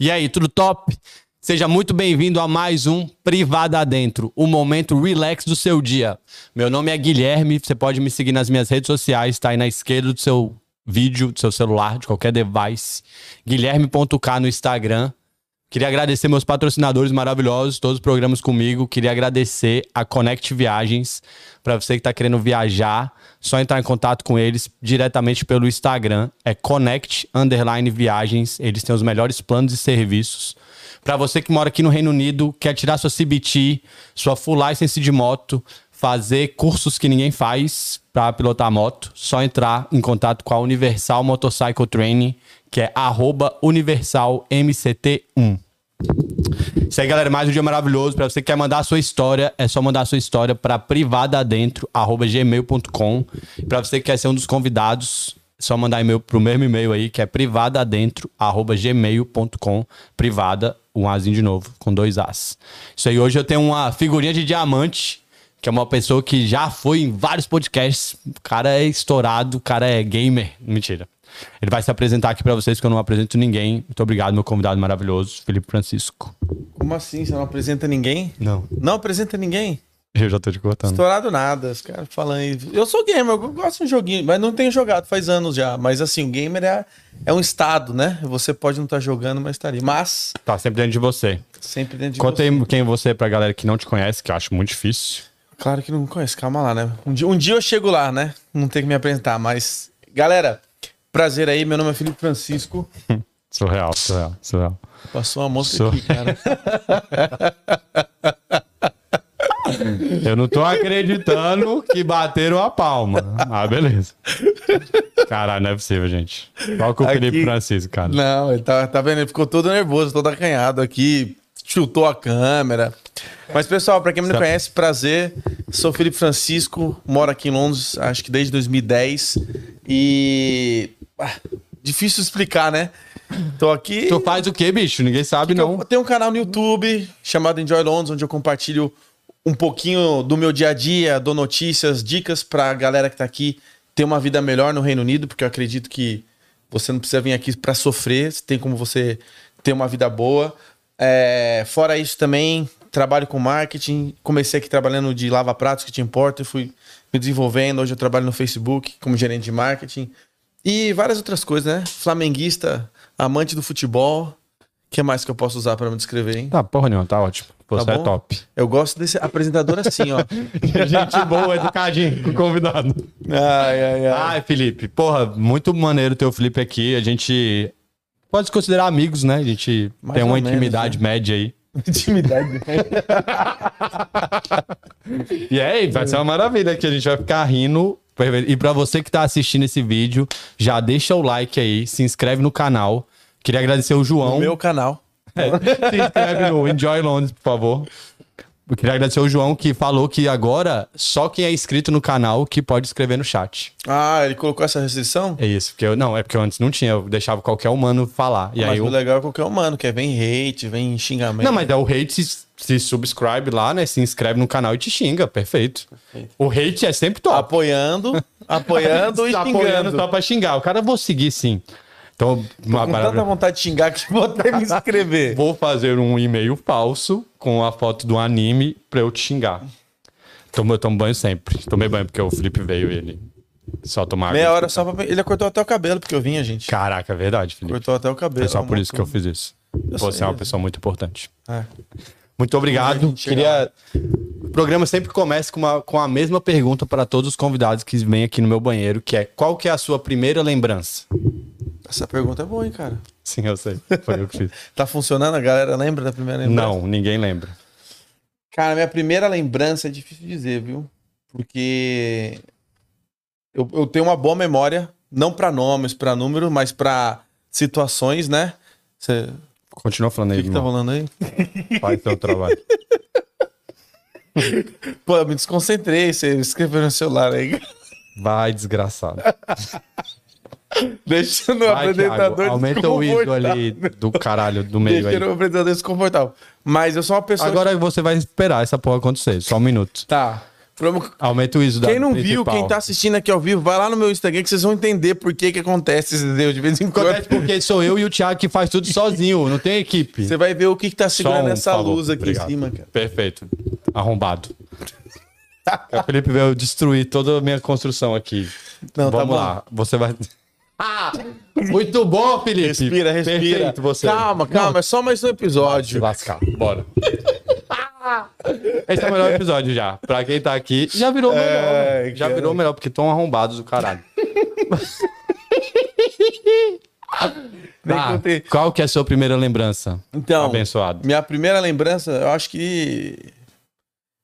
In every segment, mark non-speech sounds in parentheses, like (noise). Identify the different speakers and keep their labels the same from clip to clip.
Speaker 1: E aí, tudo top? Seja muito bem-vindo a mais um Privada Adentro, o momento relax do seu dia. Meu nome é Guilherme, você pode me seguir nas minhas redes sociais, tá aí na esquerda do seu vídeo, do seu celular, de qualquer device. Guilherme.k no Instagram. Queria agradecer meus patrocinadores maravilhosos, todos os programas comigo. Queria agradecer a Connect Viagens, para você que está querendo viajar, só entrar em contato com eles diretamente pelo Instagram, é Connect Underline Viagens. Eles têm os melhores planos e serviços. Para você que mora aqui no Reino Unido, quer tirar sua CBT, sua full license de moto, fazer cursos que ninguém faz para pilotar moto, só entrar em contato com a Universal Motorcycle Training, que é arroba universalmct1. Isso aí, galera, mais um dia maravilhoso. Para você que quer mandar a sua história, é só mandar a sua história para privadaadentro@gmail.com. Para você que quer ser um dos convidados, é só mandar e-mail pro mesmo e-mail aí, que é privadaadentro@gmail.com, privada, um azinho de novo, com dois as. Isso aí, hoje eu tenho uma figurinha de diamante que é uma pessoa que já foi em vários podcasts. O cara é estourado, o cara é gamer. Mentira. Ele vai se apresentar aqui pra vocês, que eu não apresento ninguém. Muito obrigado, meu convidado maravilhoso, Felipe Francisco.
Speaker 2: Como assim? Você não apresenta ninguém?
Speaker 1: Não,
Speaker 2: Não apresenta ninguém?
Speaker 1: eu já tô te cortando.
Speaker 2: Estourado nada, os caras falam aí. Eu sou gamer, eu gosto de um joguinho, mas não tenho jogado faz anos já. Mas assim, o gamer é, é um estado, né? Você pode não estar jogando, mas tá ali. Mas,
Speaker 1: Tá sempre dentro de você.
Speaker 2: sempre dentro de
Speaker 1: Conta
Speaker 2: você.
Speaker 1: aí quem você é pra galera que não te conhece, que eu acho muito difícil.
Speaker 2: Claro que não conhece, calma lá, né? Um dia, um dia eu chego lá, né? Não tem que me apresentar, mas. Galera, prazer aí, meu nome é Felipe Francisco.
Speaker 1: Surreal, surreal, surreal.
Speaker 2: Passou uma moça
Speaker 1: Sou.
Speaker 2: aqui, cara.
Speaker 1: Eu não tô acreditando que bateram a palma. Ah, beleza. Caralho, não é possível, gente. Qual que é o Felipe
Speaker 2: Aqui-
Speaker 1: Francisco, cara?
Speaker 2: Não, ele tá, tá vendo? Ele ficou todo nervoso, todo acanhado aqui, chutou a câmera. Mas, pessoal, pra quem não me
Speaker 1: Certo.
Speaker 2: conhece, prazer. Sou Felipe Francisco, moro aqui em Londres, acho que desde 2010. E. ah, difícil explicar, né? Tô aqui.
Speaker 1: Tu faz o quê, bicho? Ninguém sabe, não.
Speaker 2: Eu tenho um canal no YouTube chamado Enjoy Londres, onde eu compartilho um pouquinho do meu dia a dia, dou notícias, dicas pra galera que tá aqui ter uma vida melhor no Reino Unido, porque eu acredito que você não precisa vir aqui pra sofrer, tem como você ter uma vida boa. É, fora isso também, trabalho com marketing, comecei aqui trabalhando de lava-pratos, que te importa, fui me desenvolvendo, hoje eu trabalho no Facebook como gerente de marketing. E várias outras coisas, né? Flamenguista, amante do futebol, o que mais que eu posso usar pra me descrever, hein?
Speaker 1: Tá, porra nenhuma, tá ótimo. Você
Speaker 2: Tá
Speaker 1: é
Speaker 2: bom?
Speaker 1: top.
Speaker 2: Eu gosto desse apresentador
Speaker 1: (laughs)
Speaker 2: assim, ó.
Speaker 1: Gente boa, educadinho, com o (laughs) convidado.
Speaker 2: ai, ai, ai.
Speaker 1: Ai, Felipe, porra, muito maneiro ter o Felipe aqui. A gente pode se considerar amigos, né? A gente
Speaker 2: Mais
Speaker 1: tem
Speaker 2: ou
Speaker 1: uma
Speaker 2: menos, né?
Speaker 1: intimidade média aí.
Speaker 2: Intimidade.
Speaker 1: né? E aí, vai ser uma maravilha que a gente vai ficar rindo. E pra você que tá assistindo esse vídeo, já deixa o like aí, se inscreve no canal. Queria agradecer o João. É,
Speaker 2: No meu canal.
Speaker 1: Se inscreve no Enjoy Londres, por favor. Eu queria agradecer o João que falou que agora só quem é inscrito no canal que pode escrever no chat.
Speaker 2: Ah, ele colocou essa restrição?
Speaker 1: É isso, porque eu não, é porque eu antes não tinha, eu deixava qualquer humano falar. E aí
Speaker 2: mas
Speaker 1: eu,
Speaker 2: o legal é qualquer humano, que é vem hate, vem xingamento.
Speaker 1: Não, mas é o hate se, se subscribe lá, né? Se inscreve no canal e te xinga, perfeito. O hate é sempre top. (laughs)
Speaker 2: Apoiando, apoiando e
Speaker 1: Tá
Speaker 2: xingando.
Speaker 1: apoiando só pra xingar. O cara eu vou seguir sim. Então, uma
Speaker 2: Com
Speaker 1: palavra-
Speaker 2: tanta vontade de xingar que vou até me inscrever.
Speaker 1: Vou fazer um e-mail falso com a foto do anime pra eu te xingar. Tomo, eu tomo banho sempre. Tomei banho porque o Felipe veio e ele só tomar água.
Speaker 2: Meia hora só pra... Ele cortou até o cabelo, porque eu vinha, gente.
Speaker 1: Caraca, é verdade, Felipe.
Speaker 2: Cortou até o cabelo.
Speaker 1: É só por isso que eu fiz isso. Você é uma
Speaker 2: sei.
Speaker 1: pessoa muito importante.
Speaker 2: Ah.
Speaker 1: Muito obrigado.
Speaker 2: Vamos chegar
Speaker 1: Queria. O programa sempre começa com, uma, com a mesma pergunta para todos os convidados que vêm aqui no meu banheiro, que é qual que é a sua primeira
Speaker 2: (laughs)
Speaker 1: lembrança?
Speaker 2: Essa pergunta é boa, hein, cara.
Speaker 1: Sim, eu sei. Foi eu que fiz.
Speaker 2: Tá funcionando? A galera lembra da primeira lembrança?
Speaker 1: (laughs) Não, ninguém lembra.
Speaker 2: Cara, minha primeira lembrança é difícil dizer, viu? Porque eu, eu tenho uma boa memória, não pra nomes, pra número, mas pra situações, né? Cê-
Speaker 1: Continua falando
Speaker 2: O
Speaker 1: aí,
Speaker 2: que, que tá
Speaker 1: irmão.
Speaker 2: rolando aí?
Speaker 1: Faz seu trabalho.
Speaker 2: Pô, eu me (laughs) desconcentrei, você escreveu no celular aí.
Speaker 1: Vai, desgraçado.
Speaker 2: Deixando o
Speaker 1: Vai,
Speaker 2: apresentador
Speaker 1: Thiago, aumenta o ídolo
Speaker 2: desconfortável.
Speaker 1: ali do caralho, do meio
Speaker 2: Deixando
Speaker 1: aí.
Speaker 2: o apresentador desconfortável. Mas eu sou uma pessoa.
Speaker 1: Agora você vai esperar essa porra acontecer, só um minuto.
Speaker 2: Tá. Promo-
Speaker 1: Aumenta o ISO da
Speaker 2: Quem não viu,
Speaker 1: principal.
Speaker 2: quem tá assistindo aqui ao vivo, vai lá no meu Instagram que vocês vão entender por que que acontece esses erros de vez em
Speaker 1: Acontece
Speaker 2: quando.
Speaker 1: porque sou eu e o Thiago que faz tudo sozinho, não tem equipe.
Speaker 2: Você vai ver o que que tá segurando
Speaker 1: Som,
Speaker 2: essa
Speaker 1: um falou.
Speaker 2: luz aqui
Speaker 1: Obrigado.
Speaker 2: em cima, cara.
Speaker 1: Perfeito.
Speaker 2: (laughs)
Speaker 1: Arrombado. o Felipe veio destruir toda a minha construção aqui.
Speaker 2: Não, tá
Speaker 1: Vamos
Speaker 2: bom.
Speaker 1: lá. Você vai. Ah! (laughs) Muito bom, Felipe.
Speaker 2: Respira, respira.
Speaker 1: Perfeito, você.
Speaker 2: Calma, calma, é só mais um
Speaker 1: Se
Speaker 2: episódio.
Speaker 1: lascar. Bora. Esse é o melhor episódio já. Pra quem tá aqui, já virou o melhor.
Speaker 2: É,
Speaker 1: né? já
Speaker 2: cara.
Speaker 1: virou o melhor, porque estão arrombados do caralho.
Speaker 2: (laughs) Nem
Speaker 1: Tá,
Speaker 2: contei.
Speaker 1: qual que é a sua primeira lembrança?
Speaker 2: Então,
Speaker 1: Abençoado.
Speaker 2: minha primeira lembrança, eu acho que.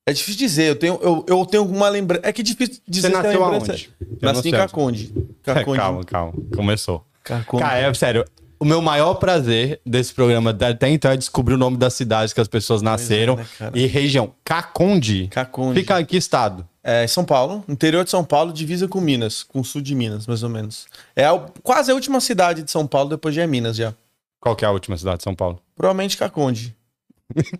Speaker 2: É difícil dizer, eu tenho, eu, eu tenho alguma lembrança. É que é difícil dizer
Speaker 1: Você
Speaker 2: se é
Speaker 1: nasceu
Speaker 2: lembrança.
Speaker 1: aonde? Eu não
Speaker 2: Nasci
Speaker 1: sei
Speaker 2: em
Speaker 1: onde.
Speaker 2: Caconde.
Speaker 1: É,
Speaker 2: Caconde.
Speaker 1: calma, calma. Começou.
Speaker 2: Caconde.
Speaker 1: Cara, é sério. O meu maior prazer desse programa até então é descobrir o nome das cidades que as pessoas nasceram
Speaker 2: né, cara?
Speaker 1: e região. Caconde.
Speaker 2: Caconde.
Speaker 1: Fica em que estado?
Speaker 2: É, São Paulo, interior de São Paulo, divisa com Minas, com o sul de Minas, mais ou menos. É a- quase a última cidade de São Paulo, depois já é Minas já.
Speaker 1: Qual que é a última cidade de São (laughs) Paulo?
Speaker 2: Provavelmente Caconde.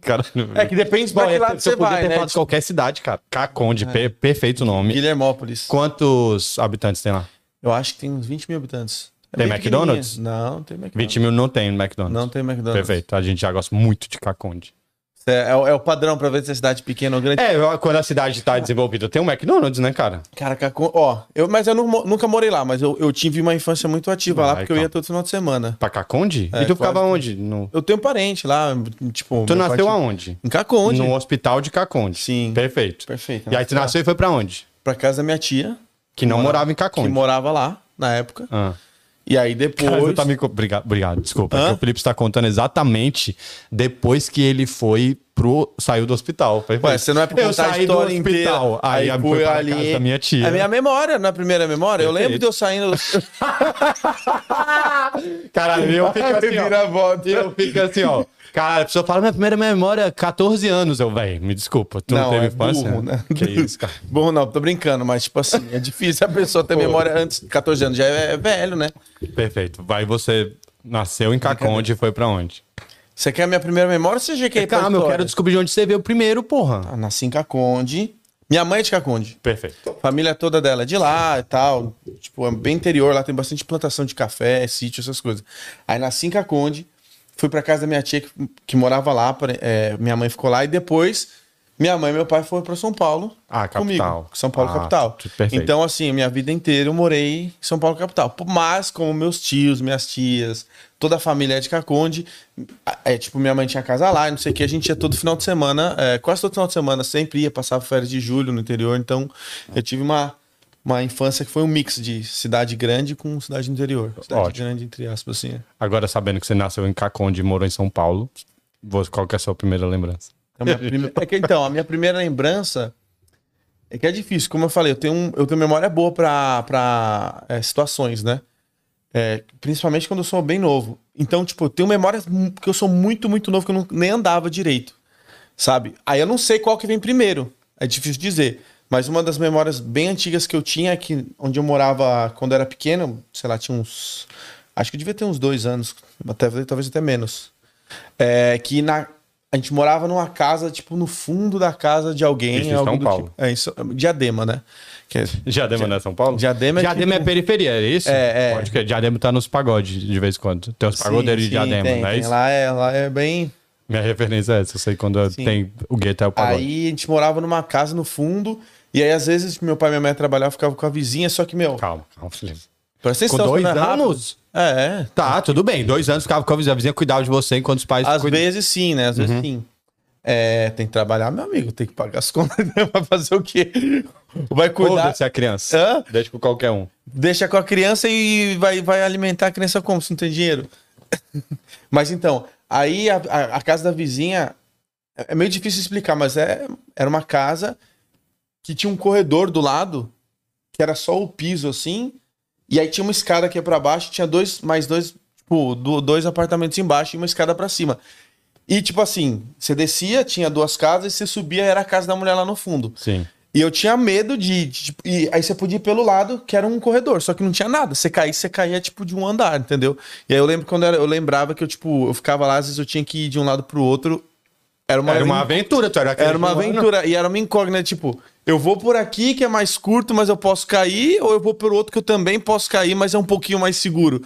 Speaker 1: Caralho. (laughs)
Speaker 2: É que depende pra
Speaker 1: Bom,
Speaker 2: que
Speaker 1: é,
Speaker 2: lado
Speaker 1: você É.
Speaker 2: você
Speaker 1: podia
Speaker 2: vai,
Speaker 1: ter
Speaker 2: né?
Speaker 1: falado de qualquer cidade, cara. Caconde, per- perfeito nome.
Speaker 2: Guilhermópolis.
Speaker 1: Quantos habitantes tem lá?
Speaker 2: Eu acho que tem uns 20 mil habitantes. É
Speaker 1: Tem
Speaker 2: bem
Speaker 1: McDonald's?
Speaker 2: pequenininha. Não, não tem McDonald's.
Speaker 1: 20 mil não tem no McDonald's.
Speaker 2: Não tem McDonald's.
Speaker 1: Perfeito. A gente já gosta muito de Caconde.
Speaker 2: É, é o- é o padrão pra ver se é cidade pequena ou grande.
Speaker 1: É, quando a cidade tá desenvolvida, tem um McDonald's, né, cara?
Speaker 2: Cara, Caconde, ó, eu, mas eu não mo- nunca morei lá, mas eu, eu tive uma infância muito ativa lá,
Speaker 1: Ai,
Speaker 2: porque eu ia todo final de semana.
Speaker 1: Pra Caconde?
Speaker 2: É,
Speaker 1: e tu ficava
Speaker 2: claro.
Speaker 1: onde? No...
Speaker 2: Eu tenho parente lá, tipo...
Speaker 1: Tu
Speaker 2: meu pai
Speaker 1: nasceu
Speaker 2: tinha-
Speaker 1: aonde?
Speaker 2: Em Caconde.
Speaker 1: No hospital de Caconde.
Speaker 2: Sim.
Speaker 1: Perfeito.
Speaker 2: Perfeito.
Speaker 1: E aí tu nasceu e foi pra onde?
Speaker 2: Pra casa da minha tia,
Speaker 1: Que não morava em
Speaker 2: que
Speaker 1: Caconde.
Speaker 2: morava lá, na época.
Speaker 1: Ah.
Speaker 2: E aí
Speaker 1: Cara, você
Speaker 2: depois...
Speaker 1: tá me... co- obrigado, obrigado, desculpa.
Speaker 2: Hã?
Speaker 1: É que O Felipe está contando exatamente depois que ele foi pro. saiu do hospital. Foi-
Speaker 2: Ué, você não é pra
Speaker 1: eu
Speaker 2: contar a
Speaker 1: saí
Speaker 2: história
Speaker 1: do hospital.
Speaker 2: inteira.
Speaker 1: Aí,
Speaker 2: Aí
Speaker 1: foi
Speaker 2: fui
Speaker 1: pra
Speaker 2: ali-
Speaker 1: casa da minha tia.
Speaker 2: É minha memória, na primeira memória. Eu lembro
Speaker 1: Perfeito.
Speaker 2: de eu saindo...
Speaker 1: Caralho, eu fico assim, ó.
Speaker 2: Reviravolta.
Speaker 1: Eu fico assim, ó. Cara, a pessoa fala, minha primeira memória, 14 anos. Eu, velho, me desculpa, tu não,
Speaker 2: Não,
Speaker 1: teve
Speaker 2: é
Speaker 1: infância?
Speaker 2: burro, né?
Speaker 1: Que
Speaker 2: (laughs)
Speaker 1: isso, cara.
Speaker 2: Bom, não, tô brincando, mas tipo assim, é difícil a pessoa ter memória antes de 14 anos, já é, é velho, né?
Speaker 1: Perfeito. Vai, você nasceu em Caconde e foi pra onde?
Speaker 2: Você quer a minha primeira memória ou você já quer ir pra
Speaker 1: Calma, eu
Speaker 2: história?
Speaker 1: quero descobrir de onde você veio primeiro, porra.
Speaker 2: Ah, nasci em Caconde. Minha mãe é de Caconde.
Speaker 1: Perfeito.
Speaker 2: Família toda dela é de lá e tal. Tipo, é bem interior, lá tem bastante plantação de café, sítio, essas coisas. Aí nasci em Caconde, fui pra casa da minha tia que, que morava lá, pra- é, minha mãe ficou lá e depois minha mãe e meu pai foram pra São Paulo
Speaker 1: Ah, capital.
Speaker 2: São Paulo
Speaker 1: Ah,
Speaker 2: capital.
Speaker 1: tu- perfeito.
Speaker 2: Então, assim, minha vida inteira eu morei em São Paulo capital. Pô, Mas como meus tios, minhas tias, toda a família é de Caconde, a- é tipo, minha mãe tinha casa lá, e não sei o que, a gente ia todo final de semana, é, quase todo final de semana, sempre ia passar férias de julho no interior, então eu tive uma uma infância que foi um mix de cidade grande com cidade do interior. Cidade
Speaker 1: Ótimo.
Speaker 2: grande, entre aspas, assim. é.
Speaker 1: Agora, sabendo que você nasceu em Caconde e morou em São Paulo, vo- qual que é a sua primeira lembrança?
Speaker 2: A minha prime- é que, então, a minha primeira lembrança é que é difícil. Como eu falei, eu tenho, um- eu tenho memória boa pra, pra é, situações, né? É, principalmente quando eu sou bem novo. Então, tipo, eu tenho memórias mu- que eu sou muito, muito novo, que eu não- nem andava direito, sabe? Aí eu não sei qual que vem primeiro. É difícil dizer. Mas uma das memórias bem antigas que eu tinha é que onde eu morava quando eu era pequeno, sei lá, tinha uns. Acho que eu devia ter uns dois anos, até, talvez até menos. É, que na, a gente morava numa casa, tipo, no fundo da casa de alguém.
Speaker 1: Isso em
Speaker 2: algo
Speaker 1: São
Speaker 2: do
Speaker 1: Paulo.
Speaker 2: tipo- é, isso, Diadema, né? Que é-
Speaker 1: Diadema não é São Paulo?
Speaker 2: Diadema é
Speaker 1: Diadema é
Speaker 2: tipo-
Speaker 1: periferia, é isso?
Speaker 2: É, é.
Speaker 1: Pode que Diadema tá nos pagodes de vez em quando. Tem os pagodeiros
Speaker 2: Sim,
Speaker 1: de Diadema,
Speaker 2: tem,
Speaker 1: não é
Speaker 2: tem.
Speaker 1: isso?
Speaker 2: Lá é, lá é bem.
Speaker 1: Minha referência é essa. Eu sei quando eu-
Speaker 2: Sim.
Speaker 1: tem o gueto é o pagode.
Speaker 2: Aí a gente morava numa casa no fundo. E aí, às vezes, meu pai e minha mãe trabalhavam, ficava com a vizinha, só que, meu,
Speaker 1: Calma, calma, Felipe.
Speaker 2: presta
Speaker 1: Com
Speaker 2: atenção,
Speaker 1: dois
Speaker 2: tá errado.
Speaker 1: anos?
Speaker 2: É, é.
Speaker 1: Tá, tudo bem. Dois anos ficava com a vizinha. A vizinha cuidava de você enquanto os pais
Speaker 2: Às
Speaker 1: cuidavam.
Speaker 2: vezes sim, né? Às vezes sim. É, tem que trabalhar, meu amigo, tem que pagar as (laughs) contas, né? vai fazer o quê? Vai cuidar.
Speaker 1: Foda-se a criança.
Speaker 2: Hã?
Speaker 1: Deixa com qualquer um.
Speaker 2: Deixa com a criança e vai, vai alimentar a criança como? Se não tem dinheiro. (laughs) mas então, aí a, a- a casa da vizinha. É é meio difícil explicar, mas é, era uma casa que tinha um corredor do lado, que era só o piso assim, e aí tinha uma escada aqui pra baixo, tinha dois, mais dois, tipo, do- dois apartamentos embaixo e uma escada pra cima. E tipo assim, você descia, tinha duas casas, e você subia, era a casa da mulher lá no fundo.
Speaker 1: Sim.
Speaker 2: E eu tinha medo de. de, tipo, e aí você podia ir pelo lado, que era um corredor, só que não tinha nada. Você caía, você caía tipo de um andar, entendeu? E aí eu lembro quando eu, era- eu lembrava que eu, tipo, eu ficava lá, às vezes eu tinha que ir de um lado pro outro. Era uma,
Speaker 1: Era uma aventura, tu era aquele né?
Speaker 2: era uma
Speaker 1: que-
Speaker 2: aventura e era uma incógnita, tipo, eu vou por aqui que é mais curto, mas eu posso cair, ou eu vou por outro que eu também posso cair, mas é um pouquinho mais seguro.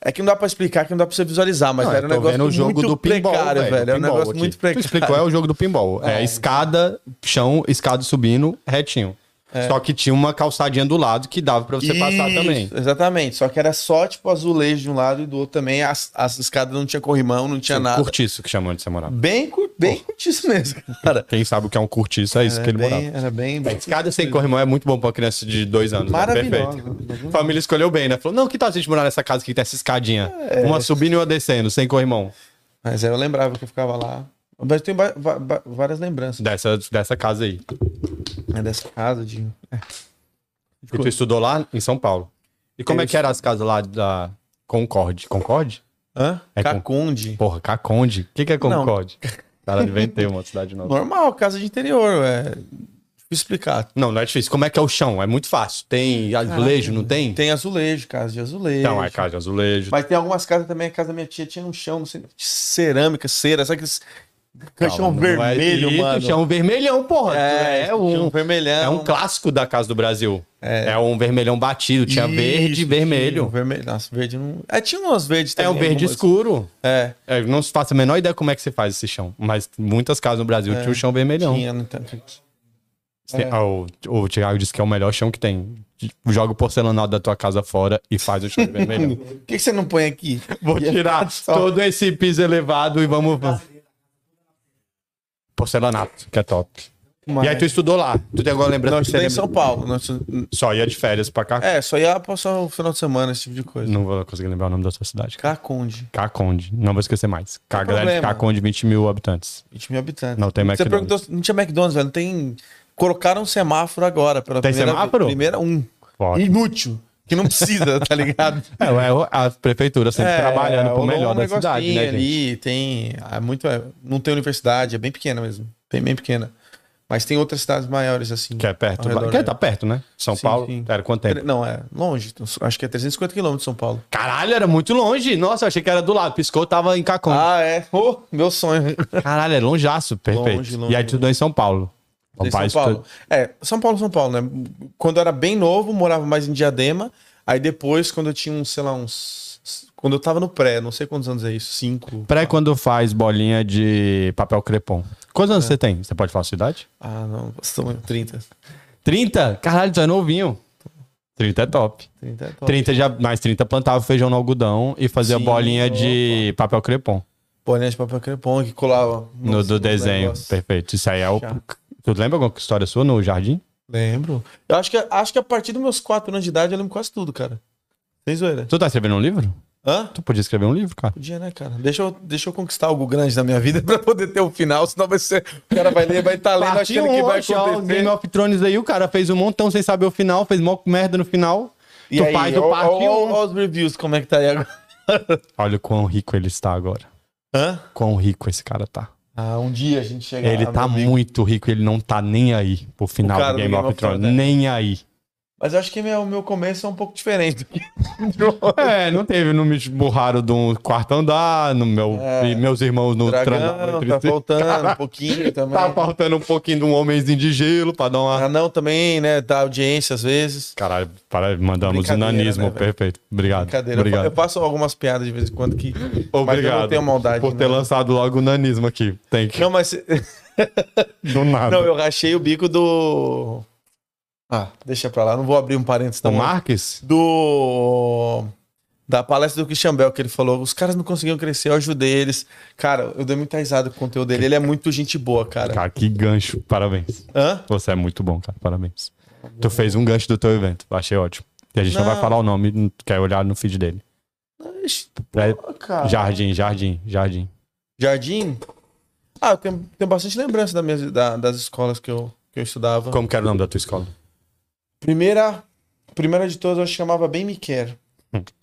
Speaker 2: É que não dá pra explicar, que não dá pra você visualizar, mas
Speaker 1: Não,
Speaker 2: era
Speaker 1: eu
Speaker 2: um
Speaker 1: tô
Speaker 2: negócio
Speaker 1: vendo o jogo
Speaker 2: muito
Speaker 1: do pinball,
Speaker 2: precário,
Speaker 1: velho.
Speaker 2: velho. É um
Speaker 1: pinball
Speaker 2: negócio
Speaker 1: aqui.
Speaker 2: muito
Speaker 1: Tu
Speaker 2: precário.
Speaker 1: explicou, é o jogo do pinball. É, escada, chão, escada subindo, retinho. Só que tinha uma calçadinha do lado que dava pra você passar
Speaker 2: É. Isso,
Speaker 1: também.
Speaker 2: Exatamente, só que era só, tipo, azulejo de um lado e do outro também, as, as escadas não tinha corrimão, não tinha nada.
Speaker 1: Um Curtiço que chamam de semana.
Speaker 2: Bem, cur... bem curtíssimo mesmo, cara.
Speaker 1: Quem sabe o que é um curtiço é isso que
Speaker 2: Era
Speaker 1: ele morava.
Speaker 2: bem, era bem...
Speaker 1: A escada sem corrimão é muito bom pra uma criança de dois anos. né?
Speaker 2: Maravilhosa.
Speaker 1: Perfeito. A família escolheu bem, né? Falou, não, que tal a gente morar nessa casa que tem essa escadinha?
Speaker 2: É.
Speaker 1: Uma subindo e uma descendo, sem corrimão.
Speaker 2: Mas aí eu lembrava que eu ficava lá. Mas tem ba- va- va- várias lembranças.
Speaker 1: Dessa, dessa casa aí.
Speaker 2: É dessa casa, de.
Speaker 1: E tu estudou lá em São Paulo. E como é que eram as casas lá da Concorde? Concorde?
Speaker 2: Hã?
Speaker 1: É com-
Speaker 2: Cacunde.
Speaker 1: Porra, Caconde. O que, que é Concorde? Cara, inventei uma cidade nova.
Speaker 2: Normal, casa de interior, é. Difícil explicar.
Speaker 1: Não, não é difícil. Como é que é o chão? É muito fácil. Tem azulejo, não tem?
Speaker 2: Tem azulejo, casa de azulejo.
Speaker 1: Então, é casa de azulejo.
Speaker 2: Mas tem algumas casas também, a casa da minha tia tinha um chão, não sei, de cerâmica, cera, sabe aqueles. chão
Speaker 1: Calma, não é
Speaker 2: vermelho,
Speaker 1: isso,
Speaker 2: mano.
Speaker 1: Chão vermelhão, porra.
Speaker 2: É, um vermelhão.
Speaker 1: É um clássico da Casa do Brasil. É, um vermelhão batido. Tinha verde e
Speaker 2: Isso, tinha um
Speaker 1: vermelho.
Speaker 2: vermelho. Nossa, verde não. É, tinha umas verdes
Speaker 1: É
Speaker 2: também.
Speaker 1: um verde
Speaker 2: algumas.
Speaker 1: escuro.
Speaker 2: É,
Speaker 1: É, não se faça a menor ideia como é que você faz esse chão. Mas muitas casas no Brasil
Speaker 2: É.
Speaker 1: tinha o chão vermelhão.
Speaker 2: tinha, não tem-
Speaker 1: Tem-
Speaker 2: É.
Speaker 1: ah, o, o Thiago disse que é o melhor chão que tem. Joga o porcelanado da tua casa fora e faz o chão de
Speaker 2: (laughs)
Speaker 1: vermelhão. é
Speaker 2: Por que que você não põe aqui?
Speaker 1: (laughs)
Speaker 2: é
Speaker 1: Vou tirar todo esse piso elevado e vamos. Porcelanato, que é top. E aí tu estudou lá. Tu tem alguma lembrança
Speaker 2: Não,
Speaker 1: que você
Speaker 2: estudei em
Speaker 1: lembra?
Speaker 2: São Paulo. Não, estu-
Speaker 1: Só ia de férias pra cá.
Speaker 2: É, só ia passar o final de semana, esse tipo de coisa.
Speaker 1: Não vou conseguir lembrar o nome da sua cidade.
Speaker 2: Caconde,
Speaker 1: Caconde. Não vou esquecer mais. Ca-
Speaker 2: Não tem
Speaker 1: galera de
Speaker 2: problema.
Speaker 1: Caconde, 20 mil habitantes.
Speaker 2: 20 mil habitantes.
Speaker 1: Não tem
Speaker 2: Você
Speaker 1: McDonald's.
Speaker 2: perguntou, se não tinha McDonald's, velho. Não tem. Colocaram um semáforo agora. Pela
Speaker 1: Tem
Speaker 2: primeira,
Speaker 1: semáforo?
Speaker 2: Primeira um.
Speaker 1: Foda.
Speaker 2: Inútil. Que não precisa,
Speaker 1: (laughs)
Speaker 2: tá ligado?
Speaker 1: É, é o- a prefeitura sempre trabalhando pro
Speaker 2: É, rolou um
Speaker 1: melhor da
Speaker 2: negocinho
Speaker 1: cidade, né, gente?
Speaker 2: ali, tem. É muito, é, não tem universidade, é bem pequena mesmo. Bem, bem pequena. Mas tem outras cidades maiores, assim.
Speaker 1: Que é perto.
Speaker 2: ao redor,
Speaker 1: Que
Speaker 2: né?
Speaker 1: tá perto, né? São
Speaker 2: Sim,
Speaker 1: Paulo.
Speaker 2: sim.
Speaker 1: Era quanto tempo?
Speaker 2: Não, é longe. Acho que é 350 quilômetros de São Paulo.
Speaker 1: Caralho, era muito longe. Nossa, eu achei que era do lado. Piscou, tava em Caconde.
Speaker 2: Ah, é. Oh, meu sonho.
Speaker 1: Caralho, é longeaço. Perfeito.
Speaker 2: Longe, longe,
Speaker 1: e aí tu estudou em São Paulo.
Speaker 2: (laughs) Em
Speaker 1: Papai,
Speaker 2: São Paulo.
Speaker 1: tá-
Speaker 2: É, São Paulo, São Paulo, né? Quando eu era bem novo, morava mais em Diadema. Aí depois, quando eu tinha uns, sei lá, uns. Quando eu tava no pré, não sei quantos anos é isso, cinco.
Speaker 1: Pré quando faz bolinha de papel crepom. Quantos
Speaker 2: É.
Speaker 1: anos você tem? Você pode falar a sua idade?
Speaker 2: Ah, não, são 30.
Speaker 1: 30? Caralho, tu é novinho. 30 é top.
Speaker 2: 30 é top.
Speaker 1: 30 já, mais 30 plantava feijão no algodão e fazia
Speaker 2: Sim,
Speaker 1: bolinha de papel crepom
Speaker 2: Bolinha de papel crepom que colava.
Speaker 1: no,
Speaker 2: Nossa,
Speaker 1: do
Speaker 2: no
Speaker 1: desenho.
Speaker 2: negócio.
Speaker 1: Perfeito. Isso aí é o.
Speaker 2: Chato.
Speaker 1: Tu lembra alguma história sua no jardim?
Speaker 2: Lembro. Eu acho que, acho que a partir dos meus 4 anos de idade eu lembro quase tudo, cara. Sem zoeira.
Speaker 1: Tu tá escrevendo um livro?
Speaker 2: Hã?
Speaker 1: Tu podia escrever um livro, cara.
Speaker 2: Podia, né, cara? Deixa eu, deixa eu conquistar algo grande na minha vida (laughs) pra poder ter o final, senão vai ser. O cara vai ler, vai estar tá lendo
Speaker 1: Partiu
Speaker 2: achando que vai
Speaker 1: ontem, ó,
Speaker 2: acontecer.
Speaker 1: Game of Thrones aí, o cara fez um montão sem saber o final, fez mó merda no final.
Speaker 2: E
Speaker 1: tu
Speaker 2: aí,
Speaker 1: faz
Speaker 2: ó-
Speaker 1: o parte
Speaker 2: ó- ó-
Speaker 1: um.
Speaker 2: ó os reviews, como é que tá aí agora?
Speaker 1: Olha o quão rico ele está agora.
Speaker 2: Hã?
Speaker 1: Quão rico esse cara tá.
Speaker 2: Ah, um dia a gente chega
Speaker 1: Ele
Speaker 2: lá,
Speaker 1: tá
Speaker 2: meu amigo.
Speaker 1: muito rico, ele não tá nem aí pro final
Speaker 2: O cara
Speaker 1: do Game, of Thrones.
Speaker 2: né?
Speaker 1: Nem
Speaker 2: (laughs)
Speaker 1: aí.
Speaker 2: Mas eu acho que meu- o meu começo é um pouco diferente. do que-
Speaker 1: É, não teve, não me esburraram do quarto andar, no meu,
Speaker 2: É.
Speaker 1: e meus irmãos no é
Speaker 2: Dragão, tá faltando um (laughs) pouquinho também.
Speaker 1: Tá faltando um pouquinho de um homenzinho de gelo pra dar uma.
Speaker 2: Ah, não, também, né? Dá audiência às vezes.
Speaker 1: Caralho, para, mandamos
Speaker 2: Brincadeira,
Speaker 1: nanismo,
Speaker 2: né, velho?
Speaker 1: perfeito. Obrigado.
Speaker 2: Brincadeira. Eu,
Speaker 1: Obrigado.
Speaker 2: fa- eu passo algumas piadas de vez em quando que. Mas eu
Speaker 1: Obrigado.
Speaker 2: não tenho maldade. né?
Speaker 1: Por ter
Speaker 2: não.
Speaker 1: lançado logo o nanismo aqui. Tem que.
Speaker 2: Não, mas.
Speaker 1: Do nada.
Speaker 2: (laughs) Não, eu rachei o bico do. Ah, deixa pra lá. Não vou abrir um parênteses
Speaker 1: O
Speaker 2: também.
Speaker 1: Marques?
Speaker 2: do da palestra do Christian Bell, que ele falou, os caras não conseguiam crescer, eu ajudei eles. Cara, eu dei muita risada com o conteúdo dele, ele é muito gente boa, cara.
Speaker 1: Cara, que gancho. Parabéns.
Speaker 2: Hã?
Speaker 1: Você é muito bom, cara. Parabéns. Tu fez um gancho do teu evento. Achei ótimo. E a gente não,
Speaker 2: Não.
Speaker 1: vai falar o nome, quer olhar no feed dele.
Speaker 2: Ixi,
Speaker 1: É,
Speaker 2: pô, cara.
Speaker 1: jardim, jardim, jardim.
Speaker 2: Jardim? Ah, eu tenho, tenho bastante lembrança da minha, da- das escolas que eu, que eu estudava.
Speaker 1: Como que era o nome da tua escola?
Speaker 2: Primeira, primeira de todas, eu chamava Bem Me Quer.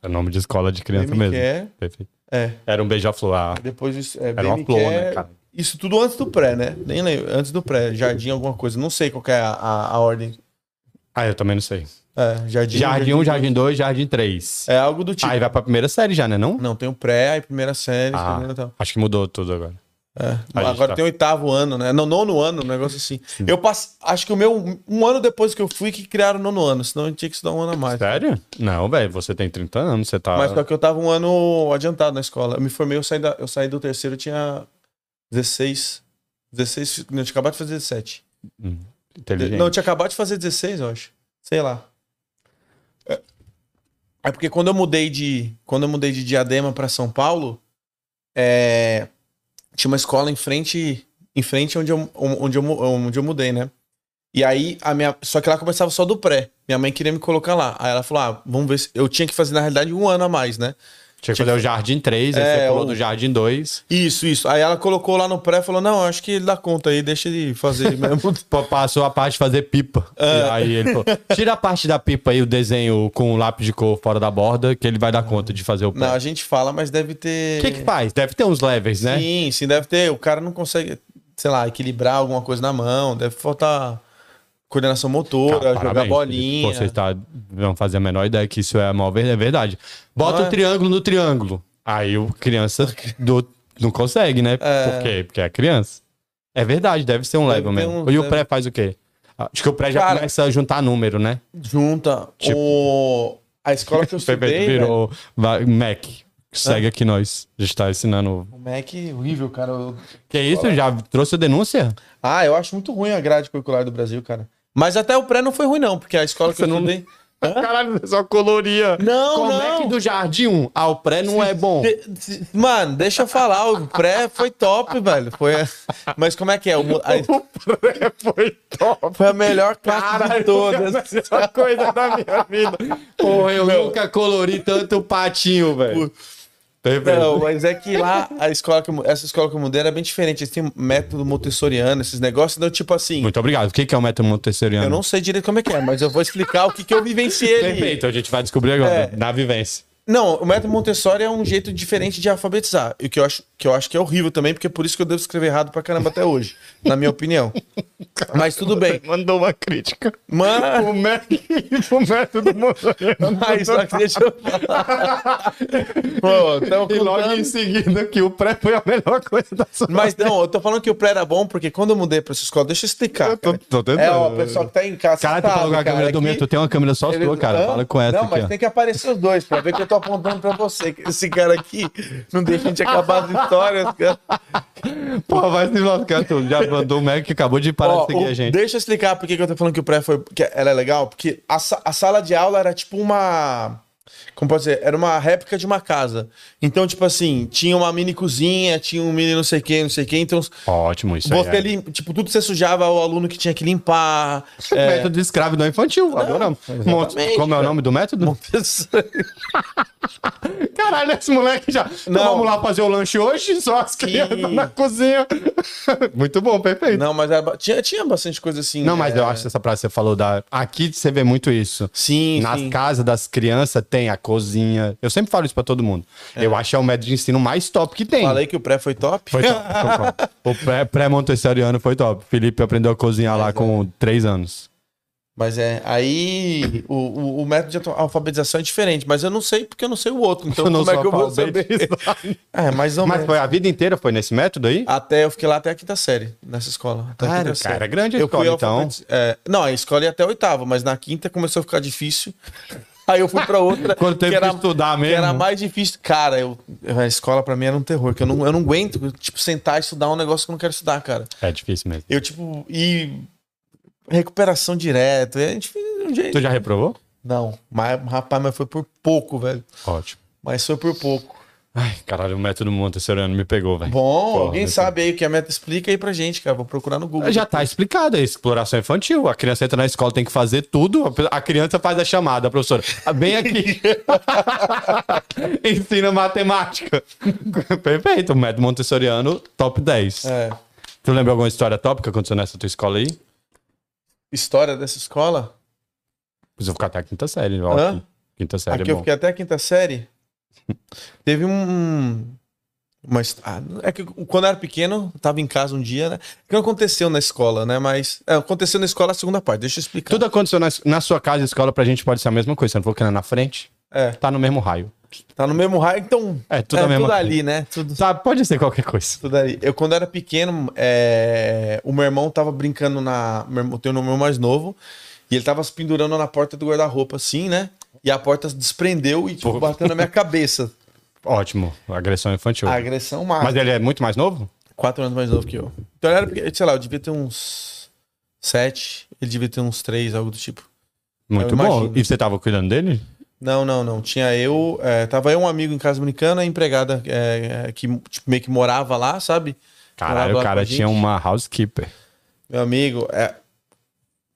Speaker 1: É nome de escola de
Speaker 2: Bem
Speaker 1: criança
Speaker 2: Me
Speaker 1: mesmo.
Speaker 2: Quer,
Speaker 1: Perfeito.
Speaker 2: é.
Speaker 1: Era um beija-flor. ah,
Speaker 2: Depois, é,
Speaker 1: Era
Speaker 2: Bem
Speaker 1: uma
Speaker 2: Me
Speaker 1: flor,
Speaker 2: Quer,
Speaker 1: né, cara?
Speaker 2: Isso tudo antes do pré, né? Nem lembro. Antes do pré. Jardim, alguma coisa. Não sei qual que é a, a- a ordem.
Speaker 1: Ah, eu também não sei.
Speaker 2: É, jardim.
Speaker 1: Jardim 1, Jardim 2, Jardim 3.
Speaker 2: É algo do tipo.
Speaker 1: Aí vai pra primeira série já, né? Não?
Speaker 2: Não, tem o pré, aí primeira série,
Speaker 1: Ah.
Speaker 2: segunda e tal.
Speaker 1: Acho que mudou tudo agora.
Speaker 2: É,
Speaker 1: A gente
Speaker 2: agora
Speaker 1: tá.
Speaker 2: tem oitavo ano, né? Não, nono ano, um negócio assim. Eu passo, acho que o meu, um ano depois que eu fui, que criaram o nono ano, senão eu tinha que estudar um ano a mais.
Speaker 1: Sério? Não, velho, você tem 30 anos, você tá.
Speaker 2: Mas só que eu tava um ano adiantado na escola. Eu me formei, eu saí, da- eu saí do terceiro, eu tinha 16. 16, não, eu tinha acabado de fazer 17.
Speaker 1: Hum,
Speaker 2: De-
Speaker 1: Inteligente.
Speaker 2: não, eu tinha acabado de fazer 16, eu acho. Sei lá. É- É porque quando eu mudei de, quando eu mudei de Diadema pra São Paulo, é, tinha uma escola em frente, em frente onde eu, onde eu, mu- onde eu mudei, né? E aí, a minha. Só que lá começava só do pré. Minha mãe queria me colocar lá. Aí ela falou: ah, vamos ver se. Eu tinha que fazer, na realidade, um ano a mais, né?
Speaker 1: Tinha que fazer o Jardim 3, aí
Speaker 2: É,
Speaker 1: você pulou
Speaker 2: o-
Speaker 1: do Jardim 2.
Speaker 2: Isso, isso. Aí ela colocou lá no pré e falou: não, acho que ele dá conta aí, deixa ele fazer
Speaker 1: (laughs)
Speaker 2: mesmo.
Speaker 1: Pô, Passou a parte de fazer pipa.
Speaker 2: É.
Speaker 1: E aí ele falou: tira a parte da pipa aí, o desenho com o lápis de cor fora da borda, que ele vai dar conta de fazer o pé.
Speaker 2: não, a gente fala, mas deve ter.
Speaker 1: O que que faz? Deve ter uns levers, né?
Speaker 2: Sim, sim, deve ter. O cara não consegue, sei lá, equilibrar alguma coisa na mão, deve faltar coordenação motora,
Speaker 1: Cara,
Speaker 2: jogar
Speaker 1: parabéns,
Speaker 2: bolinha.
Speaker 1: Felipe. Vocês tá, não fazem a menor ideia que isso é a maior ver- é verdade. Bota
Speaker 2: Não
Speaker 1: o
Speaker 2: é?
Speaker 1: triângulo no triângulo. Aí o criança do- não consegue, né?
Speaker 2: É.
Speaker 1: Por quê? Porque é criança. É verdade, deve ser um
Speaker 2: Deve
Speaker 1: level
Speaker 2: ter
Speaker 1: mesmo.
Speaker 2: um-
Speaker 1: e o
Speaker 2: deve-
Speaker 1: pré faz o quê? Acho que o pré já
Speaker 2: Cara-
Speaker 1: começa a juntar número, né?
Speaker 2: Junta
Speaker 1: Tipo-
Speaker 2: o... a escola que eu
Speaker 1: O (laughs) Pepe
Speaker 2: estudei. velho,
Speaker 1: virou va- Mac. Segue aqui nós. A gente tá ensinando.
Speaker 2: O Mac é horrível, cara. Eu-
Speaker 1: Que isso? Já trouxe a denúncia?
Speaker 2: Ah, eu acho muito ruim a grade curricular do Brasil, cara. Mas até o pré não foi ruim, não, porque a escola que
Speaker 1: Você
Speaker 2: eu
Speaker 1: não-
Speaker 2: estudei.
Speaker 1: Caralho, só coloria.
Speaker 2: Não,
Speaker 1: Como
Speaker 2: não.
Speaker 1: é que do jardim 1 ao pré não é bom?
Speaker 2: De- de- Mano, deixa eu falar, o pré foi top, velho. Foi... Mas como é que é? O mo-
Speaker 1: (laughs)
Speaker 2: a-
Speaker 1: (laughs) O pré foi top.
Speaker 2: Foi a melhor classe de
Speaker 1: Caralho, (laughs) é
Speaker 2: todas.
Speaker 1: a melhor coisa da minha vida. Porra, eu nunca colori tanto patinho, velho. Perfeito.
Speaker 2: Não, mas é que lá, a escola que eu mu- essa escola que eu mudei era bem diferente. Eles têm um método montessoriano, esses negócios. Então, tipo assim,
Speaker 1: Muito obrigado. O que que é o método montessoriano?
Speaker 2: eu não sei direito como é que é, mas eu vou explicar o que, que eu vivenciei. ali.
Speaker 1: Perfeito, a gente vai descobrir agora,
Speaker 2: É.
Speaker 1: na vivência.
Speaker 2: Não, o método Montessori é um jeito diferente de alfabetizar. E o que eu acho que, eu acho que é horrível também, porque é por isso que eu devo escrever errado pra caramba até hoje, na minha opinião. Mas tudo bem.
Speaker 1: Mandou uma crítica.
Speaker 2: Mano,
Speaker 1: O método, (laughs) o método montessoriano.
Speaker 2: (laughs) mas só que deixa eu falar. Pô, tamo
Speaker 1: E logo
Speaker 2: contando.
Speaker 1: em seguida que o pré foi a melhor coisa da sua
Speaker 2: Mas não, eu tô falando que o pré era bom, porque quando eu mudei pra essa escola, deixa eu explicar.
Speaker 1: Eu tô-
Speaker 2: cara.
Speaker 1: tô tentando.
Speaker 2: É, ó, o pessoal que tá em casa.
Speaker 1: Caralho, tu
Speaker 2: sabe, é
Speaker 1: falou com a câmera do
Speaker 2: que-
Speaker 1: meu, tu tem uma câmera só
Speaker 2: Ele-
Speaker 1: sua, cara.
Speaker 2: Hã?
Speaker 1: Fala com essa
Speaker 2: Não,
Speaker 1: aqui,
Speaker 2: mas
Speaker 1: ó.
Speaker 2: tem que aparecer os dois pra ver que eu tô apontando pra você. que Esse cara aqui não deixa a gente acabar as histórias, cara.
Speaker 1: Porra, vai se lascar, tu
Speaker 2: (laughs)
Speaker 1: já mandou o Mac que acabou de parar
Speaker 2: Ó,
Speaker 1: de seguir
Speaker 2: o-
Speaker 1: a gente.
Speaker 2: Deixa eu explicar por que que eu tô falando que o pré foi. Que ela é legal, porque a, sa- a sala de aula era tipo uma. Como pode dizer? Era uma réplica de uma casa. Então, tipo assim, tinha uma mini cozinha, tinha um mini não sei o que, não sei o que. Então,
Speaker 1: Ótimo, isso
Speaker 2: você
Speaker 1: aí. é.
Speaker 2: lim- tipo, tudo você sujava o aluno que tinha que limpar. (laughs) É,
Speaker 1: Método escravo não infantil, adoramos. Mont-
Speaker 2: exatamente,
Speaker 1: Como é o nome do método? Caralho, esse moleque já. Então
Speaker 2: Não.
Speaker 1: vamos lá fazer o lanche hoje, só as crianças na cozinha. (laughs) Muito bom, perfeito. Não,
Speaker 2: não, mas era ba- tinha, tinha bastante coisa assim.
Speaker 1: mas
Speaker 2: é,
Speaker 1: eu acho que essa praça que você falou da. Aqui você vê muito isso.
Speaker 2: Sim,
Speaker 1: Nas
Speaker 2: sim.
Speaker 1: casas das crianças tem a cozinha. Eu sempre falo isso pra todo mundo. Eu acho que é o método de ensino mais top que tem.
Speaker 2: Falei que o pré foi top.
Speaker 1: Foi top.
Speaker 2: (laughs)
Speaker 1: foi top. (laughs) O pré- pré-montessoriano foi top. Felipe aprendeu a cozinhar lá
Speaker 2: é.
Speaker 1: com três anos.
Speaker 2: Mas é, aí o, o, o método de atu- alfabetização é diferente, mas eu não sei porque eu não sei o outro, então
Speaker 1: Eu não
Speaker 2: como é
Speaker 1: sou
Speaker 2: que eu vou saber?
Speaker 1: alfabetizado.
Speaker 2: É, mais
Speaker 1: (laughs)
Speaker 2: ou
Speaker 1: Mas
Speaker 2: menos.
Speaker 1: foi a vida inteira, foi nesse método aí?
Speaker 2: Até eu fiquei lá até a quinta série, nessa escola. Até a
Speaker 1: Cara,
Speaker 2: quinta
Speaker 1: cara,
Speaker 2: série.
Speaker 1: grande a
Speaker 2: tá eu
Speaker 1: escola,
Speaker 2: fui
Speaker 1: então.
Speaker 2: alfabetiz- é, não, a escola ia até a oitava, mas na quinta começou a ficar difícil. (laughs) Aí eu fui pra outra.
Speaker 1: Quando teve
Speaker 2: que
Speaker 1: que estudar
Speaker 2: que
Speaker 1: mesmo.
Speaker 2: era mais difícil. Cara, eu, a escola pra mim era um terror, que eu não, eu não aguento, tipo, sentar e estudar um negócio que eu não quero estudar, cara.
Speaker 1: É difícil mesmo.
Speaker 2: Eu, tipo, e recuperação direto, e a gente fez um jeito.
Speaker 1: Tu já reprovou?
Speaker 2: Não, mas, rapaz, mas foi por pouco, velho.
Speaker 1: Ótimo.
Speaker 2: Mas foi por pouco.
Speaker 1: Ai, caralho, o método Montessoriano me pegou, velho.
Speaker 2: Bom,
Speaker 1: Porra, né,
Speaker 2: alguém
Speaker 1: meu
Speaker 2: sabe aí o que a meta explica aí pra gente, cara. Vou procurar no Google.
Speaker 1: Já tá explicado, é exploração infantil. A criança entra na escola, tem que fazer tudo. A criança faz a chamada, a professora. "Ah, Vem
Speaker 2: (laughs)
Speaker 1: aqui. Ensina matemática. (laughs) Perfeito, o método Montessoriano, top 10.
Speaker 2: É.
Speaker 1: Tu lembra alguma história top que aconteceu nessa tua escola aí?
Speaker 2: História dessa escola?
Speaker 1: Preciso ficar até a quinta série. ó,
Speaker 2: Hã?
Speaker 1: Quinta série é
Speaker 2: Aqui
Speaker 1: (laughs)
Speaker 2: eu
Speaker 1: bom.
Speaker 2: fiquei até a quinta série. Teve um. Mas ah, é que quando eu era pequeno, eu tava em casa um dia, né? Que não aconteceu na escola, né? Mas é, aconteceu na escola a segunda parte, deixa eu explicar.
Speaker 1: Tudo aconteceu na, na sua casa e escola pra gente pode ser a mesma coisa. Você não falou que era na frente?
Speaker 2: É.
Speaker 1: Tá no mesmo raio.
Speaker 2: Tá no mesmo raio, então.
Speaker 1: É, tudo a mesma
Speaker 2: tudo
Speaker 1: coisa.
Speaker 2: ali, né? Tudo,
Speaker 1: Tá, pode ser qualquer coisa.
Speaker 2: tudo ali. Eu, quando era pequeno, é, o meu irmão tava brincando na. Meu irmão, tem um irmão mais novo, e ele tava se pendurando na porta do guarda-roupa, assim, né? E a porta se desprendeu e, tipo, bateu na minha cabeça.
Speaker 1: Ótimo. Agressão infantil.
Speaker 2: A agressão máxima.
Speaker 1: Mas ele é muito mais novo?
Speaker 2: Quatro anos mais novo que eu. Então ele era, pequeno, sei lá, eu devia ter uns sete, ele devia ter uns três, algo do tipo.
Speaker 1: Muito
Speaker 2: Eu
Speaker 1: bom.
Speaker 2: imagino.
Speaker 1: E você tava cuidando dele?
Speaker 2: Não, não, não. Tinha eu, é, tava eu um amigo em casa brincando, a empregada é, é, que tipo, meio que morava lá, sabe?
Speaker 1: Caralho,
Speaker 2: Morava
Speaker 1: o
Speaker 2: lá com a
Speaker 1: cara
Speaker 2: gente.
Speaker 1: tinha uma housekeeper.
Speaker 2: Meu amigo, é. (laughs)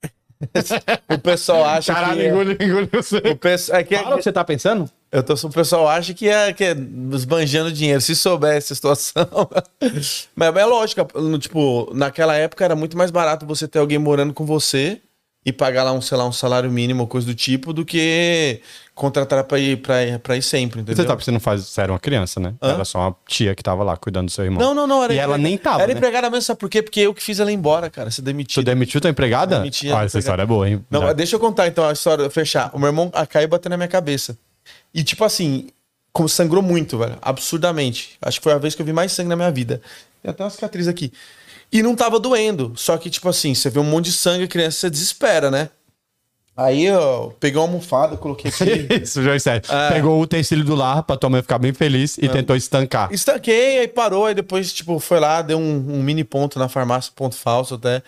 Speaker 2: o pessoal acha que.
Speaker 1: engoliu você.
Speaker 2: O pesso- é que
Speaker 1: Fala o que você tá pensando?
Speaker 2: eu tô, o pessoal acha que é, que é esbanjando dinheiro, se soubesse a situação. (laughs) Mas é lógico, no- tipo, naquela época era muito mais barato você ter alguém morando com você e pagar lá um, sei lá, um salário mínimo ou coisa do tipo, do que contratar pra ir, pra ir, pra ir sempre, entendeu?
Speaker 1: Você tá você não faz. Você era uma criança, né?
Speaker 2: Hã?
Speaker 1: Era só uma tia que tava lá cuidando do seu irmão.
Speaker 2: Não, não, não. Era
Speaker 1: E ela
Speaker 2: empregada-
Speaker 1: nem tava,
Speaker 2: Era
Speaker 1: né?
Speaker 2: empregada mesmo, sabe por quê? Porque eu que fiz ela ir embora, cara, se
Speaker 1: Tu
Speaker 2: demitir.
Speaker 1: demitiu tua empregada?
Speaker 2: Demiti a
Speaker 1: Ah, essa
Speaker 2: empregada.
Speaker 1: história é boa, hein?
Speaker 2: Não,
Speaker 1: Já- (laughs)
Speaker 2: mas deixa eu contar então a história, fechar. O meu irmão a- caiu batendo na minha cabeça. E tipo assim, como sangrou muito, velho. Absurdamente. Acho que foi a vez que eu vi mais sangue na minha vida. Tem até uma cicatriz aqui. E não tava doendo. Só que, tipo assim, você vê um monte de sangue, criança, você desespera, né? Aí eu peguei uma almofada,
Speaker 1: (laughs)
Speaker 2: coloquei aqui.
Speaker 1: Isso, já é sério.
Speaker 2: É.
Speaker 1: Pegou o utensílio do lar pra tua mãe ficar bem feliz e
Speaker 2: Ah.
Speaker 1: tentou estancar.
Speaker 2: Estanquei, aí parou, aí depois, tipo, foi lá, deu um, um mini ponto na farmácia, ponto falso até.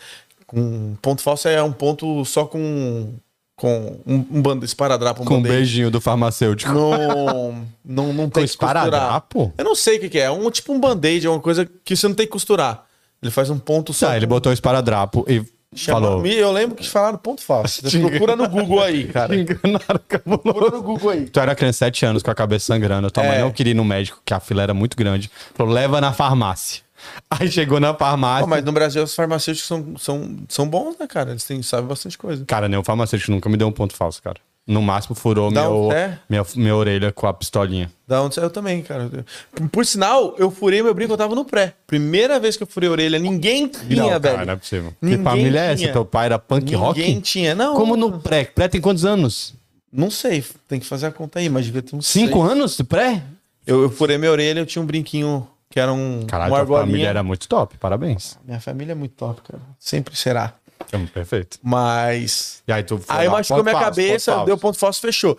Speaker 2: Com, ponto falso é um ponto só com, com um, um bando, esparadrapo, um
Speaker 1: Com um
Speaker 2: band-aid.
Speaker 1: beijinho do farmacêutico.
Speaker 2: Não, não, não
Speaker 1: Com
Speaker 2: tem né? que costurar.
Speaker 1: esparadrapo?
Speaker 2: Eu não sei o que, que é. é Um, tipo um band-aid, é uma coisa que você não tem que costurar. Ele faz um ponto só.
Speaker 1: Tá, ele botou o esparadrapo e
Speaker 2: Chama-
Speaker 1: falou.
Speaker 2: Me- Eu lembro que falaram ponto
Speaker 1: (laughs)
Speaker 2: falso. Procura no Google aí, (laughs) cara.
Speaker 1: Enganaram,
Speaker 2: Procura no Google aí.
Speaker 1: Tu era criança de 7 anos com a cabeça sangrando. Tua mãe
Speaker 2: É.
Speaker 1: não queria ir no médico, que a fila era muito grande. Falou, leva na farmácia. (laughs) Aí chegou na farmácia.
Speaker 2: Pô, mas no Brasil os farmacêuticos são, são, são bons, né, cara? Eles têm, sabem bastante coisa.
Speaker 1: Cara, nenhum farmacêutico nunca me deu um ponto falso, cara. No máximo furou
Speaker 2: Dá
Speaker 1: meu,
Speaker 2: um pé?
Speaker 1: minha, minha orelha com a pistolinha.
Speaker 2: Da onde eu também, cara. Por, por sinal, eu furei meu brinco, eu tava no pré. Primeira vez que eu furei a orelha, ninguém tinha,
Speaker 1: não,
Speaker 2: velho.
Speaker 1: cara, não é possível. que
Speaker 2: Ninguém
Speaker 1: família é essa?
Speaker 2: tinha.
Speaker 1: Teu pai era punk
Speaker 2: Ninguém
Speaker 1: rock?
Speaker 2: tinha, não.
Speaker 1: Como no pré? Pré tem quantos anos?
Speaker 2: Não sei, tem que fazer a conta aí, mas devia ter uns
Speaker 1: Cinco anos de pré?
Speaker 2: Eu, eu furei minha orelha, eu tinha um brinquinho que era um.
Speaker 1: Caralho,
Speaker 2: uma
Speaker 1: tua família
Speaker 2: argolinha.
Speaker 1: era muito top, parabéns.
Speaker 2: Minha família é muito top, cara. Sempre será.
Speaker 1: Tamo Perfeito.
Speaker 2: Mas.
Speaker 1: E aí tu foi
Speaker 2: Aí
Speaker 1: lá,
Speaker 2: machucou
Speaker 1: ponto
Speaker 2: minha
Speaker 1: falso, ponto
Speaker 2: cabeça,
Speaker 1: falso.
Speaker 2: deu ponto falso, fechou.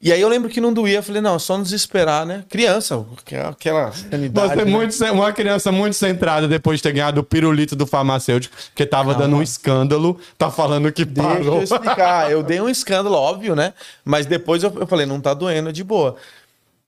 Speaker 2: E aí eu lembro que não doía, eu falei, não, é só nos esperar, né? Criança, aquela- aquela sanidade.
Speaker 1: Você é
Speaker 2: né?
Speaker 1: muito, ce- uma criança muito centrada depois de ter ganhado o pirulito do farmacêutico, que tava dando um escândalo, tá falando que
Speaker 2: Deixa eu
Speaker 1: parou.
Speaker 2: explicar. Eu dei um escândalo, óbvio, né? Mas depois eu, eu falei, não tá doendo, é de boa.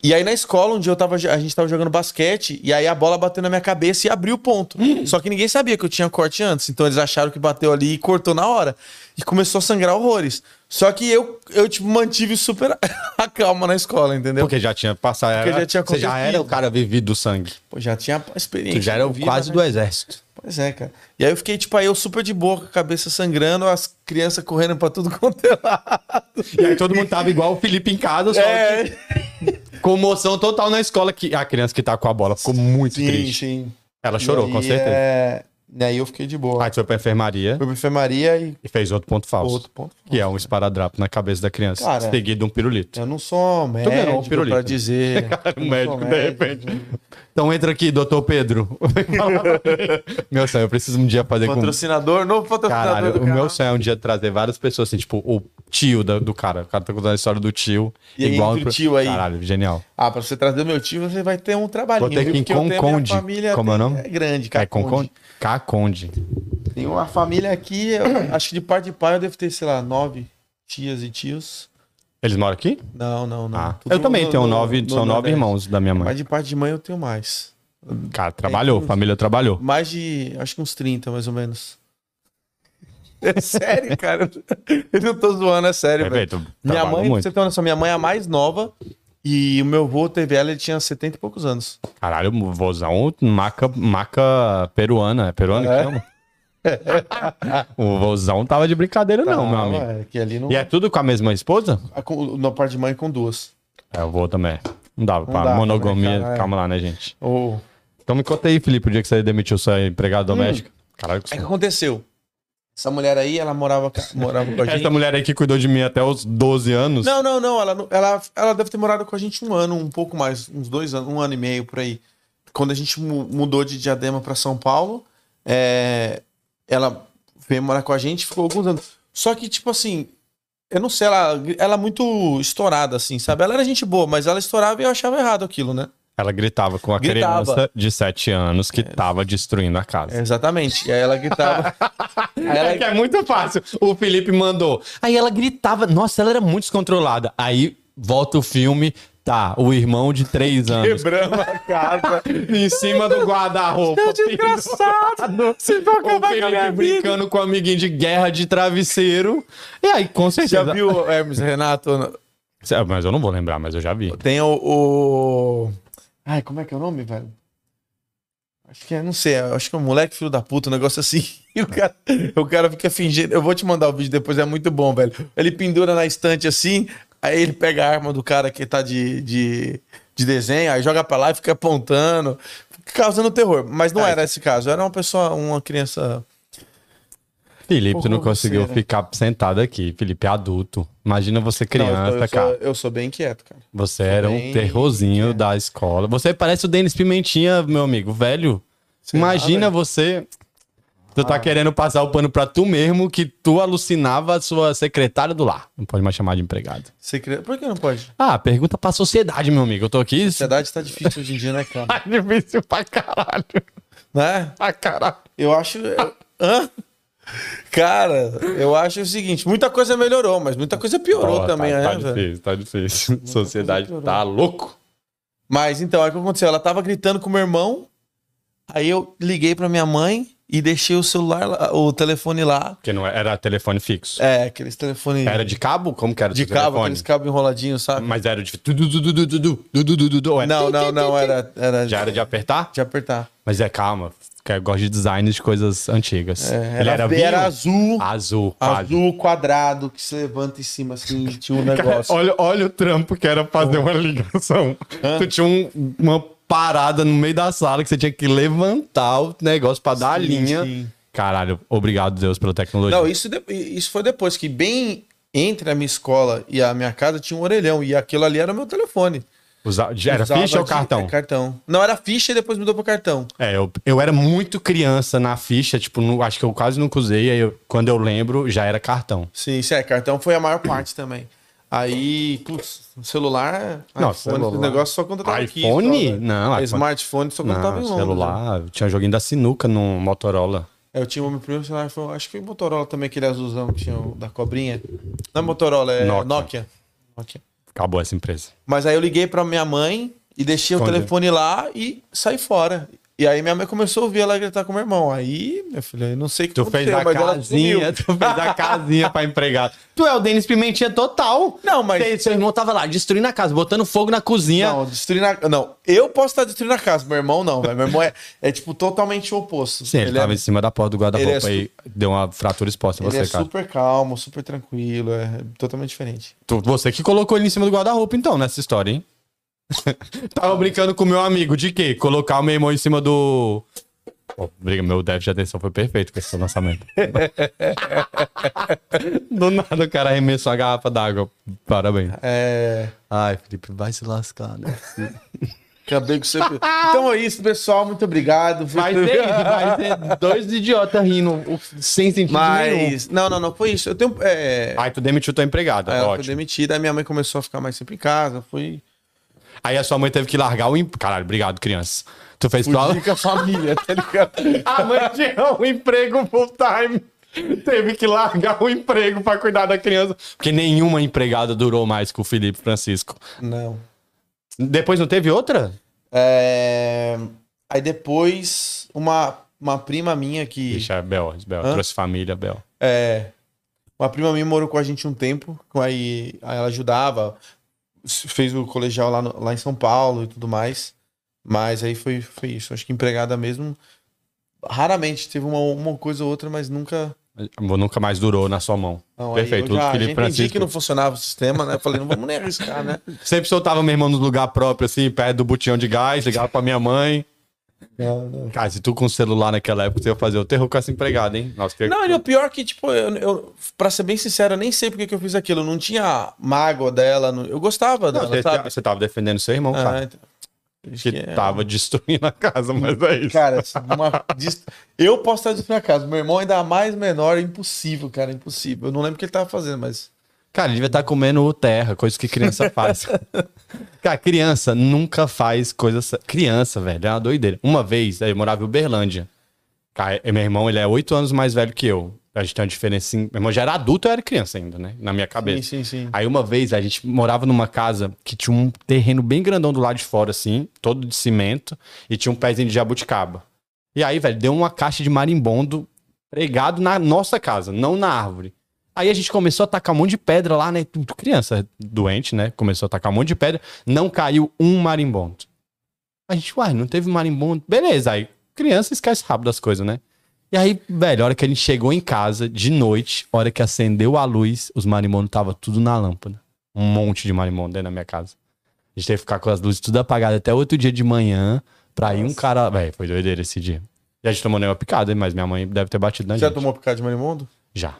Speaker 2: E aí na escola, um dia eu tava, jo- a gente tava jogando basquete, e aí a bola bateu na minha cabeça e abriu o ponto. Só que ninguém sabia que eu tinha corte antes, então eles acharam que bateu ali e cortou na hora. E começou a sangrar horrores. Só que eu, eu tipo, mantive super (laughs) a calma na escola, entendeu?
Speaker 1: Porque já tinha passado.
Speaker 2: Porque
Speaker 1: era-
Speaker 2: já tinha
Speaker 1: você já
Speaker 2: acontecido.
Speaker 1: era o cara vivido do sangue.
Speaker 2: Pô, já tinha a experiência.
Speaker 1: Tu já era
Speaker 2: de vida,
Speaker 1: quase
Speaker 2: né?
Speaker 1: do exército.
Speaker 2: Pois é, cara. E aí eu fiquei, tipo, aí eu super de boa, com a cabeça sangrando, as crianças correndo pra tudo (laughs) quanto é lado.
Speaker 1: E aí todo mundo tava igual o Felipe em casa, só
Speaker 2: É.
Speaker 1: que comoção total na escola. Que a criança que tá com a bola ficou muito
Speaker 2: Sim,
Speaker 1: triste.
Speaker 2: sim.
Speaker 1: Ela chorou,
Speaker 2: E
Speaker 1: com
Speaker 2: aí,
Speaker 1: certeza.
Speaker 2: é, E aí eu fiquei de boa.
Speaker 1: Aí tu foi pra enfermaria
Speaker 2: Fui pra enfermaria e
Speaker 1: e fez outro ponto falso.
Speaker 2: outro ponto.
Speaker 1: Que é um esparadrapo na cabeça da criança,
Speaker 2: Cara,
Speaker 1: seguido de um pirulito.
Speaker 2: Eu não sou
Speaker 1: ganhou um
Speaker 2: médico
Speaker 1: pirulito.
Speaker 2: pra
Speaker 1: (laughs)
Speaker 2: dizer.
Speaker 1: O
Speaker 2: Eu não
Speaker 1: médico,
Speaker 2: sou um
Speaker 1: de repente. Então entra aqui, doutor
Speaker 2: (laughs)
Speaker 1: Pedro. Vem falar pra mim. meu sonho, eu preciso um dia fazer com.
Speaker 2: Patrocinador, novo patrocinador
Speaker 1: Caralho,
Speaker 2: do
Speaker 1: o meu
Speaker 2: canal.
Speaker 1: sonho é um dia trazer várias pessoas, assim, tipo, o tio da- do cara. O cara tá contando a história do tio.
Speaker 2: E aí,
Speaker 1: igual
Speaker 2: entra o tio aí.
Speaker 1: Caralho, genial.
Speaker 2: Ah, pra você trazer o meu tio, você vai ter um trabalhinho.
Speaker 1: Vou ter
Speaker 2: viu?
Speaker 1: que ir em
Speaker 2: Porque eu tenho a minha
Speaker 1: Conconde.
Speaker 2: família
Speaker 1: Como é o
Speaker 2: tem-
Speaker 1: nome?
Speaker 2: É grande,
Speaker 1: É com
Speaker 2: Conconde.
Speaker 1: Conde? Caconde.
Speaker 2: Tem uma família aqui, eu (coughs) acho que de parte de pai eu devo ter, sei lá, nove tias e tios.
Speaker 1: Eles moram aqui?
Speaker 2: Não, não, não.
Speaker 1: Ah.
Speaker 2: Tudo
Speaker 1: Eu também
Speaker 2: no-
Speaker 1: tenho
Speaker 2: no-
Speaker 1: nove,
Speaker 2: no
Speaker 1: são nove
Speaker 2: Nordeste.
Speaker 1: irmãos né? da minha mãe.
Speaker 2: Mas de parte de mãe eu tenho mais.
Speaker 1: Cara, trabalhou,
Speaker 2: uns-
Speaker 1: família trabalhou.
Speaker 2: Mais de, acho que uns 30, mais ou menos. É sério, cara. Eu não tô zoando, é sério, velho.
Speaker 1: Perfeito.
Speaker 2: Minha
Speaker 1: trabalhou
Speaker 2: mãe, pra
Speaker 1: muito.
Speaker 2: você ter uma noção, minha mãe é a mais nova e o meu avô teve ela, ele tinha 70 e poucos anos.
Speaker 1: Caralho, vozão, um maca, maca peruana. É peruana
Speaker 2: É.
Speaker 1: que chama? o vozão um tava de brincadeira, não, meu
Speaker 2: Ah,
Speaker 1: amigo. é
Speaker 2: ué, que ali não...
Speaker 1: E é tudo com a mesma esposa?
Speaker 2: a- com- Na parte de mãe com duas.
Speaker 1: É, eu vou também. Não dava
Speaker 2: Não
Speaker 1: pra
Speaker 2: dava, né,
Speaker 1: monogamia.
Speaker 2: cara, é.
Speaker 1: Calma lá, né, gente?
Speaker 2: Ou-
Speaker 1: Então me conta aí, Felipe, o dia que você demitiu sua empregada doméstica. Caralho, que
Speaker 2: É que
Speaker 1: sono.
Speaker 2: aconteceu. Essa mulher aí, ela morava, ca- morava com a gente.
Speaker 1: Essa mulher aí que cuidou de mim até os 12 anos.
Speaker 2: Não, não, não. Ela, não- ela, ela deve ter morado com a gente um ano, um pouco mais, uns dois anos, um ano e meio por aí. Quando a gente mu- mudou de Diadema para São Paulo, é, ela veio morar com a gente, ficou alguns anos. Só que, tipo assim, eu não sei, ela, ela é muito estourada, assim, sabe? Ela era gente boa, mas ela estourava e eu achava errado aquilo, né?
Speaker 1: Ela gritava com a
Speaker 2: Gritava. É.
Speaker 1: criança de 7 anos que tava destruindo a casa.
Speaker 2: Exatamente. E aí ela (laughs) gritava. aí ela-
Speaker 1: É que é muito fácil. O Felipe mandou. Aí ela gritava. Nossa, ela era muito descontrolada. Aí volta o filme. Tá, o irmão de
Speaker 2: (laughs)
Speaker 1: 3 anos.
Speaker 2: Quebrando a casa.
Speaker 1: Em cima do guarda-roupa. (laughs)
Speaker 2: Seu desgraçado! Se vai
Speaker 1: O
Speaker 2: acabar com a minha
Speaker 1: Felipe
Speaker 2: vida!
Speaker 1: brincando com o amiguinho de guerra de travesseiro. E aí, com
Speaker 2: Já
Speaker 1: certeza.
Speaker 2: viu, Hermes Renato?
Speaker 1: Cê- Mas eu não vou lembrar, mas eu já vi.
Speaker 2: Tem o, o- Ai, como é que é o nome, velho? Acho que é, não sei, acho que é um moleque filho da puta, um negócio assim. (laughs) E o cara, o cara fica fingindo. Eu vou te mandar o vídeo depois, é muito bom, velho. Ele pendura na estante assim, aí ele pega a arma do cara que tá de, de, de desenho, aí joga pra lá e fica apontando, causando terror. Mas não era esse caso, era uma pessoa, uma criança.
Speaker 1: Felipe, tu não
Speaker 2: Porra,
Speaker 1: conseguiu
Speaker 2: você, né?
Speaker 1: ficar sentado aqui. Felipe é adulto. Imagina você criança,
Speaker 2: não, eu, sou,
Speaker 1: cara.
Speaker 2: eu sou bem quieto, cara.
Speaker 1: Você era um
Speaker 2: bem- é.
Speaker 1: terrorzinho da escola. Você parece o Denis Pimentinha, meu amigo, velho.
Speaker 2: Sei
Speaker 1: Imagina
Speaker 2: lá, velho. Ah.
Speaker 1: você. Tu tá querendo passar o pano pra tu mesmo que tu alucinava a sua secretária do lar. Não pode mais chamar de empregado.
Speaker 2: Você cria- Por que não pode?
Speaker 1: Ah, pergunta pra sociedade, meu amigo. Eu tô aqui.
Speaker 2: A sociedade tá difícil hoje em dia, né, cara?
Speaker 1: (laughs) Tá difícil pra caralho.
Speaker 2: né?
Speaker 1: Pra caralho.
Speaker 2: Eu acho. eu- Hã? Cara, eu acho o seguinte: muita coisa melhorou, mas muita coisa piorou
Speaker 1: Porra,
Speaker 2: também,
Speaker 1: tá,
Speaker 2: né,
Speaker 1: tá
Speaker 2: velho?
Speaker 1: difícil, tá difícil. Sociedade tá
Speaker 2: né?
Speaker 1: louco.
Speaker 2: Mas então, aí o que aconteceu? Ela tava gritando com o meu irmão, aí eu liguei pra minha mãe e deixei o celular, lá- o telefone lá.
Speaker 1: Porque não é- era- era telefone fixo.
Speaker 2: É, aqueles telefones
Speaker 1: Era de cabo? Como que era o
Speaker 2: de
Speaker 1: seu
Speaker 2: cabo,
Speaker 1: telefone?
Speaker 2: aqueles cabos enroladinhos, sabe?
Speaker 1: Mas era de. du- du- du- du- du- du- du- du- du- du- du- ou é era-
Speaker 2: Não, não, não, era, era
Speaker 1: Já era de apertar?
Speaker 2: de apertar.
Speaker 1: Mas é calma, que eu gosto de designs de coisas antigas.
Speaker 2: É,
Speaker 1: Ele era,
Speaker 2: era, era,
Speaker 1: vinho?
Speaker 2: azul,
Speaker 1: Azul, quase.
Speaker 2: azul quadrado, que se levanta em cima assim, e tinha um
Speaker 1: (laughs) Cara,
Speaker 2: negócio.
Speaker 1: olha, olha o trampo que era fazer uma ligação. Tu tinha um- uma parada no meio da sala que você tinha que levantar o negócio pra dar a
Speaker 2: Sim,
Speaker 1: linha.
Speaker 2: sim.
Speaker 1: Caralho, obrigado, Deus, pela tecnologia.
Speaker 2: Não, isso, de- isso foi depois que bem entre a minha escola e a minha casa tinha um orelhão e aquilo ali era o meu telefone.
Speaker 1: Usa- já era
Speaker 2: Usava
Speaker 1: ficha ou
Speaker 2: de-
Speaker 1: cartão?
Speaker 2: é, cartão. Não, era ficha e depois mudou para cartão.
Speaker 1: É, eu, eu era muito criança na ficha, tipo, não- acho que eu quase nunca usei. Aí eu- quando eu lembro, já era cartão.
Speaker 2: Sim, sim, é, cartão foi a maior parte também. Aí, putz, celular,
Speaker 1: Não,
Speaker 2: o
Speaker 1: celular.
Speaker 2: negócio só quando eu tava aqui.
Speaker 1: iPhone?
Speaker 2: só, né?
Speaker 1: Não, iPhone.
Speaker 2: smartphone só quando eu tava em
Speaker 1: Não,
Speaker 2: Londres. né?
Speaker 1: Ah, celular, tinha um joguinho da sinuca no Motorola.
Speaker 2: É, Eu tinha o meu primeiro celular, foi, acho que o Motorola também, aquele azulzão que tinha o da cobrinha. Não é Motorola, é
Speaker 1: Nokia.
Speaker 2: Nokia. Nokia.
Speaker 1: Acabou essa empresa.
Speaker 2: Mas aí eu liguei pra minha mãe e deixei o
Speaker 1: Onde?
Speaker 2: telefone lá e saí fora. E aí minha mãe começou a ouvir ela gritar com meu irmão. Aí, minha filha, eu não sei o que
Speaker 1: Tu fez a
Speaker 2: ela
Speaker 1: casinha,
Speaker 2: sumiu.
Speaker 1: tu fez a casinha pra empregado. Tu é o Denis Pimentinha total.
Speaker 2: Não, mas-
Speaker 1: Seu, seu irmão tava lá destruindo a casa, botando fogo na cozinha.
Speaker 2: Não, destruir na... Não, eu posso estar destruindo a casa, meu irmão não, velho. Meu irmão é, é, tipo, totalmente o oposto.
Speaker 1: Sim, ele, tava
Speaker 2: é,
Speaker 1: em cima da porta do guarda-roupa
Speaker 2: ele é
Speaker 1: e deu uma fratura exposta em
Speaker 2: ele
Speaker 1: você,
Speaker 2: é
Speaker 1: cara.
Speaker 2: super calmo, super tranquilo, é totalmente diferente.
Speaker 1: Tu- Você que colocou ele em cima do guarda-roupa, então, nessa história, hein? (laughs) Tava brincando com o meu amigo de quê? Colocar o meu irmão em cima do. Pô, briga, meu déficit de atenção foi perfeito com esse seu
Speaker 2: (laughs)
Speaker 1: lançamento. do nada o cara arremessou a garrafa d'água. Parabéns.
Speaker 2: É...
Speaker 1: Ai, Felipe, vai se lascar, né?
Speaker 2: Acabei com o seu...
Speaker 1: (laughs)
Speaker 2: Então é isso, pessoal, muito obrigado.
Speaker 1: Vai ser, isso, vai ser dois idiotas rindo o- sem sentido nenhum.
Speaker 2: Mas... Não, não, não, foi isso. Eu tenho... É...
Speaker 1: Aí tu demitiu tua empregada,
Speaker 2: Aí ela
Speaker 1: Ah,
Speaker 2: foi
Speaker 1: ótimo.
Speaker 2: demitida, aí minha mãe começou a ficar mais sempre em casa, fui...
Speaker 1: Aí a sua mãe teve que largar o... em- Caralho, obrigado, criança. Tu fez tua...
Speaker 2: Fugir com a família, tá ligado?
Speaker 1: (laughs) A mãe tinha um emprego full time. Teve que largar o emprego pra cuidar da criança. Porque nenhuma empregada durou mais que o Felipe Francisco.
Speaker 2: Não.
Speaker 1: Depois não teve outra?
Speaker 2: É, Aí depois, uma, uma prima minha que.
Speaker 1: Ixi, é Bel, Bel.
Speaker 2: Hã?
Speaker 1: Trouxe família, Bel.
Speaker 2: É... Uma prima minha morou com a gente um tempo, com aí, aí ela ajudava, s- fez o colegial lá, no- lá em São Paulo e tudo mais. Mas aí foi, foi isso. Acho que empregada mesmo. Raramente teve uma, uma coisa ou outra, mas nunca.
Speaker 1: Nunca mais durou na sua mão.
Speaker 2: Não, aí
Speaker 1: Perfeito.
Speaker 2: eu já,
Speaker 1: o
Speaker 2: já
Speaker 1: Felipe
Speaker 2: entendi
Speaker 1: Francisco.
Speaker 2: que não funcionava o sistema, né? Eu Falei, não vamos nem arriscar, (laughs) né?
Speaker 1: Sempre soltava meu irmão no lugar próprio, assim, perto do botijão de gás, ligava pra minha mãe. Cara, se tu com celular naquela época, você ia fazer o terror com essa empregada, hein? Nossa, que...
Speaker 2: Não, e o pior que, tipo, eu, eu, pra ser bem sincero, eu nem sei porque que eu fiz aquilo. Eu não tinha mágoa dela. não- Eu gostava
Speaker 1: Não,
Speaker 2: dela,
Speaker 1: você, tá,
Speaker 2: sabe?
Speaker 1: você tava defendendo seu irmão, cara.
Speaker 2: Ah, então. Acho
Speaker 1: Que
Speaker 2: que é-
Speaker 1: tava destruindo a casa, mas é isso.
Speaker 2: Cara, assim, uma... dis- eu posso estar destruindo a casa. Meu irmão ainda é mais menor, impossível, cara, é impossível. Eu não lembro o que ele tava fazendo, mas.
Speaker 1: Cara, ele devia estar comendo terra, coisa que
Speaker 2: (laughs)
Speaker 1: criança faz. Cara, criança nunca faz coisa. sa- Criança, velho, é uma doideira. Uma vez, eu morava em Uberlândia. Cara, e meu irmão, ele é oito anos mais velho que eu. A gente tem uma diferença. Em... Meu irmão já era adulto, eu era criança ainda, né? Na minha cabeça. Ah,
Speaker 2: Sim, sim, sim.
Speaker 1: Aí uma vez a gente morava numa casa que tinha um terreno bem grandão do lado de fora, assim, todo de cimento, e tinha um pezinho de jabuticaba. E aí, velho, deu uma caixa de marimbondo pregado na nossa casa, não na árvore. Aí a gente começou a tacar um monte de pedra lá, né? Tudo Criança doente, né? Começou a tacar um monte de pedra, não caiu um marimbondo. A gente, uai, não teve marimbondo. Beleza, aí criança esquece rápido as coisas, né? E aí, velho, a hora que a gente chegou em casa, de noite, a hora que acendeu a luz, os marimondos tava tudo na lâmpada. Um monte de marimondo dentro da minha casa. A gente teve que ficar com as luzes tudo apagadas até outro dia de manhã, pra ir um cara... Velho, foi doideira esse dia. E a gente tomou nenhuma picada, mas minha mãe deve ter batido na
Speaker 2: Já
Speaker 1: né, gente.
Speaker 2: tomou picada de marimondo?
Speaker 1: Já.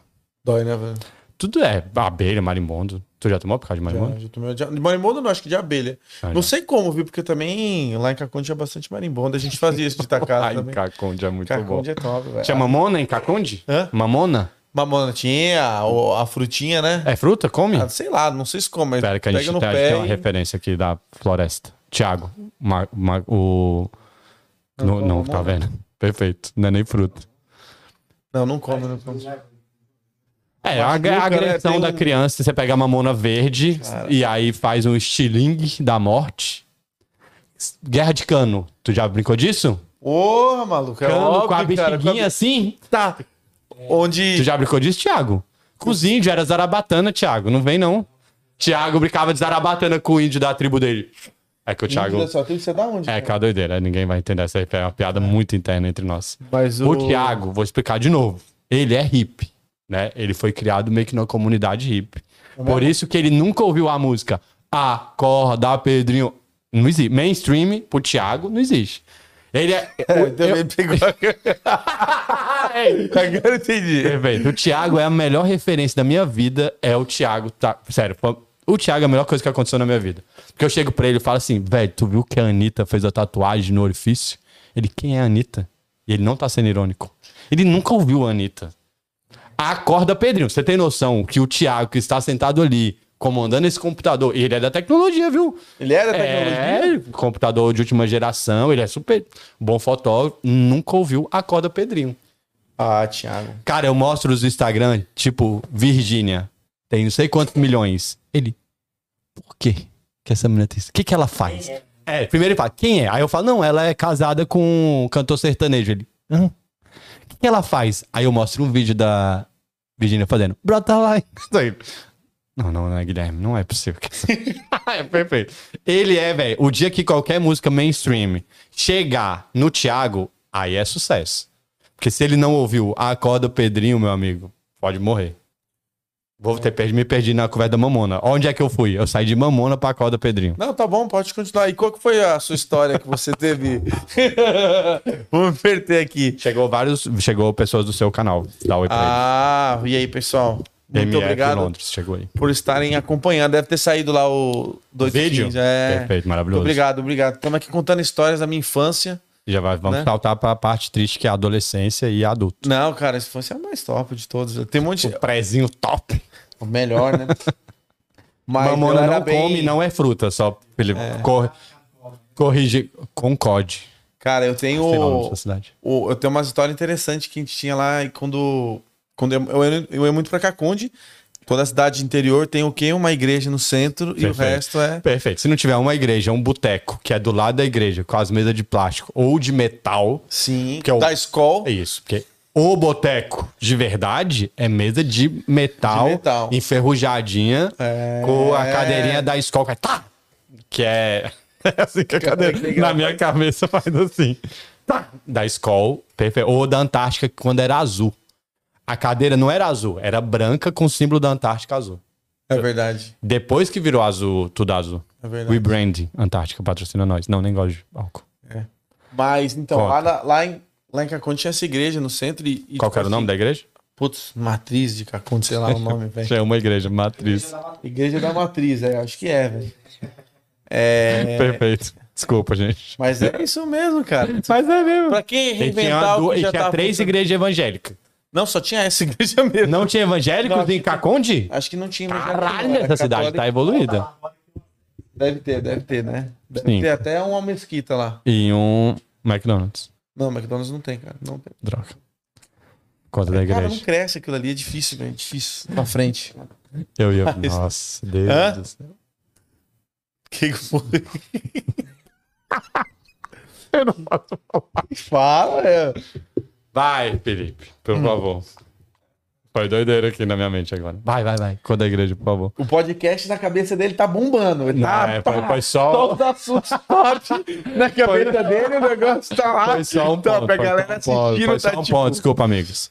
Speaker 2: Dói, né, velho?
Speaker 1: Tudo é abelha, marimbondo. Tu já tomou picada de marimbondo?
Speaker 2: Já, já tomei de, de marimbondo, não, acho que de abelha.
Speaker 1: Ah,
Speaker 2: não
Speaker 1: já.
Speaker 2: sei como, viu? Porque também lá em Caconde tinha bastante marimbondo. A gente fazia isso de tacar
Speaker 1: Ai,
Speaker 2: também.
Speaker 1: Caconde é muito bom.
Speaker 2: Caconde é top, velho.
Speaker 1: Tinha mamona em Caconde?
Speaker 2: Hã?
Speaker 1: Mamona?
Speaker 2: Mamona tinha, o- a frutinha, né?
Speaker 1: É fruta? Come?
Speaker 2: Ah, sei lá, não sei se como, mas
Speaker 1: Espera que a
Speaker 2: pega
Speaker 1: gente
Speaker 2: no
Speaker 1: tem,
Speaker 2: pé.
Speaker 1: tem uma
Speaker 2: e-
Speaker 1: referência aqui da floresta. Tiago, ma- ma- o.
Speaker 2: Não,
Speaker 1: Não, não,
Speaker 2: não, é.
Speaker 1: tá
Speaker 2: não.
Speaker 1: vendo? Perfeito. Não é nem fruta.
Speaker 2: Não, não come, não come.
Speaker 1: É, a,
Speaker 2: Machuca,
Speaker 1: a agressão
Speaker 2: né? Tem
Speaker 1: da
Speaker 2: um-
Speaker 1: criança, você pega a mamona verde e aí faz um estilingue da morte. Guerra de cano. Tu já brincou disso?
Speaker 2: Porra, maluco. É
Speaker 1: Cano
Speaker 2: óbvio,
Speaker 1: com a
Speaker 2: cara,
Speaker 1: bexiguinha assim?
Speaker 2: Tá.
Speaker 1: Tu
Speaker 2: Onde.
Speaker 1: já brincou disso, Thiago? Com os índios, era zarabatana, Thiago. Não vem, não. Thiago brincava de zarabatana com o índio da tribo dele. É que o Thiago.
Speaker 2: Só tem que ser da onde?
Speaker 1: É,
Speaker 2: cara?
Speaker 1: que é uma doideira, ninguém vai entender essa aí, é uma piada muito interna entre nós.
Speaker 2: Mas
Speaker 1: O Thiago, vou explicar de novo. Ele é hippie, né? Ele foi criado meio que numa comunidade hippie. Por isso que ele nunca ouviu a música Acorda, Pedrinho. Não existe. Mainstream pro Thiago não existe. Ele é. (laughs)
Speaker 2: Eu também pegou. Agora eu entendi.
Speaker 1: Perfeito. O Thiago é a melhor referência da minha vida. É o Thiago. Tá, sério, foi- o Thiago é a melhor coisa que aconteceu na minha vida. Porque eu chego pra ele e falo assim, velho, tu viu que a Anitta fez a tatuagem no orifício? Ele, quem é a Anitta? E ele não tá sendo irônico. Ele nunca ouviu a Anitta. Acorda, Pedrinho. Você tem noção que o Thiago, que está sentado ali, comandando esse computador, ele é da tecnologia, viu?
Speaker 2: Ele era tecnologia?
Speaker 1: É, computador de última geração, ele é super bom fotógrafo, nunca ouviu Acorda Pedrinho.
Speaker 2: Ah, Thiago.
Speaker 1: Cara, eu mostro os Instagram, tipo, Virgínia, tem não sei quantos milhões. Ele, por quê que essa menina tem isso? O que, que ela faz? É, primeiro ele fala, quem é? Aí eu falo, não, ela é casada com um cantor sertanejo. Ele, hã? O que, que ela faz? Aí eu mostro um vídeo da Virgínia fazendo, brota lá. (laughs) Aí, Não, não, não é Guilherme, não é possível. que essa- (laughs) é perfeito. Ele é, velho, o dia que qualquer música mainstream chegar no Thiago, aí é sucesso. Porque se ele não ouviu Acorda Pedrinho, meu amigo, pode morrer. Vou ter perdi, me perdi na conversa da Mamona. Onde é que eu fui? Eu saí de Mamona pra Acorda Pedrinho.
Speaker 2: Não, tá bom, pode continuar. E qual que foi a sua história que você teve? (laughs) Vamos inverter aqui.
Speaker 1: Chegou vários, chegou pessoas do seu canal. Dá oi pra
Speaker 2: Ah, e aí, pessoal?
Speaker 1: ele.
Speaker 2: Muito
Speaker 1: MF
Speaker 2: obrigado
Speaker 1: Londres, chegou aí.
Speaker 2: por estarem acompanhando. Deve ter saído lá o 215.
Speaker 1: Vídeo?
Speaker 2: É.
Speaker 1: Perfeito, maravilhoso.
Speaker 2: Muito obrigado, obrigado. Estamos aqui contando histórias da minha infância.
Speaker 1: Já vai, vamos
Speaker 2: Né?
Speaker 1: saltar pra parte triste que é a adolescência e adulto.
Speaker 2: Não, cara, a infância é a mais top de todos. Tem um monte de...
Speaker 1: Prezinho top.
Speaker 2: O
Speaker 1: (laughs)
Speaker 2: melhor, né? Mas eu
Speaker 1: Mamona
Speaker 2: era É.
Speaker 1: não come, não é fruta, só ele corre, corrige concorde.
Speaker 2: Cara, eu tenho...
Speaker 1: Sei lá o nome dessa cidade.
Speaker 2: o- eu tenho umas histórias interessantes que a gente tinha lá e quando... Quando eu, eu, era- eu ia muito pra Caconde, toda a cidade interior tem o quê? Uma igreja no centro e o
Speaker 1: Perfeito.
Speaker 2: resto é...
Speaker 1: Perfeito. Se não tiver uma igreja, um boteco, que é do lado da igreja, com as mesas de plástico ou de metal,
Speaker 2: Sim,
Speaker 1: Que é o-
Speaker 2: da escola.
Speaker 1: é isso. Porque o boteco de verdade é mesa de metal,
Speaker 2: De metal. É.
Speaker 1: enferrujadinha, com a cadeirinha da escola. Tá! Que é. (laughs) É assim que a cadeira.
Speaker 2: é
Speaker 1: Na minha cabeça faz assim. Tá! Da escola, perfeito. Ou da Antártica, quando era azul. A cadeira não era azul, era branca com o símbolo da Antártica azul.
Speaker 2: É verdade.
Speaker 1: Depois que virou azul, tudo azul.
Speaker 2: É verdade.
Speaker 1: Rebrand, Antártica patrocina nós. Não, nem gosto de álcool.
Speaker 2: Mas, então,
Speaker 1: Copa.
Speaker 2: lá, na- lá em, lá em Cacon tinha essa igreja no centro e. e tipo assim,
Speaker 1: Qual que era o nome da igreja?
Speaker 2: Putz, Matriz de Cacon,
Speaker 1: (laughs)
Speaker 2: sei lá o nome, velho.
Speaker 1: Já é uma igreja, matriz.
Speaker 2: Igreja da Matriz, é, acho que é, velho. É.
Speaker 1: Perfeito. Desculpa, gente.
Speaker 2: Mas é isso mesmo, cara.
Speaker 1: Mas é mesmo.
Speaker 2: Pra quem
Speaker 1: E tinha,
Speaker 2: reinventar o
Speaker 1: du-
Speaker 2: que
Speaker 1: e
Speaker 2: já
Speaker 1: tinha
Speaker 2: tá
Speaker 1: três
Speaker 2: funcionando?
Speaker 1: igrejas evangélicas.
Speaker 2: Não, só tinha essa (laughs) igreja mesmo.
Speaker 1: Não tinha evangélicos
Speaker 2: Não,
Speaker 1: em Caconde?
Speaker 2: Acho que não tinha. mas já tinha,
Speaker 1: Caralho,
Speaker 2: era
Speaker 1: essa cidade
Speaker 2: católica.
Speaker 1: tá evoluída.
Speaker 2: Deve ter, deve ter, né? Deve
Speaker 1: Sim.
Speaker 2: ter até uma mesquita lá.
Speaker 1: E um McDonald's.
Speaker 2: Não, McDonald's não tem, cara. Não tem.
Speaker 1: Droga. Conta da
Speaker 2: Cara, não
Speaker 1: igreja.
Speaker 2: cresce aquilo ali, é difícil, velho. Difícil. Pra frente. O
Speaker 1: Eu ia. Nossa, Deus
Speaker 2: Hã?
Speaker 1: do céu.
Speaker 2: que, que foi? Fala, é.
Speaker 1: Vai, Felipe,
Speaker 2: Hum.
Speaker 1: por favor. Foi doideira aqui na minha mente agora. Vai, vai, vai. Conta da igreja, por favor.
Speaker 2: O podcast na cabeça dele tá bombando. Ele
Speaker 1: Não,
Speaker 2: tá,
Speaker 1: é,
Speaker 2: pá,
Speaker 1: foi- foi só-
Speaker 2: Toda a sua sorte na cabeça dele, o negócio tá lá.
Speaker 1: Foi só um
Speaker 2: Então,
Speaker 1: ponto.
Speaker 2: pra
Speaker 1: foi
Speaker 2: galera
Speaker 1: só um ponto,
Speaker 2: assistindo,
Speaker 1: foi só
Speaker 2: tá
Speaker 1: um
Speaker 2: tipo-
Speaker 1: ponto. Desculpa, amigos.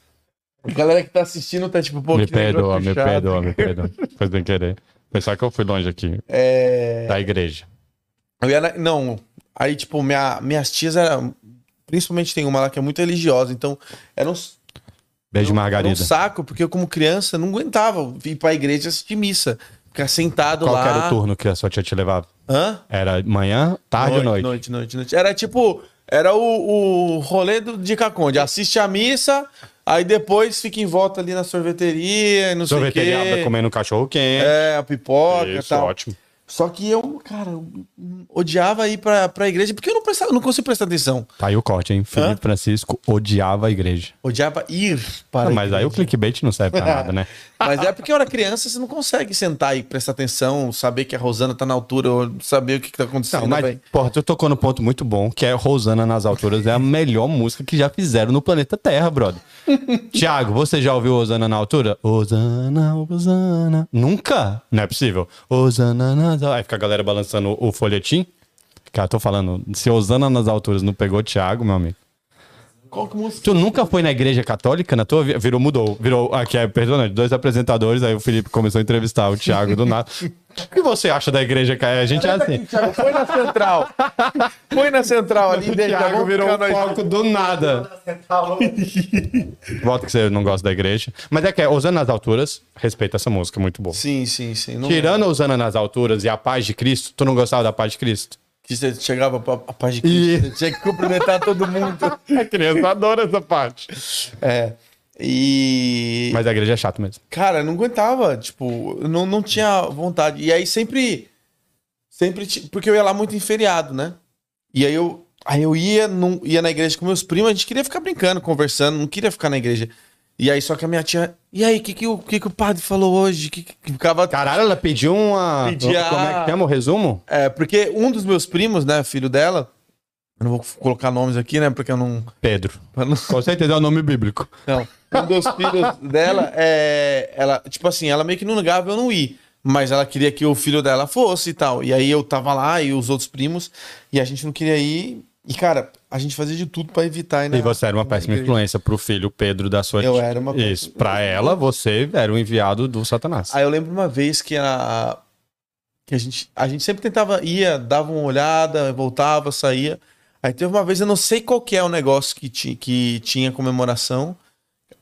Speaker 2: A galera que tá assistindo tá tipo, pô,
Speaker 1: me
Speaker 2: que negócio
Speaker 1: perdoa, me
Speaker 2: chato.
Speaker 1: perdoa, me perdoa. Foi sem querer. Pensar que eu fui longe aqui.
Speaker 2: É...
Speaker 1: Da igreja.
Speaker 2: Eu ia na- Não, aí, tipo, minha... minhas tias eram. Principalmente tem uma lá que é muito religiosa, então era um,
Speaker 1: Beijo,
Speaker 2: era um
Speaker 1: Margarida.
Speaker 2: saco, porque eu, como criança, não aguentava ir pra igreja e assistir missa. Ficar sentado
Speaker 1: Qual
Speaker 2: lá.
Speaker 1: que era o turno que a sua tia te levava?
Speaker 2: Hã?
Speaker 1: Era manhã, tarde ou noite?
Speaker 2: Noite, noite, noite. Era tipo, era o, o rolê do, de Caconde. Assiste a missa, aí depois fica em volta ali na sorveteria, não
Speaker 1: Sorveteria
Speaker 2: sei o
Speaker 1: abre
Speaker 2: quê.
Speaker 1: comendo um cachorro quente.
Speaker 2: É, a pipoca e
Speaker 1: Isso,
Speaker 2: tal.
Speaker 1: ótimo.
Speaker 2: Só que eu, cara, eu odiava ir pra, pra igreja porque eu não, prestava, não consigo prestar atenção.
Speaker 1: Tá aí o corte, hein? Felipe
Speaker 2: Hã?
Speaker 1: Francisco odiava a igreja.
Speaker 2: Odiava ir para
Speaker 1: Ah,
Speaker 2: a
Speaker 1: mas aí o
Speaker 2: igreja.
Speaker 1: clickbait não serve pra nada,
Speaker 2: (laughs)
Speaker 1: né?
Speaker 2: Mas é porque eu era criança, você não consegue sentar e prestar atenção, saber que a Rosana tá na altura, ou saber o que, que tá acontecendo.
Speaker 1: Não, mas,
Speaker 2: velho.
Speaker 1: porra, tu tocou no ponto muito bom, que é Rosana nas Alturas. É a melhor música que já fizeram no planeta Terra, brother. Tiago, você já ouviu Rosana na Altura? Rosana, Rosana. Nunca? Não é possível. Rosana nas Alturas. Aí fica a galera balançando o folhetim. Cara, tô falando, se Rosana nas Alturas não pegou Tiago, meu amigo.
Speaker 2: Qual que é (laughs) música?
Speaker 1: Tu nunca foi na igreja católica na tua vida? Virou, mudou. Virou, aqui é, perdão, dois apresentadores, aí o Felipe começou a entrevistar o Thiago do nada. O que você acha da igreja? ca- A gente é assim.
Speaker 2: Thiago, Foi na central. Foi na central ali,
Speaker 1: O
Speaker 2: deixa,
Speaker 1: Thiago
Speaker 2: vamos
Speaker 1: virou
Speaker 2: ficar
Speaker 1: um
Speaker 2: nós-
Speaker 1: foco do nada. (laughs) Volta que você não gosta da igreja. Mas é que é, Osana nas Alturas, respeita essa música, muito boa.
Speaker 2: Sim, sim, sim. Não
Speaker 1: Tirando Osana nas Alturas e a paz de Cristo, tu não gostava da paz de Cristo?
Speaker 2: Que você chegava pra, a paz de
Speaker 1: E-
Speaker 2: Cristo, você tinha que cumprimentar
Speaker 1: (laughs)
Speaker 2: todo mundo.
Speaker 1: (laughs) A criança adora essa parte.
Speaker 2: É. E.
Speaker 1: Mas a igreja é chato mesmo.
Speaker 2: Cara, eu não aguentava, tipo, eu não, não tinha vontade. E aí sempre. Sempre. ti- Porque eu ia lá muito em feriado, né? E aí eu. Aí eu ia, num, ia na igreja com meus primos, a gente queria ficar brincando, conversando, não queria ficar na igreja. E aí só que a minha tia. E aí, que, que, o que, que o padre falou hoje? Que, que, que ficava.
Speaker 1: Caralho, ela pediu uma...
Speaker 2: Pedia-
Speaker 1: Como é que chama o resumo?
Speaker 2: É, porque um dos meus primos, né, filho dela. Eu não vou colocar nomes aqui, né? Porque eu não.
Speaker 1: Pedro.
Speaker 2: pra não-
Speaker 1: Com certeza é o nome bíblico.
Speaker 2: Não. Um dos filhos dela é. Ela, tipo assim, ela meio que não ligava eu não ir. Mas ela queria que o filho dela fosse e tal. E aí eu tava lá e os outros primos. E a gente não queria ir. E, cara, a gente fazia de tudo pra evitar. né? ir na-
Speaker 1: E você era uma
Speaker 2: na
Speaker 1: péssima
Speaker 2: igreja.
Speaker 1: influência pro filho Pedro da sua
Speaker 2: Eu
Speaker 1: tia.
Speaker 2: era uma péssima-
Speaker 1: Isso. Pra ela, você era um enviado do Satanás.
Speaker 2: Aí eu lembro uma vez que a. Que a gente, a gente sempre tentava, ia, dava uma olhada, voltava, saía. Aí teve uma vez, eu não sei qual que é o negócio que, ti, que tinha comemoração.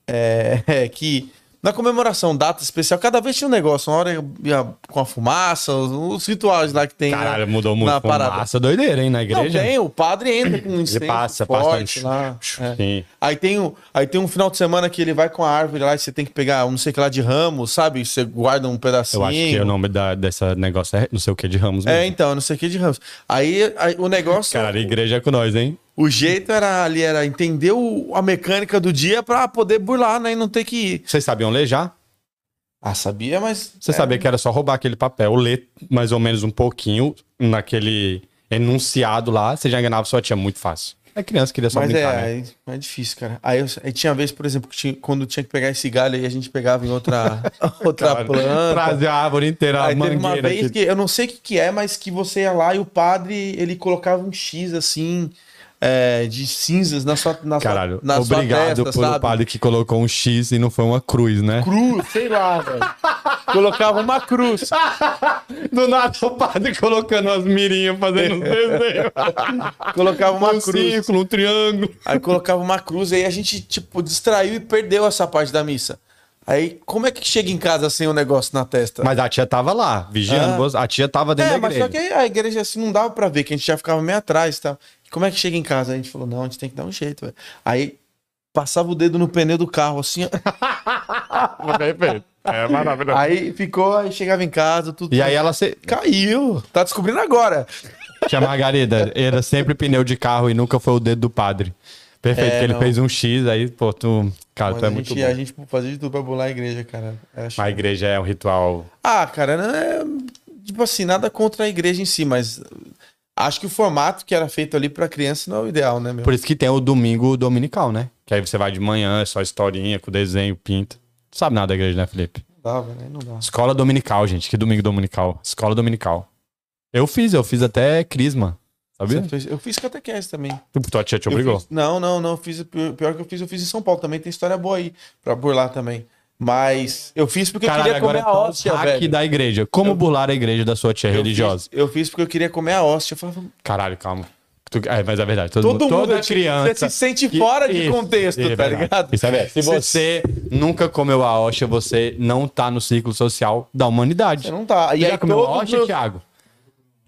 Speaker 2: É, (laughs) é que. Na comemoração, data especial, cada vez tinha um negócio. Uma hora ia com a fumaça, os, os rituais lá que tem. né?
Speaker 1: Caralho, mudou muito.
Speaker 2: Na parada.
Speaker 1: Massa doideira, hein? Na
Speaker 2: Não,
Speaker 1: igreja.
Speaker 2: tem, o padre entra com um
Speaker 1: Ele
Speaker 2: incenso
Speaker 1: passa,
Speaker 2: forte
Speaker 1: passa.
Speaker 2: lá. é.
Speaker 1: Sim.
Speaker 2: Aí tem, um, aí tem um final de semana que ele vai com a árvore lá e você tem que pegar um não sei o que lá de ramo, sabe? Você guarda um pedacinho.
Speaker 1: Eu acho que o nome da, dessa negócio é não sei o que de Ramos mesmo.
Speaker 2: É, então, não sei o que de Ramos. Aí, aí o negócio,
Speaker 1: Caralho, igreja é com nós, hein?
Speaker 2: o jeito era ali, era entender o- a mecânica do dia pra poder burlar, né? E não ter que ir.
Speaker 1: Vocês sabiam ler já?
Speaker 2: Ah, sabia, mas.
Speaker 1: Você sabia que era só roubar aquele papel, ler mais ou menos um pouquinho naquele enunciado lá, você já enganava sua tia muito fácil. É criança queria só
Speaker 2: Mas
Speaker 1: brincar,
Speaker 2: é,
Speaker 1: né?
Speaker 2: aí- é difícil, cara. Aí, eu- aí tinha vez, por exemplo, que tinha- quando tinha que pegar esse galho aí, a gente pegava em
Speaker 1: (laughs)
Speaker 2: outra, outra
Speaker 1: Cara,
Speaker 2: planta.
Speaker 1: Trazer a árvore inteira, a
Speaker 2: Aí teve uma
Speaker 1: mangueira.
Speaker 2: vez
Speaker 1: aqui.
Speaker 2: que eu não sei o que, que é, mas que você ia lá e o padre ele colocava um X assim. é, de cinzas na sua na
Speaker 1: Caralho,
Speaker 2: sua, na sua
Speaker 1: obrigado
Speaker 2: testa,
Speaker 1: pelo
Speaker 2: sabe?
Speaker 1: padre que colocou um X e não foi uma cruz, né?
Speaker 2: Cruz, sei lá, velho. Colocava uma cruz.
Speaker 1: Do nada o padre colocando as mirinhas,
Speaker 2: (laughs)
Speaker 1: fazendo os desenhos.
Speaker 2: Colocava uma
Speaker 1: um
Speaker 2: cruz.
Speaker 1: círculo, um triângulo.
Speaker 2: Aí colocava uma cruz, aí a gente, tipo, distraiu e perdeu essa parte da missa. Aí, como é que chega em casa sem o negócio na testa?
Speaker 1: Mas a tia tava lá, vigiando. você- A tia tava dentro
Speaker 2: é,
Speaker 1: da
Speaker 2: mas
Speaker 1: igreja.
Speaker 2: só que a igreja assim não dava pra ver, que a gente já ficava meio atrás e tal. Como é que chega em casa? A gente falou, não, a gente tem que dar um jeito, velho. Aí passava o dedo no pneu do carro, assim, ó.
Speaker 1: Perfeito. É maravilhoso.
Speaker 2: aí ficou, aí chegava em casa, tudo.
Speaker 1: E aí é ela se...
Speaker 2: caiu. Tá descobrindo agora.
Speaker 1: Tia Margarida, era sempre pneu de carro e nunca foi o dedo do padre. Perfeito,
Speaker 2: É,
Speaker 1: que ele
Speaker 2: não.
Speaker 1: fez um X aí, pô, tu. Cara,
Speaker 2: Mas
Speaker 1: tu é
Speaker 2: a,
Speaker 1: muito
Speaker 2: gente,
Speaker 1: bom.
Speaker 2: a gente fazia de tudo pra bular a igreja, cara. Eu acho-
Speaker 1: A igreja é um ritual.
Speaker 2: Ah, cara, não é. Tipo assim, nada contra a igreja em si, mas acho que o formato que era feito ali pra criança não é o ideal, né, meu?
Speaker 1: Por isso que tem o domingo dominical, né? Que aí você vai de manhã, é só historinha, com desenho, pinta. Tu sabe nada da igreja, né, Felipe?
Speaker 2: Não dava, né? Não dava.
Speaker 1: Escola dominical, gente. Que domingo dominical. Escola dominical. Eu fiz, eu fiz até crisma. Sabia? Tipo,
Speaker 2: Você fez- Eu fiz catequese também.
Speaker 1: Tua tia te
Speaker 2: Eu
Speaker 1: obrigou.
Speaker 2: fiz- não, não, não. Fiz, pior pior que eu fiz, eu fiz em São Paulo também. Tem história boa aí pra burlar também. Mas eu fiz porque eu
Speaker 1: Caralho,
Speaker 2: queria comer
Speaker 1: agora
Speaker 2: a
Speaker 1: é
Speaker 2: hóstia,
Speaker 1: o hack
Speaker 2: velho.
Speaker 1: da igreja. Como burlar a igreja da sua tia
Speaker 2: Eu
Speaker 1: religiosa?
Speaker 2: fiz- Eu fiz, porque eu queria comer a hóstia. Eu falava,
Speaker 1: Caralho, calma. Tu- é, mas é verdade. Todo,
Speaker 2: todo
Speaker 1: mundo,
Speaker 2: mundo
Speaker 1: toda
Speaker 2: é tipo-
Speaker 1: criança.
Speaker 2: Você se sente
Speaker 1: que-
Speaker 2: fora de
Speaker 1: Isso,
Speaker 2: contexto,
Speaker 1: é
Speaker 2: tá
Speaker 1: verdade.
Speaker 2: ligado?
Speaker 1: Isso é verdade. Se você nunca comeu a Osha, você não tá no ciclo social da humanidade.
Speaker 2: Você não tá. E
Speaker 1: Você
Speaker 2: aí
Speaker 1: já comeu a
Speaker 2: todos
Speaker 1: Osha,
Speaker 2: meus-
Speaker 1: Thiago?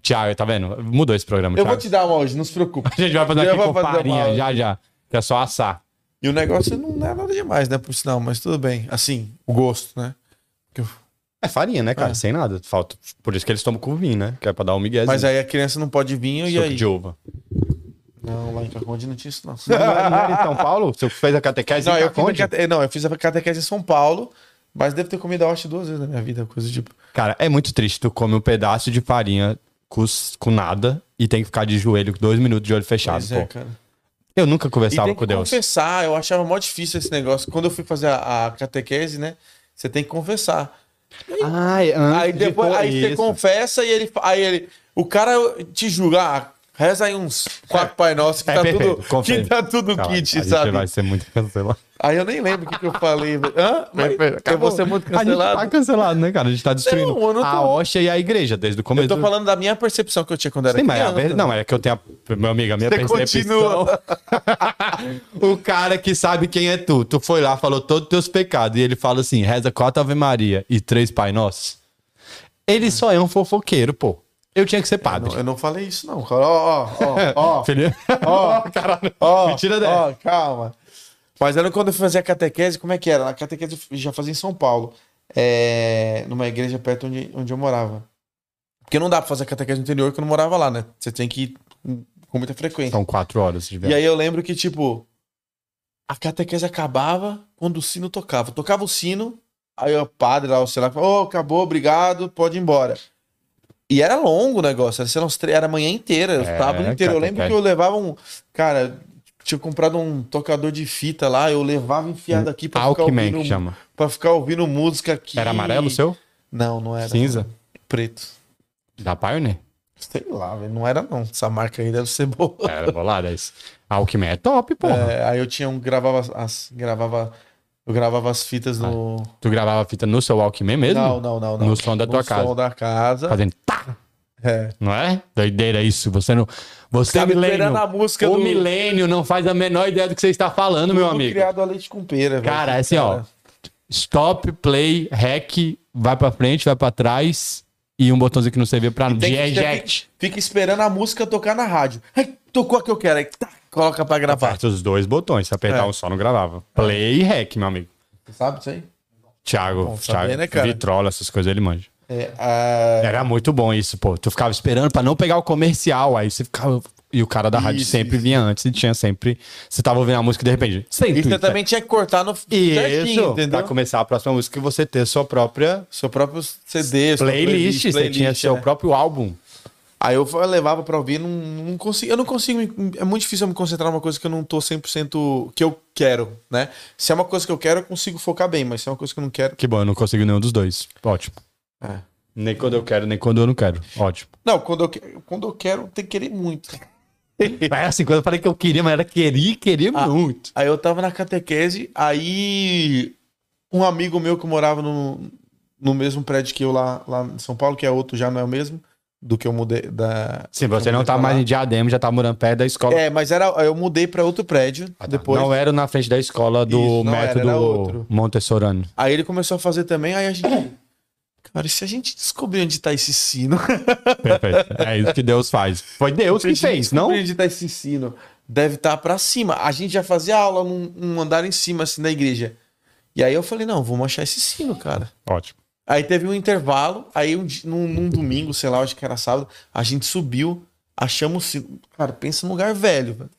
Speaker 1: Thiago, tá vendo? Mudou esse programa,
Speaker 2: Eu vou
Speaker 1: Thiago.
Speaker 2: te dar uma hoje, não se preocupe.
Speaker 1: (laughs) A gente vai fazer
Speaker 2: Eu
Speaker 1: aqui
Speaker 2: vou
Speaker 1: com
Speaker 2: fazer um uma
Speaker 1: farinha
Speaker 2: aula.
Speaker 1: já já. Que é só assar.
Speaker 2: E o negócio não é nada demais, né? Por sinal, mas tudo bem. Assim, o gosto, né? Que eu-
Speaker 1: É farinha, né, cara? Sem nada. Falta. Por isso que eles tomam com vinho, né? Que é pra dar um miguezinho.
Speaker 2: Mas aí a criança não pode vir e
Speaker 1: Suco
Speaker 2: aí.
Speaker 1: de uva.
Speaker 2: Não, lá em Caconde não tinha isso, não.
Speaker 1: Não, não era em São Paulo? Você fez a catequese
Speaker 2: (laughs) Não,
Speaker 1: em
Speaker 2: eu fiz, a
Speaker 1: Caconde?
Speaker 2: cate... não, eu fiz a catequese em São Paulo, mas devo ter comido a hoste duas vezes na minha vida, coisa do tipo.
Speaker 1: Cara, é muito triste. Tu come um pedaço de farinha com, s- com nada e tem que ficar de joelho dois minutos de olho fechado,
Speaker 2: Pois
Speaker 1: pô.
Speaker 2: é, cara.
Speaker 1: Eu nunca
Speaker 2: E
Speaker 1: conversava
Speaker 2: tem
Speaker 1: com
Speaker 2: que
Speaker 1: Deus.
Speaker 2: confessar, eu achava mó difícil esse negócio. Quando eu fui fazer a, a catequese, né? Você tem que confessar.
Speaker 1: Ai, antes
Speaker 2: Aí
Speaker 1: de
Speaker 2: depois
Speaker 1: pôr
Speaker 2: aí você
Speaker 1: isso.
Speaker 2: confessa e ele, fa- aí ele. O cara te julga, ah, reza aí uns quatro Pai Nosso que,
Speaker 1: (laughs) É
Speaker 2: tá
Speaker 1: perfeito,
Speaker 2: tudo,
Speaker 1: confere.
Speaker 2: que tá tudo
Speaker 1: Cara,
Speaker 2: kit,
Speaker 1: a gente
Speaker 2: sabe?
Speaker 1: vai ser muito
Speaker 2: (laughs)
Speaker 1: cancelado.
Speaker 2: Aí eu nem lembro o que, que eu falei. velho.
Speaker 1: (laughs)
Speaker 2: Hã? Mas eu vou ser é muito
Speaker 1: A gente
Speaker 2: cancelado.
Speaker 1: tá cancelado, né, cara? A gente tá destruindo
Speaker 2: Não, eu não tô-
Speaker 1: a Oxa e a igreja desde o começo.
Speaker 2: Eu tô
Speaker 1: do-
Speaker 2: falando da minha percepção que eu tinha quando era
Speaker 1: Sim, mas a
Speaker 2: criança.
Speaker 1: ver- Não, é que eu tenho a... Meu amigo, a minha
Speaker 2: Você
Speaker 1: percepção... o cara que sabe quem é tu. Tu foi lá, falou todos os teus pecados. E ele fala assim, reza quatro Ave Maria e três Pai Nosso. Ele só é um fofoqueiro, pô. Eu tinha que ser padre.
Speaker 2: Não, eu não falei isso, não, cara. Ó,
Speaker 1: É,
Speaker 2: ó,
Speaker 1: (laughs)
Speaker 2: ó, ó,
Speaker 1: Filho-
Speaker 2: ó,
Speaker 1: (laughs) Caralho.
Speaker 2: (laughs) ó,
Speaker 1: Mentira dessa.
Speaker 2: ó, calma. Mas era quando eu fazia a catequese, como é que era? A catequese eu já fazia em São Paulo, é, numa igreja perto onde, onde eu morava. Porque não dá pra fazer a catequese no interior que eu não morava lá, né? Você tem que ir com- com muita frequência.
Speaker 1: São quatro horas de
Speaker 2: E
Speaker 1: viagem.
Speaker 2: aí eu lembro que, tipo, a catequese acabava quando o sino tocava. Tocava o sino, aí o padre lá, o sei lá, falava, ô, acabou, obrigado, pode ir embora. E era longo o negócio, era, sei lá, uns tre- era a manhã inteira, eu
Speaker 1: É,
Speaker 2: tava no inteiro. Eu lembro
Speaker 1: catequese.
Speaker 2: que eu levava um. Cara, tinha comprado um tocador de fita lá, eu levava enfiado aqui pra ficar,
Speaker 1: Um Alckmin, que
Speaker 2: ouvindo,
Speaker 1: chama.
Speaker 2: pra ficar ouvindo música aqui.
Speaker 1: Era amarelo o seu?
Speaker 2: Não, não era.
Speaker 1: Cinza?
Speaker 2: Preto.
Speaker 1: Da Pioneer?
Speaker 2: Sei lá, velho, não era não. Essa marca aí deve ser boa.
Speaker 1: Era bolada isso. Alckmin é top, porra.
Speaker 2: É, aí eu tinha um gravava as- as gravava eu gravava as fitas no
Speaker 1: Tu gravava a fita no seu Alckmin Ah, mesmo?
Speaker 2: não, não, não, não.
Speaker 1: No som da tua
Speaker 2: No
Speaker 1: casa.
Speaker 2: som da casa.
Speaker 1: Fazendo tá,
Speaker 2: É.
Speaker 1: não é? Doideira isso. Você não. Você é
Speaker 2: Tá me
Speaker 1: milênio.
Speaker 2: lembrando a música
Speaker 1: O
Speaker 2: do
Speaker 1: milênio não faz a menor ideia do que você está falando, meu
Speaker 2: do
Speaker 1: amigo.
Speaker 2: criado a leite com pera, velho.
Speaker 1: Cara, é assim, ó. Stop, play, hack, vai pra frente, vai pra trás e um botãozinho que não servia pra é
Speaker 2: Tem
Speaker 1: de
Speaker 2: que-
Speaker 1: eject.
Speaker 2: Fica, fica esperando a música tocar na rádio. Ai, tocou a que eu quero, aí tá, coloca pra gravar.
Speaker 1: Aperta os dois botões. Se apertar
Speaker 2: É.
Speaker 1: um só, não gravava. Play e hack, meu amigo.
Speaker 2: Você sabe isso aí?
Speaker 1: Thiago,
Speaker 2: saber,
Speaker 1: Thiago
Speaker 2: né, cara?
Speaker 1: Vitrola, essas coisas ele manja.
Speaker 2: É, a-
Speaker 1: Era muito bom isso, pô. Tu ficava esperando pra não pegar o comercial, aí você ficava e o cara da rádio
Speaker 2: Isso,
Speaker 1: sempre vinha antes e tinha sempre você tava ouvindo a música e de repente.
Speaker 2: E
Speaker 1: Sempre.
Speaker 2: você também tinha que cortar no
Speaker 1: é. isso, Tá
Speaker 2: entendeu?
Speaker 1: pra começar a próxima música e você ter sua própria
Speaker 2: Seu próprio CD, sua
Speaker 1: playlist, você tinha seu
Speaker 2: né?
Speaker 1: próprio álbum.
Speaker 2: Aí eu fa- levava pra ouvir, não, não consigo, eu não consigo, me- é muito difícil eu me concentrar numa coisa que eu não tô 100% que eu quero, né? Se é uma coisa que eu quero, eu consigo focar bem, mas se é uma coisa que eu não quero,
Speaker 1: Que bom, eu não consegui nenhum dos dois. Ótimo.
Speaker 2: É.
Speaker 1: Nem quando eu quero, nem quando eu não quero. Ótimo.
Speaker 2: não, quando eu, que- quando eu quero, tem que querer muito.
Speaker 1: (laughs) Mas assim, quando eu falei que eu queria, mas era querer, querer
Speaker 2: Ah.
Speaker 1: muito.
Speaker 2: Aí eu tava na catequese, aí um amigo meu que morava no, no mesmo prédio que eu lá, lá em São Paulo, que é outro, já não é o mesmo, do que eu mudei da...
Speaker 1: Sim, você não tá
Speaker 2: Falar.
Speaker 1: mais em Diadema, já tá morando perto da escola.
Speaker 2: É, mas era, eu mudei pra outro prédio
Speaker 1: Ah, tá.
Speaker 2: depois.
Speaker 1: Não era o na frente da escola do
Speaker 2: Isso, não era, era
Speaker 1: método
Speaker 2: outro.
Speaker 1: Montessorano.
Speaker 2: Aí ele começou a fazer também, aí a gente... (clears throat) Cara, e se a gente descobrir onde tá esse sino?
Speaker 1: (laughs) Perfeito. É isso que Deus faz. Foi Deus que
Speaker 2: (laughs) Se a gente
Speaker 1: fez, não?
Speaker 2: descobrir Onde tá esse sino? Deve estar pra cima. A gente já fazia aula num, num andar em cima, assim, da igreja. E aí eu falei, não, vamos achar esse sino, cara.
Speaker 1: Ótimo.
Speaker 2: Aí teve um intervalo, aí um di- num, num domingo, sei lá, acho que era sábado, a gente subiu, achamos o sino. Cara, pensa num lugar velho, velho.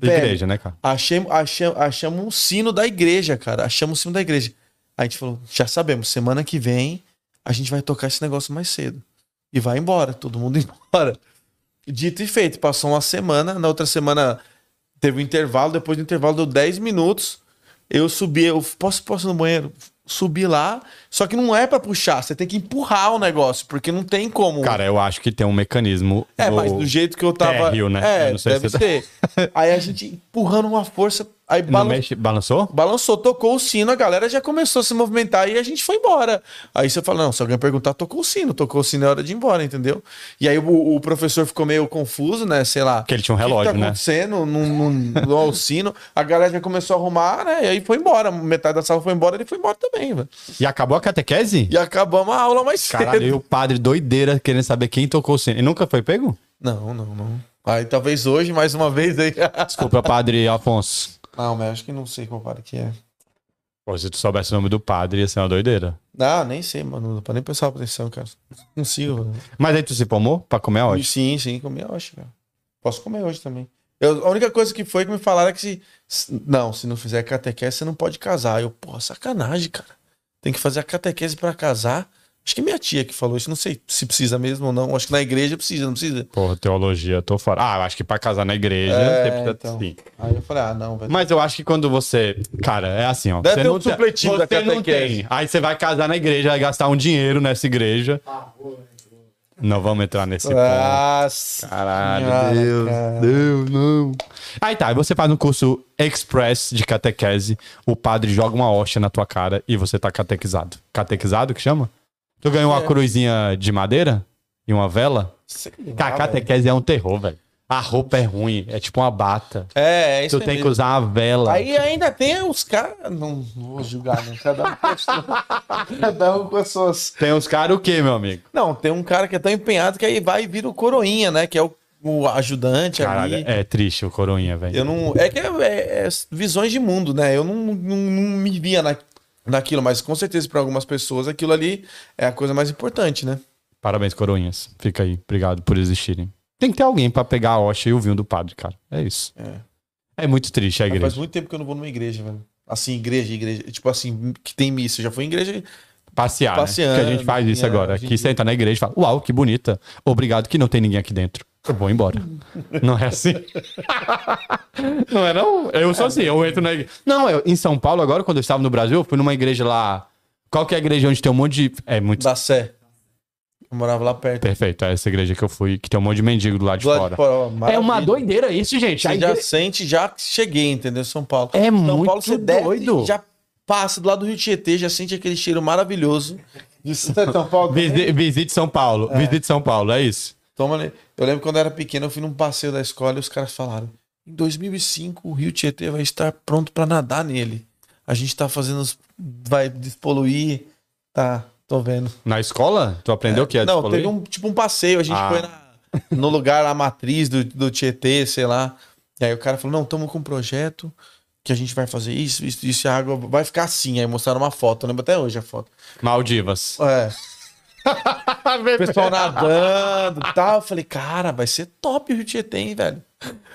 Speaker 2: Velho.
Speaker 1: Igreja, né, cara?
Speaker 2: Achamos, achamos, achamos um sino da igreja, cara. Achamos o sino da igreja. A gente falou, já sabemos, semana que vem a gente vai tocar esse negócio mais cedo. E vai embora, todo mundo (laughs) embora. Dito e feito, passou uma semana, na outra semana teve um intervalo, depois do intervalo deu 10 minutos, eu subi, eu posso, posso ir no banheiro? Subi lá, só que não é pra puxar, você tem que empurrar o negócio, porque não tem como.
Speaker 1: Cara, eu acho que tem um mecanismo.
Speaker 2: É,
Speaker 1: no-
Speaker 2: mas do jeito que eu tava.
Speaker 1: térreo, né?
Speaker 2: É,
Speaker 1: Eu não sei se
Speaker 2: deve
Speaker 1: você- tá
Speaker 2: ser. aí a gente empurrando uma força. Aí
Speaker 1: Não
Speaker 2: balan...
Speaker 1: mexe- Balançou?
Speaker 2: balançou, tocou o sino, a galera já começou a se movimentar e a gente foi embora. Aí você fala: não, se alguém perguntar, tocou o sino, tocou o sino, é hora de ir embora, entendeu? E aí o, o professor ficou meio confuso, né? Sei lá.
Speaker 1: Porque ele tinha um
Speaker 2: o que que
Speaker 1: relógio,
Speaker 2: tá
Speaker 1: né?
Speaker 2: acontecendo num, num, num ao é sino, a galera já começou a arrumar, né? E aí foi embora. Metade da sala foi embora, ele foi embora também, velho.
Speaker 1: E acabou a catequese?
Speaker 2: E acabamos a aula mais cedo.
Speaker 1: Caralho, e o padre doideira querendo saber quem tocou o sino. E nunca foi pego?
Speaker 2: Não, não, não. Aí talvez hoje, mais uma vez aí. (laughs)
Speaker 1: Desculpa, padre Afonso.
Speaker 2: Não, mas acho que não sei qual cara que é.
Speaker 1: Pô, se tu soubesse o nome do padre, ia ser uma doideira.
Speaker 2: Ah, nem sei, mano. Não dá pra nem prestar atenção, cara. Não consigo. velho.
Speaker 1: Mas aí tu se pomou pra comer hoje?
Speaker 2: Sim, sim, comi hoje, cara. Posso comer hoje também. Eu- a única coisa que foi que me falaram é que se, se- Não, se não fizer catequese, você não pode casar. Eu, porra, sacanagem, cara. Tem que fazer a catequese pra casar. Acho que é minha tia que falou isso. Não sei se precisa mesmo ou não. Acho que na igreja precisa, não precisa.
Speaker 1: Porra, teologia, tô fora. Ah, eu acho que pra casar na igreja,
Speaker 2: É,
Speaker 1: você precisa-
Speaker 2: então.
Speaker 1: sim.
Speaker 2: Aí eu falei, ah, não, velho.
Speaker 1: Mas eu acho que quando você. Cara, é assim, ó.
Speaker 2: Deve
Speaker 1: você
Speaker 2: ter
Speaker 1: não
Speaker 2: um
Speaker 1: tem-
Speaker 2: supletivo
Speaker 1: você
Speaker 2: da
Speaker 1: não
Speaker 2: catequese.
Speaker 1: tem. Aí você vai casar na igreja, vai gastar um dinheiro nessa igreja. Não vamos entrar nesse
Speaker 2: Ah,
Speaker 1: ponto.
Speaker 2: Nossa.
Speaker 1: Caralho,
Speaker 2: Cara,
Speaker 1: Deus,
Speaker 2: cara.
Speaker 1: Deus, não. Aí tá, aí você faz um curso express de catequese, o padre joga uma hoxa na tua cara e você tá catequizado. Catequizado que chama? Tu ganhou uma
Speaker 2: É.
Speaker 1: cruzinha de madeira e uma vela?
Speaker 2: Sei
Speaker 1: Cara,
Speaker 2: lá, velho.
Speaker 1: catequese é um terror, velho. A roupa é ruim, é tipo uma bata.
Speaker 2: É, é isso
Speaker 1: Tu tem
Speaker 2: mesmo.
Speaker 1: que usar a vela.
Speaker 2: Aí ainda tem os caras. Não, não vou julgar, não. Cada um, com as suas- (laughs) cada um com as suas.
Speaker 1: Tem uns caras o quê, meu amigo?
Speaker 2: Não, tem um cara que é tão empenhado que aí vai e vira o coroinha, né? Que é o, o ajudante
Speaker 1: Caralho,
Speaker 2: ali.
Speaker 1: é triste o Coroinha, velho.
Speaker 2: Eu não. É que é, é- é visões de mundo, né? Eu não, não, não me via na, naquilo, mas com certeza para algumas pessoas aquilo ali é a coisa mais importante, né?
Speaker 1: Parabéns, Coroinhas. Fica aí. Obrigado por existirem. Tem que ter alguém pra pegar a hoxa e o vinho do padre, cara. É isso.
Speaker 2: É.
Speaker 1: É, muito triste a
Speaker 2: Mas Faz
Speaker 1: igreja.
Speaker 2: muito tempo que eu não vou numa igreja, velho. Assim, igreja, igreja. Tipo assim, que tem missa. Eu já fui em igreja.
Speaker 1: Passear, né?
Speaker 2: passeando,
Speaker 1: Porque a gente faz isso
Speaker 2: é,
Speaker 1: agora.
Speaker 2: hoje em
Speaker 1: Aqui
Speaker 2: dia.
Speaker 1: você entra na igreja e fala, uau, que bonita. Obrigado que não tem ninguém aqui dentro. Eu vou
Speaker 2: (laughs)
Speaker 1: embora. não é assim? (laughs) não é não? Eu sou assim, eu entro na igreja. Não, eu- em São Paulo agora, quando eu estava no Brasil, eu fui numa igreja lá... Qual que é a igreja onde tem um monte de... É muito...
Speaker 2: Da Sé. Eu morava lá perto.
Speaker 1: Perfeito, é essa igreja que eu fui, que tem um monte de mendigo do lado de
Speaker 2: Do lado
Speaker 1: fora.
Speaker 2: de fora, ó,
Speaker 1: É uma
Speaker 2: maravilha.
Speaker 1: doideira isso, gente. A
Speaker 2: Você já
Speaker 1: igre-
Speaker 2: sente, já cheguei, entendeu? São Paulo.
Speaker 1: É
Speaker 2: São
Speaker 1: muito
Speaker 2: Paulo você desce,
Speaker 1: doido.
Speaker 2: já passa do lado do Rio Tietê, já sente aquele cheiro maravilhoso. De São (laughs) Paulo.
Speaker 1: Visi- Visite São Paulo. Visite São Paulo, é isso.
Speaker 2: Toma, ali. eu lembro quando eu era pequeno, eu fui num passeio da escola e os caras falaram: em 2005 o Rio Tietê vai estar pronto pra nadar nele. A gente tá fazendo, os- vai despoluir. Tá, tô vendo.
Speaker 1: Na escola? Tu aprendeu o que é
Speaker 2: Não,
Speaker 1: despoluir?
Speaker 2: teve um tipo um passeio, a gente
Speaker 1: Ah.
Speaker 2: foi na- no lugar, a matriz do, do Tietê, sei lá. E aí o cara falou: não, estamos com um projeto que a gente vai fazer isso, isso, isso, e a água vai ficar assim. Aí mostraram uma foto, eu lembro até hoje a foto.
Speaker 1: Maldivas.
Speaker 2: É. O pessoal nadando e tal. Eu falei, cara, vai ser top o Rio Tietê, hein, velho.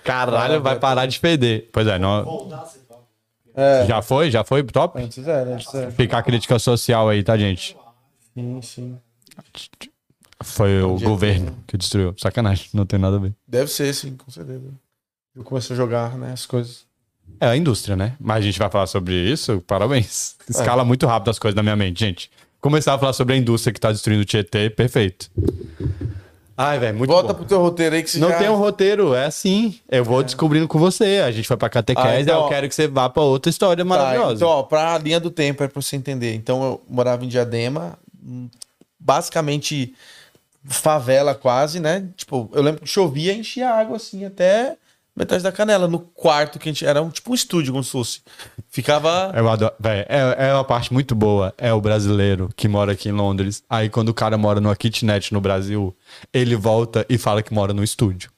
Speaker 1: Caralho, vai parar de perder. Pois é, não...
Speaker 2: É.
Speaker 1: já foi? Já foi top?
Speaker 2: Antes era, antes era.
Speaker 1: Ficar crítica social aí, tá, gente?
Speaker 2: Sim, sim.
Speaker 1: Foi o
Speaker 2: jeito
Speaker 1: governo que destruiu. Sacanagem, não tem nada a ver.
Speaker 2: Deve ser, sim, com certeza. Eu comecei a jogar, né, as coisas.
Speaker 1: É a indústria, né? Mas a gente vai falar sobre isso, parabéns.
Speaker 2: É.
Speaker 1: Escala muito rápido as coisas na minha mente, gente. Começar a falar sobre a indústria que tá destruindo o Tietê, perfeito. Ai, velho, muito
Speaker 2: Volta
Speaker 1: bom.
Speaker 2: pro teu roteiro aí que você
Speaker 1: Não
Speaker 2: já...
Speaker 1: tem um roteiro, é assim. Eu vou descobrindo com você. A gente foi pra catequese,
Speaker 2: Ah, então,
Speaker 1: eu
Speaker 2: ó.
Speaker 1: quero que você vá pra outra história
Speaker 2: Tá,
Speaker 1: maravilhosa.
Speaker 2: então, ó, pra linha do tempo, é pra você entender. Então, eu morava em Diadema, hum, basicamente favela quase, né? Tipo, eu lembro que chovia, enchia água, assim, até metade da canela. No quarto que a gente... Era um, tipo um estúdio, como se fosse. Ficava...
Speaker 1: Eu adoro. Véi, é, é uma parte muito boa. É o brasileiro que mora aqui em Londres. Aí quando o cara mora numa kitnet no Brasil, ele volta e fala que mora no estúdio.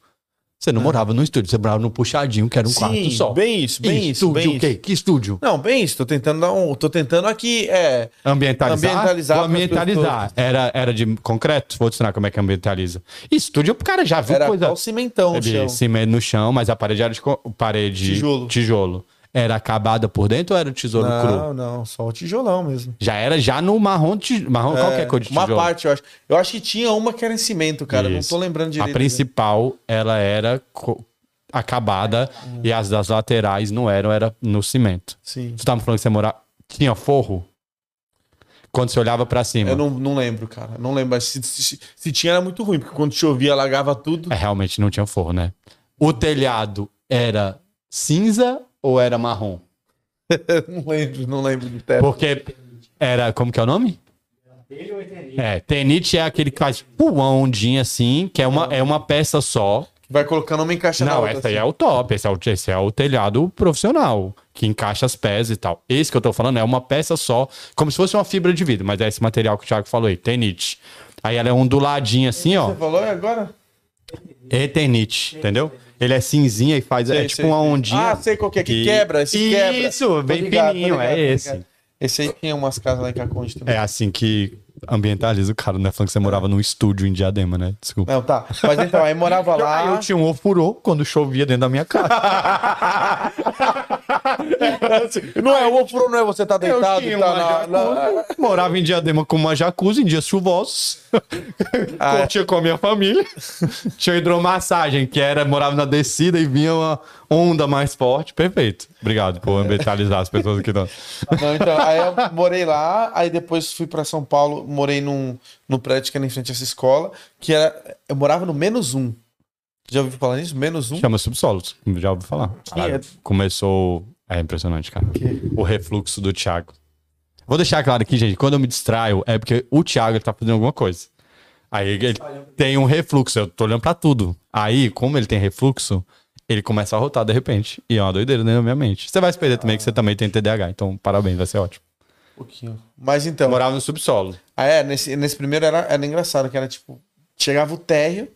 Speaker 1: Você não morava no estúdio, você morava no puxadinho, que era um quarto só.
Speaker 2: Ah. bem isso, bem isso,
Speaker 1: estúdio,
Speaker 2: bem
Speaker 1: o quê?
Speaker 2: isso.
Speaker 1: Que estúdio?
Speaker 2: Não, bem isso. Tô tentando dar um... Tô tentando aqui, é...
Speaker 1: Ambientalizar?
Speaker 2: Ambientalizar
Speaker 1: Vou
Speaker 2: pras
Speaker 1: ambientalizar.
Speaker 2: pessoas.
Speaker 1: Era, era de concreto? Vou te ensinar como é que ambientaliza. Estúdio, o cara já viu
Speaker 2: Era
Speaker 1: coisa. É,
Speaker 2: pau cimentão,
Speaker 1: Teve
Speaker 2: chão.
Speaker 1: cimento no chão, mas a parede era de co- parede
Speaker 2: Tijolo.
Speaker 1: tijolo. Era acabada por dentro ou era tesouro cru?
Speaker 2: Não, não, só o tijolão mesmo.
Speaker 1: Já era já no marrom, ti- marrom qualquer é cor de
Speaker 2: É, Uma
Speaker 1: tijolo.
Speaker 2: parte, eu acho. Eu acho que tinha uma que era em cimento, cara.
Speaker 1: Isso.
Speaker 2: Não tô lembrando direito. né?
Speaker 1: a principal, ela era co- acabada
Speaker 2: Hum.
Speaker 1: e as das laterais não eram, era no cimento.
Speaker 2: Sim.
Speaker 1: Tu tava falando que você morava... Tinha forro? Quando você olhava pra cima.
Speaker 2: Eu não, não lembro, cara. Não lembro. Mas se, se- se tinha, era muito ruim, porque quando chovia, alagava tudo. (laughs)
Speaker 1: É, realmente não tinha forro, né? O telhado era cinza ou era marrom?
Speaker 2: não lembro, não lembro do teto.
Speaker 1: É Porque era... Como que é o nome? É, tenite é aquele que faz pum, uma ondinha assim, que é uma, é uma peça só.
Speaker 2: Vai colocando uma encaixa na
Speaker 1: Não,
Speaker 2: outra.
Speaker 1: essa aí
Speaker 2: assim.
Speaker 1: é o top. Esse é o, esse é o telhado profissional, que encaixa as pés e tal. Esse que eu tô falando é uma peça só, como se fosse uma fibra de vidro, mas é esse material que o Thiago falou aí, tenite. Aí ela é onduladinha assim, ó.
Speaker 2: Você falou é agora?
Speaker 1: Eternite, entendeu? Ele é cinzinha e faz. é
Speaker 2: Sei,
Speaker 1: tipo
Speaker 2: sei,
Speaker 1: uma
Speaker 2: sei.
Speaker 1: ondinha.
Speaker 2: Ah, sei qual que é, que
Speaker 1: E-
Speaker 2: quebra, esse quebra.
Speaker 1: Isso, bem
Speaker 2: ligado, tô
Speaker 1: fininho,
Speaker 2: ligado,
Speaker 1: é
Speaker 2: tô
Speaker 1: esse.
Speaker 2: ligado. Esse aí tinha umas casas lá em Caconde também.
Speaker 1: É assim que ambientaliza o cara, né? Falando que você morava num estúdio em Diadema, né? Desculpa.
Speaker 2: Não, tá. Mas então, aí morava lá.
Speaker 1: Aí (laughs) eu tinha um ofurô quando chovia dentro da minha
Speaker 2: (laughs)
Speaker 1: casa.
Speaker 2: Não é o ofuro, não é você tá
Speaker 1: Eu
Speaker 2: deitado
Speaker 1: tinha
Speaker 2: e
Speaker 1: uma
Speaker 2: tá na- na.
Speaker 1: jacuzzi, morava em Diadema com uma jacuzzi em dias chuvosos.
Speaker 2: (laughs) Ah, é.
Speaker 1: Curtia com a minha família. tinha hidromassagem, que era morava na descida e vinha uma onda mais forte. Perfeito. Obrigado por ambientalizar as pessoas aqui. Não.
Speaker 2: Não, então, aí eu morei lá, aí depois fui pra São Paulo, morei num, num prédio que era em frente a essa escola, que era. Eu morava no menos um. Já ouviu falar nisso? Menos um?
Speaker 1: Chama subsolos, já ouvi falar. Caralho,
Speaker 2: é?
Speaker 1: Começou. É impressionante, cara. O refluxo do Thiago. Vou deixar claro aqui, gente, quando eu me distraio é porque o Thiago ele tá fazendo alguma coisa. Aí ele tem um refluxo, eu tô olhando pra tudo. Aí, como ele tem refluxo, ele começa a rotar de repente. E é uma doideira dentro da minha mente. Você vai se perder também, que você também tem TDAH. Então, parabéns, vai ser ótimo.
Speaker 2: pouquinho. Mas então.
Speaker 1: Eu um morava no subsolo.
Speaker 2: Aí é, nesse, nesse primeiro era, era engraçado, que era tipo. Chegava o térreo,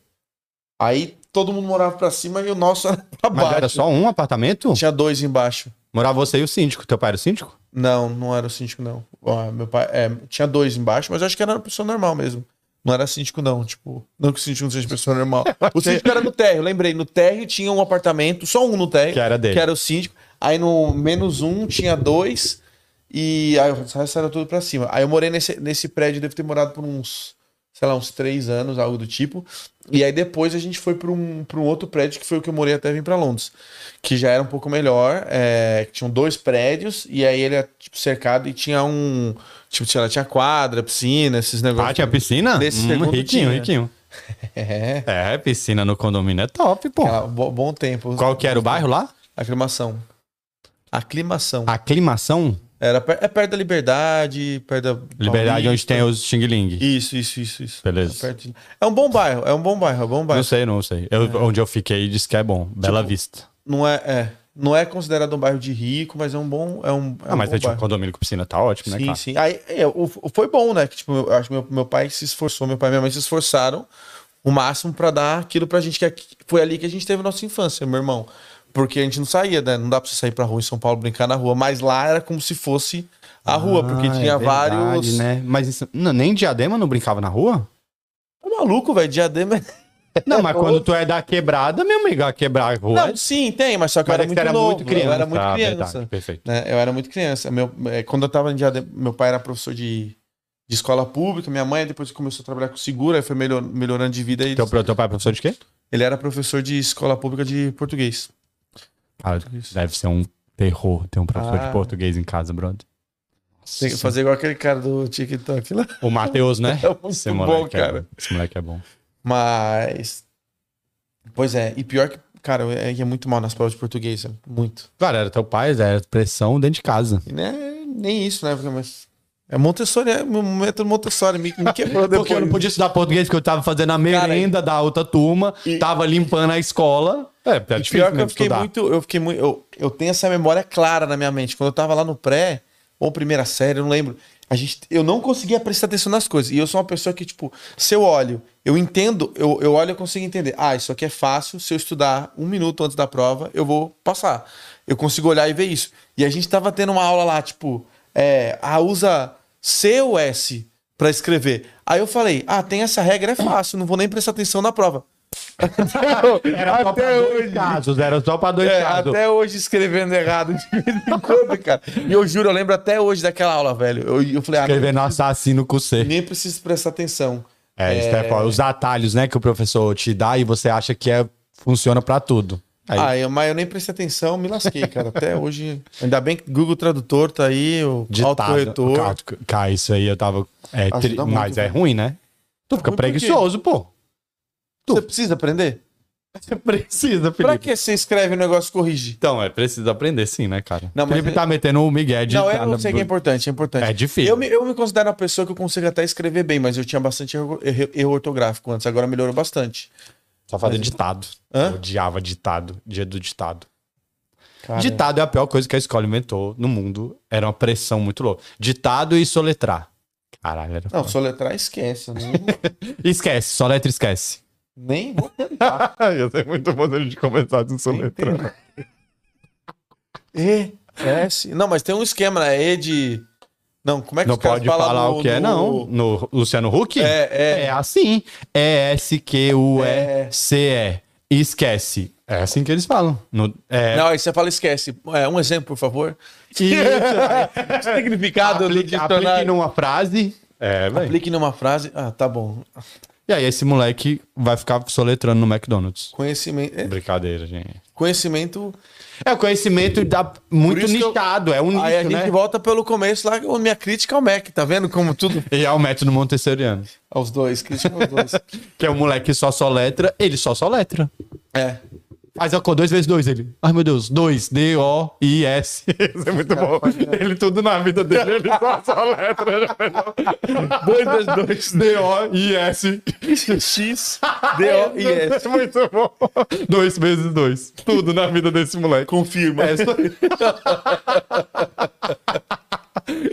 Speaker 2: aí todo mundo morava pra cima e o nosso (laughs) era pra
Speaker 1: Mas
Speaker 2: baixo.
Speaker 1: era só um apartamento?
Speaker 2: Tinha dois embaixo.
Speaker 1: Morava você e o síndico. Teu pai era o síndico?
Speaker 2: Não, não era o síndico, não. Ó, meu pai. é, tinha dois embaixo, mas eu acho que era uma pessoa normal mesmo. Não era síndico, não. Tipo, não que o síndico não seja pessoa normal.
Speaker 1: (laughs)
Speaker 2: O síndico era no térreo, lembrei. No térreo tinha um apartamento, só um no térreo.
Speaker 1: Que era dele.
Speaker 2: Que era o síndico. Aí no menos um tinha dois. E aí o resto era tudo pra cima. Aí eu morei nesse, nesse prédio, devo ter morado por uns, sei lá, uns três anos, algo do tipo. E aí depois a gente foi pra um, pra um outro prédio, que foi o que eu morei até vir pra Londres. Que já era um pouco melhor. É, que tinham dois prédios, e aí ele era tipo, cercado e tinha um. Tipo, tinha, tinha quadra, piscina, esses negócios.
Speaker 1: Ah, tinha piscina?
Speaker 2: Nesse segundo
Speaker 1: riquinho,
Speaker 2: tinha.
Speaker 1: riquinho.
Speaker 2: É.
Speaker 1: É, piscina no condomínio é top, pô.
Speaker 2: Aquela, bo- bom tempo.
Speaker 1: Qual que era o bairro lá?
Speaker 2: Aclimação. Aclimação.
Speaker 1: Aclimação?
Speaker 2: Era per- é perto da Liberdade, perto da.
Speaker 1: Liberdade, é
Speaker 2: Paulista.
Speaker 1: onde tem os Xing Ling.
Speaker 2: Isso, isso, isso, isso.
Speaker 1: Beleza.
Speaker 2: É, perto de- é um bom bairro, é um bom bairro, é um bom bairro. Tipo,
Speaker 1: Não sei, não sei. Eu- Onde eu fiquei, disse que é bom. Bela Vista.
Speaker 2: Não é, é, não é considerado um bairro de rico, mas é um bom, é um, é
Speaker 1: Ah,
Speaker 2: um
Speaker 1: mas
Speaker 2: bom
Speaker 1: é tipo um
Speaker 2: bairro.
Speaker 1: condomínio com piscina, tá ótimo, né,
Speaker 2: Sim,
Speaker 1: cara?
Speaker 2: sim. Aí, é, o- o- foi bom, né? Que, tipo, eu acho que meu, meu pai se esforçou, meu pai e minha mãe se esforçaram o máximo pra dar aquilo pra gente. Que aqui- foi ali que a gente teve nossa infância, meu irmão. Porque a gente não saía, né? Não dá pra você sair pra rua em São Paulo brincar na rua. Mas lá era como se fosse a rua, porque
Speaker 1: Ah, é
Speaker 2: tinha
Speaker 1: verdade,
Speaker 2: vários.
Speaker 1: Né? Mas isso- não, nem em diadema não brincava na rua?
Speaker 2: Tá maluco, velho. Diadema.
Speaker 1: Não, mas quando tu é da quebrada, meu amigo, a quebrar a rua.
Speaker 2: Não, sim, tem, mas só que eu
Speaker 1: mas
Speaker 2: era
Speaker 1: é que
Speaker 2: muito,
Speaker 1: tu era
Speaker 2: novo,
Speaker 1: muito criança.
Speaker 2: Eu era muito
Speaker 1: Ah,
Speaker 2: criança.
Speaker 1: verdade, perfeito.
Speaker 2: né? Eu era muito criança. Meu, eh, quando eu tava em Diadema, meu pai era professor de, de escola pública, minha mãe depois começou a trabalhar com seguro, aí foi melhor- melhorando de vida. e
Speaker 1: Teu, pro- teu pai é professor de quê?
Speaker 2: Ele era professor de escola pública de português.
Speaker 1: Ah, deve ser um terror ter um professor
Speaker 2: Ah.
Speaker 1: de português em casa, brother.
Speaker 2: Tem que fazer igual aquele cara do TikTok lá.
Speaker 1: O Matheus, né? (laughs)
Speaker 2: É muito bom,
Speaker 1: moleque
Speaker 2: cara.
Speaker 1: bom. Esse moleque é bom.
Speaker 2: Mas. Pois é, e pior que. Cara, eu ia muito mal nas provas de português, é, muito.
Speaker 1: Cara, era teu pai, era pressão dentro de casa.
Speaker 2: E né, nem isso, né? porque- Mas. É Montessori, é meu método Montessori, me, me quebrou depois.
Speaker 1: (laughs) Porque eu não podia estudar português, porque eu tava fazendo a merenda da outra turma,
Speaker 2: E-
Speaker 1: tava limpando a escola. É, é
Speaker 2: E
Speaker 1: difícil
Speaker 2: pior que
Speaker 1: mesmo
Speaker 2: eu fiquei
Speaker 1: estudar.
Speaker 2: muito. Eu fiquei muito. Eu, eu tenho essa memória clara na minha mente. Quando eu tava lá no pré, ou primeira série, eu não lembro. A gente, eu não conseguia prestar atenção nas coisas. E eu sou uma pessoa que, tipo, se eu olho, eu entendo, eu, eu olho, eu consigo entender. Ah, isso aqui é fácil. Se eu estudar um minuto antes da prova, eu vou passar. Eu consigo olhar e ver isso. E a gente tava tendo uma aula lá, tipo, é, ah, usa C ou S pra escrever. Aí eu falei, ah, tem essa regra, é fácil, não vou nem prestar atenção na prova.
Speaker 1: Era só pra
Speaker 2: Até
Speaker 1: dois
Speaker 2: hoje.
Speaker 1: casos, era só pra dois
Speaker 2: É,
Speaker 1: casos.
Speaker 2: até hoje escrevendo errado de vez em quando, cara. E eu juro, eu lembro até hoje daquela aula, velho. Eu, eu falei, ah,
Speaker 1: Escrevendo assassino com
Speaker 2: não,
Speaker 1: C.
Speaker 2: nem preciso prestar atenção.
Speaker 1: É, isso é foda. Os atalhos, né, que o professor te dá e você acha que é, funciona pra tudo. Aí,
Speaker 2: Ah, eu, mas eu nem prestei atenção, me lasquei, cara. Até hoje. Ainda bem que Google Tradutor tá aí, o
Speaker 1: ditado.
Speaker 2: autocorretor.
Speaker 1: Cara, Cara, isso aí eu tava. é,
Speaker 2: Ajuda
Speaker 1: tri-
Speaker 2: muito,
Speaker 1: Mas é
Speaker 2: velho.
Speaker 1: ruim, né? Tu fica
Speaker 2: ruim por quê?
Speaker 1: preguiçoso, pô.
Speaker 2: Você precisa aprender?
Speaker 1: Você (laughs) precisa,
Speaker 2: Pra
Speaker 1: Felipe.
Speaker 2: que você escreve o negócio e corrige?
Speaker 1: Então, é preciso aprender sim, né, cara?
Speaker 2: Não,
Speaker 1: Não,
Speaker 2: mas-
Speaker 1: Felipe tá metendo o Miguel de.
Speaker 2: Não, eu sei que é importante, é importante.
Speaker 1: É difícil.
Speaker 2: Eu me, eu me considero uma pessoa que eu consigo até escrever bem, mas eu tinha bastante erro, erro- erro ortográfico antes, agora melhorou bastante.
Speaker 1: Só fazer ditado.
Speaker 2: Hã?
Speaker 1: Eu odiava ditado. Dia do ditado.
Speaker 2: Cara,
Speaker 1: Ditado é a pior coisa que a escola inventou no mundo. Era uma pressão muito louca. Ditado e soletrar. Caralho, (laughs) era
Speaker 2: Não,
Speaker 1: foda.
Speaker 2: soletrar esquece. eu Nem,
Speaker 1: Esquece, soletra esquece.
Speaker 2: (laughs) nem vou
Speaker 1: (laughs) eu tenho muito vontade de começar de soletrar.
Speaker 2: E, S. Não, mas tem um esquema, né? E de. Não, como é que
Speaker 1: Não
Speaker 2: os caras
Speaker 1: pode
Speaker 2: falam
Speaker 1: falar
Speaker 2: no-
Speaker 1: o que é, não.
Speaker 2: no-
Speaker 1: No Luciano Huck?
Speaker 2: É, é.
Speaker 1: É assim. É S-Q-U-E-C-E. Esquece. É assim que eles falam. No- é,
Speaker 2: Não, aí você fala, esquece. É, um exemplo, por favor. (laughs)
Speaker 1: Isso.
Speaker 2: Significado do
Speaker 1: é. aplique,
Speaker 2: dicionário.
Speaker 1: aplique numa frase. É, velho.
Speaker 2: Aplique numa frase. Ah, tá bom.
Speaker 1: E aí esse moleque vai ficar soletrando no McDonald's.
Speaker 2: Conhecimento. é,
Speaker 1: Brincadeira, gente.
Speaker 2: conhecimento.
Speaker 1: É o conhecimento da, muito
Speaker 2: Por isso que eu-
Speaker 1: nichado, é um nicho,
Speaker 2: aí a gente
Speaker 1: né?
Speaker 2: volta pelo começo lá, ô, minha crítica ao Mac, tá vendo como tudo.
Speaker 1: E é o método montessoriano.
Speaker 2: Aos dois, crítica
Speaker 1: (laughs)
Speaker 2: aos dois.
Speaker 1: Que é o moleque que só soletra, ele só soletra.
Speaker 2: É.
Speaker 1: Faz ó, com dois vezes dois, ele. Ai, meu Deus, dois, D-O-I-S. (laughs) Isso é muito bom. Ele tudo na vida dele, ele só soletra. né?
Speaker 2: Dois vezes dois.
Speaker 1: (laughs) D-O-I-S.
Speaker 2: X, (laughs) D, O e é. S.
Speaker 1: é Muito bom. Dois vezes dois. Tudo na vida desse moleque.
Speaker 2: Confirma.
Speaker 1: É, só- (laughs)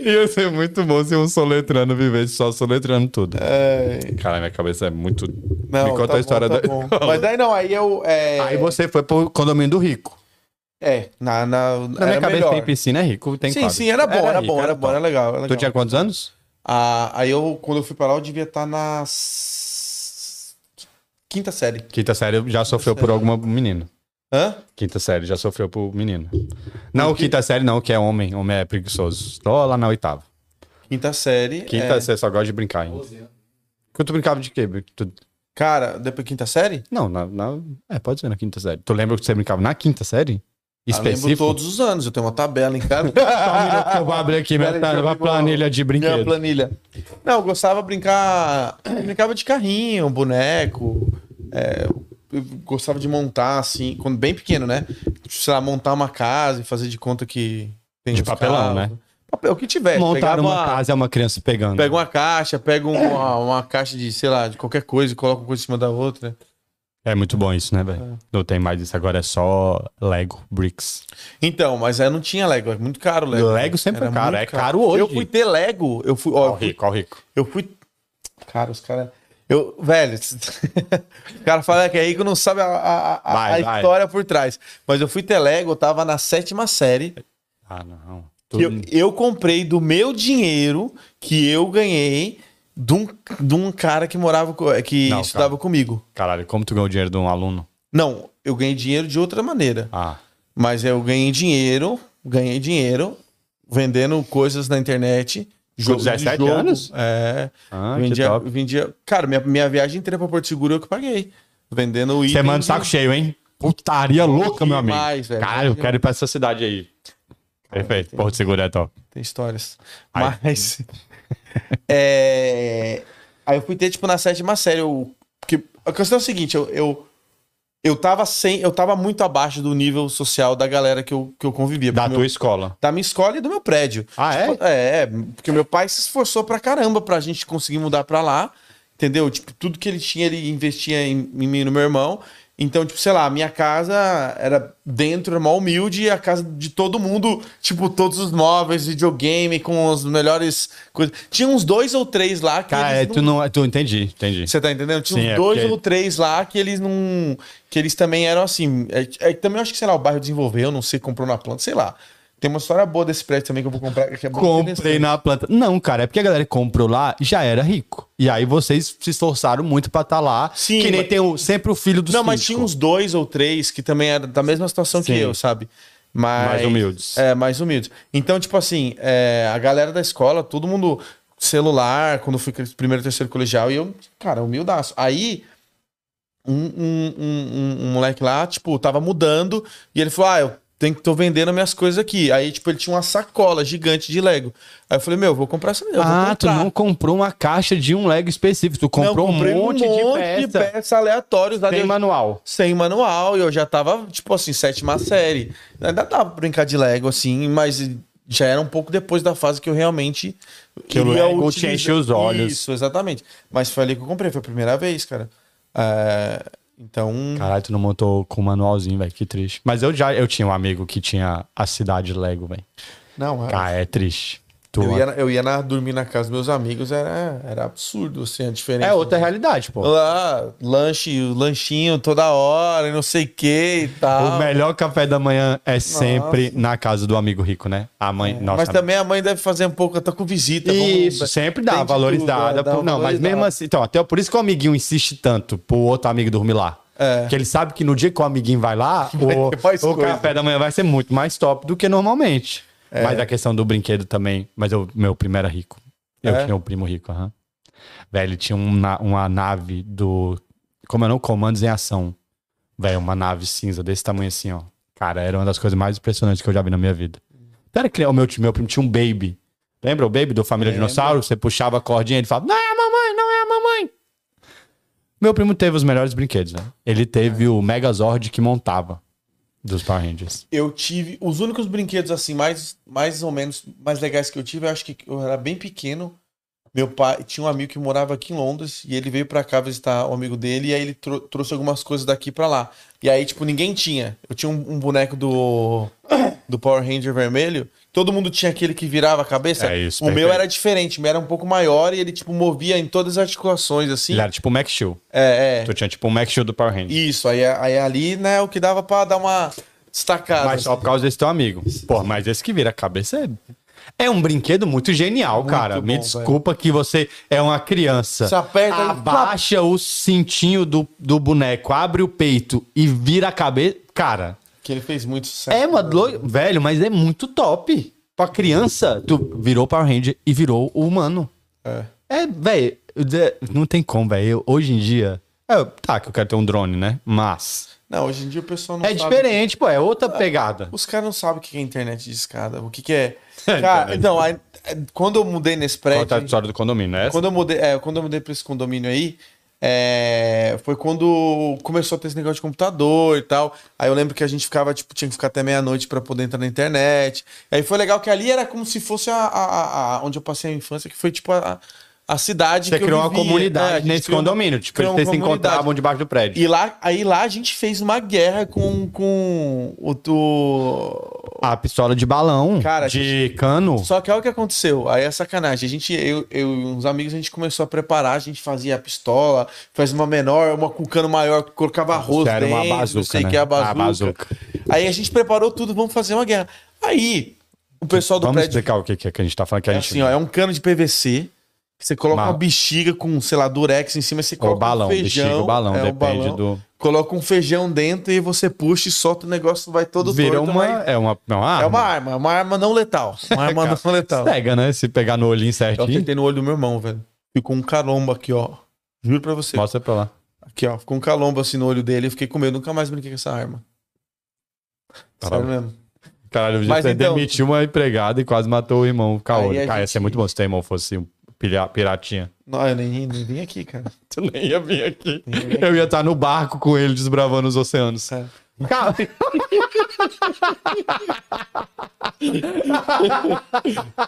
Speaker 1: Ia ser muito bom se um soletrano vivesse só soletrando tudo.
Speaker 2: É.
Speaker 1: Cara, minha cabeça é muito.
Speaker 2: Não,
Speaker 1: Me conta
Speaker 2: tá
Speaker 1: a história
Speaker 2: bom, tá
Speaker 1: da. (laughs)
Speaker 2: bom. Mas daí não, aí eu. É,
Speaker 1: Aí você foi pro condomínio do rico.
Speaker 2: é na, na,
Speaker 1: Na minha cabeça
Speaker 2: melhor.
Speaker 1: tem piscina, é rico, tem
Speaker 2: Sim,
Speaker 1: quadro.
Speaker 2: sim, era bom, era,
Speaker 1: rico,
Speaker 2: bom, era bom, era
Speaker 1: top.
Speaker 2: legal. Era
Speaker 1: Tu
Speaker 2: legal.
Speaker 1: tinha quantos anos?
Speaker 2: Ah, aí eu, quando eu fui pra lá, eu devia estar na s- quinta série.
Speaker 1: Quinta série já sofreu por alguma menina.
Speaker 2: Hã?
Speaker 1: Quinta série já sofreu por menina. Não, quinta série não, que é homem. Homem é preguiçoso. Só lá na oitava.
Speaker 2: Quinta série.
Speaker 1: Quinta
Speaker 2: é...
Speaker 1: série tá, só gosta de brincar ainda. Quando tu brincava de quê? Tu-
Speaker 2: Cara, depois quinta série?
Speaker 1: Não, na, na- é, pode ser na quinta série. Tu lembra que você brincava na quinta série?
Speaker 2: Ah, lembro
Speaker 1: Específico?
Speaker 2: todos os anos, eu tenho uma tabela em
Speaker 1: (laughs)
Speaker 2: casa.
Speaker 1: Só um minuto que (laughs) eu vou abrir aqui minha,
Speaker 2: Pera aí, deixa eu
Speaker 1: minha
Speaker 2: abrir uma-
Speaker 1: planilha de
Speaker 2: Minha
Speaker 1: brinquedo.
Speaker 2: planilha. Não, eu gostava de brincar. (clears throat) eu Brincava de carrinho, boneco. é, eu gostava de montar, assim, quando bem pequeno, né? Sei lá, montar uma casa e fazer de conta que. Tem
Speaker 1: De
Speaker 2: uns
Speaker 1: papelão,
Speaker 2: carros.
Speaker 1: né?
Speaker 2: Papel, o que tiver.
Speaker 1: Montar
Speaker 2: Pegava
Speaker 1: uma casa é uma criança pegando.
Speaker 2: Pega uma caixa, pega um, uma, uma caixa de, sei lá, de qualquer coisa e coloca uma coisa em cima da outra.
Speaker 1: É muito bom isso, né, velho? Não tem mais isso, agora é só Lego, Bricks.
Speaker 2: Então, mas aí não tinha Lego, é muito caro o Lego.
Speaker 1: Lego sempre é
Speaker 2: Era
Speaker 1: caro,
Speaker 2: muito
Speaker 1: é caro hoje. Tá
Speaker 2: Eu fui ter Lego, eu fui, ó,
Speaker 1: Ó o rico, ó o rico.
Speaker 2: eu fui... Cara, os caras... Eu, velho, (laughs) o cara fala que é rico não sabe a, a- a-
Speaker 1: Vai,
Speaker 2: a
Speaker 1: vai.
Speaker 2: história por trás. Mas eu fui ter Lego, eu tava na sétima série.
Speaker 1: Ah, não.
Speaker 2: Que eu, eu comprei do meu dinheiro que eu ganhei de um, de um cara que morava, co- que
Speaker 1: Não,
Speaker 2: estudava
Speaker 1: calma.
Speaker 2: comigo.
Speaker 1: Caralho, como tu ganhou dinheiro de um aluno?
Speaker 2: Não, eu ganhei dinheiro de outra maneira.
Speaker 1: Ah,
Speaker 2: Mas eu ganhei dinheiro, ganhei dinheiro vendendo coisas na internet. de
Speaker 1: 17 anos?
Speaker 2: É.
Speaker 1: ah que
Speaker 2: vendia,
Speaker 1: top.
Speaker 2: vendia. Cara, minha, minha viagem inteira pra Porto Seguro eu que paguei. Vendendo
Speaker 1: Você
Speaker 2: item
Speaker 1: manda o
Speaker 2: de-
Speaker 1: saco cheio, hein? Putaria louca, meu amigo.
Speaker 2: Demais, velho.
Speaker 1: Caralho, eu quero ir pra essa cidade aí. Perfeito, Porto Seguro é top.
Speaker 2: Tem histórias.
Speaker 1: Ai.
Speaker 2: (laughs) Mas. é, Aí eu fui ter, tipo, na sétima série. Eu... Porque A questão é o seguinte, eu, eu, eu tava sem. Eu tava muito abaixo do nível social da galera que eu, que eu convivia.
Speaker 1: Da
Speaker 2: Porque
Speaker 1: tua
Speaker 2: meu-
Speaker 1: escola.
Speaker 2: da minha escola e Tá, do meu prédio.
Speaker 1: Ah, é?
Speaker 2: Tipo, é, é, porque meu pai se esforçou pra caramba pra gente conseguir mudar pra lá, entendeu? Tipo, tudo que ele tinha, ele investia em, em mim e no meu irmão. Então, tipo, sei lá, a minha casa era dentro, era mó humilde, e a casa de todo mundo, tipo, todos os móveis, videogame, com as melhores coisas. Tinha uns dois ou três lá que
Speaker 1: Cara, é,
Speaker 2: eles
Speaker 1: tu não. Tu entendi, entendi.
Speaker 2: você tá entendendo? Tinha
Speaker 1: Sim,
Speaker 2: uns
Speaker 1: é,
Speaker 2: dois
Speaker 1: porque-
Speaker 2: ou três lá que eles não. que eles também eram assim. É, é, também acho que, sei lá, o bairro desenvolveu, não sei, comprou na planta, sei lá. Tem uma história boa desse prédio também que eu vou comprar. Que é bem
Speaker 1: Comprei
Speaker 2: interessante.
Speaker 1: na planta. Não, cara, é porque a galera que comprou lá já era rico. E aí vocês se esforçaram muito pra estar lá.
Speaker 2: Sim,
Speaker 1: que nem
Speaker 2: mas-
Speaker 1: tem o, sempre o filho dos
Speaker 2: Não, mas
Speaker 1: ricos.
Speaker 2: tinha uns dois ou três que também eram da mesma situação que
Speaker 1: Sim.
Speaker 2: eu, sabe? Mas,
Speaker 1: Mais humildes.
Speaker 2: É, mais humildes. Então, tipo assim, é, a galera da escola, todo mundo celular, quando eu fui cre- primeiro, terceiro colegial, e eu, cara, humildaço. Aí, um, um, um, um- um moleque lá, tipo, tava mudando, e ele falou, ah, eu tenho que tô vendendo minhas coisas aqui. Aí, tipo, ele tinha uma sacola gigante de Lego. Aí eu falei, meu, eu vou comprar essa. Eu vou
Speaker 1: Ah, tu
Speaker 2: comprar.
Speaker 1: não comprou uma caixa de um Lego específico. Tu
Speaker 2: Não, eu
Speaker 1: comprou um
Speaker 2: comprei
Speaker 1: monte, de peça.
Speaker 2: peça aleatórias. lá
Speaker 1: Tem
Speaker 2: dentro
Speaker 1: manual.
Speaker 2: sem manual, e eu já tava, tipo assim, sétima série. Ainda dava pra brincar de Lego, assim, mas já era um pouco depois da fase que eu realmente.
Speaker 1: Que o
Speaker 2: ia
Speaker 1: Lego te
Speaker 2: utilizar-
Speaker 1: encheu os olhos.
Speaker 2: Isso, exatamente. Mas foi ali que eu comprei, foi a primeira vez, cara. É, então.
Speaker 1: Caralho, tu não montou com um manualzinho, velho. Que triste. Mas eu já eu tinha um amigo que tinha a cidade Lego, velho.
Speaker 2: Não, é.
Speaker 1: Cara, é triste. Tu-
Speaker 2: Eu ia, eu ia na- dormir na casa dos meus amigos, era, era absurdo, assim, a diferença.
Speaker 1: É outra realidade, pô.
Speaker 2: Lá, lanche, lanchinho toda hora, e não sei o que e tal.
Speaker 1: O melhor café da manhã é sempre na casa do amigo rico, né? A mãe. Nossa,
Speaker 2: É, mas também a mãe deve fazer um pouco, tá com visita.
Speaker 1: Isso,
Speaker 2: vamos-
Speaker 1: sempre dá
Speaker 2: tem de tudo,
Speaker 1: valorizada.
Speaker 2: é, dá
Speaker 1: pô. não, mas
Speaker 2: valorizada.
Speaker 1: mesmo assim. Então, até por isso que o amiguinho insiste tanto pro outro amigo dormir lá.
Speaker 2: É.
Speaker 1: Porque ele sabe que no dia que o amiguinho vai
Speaker 2: (laughs)
Speaker 1: lá, o,
Speaker 2: ter mais
Speaker 1: o
Speaker 2: coisa. É.
Speaker 1: café da manhã vai ser muito mais top do que normalmente. Mas a questão do brinquedo também. Mas eu, meu primo era rico. Eu
Speaker 2: É?
Speaker 1: tinha um primo rico, aham. Velho, ele tinha um na- uma nave do. Como é não? Comandos em ação. Velho, uma nave cinza desse tamanho assim, ó. Cara, era uma das coisas mais impressionantes que eu já vi na minha vida. Então era criar o meu time, meu primo tinha um baby. Lembra o baby do Família
Speaker 2: Lembro.
Speaker 1: Dinossauro? Você puxava a cordinha e ele falava: Não é a mamãe, não é a mamãe. Meu primo teve os melhores brinquedos, né? Ele teve o Megazord que montava dos Power Rangers.
Speaker 2: Eu tive. Os únicos brinquedos, assim, mais, mais ou menos mais legais que eu tive, eu acho que eu era bem pequeno. Meu pai tinha um amigo que morava aqui em Londres e ele veio pra cá visitar o amigo dele e aí ele tro- trouxe algumas coisas daqui pra lá. E aí, tipo, ninguém tinha. Eu tinha um, um boneco do, do Power Ranger vermelho. Todo mundo tinha aquele que virava a cabeça.
Speaker 1: É isso,
Speaker 2: o meu
Speaker 1: perfeito.
Speaker 2: era diferente, o meu era um pouco maior e ele, tipo, movia em todas as articulações, assim.
Speaker 1: Ele era tipo o Max Shield.
Speaker 2: É, é.
Speaker 1: Tu tinha tipo o Max Shield do Power Rangers.
Speaker 2: Isso, aí, aí ali, né, o que dava pra dar uma destacada. assim,
Speaker 1: Mas só por causa desse teu amigo. Pô, mas esse que vira a cabeça é... é um brinquedo muito genial, cara. Me
Speaker 2: bom,
Speaker 1: desculpa que você é uma criança.
Speaker 2: Você aperta e-
Speaker 1: Abaixa o cintinho do, do boneco, abre o peito e vira a cabeça. Cara,
Speaker 2: Que ele fez muito sucesso.
Speaker 1: é uma... lo- Velho, mas é muito top. Pra criança, tu virou Power Ranger e virou o humano.
Speaker 2: É.
Speaker 1: É, velho, não tem como, velho. Eu- Hoje em dia... É, tá, que eu quero ter um drone, né? Mas...
Speaker 2: Não, hoje em dia o pessoal não
Speaker 1: É
Speaker 2: sabe.
Speaker 1: diferente, pô. É outra pegada.
Speaker 2: Os caras não sabem o que é internet de escada. O que, que é.
Speaker 1: (laughs) É,
Speaker 2: Cara,
Speaker 1: internet.
Speaker 2: não, aí, é, quando eu mudei nesse
Speaker 1: Conta a
Speaker 2: prédio.
Speaker 1: história do condomínio, né?
Speaker 2: Quando eu mudei, é, quando eu mudei pra esse condomínio aí, é, foi quando começou a ter esse negócio de computador e tal. Aí eu lembro que a gente ficava, tipo, tinha que ficar até meia-noite pra poder entrar na internet. Aí foi legal que ali era como se fosse a, a- a- a- onde eu passei a infância, que foi tipo a, a cidade
Speaker 1: Você
Speaker 2: que eu
Speaker 1: criou uma
Speaker 2: vivia. É, a
Speaker 1: comunidade
Speaker 2: gente
Speaker 1: nesse
Speaker 2: criou-
Speaker 1: condomínio. Tipo,
Speaker 2: criou uma
Speaker 1: vocês se
Speaker 2: comunidade.
Speaker 1: encontravam debaixo do prédio.
Speaker 2: E lá, aí lá a gente fez uma guerra com, com o do.
Speaker 1: A pistola de balão,
Speaker 2: Cara, a
Speaker 1: de cano.
Speaker 2: Só que olha o que aconteceu. Aí é sacanagem. A gente, eu, eu e uns amigos, a gente começou a preparar, a gente fazia a pistola, fazia uma menor, uma com cano maior, colocava arroz
Speaker 1: Era uma
Speaker 2: dentro,
Speaker 1: bazuca,
Speaker 2: não sei o
Speaker 1: né?
Speaker 2: que é a
Speaker 1: A
Speaker 2: bazuca.
Speaker 1: bazuca.
Speaker 2: Aí a gente preparou tudo, vamos fazer uma guerra. Aí, o pessoal do
Speaker 1: Vamos
Speaker 2: prédio
Speaker 1: explicar o que, que é que a gente tá falando que a
Speaker 2: é
Speaker 1: gente.
Speaker 2: assim, ó, é um cano de PVC. que Você coloca
Speaker 1: Mal.
Speaker 2: uma bexiga com, sei lá, durex em cima, você coloca um
Speaker 1: balão,
Speaker 2: feijão,
Speaker 1: bexiga, o balão,
Speaker 2: é, o
Speaker 1: depende
Speaker 2: balão,
Speaker 1: do-
Speaker 2: Coloca um feijão dentro e você puxa e solta o negócio, vai todo
Speaker 1: Virou
Speaker 2: torto,
Speaker 1: uma,
Speaker 2: mas-
Speaker 1: é uma, é uma
Speaker 2: É
Speaker 1: arma.
Speaker 2: uma arma, uma arma
Speaker 1: (laughs)
Speaker 2: não letal. Uma arma não letal.
Speaker 1: Cega, né? Se pegar no olhinho
Speaker 2: Eu
Speaker 1: certinho,
Speaker 2: tentei no olho do meu irmão, velho. Ficou um calombo aqui, ó. Juro pra você.
Speaker 1: mostra pra lá.
Speaker 2: Aqui, ó. Ficou um calombo assim no olho dele. Eu fiquei com medo. Nunca mais brinquei com essa arma.
Speaker 1: Parabéns.
Speaker 2: Sério mesmo.
Speaker 1: Caralho,
Speaker 2: Mas
Speaker 1: você
Speaker 2: então-
Speaker 1: demitiu uma empregada e quase matou o irmão
Speaker 2: Aí
Speaker 1: caolho.
Speaker 2: a
Speaker 1: Cara, ia
Speaker 2: gente-
Speaker 1: ser muito bom se teu irmão fosse um pilha- piratinha.
Speaker 2: Não, eu nem, nem vim aqui, cara.
Speaker 1: Tu nem ia vir aqui. Eu ia estar no barco com ele desbravando os oceanos.
Speaker 2: É.
Speaker 1: Cara,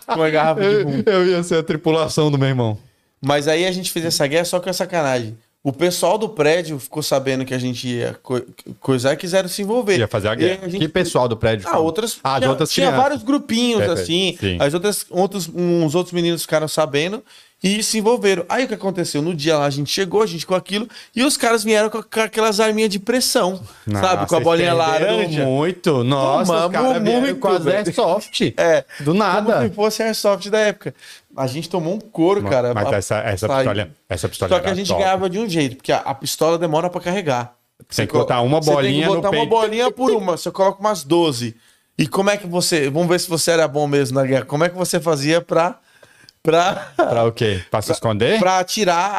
Speaker 2: Com uma garrafa de um. rum.
Speaker 1: eu, É, eu ia ser a tripulação do meu irmão.
Speaker 2: Mas aí a gente fez essa guerra só com a sacanagem. O pessoal do prédio ficou sabendo que a gente ia co- coisar e quiseram se envolver.
Speaker 1: Ia fazer a
Speaker 2: E aí
Speaker 1: guerra.
Speaker 2: a gente
Speaker 1: Que pessoal do prédio.
Speaker 2: Ah, outras.
Speaker 1: Ah, de
Speaker 2: tinha,
Speaker 1: outras
Speaker 2: tinha
Speaker 1: crianças.
Speaker 2: vários grupinhos,
Speaker 1: Perfeito,
Speaker 2: assim.
Speaker 1: sim.
Speaker 2: As outras, outros, uns outros meninos ficaram sabendo e se envolveram. Aí o que aconteceu? No dia lá a gente chegou, a gente com aquilo, e os caras vieram com, a- com aquelas arminhas de pressão, sabe? Com a
Speaker 1: vocês
Speaker 2: bolinha
Speaker 1: perderam
Speaker 2: laranja.
Speaker 1: Muito. Nossa, os
Speaker 2: Tomamos
Speaker 1: caras vieram
Speaker 2: muito,
Speaker 1: com as
Speaker 2: velho.
Speaker 1: airsoft.
Speaker 2: É.
Speaker 1: Do
Speaker 2: Como
Speaker 1: nada.
Speaker 2: se fosse a airsoft da época. A gente tomou um couro, cara.
Speaker 1: Mas
Speaker 2: a-
Speaker 1: essa, essa
Speaker 2: sabe?
Speaker 1: pistola, essa pistola
Speaker 2: Só que a
Speaker 1: era
Speaker 2: gente
Speaker 1: top.
Speaker 2: ganhava de um jeito, porque a, a pistola demora pra carregar.
Speaker 1: Tem que botar uma
Speaker 2: Você
Speaker 1: bolinha
Speaker 2: Tem
Speaker 1: no
Speaker 2: que botar uma
Speaker 1: peito.
Speaker 2: bolinha por uma. Você coloca umas 12. E como é que você. Vamos ver se você era bom mesmo na guerra. Como é que você fazia pra.
Speaker 1: (laughs)
Speaker 2: pra.
Speaker 1: Pra o quê? Pra se esconder?
Speaker 2: pra atirar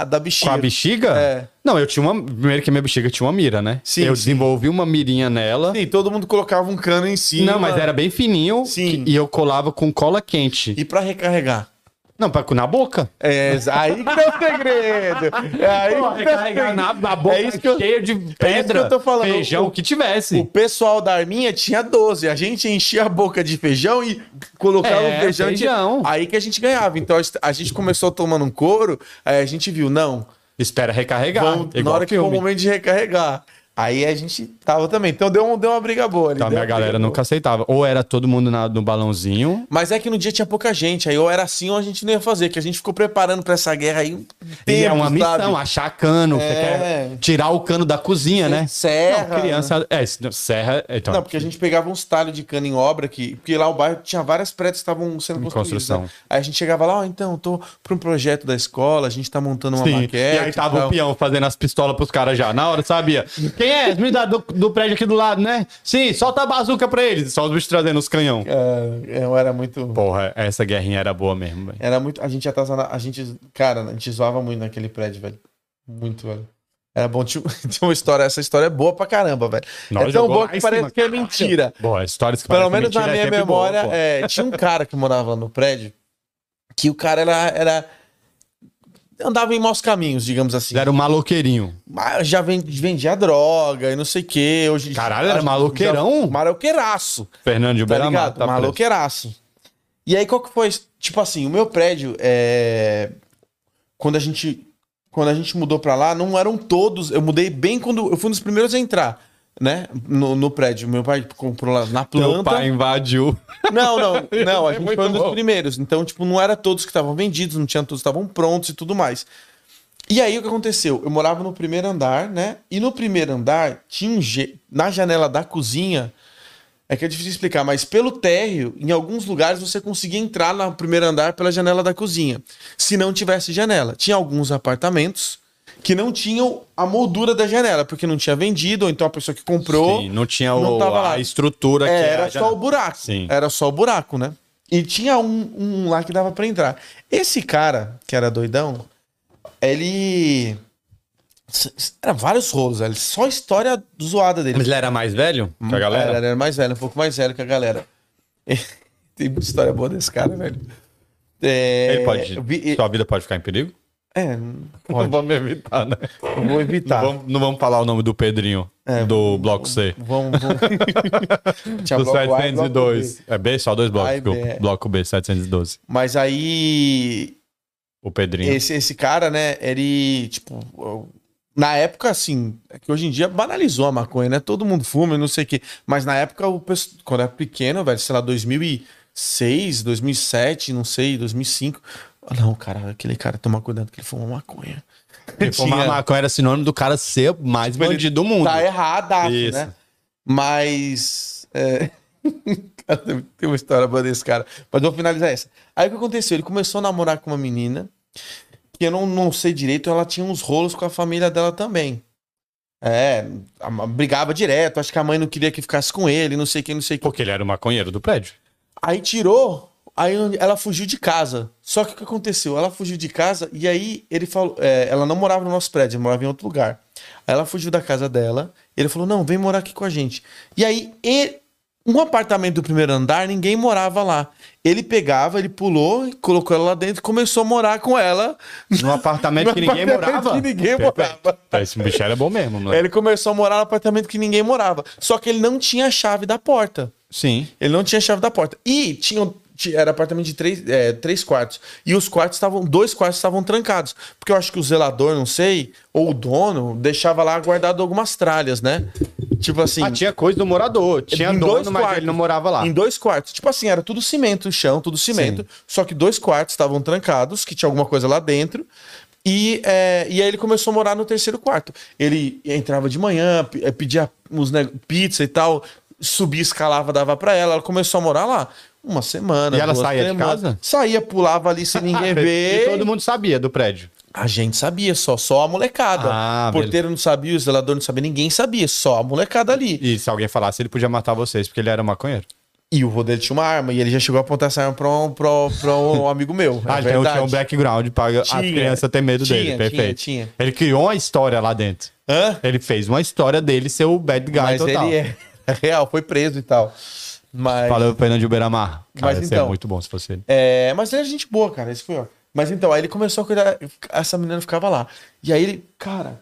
Speaker 2: a, da bexiga?
Speaker 1: Com a bexiga?
Speaker 2: É.
Speaker 1: Não, eu tinha uma. Primeiro que minha bexiga tinha uma mira, né?
Speaker 2: Sim,
Speaker 1: eu
Speaker 2: sim.
Speaker 1: desenvolvi uma mirinha nela.
Speaker 2: Sim, todo mundo colocava um cano em cima.
Speaker 1: Não, mas era bem fininho.
Speaker 2: Sim.
Speaker 1: que- E eu colava com cola quente.
Speaker 2: E pra recarregar?
Speaker 1: Não, pra, na boca.
Speaker 2: É, aí que tá o segredo. É aí que tá o segredo.
Speaker 1: na, boca
Speaker 2: É isso que eu-
Speaker 1: cheio de
Speaker 2: é isso que eu tô falando.
Speaker 1: feijão,
Speaker 2: O-
Speaker 1: o que tivesse.
Speaker 2: O pessoal da arminha tinha 12. A gente enchia a boca de feijão e colocava
Speaker 1: É,
Speaker 2: o feijão.
Speaker 1: feijão.
Speaker 2: Aí que a gente ganhava. Então a gente- a gente começou tomando um couro, aí a gente viu, não,
Speaker 1: Espera recarregar.
Speaker 2: vamos, na
Speaker 1: Ah, igual
Speaker 2: hora que for o
Speaker 1: filme.
Speaker 2: momento de recarregar. Aí a gente tava também. Então deu, um- deu uma briga boa ali.
Speaker 1: Então a
Speaker 2: deu
Speaker 1: minha
Speaker 2: uma briga
Speaker 1: galera
Speaker 2: boa.
Speaker 1: nunca aceitava. Ou era todo mundo na- no balãozinho.
Speaker 2: Mas é que no dia tinha pouca gente, aí ou era assim ou a gente não ia fazer, que a gente ficou preparando pra essa guerra aí um
Speaker 1: e é
Speaker 2: tempo,
Speaker 1: uma missão,
Speaker 2: sabe?
Speaker 1: achar cano. Você
Speaker 2: É.
Speaker 1: quer tirar o cano da cozinha, né?
Speaker 2: Serra, né?
Speaker 1: Não, criança. É, se não- serra. Então,
Speaker 2: Não, porque a gente pegava uns talhos de cana em obra, que, porque lá o bairro tinha várias prédios que estavam sendo construídos.
Speaker 1: construção.
Speaker 2: né? Aí a gente chegava lá, ó, então, tô para um projeto da escola, a gente tá montando uma
Speaker 1: Sim,
Speaker 2: maquete.
Speaker 1: e aí tava
Speaker 2: tal.
Speaker 1: o peão fazendo as pistolas pros caras já. Na hora, sabia? Quem é? Os meninos da- do, do prédio aqui do lado, né? Sim, solta a bazuca pra eles. Só os bichos trazendo os canhão.
Speaker 2: É, eu era muito.
Speaker 1: Porra, essa guerrinha era boa mesmo, velho.
Speaker 2: Era muito. A gente atazana, a gente, cara, a gente zoava muito naquele prédio, velho. Muito, velho. Era bom, tinha, (laughs) tinha uma história, essa história é boa pra caramba, velho.
Speaker 1: Nós
Speaker 2: é tão
Speaker 1: jogou
Speaker 2: boa
Speaker 1: lá
Speaker 2: que
Speaker 1: em
Speaker 2: parece
Speaker 1: cima,
Speaker 2: que é
Speaker 1: caralho.
Speaker 2: mentira.
Speaker 1: Boa, histórias que
Speaker 2: Pelo
Speaker 1: parecem
Speaker 2: menos na
Speaker 1: mentira é
Speaker 2: minha
Speaker 1: sempre boa,
Speaker 2: memória,
Speaker 1: pô.
Speaker 2: é, tinha um cara que morava no prédio que o cara era, era andava em maus caminhos, digamos assim.
Speaker 1: Era um maloqueirinho.
Speaker 2: Mas já ven- vendia droga e não sei o que. Hoje,
Speaker 1: Caralho, era
Speaker 2: já-
Speaker 1: maloqueirão?
Speaker 2: já- Maloqueiraço,
Speaker 1: Fernando de
Speaker 2: tá
Speaker 1: Beira-Mar.
Speaker 2: ligado?
Speaker 1: Tá preso.
Speaker 2: maloqueiraço. E aí, qual que foi? Tipo assim, o meu prédio, é... quando a gente quando a gente mudou pra lá, não eram todos. Eu mudei bem quando. Eu fui um dos primeiros a entrar, né? No, no prédio. Meu pai comprou lá na planta.
Speaker 1: Teu pai invadiu. (laughs)
Speaker 2: Não, não, não. A gente
Speaker 1: É muito
Speaker 2: foi um dos
Speaker 1: bom.
Speaker 2: primeiros. Então, tipo, não era todos que estavam vendidos, não tinha todos que estavam prontos e tudo mais. E aí o que aconteceu? Eu morava no primeiro andar, né? E no primeiro andar tinha um je... na janela da cozinha. É que é difícil explicar, mas pelo térreo, em alguns lugares você conseguia entrar no primeiro andar pela janela da cozinha, se não tivesse janela. Tinha alguns apartamentos que não tinham a moldura da janela, porque não tinha vendido, ou então a pessoa que comprou
Speaker 1: Sim, não tinha
Speaker 2: não
Speaker 1: o-
Speaker 2: tava lá.
Speaker 1: a estrutura
Speaker 2: é,
Speaker 1: que né?
Speaker 2: era
Speaker 1: já-
Speaker 2: só o buraco.
Speaker 1: Sim.
Speaker 2: Era só o buraco, né? E tinha um, um lá que dava pra entrar. Esse cara, que era doidão, ele. s- s- Era vários rolos, velho. Só história zoada dele.
Speaker 1: Mas ele era mais velho que a galera?
Speaker 2: Era, era mais velho, um pouco mais velho que a galera. (laughs) Tem muita história boa desse cara, velho. É,
Speaker 1: Ele pode.
Speaker 2: eu vi-
Speaker 1: Sua vida pode ficar em perigo? (laughs)
Speaker 2: É, pode.
Speaker 1: vamos evitar, né?
Speaker 2: eu vou evitar.
Speaker 1: Não, vamos, É. não vamos falar o nome do Pedrinho do bloco C. (laughs)
Speaker 2: Vamos, vamos. Tinha
Speaker 1: Do
Speaker 2: bloco A e bloco B.
Speaker 1: 702. É B? é. Só dois blocos,
Speaker 2: Ai,
Speaker 1: desculpa.
Speaker 2: B.
Speaker 1: Bloco B, 712.
Speaker 2: Mas aí
Speaker 1: O Pedrinho.
Speaker 2: Esse, esse cara, né, ele, tipo, eu- na época, assim, é que hoje em dia banalizou a maconha, né? Todo mundo fuma e não sei o quê. Mas na época, o pessoal, quando era pequeno, velho, sei lá, 2006, 2007, não sei, 2005. Ah, Não, cara, aquele cara, toma cuidado que ele fuma maconha.
Speaker 1: Porque fumar
Speaker 2: tinha-
Speaker 1: maconha era sinônimo do cara ser o mais
Speaker 2: ele
Speaker 1: bandido do mundo.
Speaker 2: Tá errado,
Speaker 1: Isso.
Speaker 2: né? Mas. é, (laughs) cara, Tem uma história boa desse cara. Mas vou finalizar essa. Aí o que aconteceu? Ele começou a namorar com uma menina que eu não, não sei direito, ela tinha uns rolos com a família dela também. É, a- a- brigava direto, acho que a mãe não queria que ficasse com ele, não sei quem, não sei quem.
Speaker 1: Porque ele era o maconheiro do prédio.
Speaker 2: Aí tirou, aí ela fugiu de casa. Só que o que aconteceu? Ela fugiu de casa e aí ele falou. é, ela não morava no nosso prédio, ela morava em outro lugar. Aí ela fugiu da casa dela. Ele falou: Não, vem morar aqui com a gente. E aí e- Um apartamento do primeiro andar, ninguém morava lá. Ele pegava, ele pulou, colocou ela lá dentro e começou a morar com ela.
Speaker 1: Num apartamento que ninguém
Speaker 2: apartamento
Speaker 1: morava.
Speaker 2: que ninguém
Speaker 1: Perfeito. Tá,
Speaker 2: morava.
Speaker 1: Esse bicho era bom mesmo, moleque.
Speaker 2: Ele começou a morar no apartamento que ninguém morava. Só que ele não tinha a chave da porta.
Speaker 1: Sim.
Speaker 2: Ele não tinha a chave da porta. E tinha, um, ti- era apartamento de três, é, três quartos. E os quartos estavam. Dois quartos estavam trancados. Porque eu acho que o zelador, não sei, ou o dono, deixava lá guardado algumas tralhas, né? Tipo assim.
Speaker 1: Ah, tinha coisa do morador. Tinha
Speaker 2: em
Speaker 1: dono,
Speaker 2: dois
Speaker 1: mas
Speaker 2: quartos.
Speaker 1: ele não morava lá.
Speaker 2: Em dois quartos. Tipo assim, era tudo cimento, chão, tudo cimento. Só que dois quartos estavam trancados, que tinha alguma coisa lá dentro. E, é, e aí ele começou a morar no terceiro quarto. Ele entrava de manhã, pe- eh, pedia uns nego- pizza e tal, subia, escalava, dava pra ela. Ela começou a morar lá. Uma semana.
Speaker 1: E ela
Speaker 2: duas
Speaker 1: saía de
Speaker 2: semanas.
Speaker 1: casa?
Speaker 2: Saía, pulava
Speaker 1: (laughs)
Speaker 2: ali sem ninguém ver.
Speaker 1: E todo mundo sabia do prédio.
Speaker 2: A gente sabia, só, só a molecada.
Speaker 1: Ah,
Speaker 2: o porteiro não sabia, o zelador não sabia, ninguém sabia, só a molecada ali.
Speaker 1: E se alguém falasse, ele podia matar vocês, porque ele era maconheiro.
Speaker 2: E o vô dele tinha uma arma, e ele já chegou a apontar essa arma pra um, pra um-
Speaker 1: (laughs)
Speaker 2: pra um amigo meu.
Speaker 1: ah,
Speaker 2: é
Speaker 1: então
Speaker 2: verdade.
Speaker 1: tinha um background para as
Speaker 2: Tinha,
Speaker 1: crianças ter medo
Speaker 2: tinha,
Speaker 1: dele.
Speaker 2: tinha,
Speaker 1: Perfeito.
Speaker 2: tinha.
Speaker 1: Ele criou uma história lá dentro.
Speaker 2: Hã?
Speaker 1: Ele fez uma história dele ser o bad guy
Speaker 2: Mas
Speaker 1: total.
Speaker 2: ele é, (laughs) é real, foi preso e tal. Mas,
Speaker 1: Valeu, Fernando de Uberamar. Cara,
Speaker 2: Mas
Speaker 1: ia ser
Speaker 2: então-
Speaker 1: muito bom se fosse ele.
Speaker 2: é, mas ele é gente boa, cara, isso foi, ó. Mas então, aí ele começou a cuidar, essa menina ficava lá. E aí ele, cara,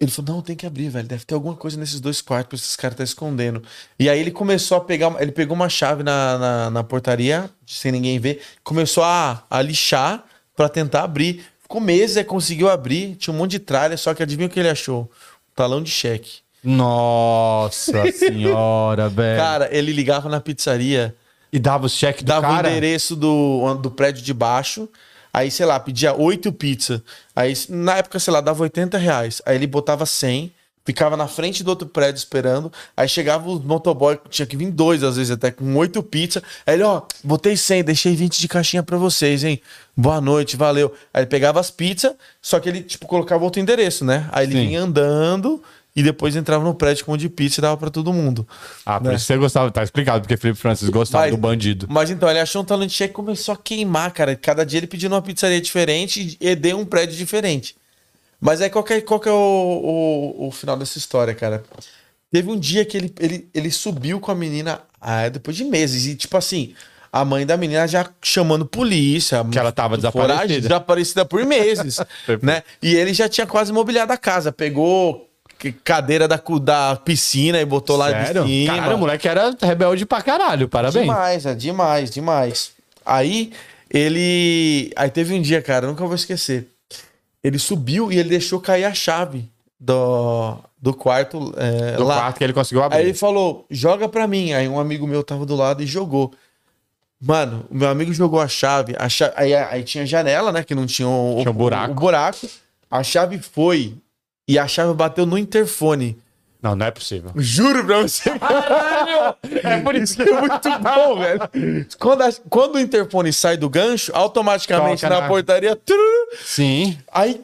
Speaker 2: ele falou, não, tem que abrir, velho, deve ter alguma coisa nesses dois quartos que esses caras tá escondendo. E aí ele começou a pegar, uma- ele pegou uma chave na, na, na portaria, sem ninguém ver, começou a, a lixar pra tentar abrir. Ficou meses, aí conseguiu abrir, tinha um monte de tralha, só que adivinha o que ele achou? Um talão de cheque. (laughs)
Speaker 1: Nossa senhora, velho.
Speaker 2: Cara, ele ligava na pizzaria,
Speaker 1: e dava os cheques do
Speaker 2: dava
Speaker 1: cara.
Speaker 2: o endereço do, do prédio de baixo. Aí, sei lá, pedia oito pizzas. Aí, na época, sei lá, dava 80 reais. Aí ele botava 100, ficava na frente do outro prédio esperando. Aí chegava o motoboy, tinha que vir dois, às vezes, até com oito pizzas. Aí ele, ó, botei 100, deixei 20 de caixinha pra vocês, hein? Boa noite, valeu. Aí ele pegava as pizzas, só que ele, tipo, colocava outro endereço, né? Aí ele
Speaker 1: Sim.
Speaker 2: vinha andando e depois entrava no prédio com um monte de pizza e dava pra todo mundo.
Speaker 1: Ah, por isso que você gostava. Tá explicado porque Felipe Francis gostava
Speaker 2: Mas-
Speaker 1: do bandido.
Speaker 2: Mas então, ele achou um talão de cheque e começou a queimar, cara. Cada dia ele pedindo uma pizzaria diferente e deu um prédio diferente. Mas aí qual que é, qual que é o, o, o final dessa história, cara? Teve um dia que ele, ele, ele subiu com a menina ah, depois de meses. E tipo assim, a mãe da menina já chamando polícia.
Speaker 1: Que ela tava
Speaker 2: foragem,
Speaker 1: desaparecida.
Speaker 2: Desaparecida
Speaker 1: (laughs)
Speaker 2: por meses, né? E ele já tinha quase mobiliado a casa. Pegou que- cadeira da, cu- da piscina e botou lá
Speaker 1: Sério?
Speaker 2: de cima.
Speaker 1: Cara, o moleque era rebelde pra caralho. Parabéns.
Speaker 2: Demais, é demais, demais. Aí ele. Aí teve um dia, cara, eu nunca vou esquecer. Ele subiu e ele deixou cair a chave do, do quarto é,
Speaker 1: Do
Speaker 2: lá.
Speaker 1: quarto que ele conseguiu abrir.
Speaker 2: Aí ele falou: joga pra mim. Aí um amigo meu tava do lado e jogou. Mano, o meu amigo jogou a chave. A cha- aí, aí tinha janela, né? Que não tinha o,
Speaker 1: Tinha um
Speaker 2: o-
Speaker 1: buraco.
Speaker 2: o buraco. A chave foi. E a chave bateu no interfone.
Speaker 1: Não, não é possível.
Speaker 2: Juro pra você.
Speaker 1: É por
Speaker 2: Isso que
Speaker 1: (laughs)
Speaker 2: é muito bom, velho. Quando, a- quando o interfone sai do gancho, automaticamente
Speaker 1: Toca
Speaker 2: na,
Speaker 1: na-
Speaker 2: portaria. tru,
Speaker 1: Sim.
Speaker 2: aí,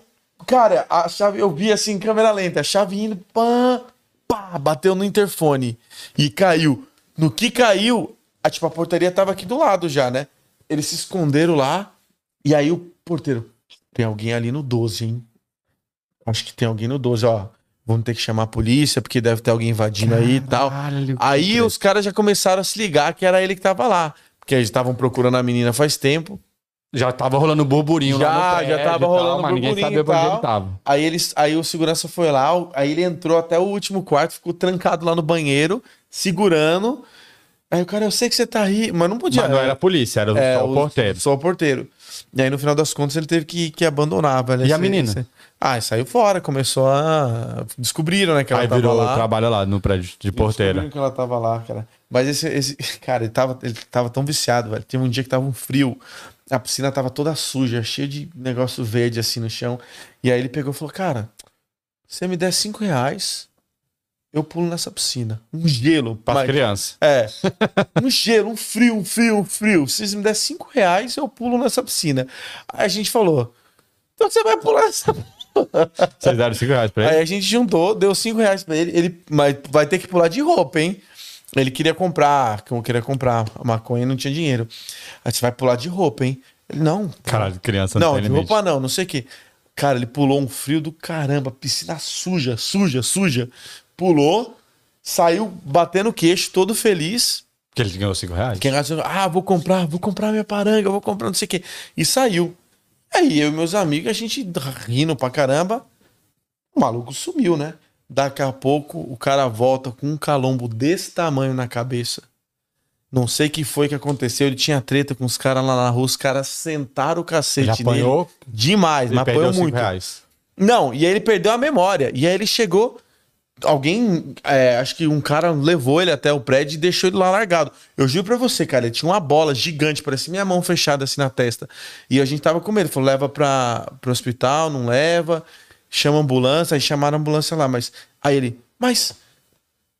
Speaker 2: cara, a chave, eu vi assim, câmera lenta, a chave indo, pá, pá, bateu no interfone e caiu. No que caiu, a, tipo, a portaria tava aqui do lado já, né? Eles se esconderam lá, e aí o porteiro. Tem alguém ali no 12, hein? Acho que tem alguém no 12, ó. Vamos ter que chamar a polícia, porque deve ter alguém invadindo aí e tal.
Speaker 1: Caralho, que
Speaker 2: Aí os caras já começaram a se ligar que era ele que tava lá. Porque eles estavam procurando a menina faz tempo.
Speaker 1: Já tava rolando burburinho
Speaker 2: Já,
Speaker 1: lá no prédio
Speaker 2: já tava
Speaker 1: e tal,
Speaker 2: rolando
Speaker 1: mas ninguém
Speaker 2: burburinho
Speaker 1: sabia
Speaker 2: e
Speaker 1: pra onde
Speaker 2: tal.
Speaker 1: ele tava.
Speaker 2: Aí, eles, aí o segurança foi lá, o- aí ele entrou até o último quarto, ficou trancado lá no banheiro, segurando. Aí o cara, eu sei que você tá aí, mas não podia.
Speaker 1: Mas não era a polícia, era
Speaker 2: É,
Speaker 1: só o porteiro.
Speaker 2: Só o porteiro. E aí no final das contas ele teve que, que abandonar. velho,
Speaker 1: E a
Speaker 2: esse-
Speaker 1: menina?
Speaker 2: esse- Ah, saiu fora, começou a... Descobriram, né, que ela
Speaker 1: Aí
Speaker 2: tava
Speaker 1: virou
Speaker 2: lá.
Speaker 1: trabalho lá no prédio de porteira.
Speaker 2: Descobriram que ela tava lá, cara. Mas esse, esse (laughs) cara, ele tava, ele tava tão viciado, velho. Teve um dia que tava um frio, a piscina tava toda suja, cheia de negócio verde assim no chão. E aí ele pegou e falou: Cara, se você me der cinco reais, eu pulo nessa piscina. Um gelo.
Speaker 1: Para
Speaker 2: mas-
Speaker 1: as crianças.
Speaker 2: é. Um gelo, um frio, um frio, um frio. Se vocês me der cinco reais, eu pulo nessa piscina. Aí a gente falou: Então você vai pular nessa
Speaker 1: Vocês deram 5 reais pra ele?
Speaker 2: Aí a gente juntou, deu 5 reais pra ele. Ele mas vai ter que pular de roupa, hein? Ele queria comprar, como queria comprar maconha e não tinha dinheiro. Aí você vai pular de roupa, hein? Ele, não.
Speaker 1: Caralho, criança não,
Speaker 2: Não,
Speaker 1: tem
Speaker 2: de
Speaker 1: limite.
Speaker 2: roupa não, não sei o quê. Cara, ele pulou um frio do caramba, piscina suja, suja, suja. Pulou, saiu batendo o queixo, todo feliz.
Speaker 1: Porque ele ganhou 5 reais?
Speaker 2: Quem gastou, ah, vou comprar, vou comprar minha paranga, vou comprar não sei o quê. E saiu. Aí eu e meus amigos, a gente rindo pra caramba. O maluco sumiu, né? Daqui a pouco o cara volta com um calombo desse tamanho na cabeça. Não sei o que foi que aconteceu. Ele tinha treta com os caras lá na rua. Os caras sentaram o
Speaker 1: Ele
Speaker 2: cacete nele.
Speaker 1: apanhou
Speaker 2: Demais,
Speaker 1: e
Speaker 2: mas
Speaker 1: perdeu
Speaker 2: apanhou
Speaker 1: 5
Speaker 2: muito.
Speaker 1: reais.
Speaker 2: Não, e aí ele perdeu a memória. E aí ele chegou. Alguém, é, acho que um cara levou ele até o prédio e deixou ele lá largado. Eu juro pra você, cara, ele tinha uma bola gigante, parecia minha mão fechada assim na testa. E a gente tava com medo. Ele Falou, leva pra, pro hospital, não leva. Chama a ambulância, aí chamaram a ambulância lá. Mas aí ele, mas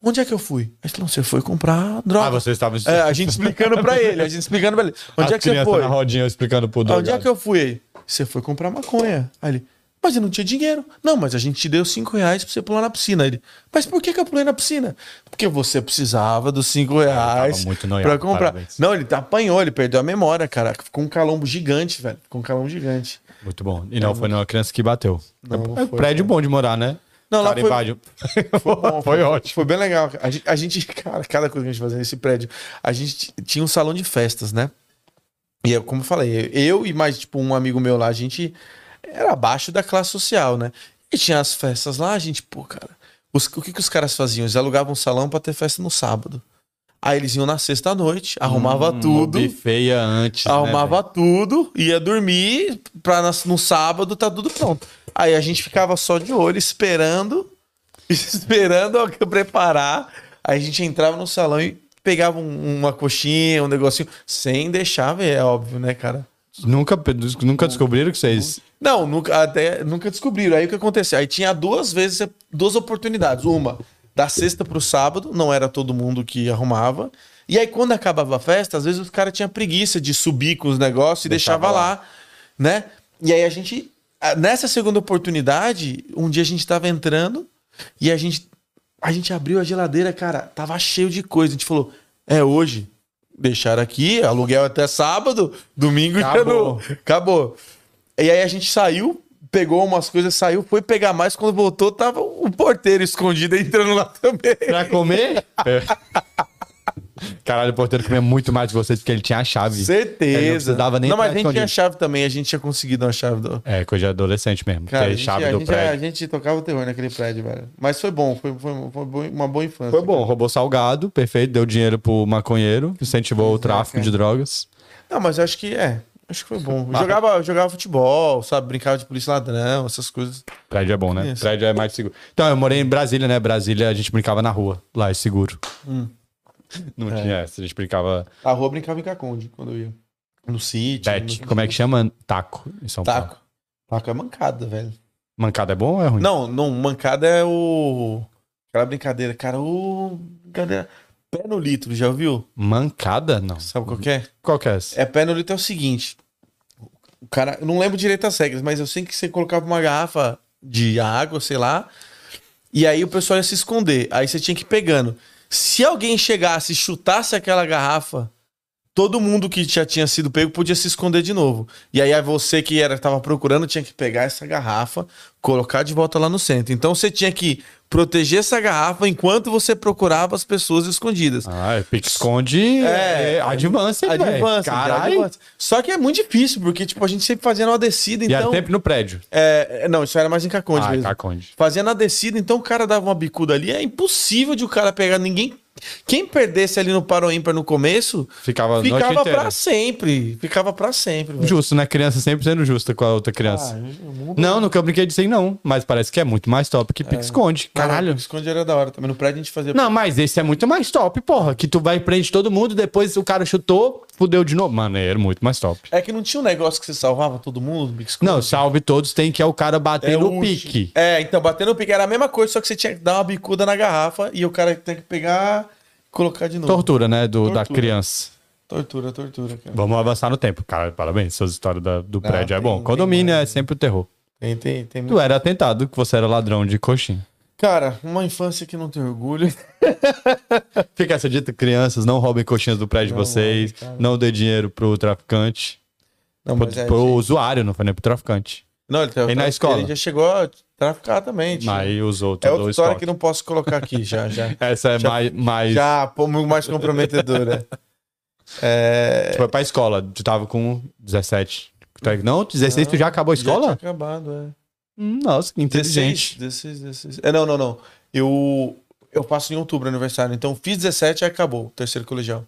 Speaker 2: onde é que eu fui? Aí ele falou, você foi comprar droga.
Speaker 1: Ah, vocês estavam...
Speaker 2: É, a gente explicando pra ele, a gente
Speaker 1: (laughs)
Speaker 2: explicando pra ele. Onde
Speaker 1: As
Speaker 2: é que você
Speaker 1: crianças
Speaker 2: foi?
Speaker 1: na rodinha explicando pro drogado.
Speaker 2: Onde é que eu fui? Você foi comprar maconha. Aí ele, mas eu não tinha dinheiro. Não, mas a gente te deu cinco reais pra você pular na piscina. Aí ele, mas por que, que eu pulei na piscina? Porque você precisava dos cinco reais
Speaker 1: Ah, muito noiado,
Speaker 2: pra comprar.
Speaker 1: parabéns.
Speaker 2: Não, ele apanhou, ele perdeu a memória, cara. Ficou um calombo gigante, velho. Ficou um calombo gigante.
Speaker 1: Muito bom. E não foi nenhuma criança que bateu.
Speaker 2: Não, não
Speaker 1: é um
Speaker 2: foi,
Speaker 1: prédio bom de morar, né?
Speaker 2: Não,
Speaker 1: O
Speaker 2: lá
Speaker 1: cara
Speaker 2: foi-
Speaker 1: invadiu.
Speaker 2: (laughs) Foi, bom,
Speaker 1: Foi ótimo.
Speaker 2: Tipo, Foi bem legal. A gente, a gente, (laughs) cara, cada coisa que a gente fazia nesse prédio, a gente t- tinha um salão de festas, né? E eu, como eu falei, eu e mais, tipo, um amigo meu lá, a gente era abaixo da classe social, né? E tinha as festas lá, a gente, pô, cara, os- o que, que os caras faziam? Eles alugavam um salão pra ter festa no sábado. Aí eles iam na sexta à noite, arrumava tudo.
Speaker 1: feia antes. né,
Speaker 2: Arrumava tudo, ia dormir, pra nas- no sábado tá tudo pronto. Aí a gente ficava só de olho, esperando, (laughs) esperando alguém preparar. Aí a gente entrava no salão e pegava um- uma coxinha, um negocinho, sem deixar ver, é óbvio, né, cara?
Speaker 1: velho? Nunca, nunca descobriram que vocês.
Speaker 2: Não, nunca, até nunca descobriram. Aí o que aconteceu? Aí tinha duas vezes, duas oportunidades. Uma, da sexta pro sábado, não era todo mundo que arrumava. E aí, quando acabava a festa, às vezes os caras tinham preguiça de subir com os negócios e deixava,
Speaker 1: Deixava
Speaker 2: lá, né? E aí a gente. a- Nessa segunda oportunidade, um dia a gente tava entrando e a gente. A gente abriu a geladeira, cara, tava cheio de coisa. A gente falou, é hoje. Deixaram aqui, aluguel até sábado, domingo já não.
Speaker 1: Acabou.
Speaker 2: Acabou. E aí a gente saiu, pegou umas coisas, saiu, foi pegar mais. Quando voltou, tava o porteiro escondido entrando lá também.
Speaker 1: Pra comer? É. Caralho, o porteiro comia muito mais de vocês porque ele tinha a chave. Ele é, não
Speaker 2: (laughs) Certeza.
Speaker 1: precisava nem
Speaker 2: não, mas a
Speaker 1: entrar
Speaker 2: gente tinha
Speaker 1: escondido.
Speaker 2: chave também, a gente tinha conseguido uma chave do.
Speaker 1: É, coisa de adolescente mesmo.
Speaker 2: Cara, a
Speaker 1: ter
Speaker 2: gente,
Speaker 1: chave
Speaker 2: a
Speaker 1: do
Speaker 2: gente-
Speaker 1: prédio.
Speaker 2: a gente tocava o terror naquele prédio, velho. Mas foi bom, foi, foi- foi bo- uma boa infância.
Speaker 1: Foi bom, roubou salgado, perfeito, deu dinheiro pro maconheiro, incentivou o tráfico de drogas.
Speaker 2: Não, mas eu acho que é. Acho que foi bom. Eu Jogava, eu jogava futebol, sabe? Brincava de polícia e ladrão, essas coisas.
Speaker 1: Prédio é bom, né?
Speaker 2: Isso.
Speaker 1: Prédio é mais seguro. Então, eu morei em Brasília, né? Brasília, a gente brincava na rua, lá é seguro.
Speaker 2: Hum.
Speaker 1: Não
Speaker 2: É.
Speaker 1: tinha essa, a gente brincava.
Speaker 2: A rua brincava em Caconde quando eu ia. No sítio.
Speaker 1: Bet,
Speaker 2: no-
Speaker 1: como é que chama? Taco, em São Paulo.
Speaker 2: Taco. Taco é mancada, velho.
Speaker 1: Mancada é bom ou é ruim?
Speaker 2: Não, não, mancada é o. Aquela brincadeira, cara, o. Brincadeira. Pé no litro, já ouviu?
Speaker 1: Mancada? Não.
Speaker 2: Sabe qual que é?
Speaker 1: Qual que é essa?
Speaker 2: É pé no litro é o seguinte. O cara, eu não lembro direito as regras, mas eu sei que você colocava uma garrafa de água, sei lá, e aí o pessoal ia se esconder. Aí você tinha que ir pegando. Se alguém chegasse e chutasse aquela garrafa, todo mundo que já tinha sido pego podia se esconder de novo. E aí você que era tava procurando tinha que pegar essa garrafa, colocar de volta lá no centro. Então você tinha que proteger essa garrafa enquanto você procurava as pessoas escondidas.
Speaker 1: Ah, é pique esconde
Speaker 2: É,
Speaker 1: é, advance, velho.
Speaker 2: Advance,
Speaker 1: Caralho.
Speaker 2: advance. Só que é muito difícil, porque tipo, a gente sempre fazia na descida,
Speaker 1: E era
Speaker 2: então.
Speaker 1: sempre no prédio.
Speaker 2: É, é, não, isso era mais em Caconde
Speaker 1: ah,
Speaker 2: mesmo.
Speaker 1: Caconde.
Speaker 2: Fazia na descida, então o cara dava uma bicuda ali, é impossível de o cara pegar ninguém. Quem perdesse ali no Paro ímpar no começo,
Speaker 1: Ficava, a noite
Speaker 2: ficava
Speaker 1: inteira.
Speaker 2: pra sempre. Ficava pra sempre. velho.
Speaker 1: Justo, né? Criança sempre sendo justa com a outra
Speaker 2: Ah,
Speaker 1: criança.
Speaker 2: o mundo-
Speaker 1: não, nunca brinquei disso aí, não. Mas parece que é muito mais top que pique esconde. Caralho.
Speaker 2: Não, Esconde era da hora também. No prédio a gente fazia.
Speaker 1: Não, mas esse é muito mais top, porra. Que tu vai prende todo mundo, depois o cara chutou, fudeu de novo. Mano, era muito mais top.
Speaker 2: É que não tinha um negócio que você salvava todo mundo, Big Esconde?
Speaker 1: Não, salve todos, tem que é o cara bater no
Speaker 2: o-
Speaker 1: pique.
Speaker 2: É, então, batendo no pique era a mesma coisa, só que você tinha que dar uma bicuda na garrafa e o cara tem que pegar e colocar de novo.
Speaker 1: Tortura, né? Do, Da
Speaker 2: Tortura.
Speaker 1: criança.
Speaker 2: Tortura, tortura, cara.
Speaker 1: Vamos avançar no tempo. Cara, parabéns. Suas histórias da- do prédio é
Speaker 2: Ah, tem-
Speaker 1: bom.
Speaker 2: tem
Speaker 1: Condomínio
Speaker 2: mais,
Speaker 1: é sempre o terror.
Speaker 2: Tem, tem, tem muito.
Speaker 1: Tu era atentado, que você era ladrão de coxinha.
Speaker 2: Cara, uma infância que não tem orgulho.
Speaker 1: Fica essa dita, crianças, não roubem coxinhas do prédio de
Speaker 2: Não
Speaker 1: vocês.
Speaker 2: roubem, cara.
Speaker 1: (laughs) não dê dinheiro pro traficante.
Speaker 2: Não,
Speaker 1: Pro,
Speaker 2: mas é,
Speaker 1: pro
Speaker 2: gente,
Speaker 1: usuário, não foi nem pro traficante.
Speaker 2: Não, ele, tá-
Speaker 1: E na
Speaker 2: ele
Speaker 1: escola?
Speaker 2: já chegou a traficar também. tio.
Speaker 1: Aí os outros
Speaker 2: é outra
Speaker 1: dois
Speaker 2: história
Speaker 1: toques.
Speaker 2: que não posso colocar
Speaker 1: (laughs)
Speaker 2: aqui, já, já.
Speaker 1: Essa é
Speaker 2: Já-
Speaker 1: mais, mais
Speaker 2: já, pô, muito mais comprometedora.
Speaker 1: (laughs)
Speaker 2: É,
Speaker 1: Foi pra escola, tu tava com 17. Tu- é- Não, 16 tu já acabou a
Speaker 2: Já tinha
Speaker 1: escola?
Speaker 2: acabado, é.
Speaker 1: Hum, Nossa, que inteligente.
Speaker 2: 16, 16, 16. É, não, não, não. Eu, eu passo em outubro aniversário, então fiz 17 e acabou o terceiro colegial.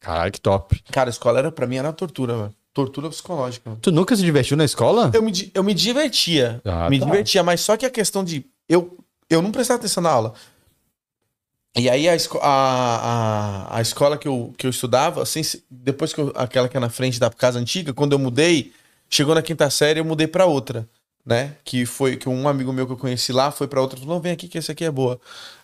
Speaker 1: Caralho, que top.
Speaker 2: Cara, a escola era pra mim era tortura, velho. Tortura psicológica. mano.
Speaker 1: Tu nunca se divertiu na escola?
Speaker 2: Eu me, di- eu me divertia.
Speaker 1: Ah,
Speaker 2: me
Speaker 1: tá.
Speaker 2: divertia, mas só que a questão de eu, eu não prestar atenção na aula. E aí a, esco- a, a, a escola que eu, que eu estudava, assim, se- depois que eu- aquela que é na frente da casa antiga, quando eu mudei, chegou na quinta série, eu mudei pra outra, né? Que foi que um amigo meu que eu conheci lá foi pra outra, falou: "Não, vem aqui que essa aqui é boa".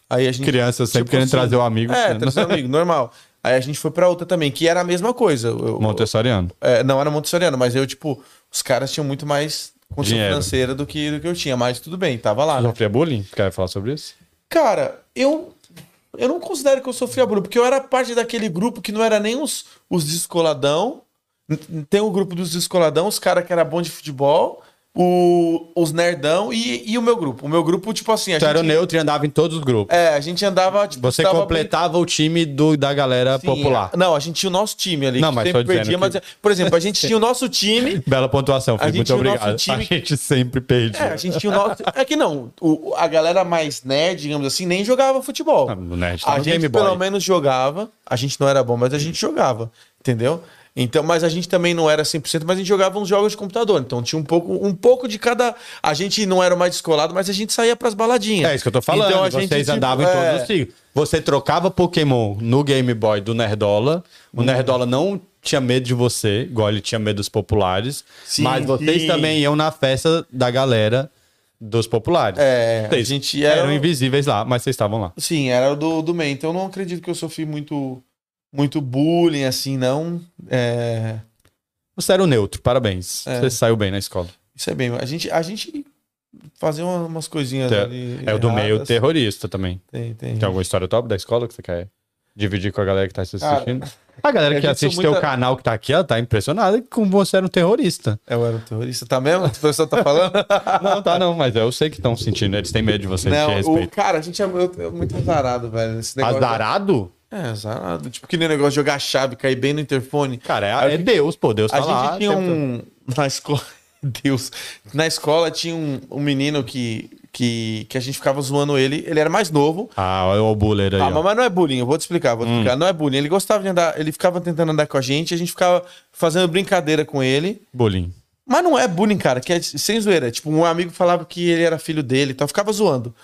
Speaker 2: Aí a gente
Speaker 1: Criança, sempre
Speaker 2: Tipo
Speaker 1: querendo
Speaker 2: assim.
Speaker 1: trazer o amigo.
Speaker 2: É,
Speaker 1: né?
Speaker 2: trazer um amigo, normal. Aí a gente foi pra outra também, que era a mesma coisa. Eu-
Speaker 1: Montessoriano.
Speaker 2: é, não era montessoriano, mas eu, tipo, os caras tinham muito mais condição
Speaker 1: Dinheiro.
Speaker 2: financeira do que, do que eu tinha, mas tudo bem, tava lá.
Speaker 1: Tu
Speaker 2: né?
Speaker 1: Sofria bullying? Tu Quer falar sobre isso?
Speaker 2: Cara, eu, eu não considero que eu sofria bullying, porque eu era parte daquele grupo que não era nem os, os descoladão. N- Tem o grupo dos descoladão, os caras que era bom de futebol, o, os nerdão e, e o meu grupo. O meu grupo, tipo assim, a
Speaker 1: Tu era o
Speaker 2: gente,
Speaker 1: neutro e andava em todos os grupos.
Speaker 2: é, a gente andava, tipo,
Speaker 1: Você
Speaker 2: tava
Speaker 1: completava o time do, da galera
Speaker 2: Sim,
Speaker 1: popular.
Speaker 2: a- Não, a gente tinha o nosso time ali.
Speaker 1: Não,
Speaker 2: que
Speaker 1: mas
Speaker 2: sempre
Speaker 1: tô dizendo
Speaker 2: perdia,
Speaker 1: que-
Speaker 2: mas, por exemplo, a
Speaker 1: (laughs)
Speaker 2: gente tinha o nosso time.
Speaker 1: Bela pontuação,
Speaker 2: é. A
Speaker 1: Felipe.
Speaker 2: gente
Speaker 1: Muito
Speaker 2: tinha o nosso
Speaker 1: obrigado.
Speaker 2: time-
Speaker 1: A gente sempre perde.
Speaker 2: É, a gente tinha o nosso. É que não, o- a galera mais nerd, digamos assim, nem jogava futebol.
Speaker 1: Ah, o nerd tá
Speaker 2: a
Speaker 1: no
Speaker 2: gente
Speaker 1: Game Boy.
Speaker 2: pelo menos jogava. A gente não era bom, mas a gente jogava, entendeu? Então, mas a gente também não era 100%, mas a gente jogava uns jogos de computador. Então tinha um pouco, um pouco de cada. A gente não era o mais descolado, mas a gente saía pras baladinhas.
Speaker 1: É isso que eu tô falando.
Speaker 2: Então, a
Speaker 1: Vocês
Speaker 2: gente, tipo,
Speaker 1: andavam em
Speaker 2: é,
Speaker 1: todos os siglos. Você trocava Pokémon no Game Boy do Nerdola.
Speaker 2: Uhum.
Speaker 1: O Nerdola não tinha medo de você, igual ele tinha medo dos populares.
Speaker 2: Sim,
Speaker 1: mas vocês
Speaker 2: sim.
Speaker 1: também iam na festa da galera dos populares.
Speaker 2: É, a
Speaker 1: vocês
Speaker 2: gente era-
Speaker 1: eram invisíveis lá, mas vocês estavam lá.
Speaker 2: Sim, era o do, do meio. Então eu não acredito que eu sofri muito, muito bullying, assim, não. É,
Speaker 1: Você era o neutro, parabéns.
Speaker 2: É.
Speaker 1: Você saiu bem na escola.
Speaker 2: isso é bem. A gente, a gente fazia uma- umas coisinhas
Speaker 1: Ter-
Speaker 2: ali.
Speaker 1: É o do meio
Speaker 2: erradas.
Speaker 1: terrorista também.
Speaker 2: Tem, tem.
Speaker 1: Tem alguma história top da escola que você quer dividir com a galera que tá assistindo? a
Speaker 2: eu
Speaker 1: galera que
Speaker 2: já sou
Speaker 1: assiste
Speaker 2: muita-
Speaker 1: teu canal que tá aqui, ela tá impressionada com você era um terrorista.
Speaker 2: Eu era um terrorista, tá mesmo? O pessoal
Speaker 1: (laughs)
Speaker 2: tá falando?
Speaker 1: Não, tá não, mas eu sei que estão sentindo. Eles têm medo de você, eles te
Speaker 2: não, o,
Speaker 1: respeitam.
Speaker 2: cara, a gente é muito, é muito azarado, velho. Esse negócio
Speaker 1: Azarado?
Speaker 2: É, azarado. Tipo, que nem o negócio de jogar a chave, cair bem no interfone.
Speaker 1: Cara, é, é Deus, pô. Deus tá
Speaker 2: A
Speaker 1: lá.
Speaker 2: gente tinha
Speaker 1: sempre-
Speaker 2: um. Na escola. (laughs) Deus. Na escola tinha um, um menino que, que, que a gente ficava zoando ele. Ele era mais novo.
Speaker 1: Ah, olha o buller aí,
Speaker 2: Ah,
Speaker 1: ó. Hum.
Speaker 2: mas não é bullying, eu vou te explicar, vou te explicar. Não é bullying. Ele gostava de andar, ele ficava tentando andar com a gente, a gente ficava fazendo brincadeira com ele.
Speaker 1: Bullying.
Speaker 2: Mas não é bullying, cara, que é sem zoeira. Tipo, um amigo falava que ele era filho dele, então eu ficava zoando.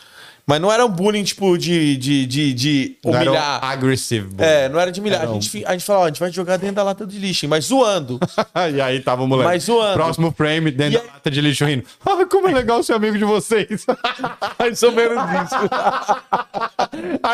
Speaker 2: Mas não era um bullying, tipo, de, de, de, de
Speaker 1: Não era um
Speaker 2: humilhar.
Speaker 1: Aggressive bullying.
Speaker 2: É, não era de humilhar.
Speaker 1: Era
Speaker 2: A
Speaker 1: um-
Speaker 2: gente, fi- a gente falava, ó, a gente vai jogar dentro da lata de lixo, hein,
Speaker 1: (laughs)
Speaker 2: mas zoando.
Speaker 1: (laughs) e aí tava o moleque.
Speaker 2: Mas zoando.
Speaker 1: Próximo frame, dentro
Speaker 2: E
Speaker 1: da lata de lixo rindo. Ah, como é legal ser amigo de
Speaker 2: (laughs)
Speaker 1: vocês.
Speaker 2: mais ou menos isso.
Speaker 1: (laughs)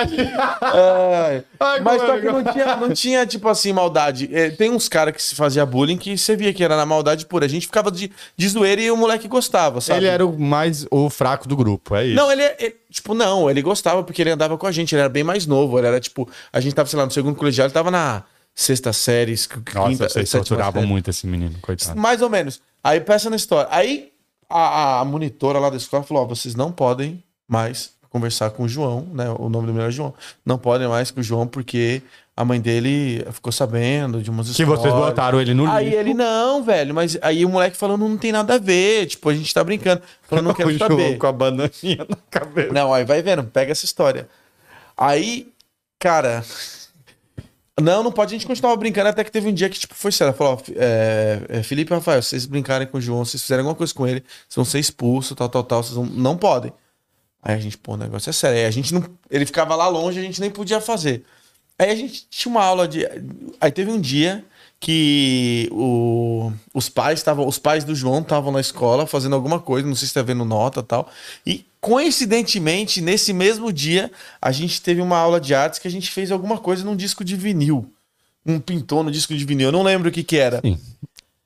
Speaker 2: Ai,
Speaker 1: Ai,
Speaker 2: mas
Speaker 1: como é
Speaker 2: só que não tinha, não tinha, tipo assim, maldade. É, tem uns caras que se fazia bullying que você via que era na maldade pura. A gente ficava de, de zoeira e o moleque gostava, sabe?
Speaker 1: ele era o mais o fraco do grupo, é isso.
Speaker 2: Não, ele, ele- Tipo, não, ele gostava porque ele andava com a gente, ele era bem mais novo. Ele era, tipo, a gente tava, sei lá, no segundo colegial, ele tava na sexta série, qu- quinta,
Speaker 1: Nossa, vocês
Speaker 2: sétima
Speaker 1: torturavam
Speaker 2: série.
Speaker 1: muito esse menino, coitado.
Speaker 2: Mais ou menos. Aí peça na história. Aí a, a- a monitora lá da escola falou: Ó, vocês não podem mais conversar com o João, né? O nome do menino é João. Não podem mais com o João porque a mãe dele ficou sabendo de umas
Speaker 1: Que
Speaker 2: histórias.
Speaker 1: vocês botaram ele no lixo.
Speaker 2: Aí ele, não, velho, mas aí o moleque falando, não tem nada a ver, tipo, a gente tá brincando. Falando,
Speaker 1: (laughs)
Speaker 2: não
Speaker 1: O
Speaker 2: quero
Speaker 1: João
Speaker 2: saber.
Speaker 1: com a bananinha na cabeça.
Speaker 2: Não, aí vai vendo, pega essa história. Aí, cara. Não, não pode, a gente continuava brincando até que teve um dia que, tipo, foi sério. Ela falou: ó, Fi- é, é, Felipe e Rafael, vocês brincarem com o João, vocês fizerem alguma coisa com ele, vocês vão ser expulsos, tal, tal, tal, vocês não, não podem. Aí a gente, pô, o negócio é sério. Aí a gente não. Ele ficava lá longe, a gente nem podia fazer. Aí a gente tinha uma aula de. Aí teve um dia que o, os pais estavam. Os pais do João estavam na escola fazendo alguma coisa, não sei se tá vendo nota e tal. E coincidentemente, nesse mesmo dia, a gente teve uma aula de artes que a gente fez alguma coisa num disco de vinil. Um pintor no disco de vinil, eu não lembro o que que era.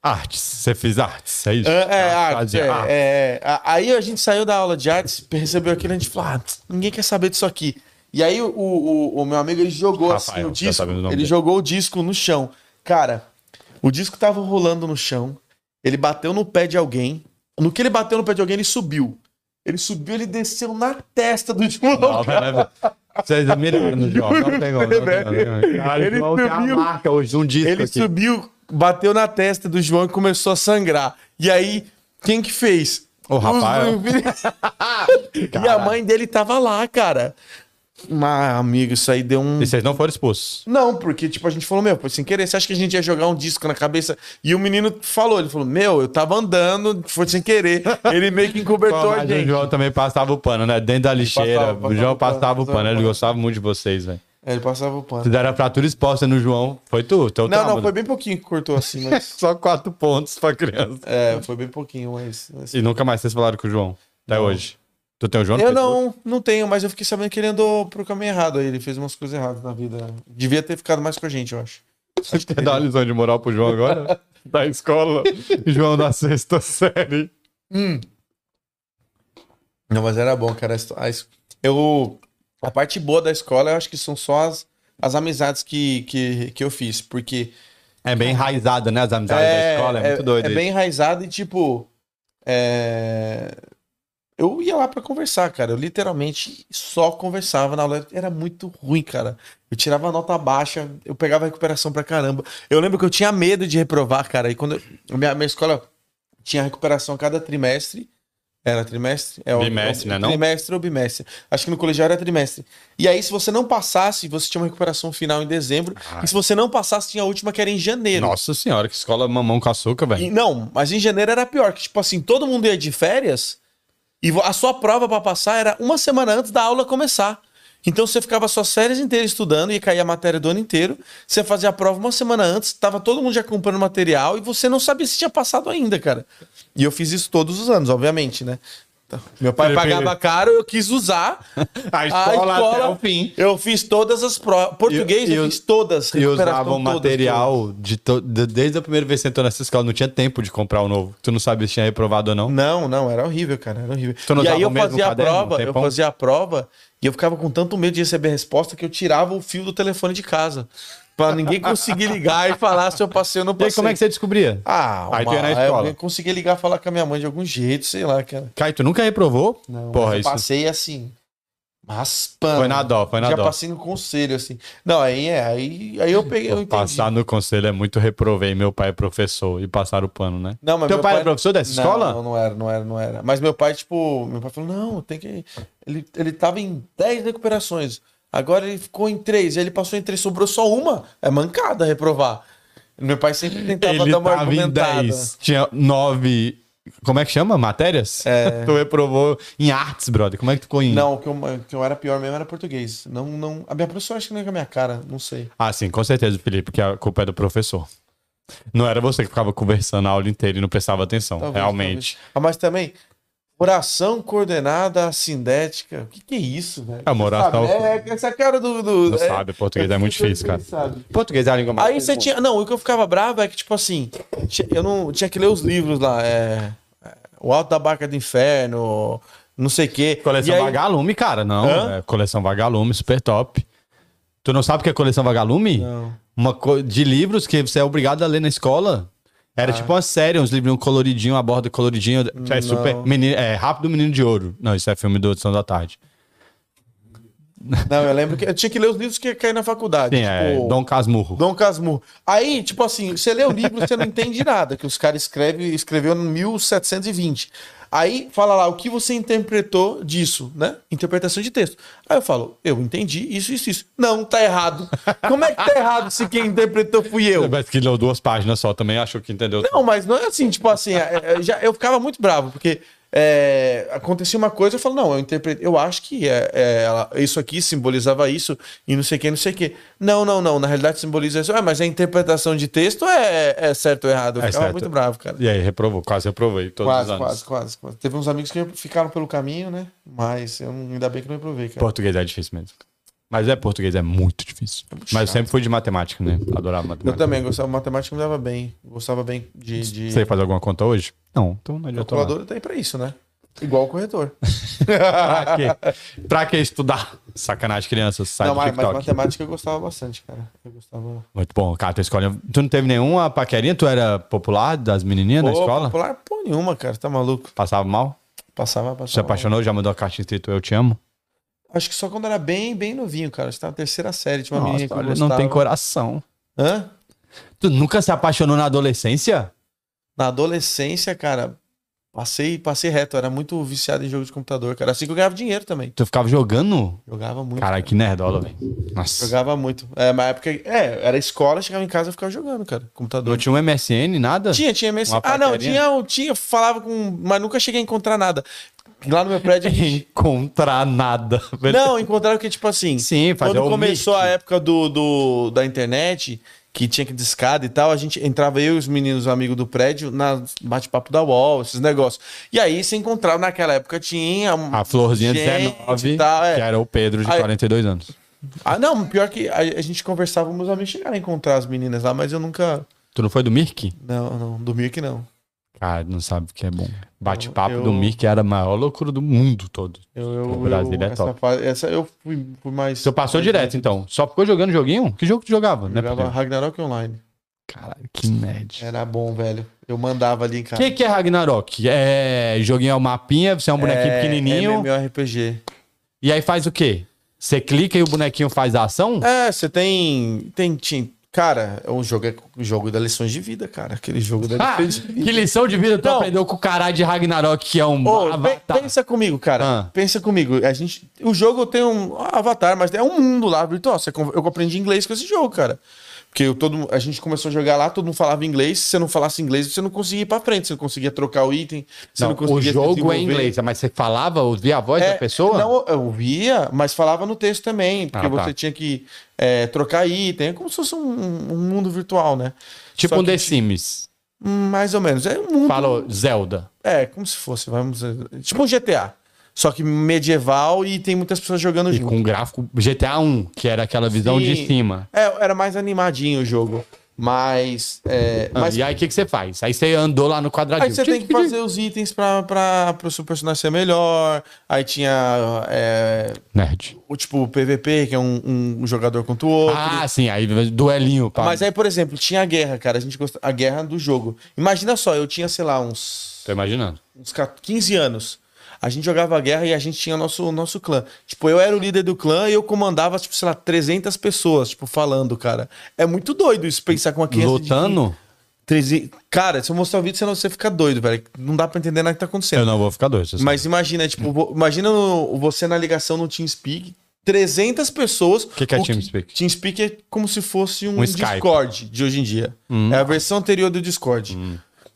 Speaker 1: Artes. Você fez artes, é isso?
Speaker 2: É, é,
Speaker 1: Ah,
Speaker 2: arte,
Speaker 1: fazia
Speaker 2: é,
Speaker 1: arte.
Speaker 2: é. A- Aí a gente saiu da aula de artes, recebeu aquilo e a gente falou: ah, ninguém quer saber disso aqui. E aí o, o- o meu amigo ele jogou
Speaker 1: Rafael,
Speaker 2: assim, o
Speaker 1: já
Speaker 2: disco.
Speaker 1: sabemos o
Speaker 2: Ele
Speaker 1: nome dele.
Speaker 2: jogou o disco no chão. Cara, o disco tava rolando no chão. Ele bateu no pé de alguém. No que ele bateu no pé de alguém, ele subiu. Ele subiu, ele desceu na testa do (laughs) último
Speaker 1: Não, vai, vai, vai. né, Vocês me lembram do jogo. Não tem como, não tem como, não tem como. Caralho,
Speaker 2: Ele
Speaker 1: tem uma
Speaker 2: subiu.
Speaker 1: marca hoje, um disco
Speaker 2: Ele
Speaker 1: aqui.
Speaker 2: subiu, bateu na testa do João e começou a sangrar. E aí, quem que fez?
Speaker 1: O Rafael. (laughs)
Speaker 2: Os- e a mãe dele tava lá, cara. Mas, amigo, isso aí deu um.
Speaker 1: E vocês não foram expulsos.
Speaker 2: Não, porque, tipo, a gente falou, meu, foi sem querer, você acha que a gente ia jogar um disco na cabeça? E o menino falou, ele falou, meu, eu tava andando, foi
Speaker 1: (laughs)
Speaker 2: sem querer. Ele meio que encobertou a
Speaker 1: Mas o
Speaker 2: gente.
Speaker 1: um João também passava o pano, né? Dentro da lixeira.
Speaker 2: passava, passava
Speaker 1: o João
Speaker 2: o pano,
Speaker 1: passava o
Speaker 2: passava
Speaker 1: pano.
Speaker 2: o
Speaker 1: Ele
Speaker 2: pano.
Speaker 1: gostava muito de vocês, velho.
Speaker 2: É, Ele passava o pano.
Speaker 1: Se deram a fratura exposta no João, foi tu. Então
Speaker 2: Não,
Speaker 1: tá,
Speaker 2: não,
Speaker 1: mano.
Speaker 2: foi bem pouquinho que cortou
Speaker 1: (laughs)
Speaker 2: assim, mas.
Speaker 1: Só quatro pontos pra criança.
Speaker 2: É, foi bem pouquinho, mas. mas-
Speaker 1: E nunca mais vocês falaram com o João. Até hoje. Tu tem o João? no
Speaker 2: Eu
Speaker 1: Facebook?
Speaker 2: não, não tenho, mas eu fiquei sabendo que ele andou pro caminho errado aí. Ele fez umas coisas erradas na vida. Devia ter ficado mais com a gente, eu acho.
Speaker 1: Você quer dar uma lição de moral pro João
Speaker 2: (laughs)
Speaker 1: agora? da escola. João da sexta série.
Speaker 2: Não, mas era bom, cara. As- as- Eu, a parte boa da escola, eu acho que são só as, as amizades que, que, que eu fiz. Porque
Speaker 1: É bem enraizada, né? As amizades da escola. É, muito doido.
Speaker 2: é
Speaker 1: isso.
Speaker 2: bem enraizado e, tipo, é, eu ia lá pra conversar, cara. Eu literalmente só conversava na aula. Era muito ruim, cara. Eu tirava nota baixa, eu pegava recuperação pra caramba. Eu lembro que eu tinha medo de reprovar, cara. E quando eu- minha, minha escola tinha recuperação a cada trimestre. Era trimestre? É, o-
Speaker 1: Bimestre,
Speaker 2: é,
Speaker 1: né,
Speaker 2: o-
Speaker 1: não?
Speaker 2: Trimestre ou bimestre. Acho que no colegial era trimestre. E aí, se você não passasse, você tinha uma recuperação final em dezembro.
Speaker 1: Ah.
Speaker 2: E se você não passasse, tinha a última que era em janeiro.
Speaker 1: Nossa senhora, que escola mamão com açúcar, velho.
Speaker 2: E, não, mas em janeiro era pior, que tipo assim, todo mundo ia de férias e vo- a sua prova pra passar era uma semana antes da aula começar. Então você ficava suas férias inteiras estudando e caía a matéria do ano inteiro. Você fazia a prova uma semana antes, tava todo mundo já comprando material e você não sabia se tinha passado ainda, cara. E eu fiz isso todos os anos, obviamente, né? Então, Meu pai
Speaker 1: Felipe-
Speaker 2: pagava caro, eu quis usar
Speaker 1: (laughs) A escola até o fim.
Speaker 2: Eu fiz todas as provas. Português,
Speaker 1: E- e
Speaker 2: eu
Speaker 1: os-
Speaker 2: fiz todas.
Speaker 1: E usavam
Speaker 2: recuperação todas,
Speaker 1: material de to- de- desde a primeira vez que você entrou nessa escola, não tinha tempo de comprar o novo. Tu não sabia se tinha reprovado ou não.
Speaker 2: Não, não, era horrível, cara, era horrível.
Speaker 1: Tu não
Speaker 2: e
Speaker 1: usava
Speaker 2: aí eu
Speaker 1: o mesmo
Speaker 2: fazia a
Speaker 1: caderno, um
Speaker 2: prova, eu
Speaker 1: tempão?
Speaker 2: fazia a prova e eu ficava com tanto medo de receber resposta que eu tirava o fio do telefone de casa. Pra ninguém conseguir ligar e falar se eu passei ou não
Speaker 1: E
Speaker 2: passei.
Speaker 1: aí, como é que você descobria?
Speaker 2: Ah,
Speaker 1: Aí tu
Speaker 2: uma-
Speaker 1: ia na escola.
Speaker 2: eu conseguia ligar e falar com a minha mãe de algum jeito, sei lá, cara.
Speaker 1: Caio, tu nunca reprovou?
Speaker 2: Não,
Speaker 1: Porra,
Speaker 2: mas eu
Speaker 1: isso.
Speaker 2: passei assim, raspando.
Speaker 1: Foi na dó, foi na
Speaker 2: Já
Speaker 1: dó.
Speaker 2: passei no conselho, assim. Não, aí é, aí, aí eu peguei, eu entendi.
Speaker 1: Passar no conselho é muito reprovei. Meu pai é professor e passar o pano, né?
Speaker 2: Não, mas
Speaker 1: Teu
Speaker 2: meu
Speaker 1: pai era professor dessa
Speaker 2: Não,
Speaker 1: escola?
Speaker 2: Não, não era, não era, não era. Mas meu pai, tipo, meu pai falou: não, tem que. Ele, ele tava em 10 recuperações. Agora ele ficou em 3. Ele passou em 3, sobrou só uma. É mancada reprovar. Meu pai sempre tentava
Speaker 1: Ele
Speaker 2: dar uma
Speaker 1: tava em
Speaker 2: argumentada.
Speaker 1: 10, tinha 9. Como é que chama? Matérias? (laughs)
Speaker 2: É.
Speaker 1: tu reprovou em artes, brother. Como é que tu ficou em.
Speaker 2: Não, o que, eu, o que eu era pior mesmo era português. Não, não, a minha professora acho que não é com a minha cara, não sei.
Speaker 1: Ah, sim, com certeza, Felipe, que a culpa é do professor. Não era você que ficava conversando a aula inteira e não prestava atenção,
Speaker 2: Talvez,
Speaker 1: realmente.
Speaker 2: talvez. Ah, mas também, oração coordenada sindética. O que, que é isso, velho?
Speaker 1: É uma oração-
Speaker 2: Sabe? É, é essa cara do. do
Speaker 1: Não sabe, português é muito difícil, cara.
Speaker 2: Sabe?
Speaker 1: Português é a língua mais.
Speaker 2: Aí você tinha. Não, o que eu ficava bravo é que, tipo assim, ti- eu não tinha que ler os livros lá. É, é, o Alto da Barca do Inferno, não sei o quê.
Speaker 1: Coleção
Speaker 2: E aí-
Speaker 1: Vagalume, cara, não.
Speaker 2: Hã?
Speaker 1: é coleção Vagalume, super top. Tu não sabe o que é coleção Vagalume?
Speaker 2: Não.
Speaker 1: Uma co- de livros que você é obrigado a ler na escola. Era
Speaker 2: Ah.
Speaker 1: tipo uma série, uns livrinhos coloridinho, a borda coloridinha. É super. Menino, é Rápido Menino de Ouro. Não, isso é filme do Edição da Tarde.
Speaker 2: Não, eu lembro que eu tinha que ler os livros que caí na faculdade.
Speaker 1: Sim, é
Speaker 2: tipo,
Speaker 1: Dom Casmurro.
Speaker 2: Dom Casmurro. Aí, tipo assim, você lê o livro, você não entende nada, que os caras escrevem, escreveu em 1720. Aí fala lá o que você interpretou disso, né? Interpretação de texto. Aí eu falo, eu entendi isso, isso, isso. Não, tá errado. Como é que tá errado se quem interpretou fui eu?
Speaker 1: Mas que leu duas páginas só também, achou que entendeu.
Speaker 2: Não, mas não é assim, tipo assim, é, é, já, eu ficava muito bravo, porque é, acontecia uma coisa, eu falo, não, eu interpretei, eu acho que é, é, ela- isso aqui simbolizava isso, e não sei o que, não sei o que. Não, não, não, na realidade simboliza isso. Ah, mas a interpretação de texto é, é certo ou errado. Eu
Speaker 1: É
Speaker 2: ficava
Speaker 1: certo.
Speaker 2: muito bravo, cara.
Speaker 1: E aí, reprovou, quase reprovei todos os
Speaker 2: Quase,
Speaker 1: anos.
Speaker 2: quase, quase, quase. Teve uns amigos que ficaram pelo caminho, né? Mas eu, não- ainda bem que não reprovei, cara.
Speaker 1: Português é difícil mesmo. Mas é português, é muito difícil. Mas eu sempre fui de matemática, né? Adorava
Speaker 2: Eu
Speaker 1: matemática.
Speaker 2: também gostava, matemática me dava bem. Gostava bem de. de...
Speaker 1: Sei fazer alguma conta hoje? Não, então não adianta. nada.
Speaker 2: Calculadora tá aí pra isso, né? Igual
Speaker 1: (laughs)
Speaker 2: o corretor. (laughs)
Speaker 1: pra quê? Pra que estudar? Sacanagem, crianças. Sai
Speaker 2: não,
Speaker 1: do
Speaker 2: mas, mas
Speaker 1: TikTok.
Speaker 2: matemática eu gostava bastante, cara. Eu gostava.
Speaker 1: Muito bom. Cara, tu escolhe... Tu não teve nenhuma paquerinha? Tu era popular das menininhas da
Speaker 2: Pô,
Speaker 1: escola?
Speaker 2: Popular, pô, nenhuma, cara. Tá maluco.
Speaker 1: Passava mal?
Speaker 2: Passava, passava.
Speaker 1: Se apaixonou? Já mandou a carta escrito Eu Te Amo?
Speaker 2: Acho que só quando era bem, bem novinho, cara. Acho que tava na terceira série. Tinha uma menina que eu
Speaker 1: olha, não
Speaker 2: gostava.
Speaker 1: tem coração.
Speaker 2: Hã?
Speaker 1: Tu nunca se apaixonou na adolescência?
Speaker 2: Na adolescência, cara, passei, passei reto. Eu era muito viciado em jogo de computador, cara. Assim que eu ganhava dinheiro também.
Speaker 1: Tu ficava jogando?
Speaker 2: Jogava muito.
Speaker 1: Caralho, que nerdola, velho. Nossa.
Speaker 2: Jogava muito. É, mas época. É, era escola, chegava em casa e ficava jogando, cara.
Speaker 1: Não
Speaker 2: Computador.
Speaker 1: tinha um MSN, nada?
Speaker 2: Tinha, tinha MSN.
Speaker 1: Uma
Speaker 2: Ah, não,
Speaker 1: paquerinha?
Speaker 2: tinha, eu tinha, falava com. Mas nunca cheguei a encontrar nada. Lá no meu prédio.
Speaker 1: (laughs) Encontrar nada.
Speaker 2: não, encontraram que, tipo assim.
Speaker 1: Sim, fazer
Speaker 2: Quando
Speaker 1: o
Speaker 2: começou
Speaker 1: mix.
Speaker 2: a época do, do- da internet, que tinha que discada e tal, a gente entrava eu e os meninos amigos do prédio na bate-papo da UOL, esses negócios. E aí se encontrava naquela época, tinha. um-
Speaker 1: A florzinha
Speaker 2: gente
Speaker 1: 19,
Speaker 2: e tal, é.
Speaker 1: que era o Pedro de
Speaker 2: Aí-
Speaker 1: 42 anos.
Speaker 2: Ah, não, pior que a, a gente conversava, meus amigos chegaram a encontrar as meninas lá, mas eu nunca.
Speaker 1: Tu não foi do Mirk?
Speaker 2: Não, não, dormia que não.
Speaker 1: Cara, não sabe o que é bom. Bate-papo
Speaker 2: Eu-
Speaker 1: do Mirk era a maior loucura do mundo todo.
Speaker 2: Eu, eu,
Speaker 1: O Brasil
Speaker 2: eu-
Speaker 1: é
Speaker 2: essa
Speaker 1: top.
Speaker 2: fase- essa eu fui, fui mais.
Speaker 1: Tu passou direto, então. Só ficou jogando joguinho? Que jogo tu jogava? Né,
Speaker 2: Jogava É, Ragnarok Online.
Speaker 1: Caralho, que nerd.
Speaker 2: Era bom, velho. Eu mandava ali em
Speaker 1: O
Speaker 2: casa.
Speaker 1: que, que é Ragnarok? É joguinho é o mapinha, você é um bonequinho
Speaker 2: É,
Speaker 1: pequenininho.
Speaker 2: MMORPG.
Speaker 1: E aí faz o quê? Você clica e o bonequinho faz a ação?
Speaker 2: É, você tem, tem. tin- Cara, é um jogo, é o jogo da lições de vida, cara. Aquele
Speaker 1: (laughs)
Speaker 2: jogo da
Speaker 1: Ah,
Speaker 2: lições de vida.
Speaker 1: que lição de vida tu
Speaker 2: Não.
Speaker 1: aprendeu com o caralho de Ragnarok, que é um
Speaker 2: Ô, pe-
Speaker 1: avatar.
Speaker 2: pensa comigo, cara.
Speaker 1: Ah.
Speaker 2: Pensa comigo. A gente, o jogo tem um avatar, mas é um mundo lá virtual. Você con- eu aprendi inglês com esse jogo, cara. Porque eu, todo, a gente começou a jogar lá, todo mundo falava inglês. Se você não falasse inglês, você não conseguia ir pra frente. Você não conseguia trocar o item. Você não,
Speaker 1: Não, o
Speaker 2: conseguia se
Speaker 1: jogo é
Speaker 2: desenvolver.
Speaker 1: em inglês, mas você falava, ouvia a voz
Speaker 2: É,
Speaker 1: da pessoa?
Speaker 2: Não, eu via, mas falava no texto também, porque
Speaker 1: Ah, tá.
Speaker 2: você tinha que é, trocar item, é como se fosse um, um mundo virtual, né?
Speaker 1: tipo
Speaker 2: Só
Speaker 1: um
Speaker 2: que,
Speaker 1: The Sims.
Speaker 2: hum, Mais ou menos. É um mundo.
Speaker 1: Falou Zelda.
Speaker 2: É, como se fosse, vamos dizer, Tipo um GTA. Só que medieval e tem muitas pessoas jogando
Speaker 1: E
Speaker 2: junto.
Speaker 1: com gráfico GTA 1, que era aquela visão de
Speaker 2: Uhum. Sim.
Speaker 1: cima.
Speaker 2: É, era mais animadinho o jogo. Mas. é,
Speaker 1: Ah,
Speaker 2: mas
Speaker 1: E aí o que, que você faz? Aí você andou lá no quadradinho.
Speaker 2: Aí você tem que fazer os itens pra, pra, pro seu personagem ser melhor. Aí tinha é,
Speaker 1: Nerd.
Speaker 2: o tipo PVP, que é um, um jogador contra o outro.
Speaker 1: Ah, sim, aí duelinho. Pá.
Speaker 2: Mas é aí, por exemplo, tinha a guerra, cara. A gente gosta... A guerra do jogo. Imagina só, eu tinha, sei lá, uns,
Speaker 1: Tô imaginando.
Speaker 2: uns 14, 15 anos. A gente jogava a guerra e a gente tinha nosso, nosso clã. Tipo, eu era o líder do clã e eu comandava, tipo, sei lá, 300 pessoas, tipo, falando, cara. É muito doido isso, pensar é com uma criança de
Speaker 1: Lutando?
Speaker 2: 13... Cara, se eu mostrar o vídeo, senão você fica doido, velho. Não dá pra entender nada que tá acontecendo.
Speaker 1: Eu não vou ficar doido. você sabe.
Speaker 2: Mas imagina, tipo, vo- imagina no- você na ligação no TeamSpeak, 300 pessoas. O
Speaker 1: Que que é TeamSpeak?
Speaker 2: TeamSpeak é como se fosse um,
Speaker 1: Um Skype. Hum.
Speaker 2: Discord de hoje em dia. É a versão anterior do Discord.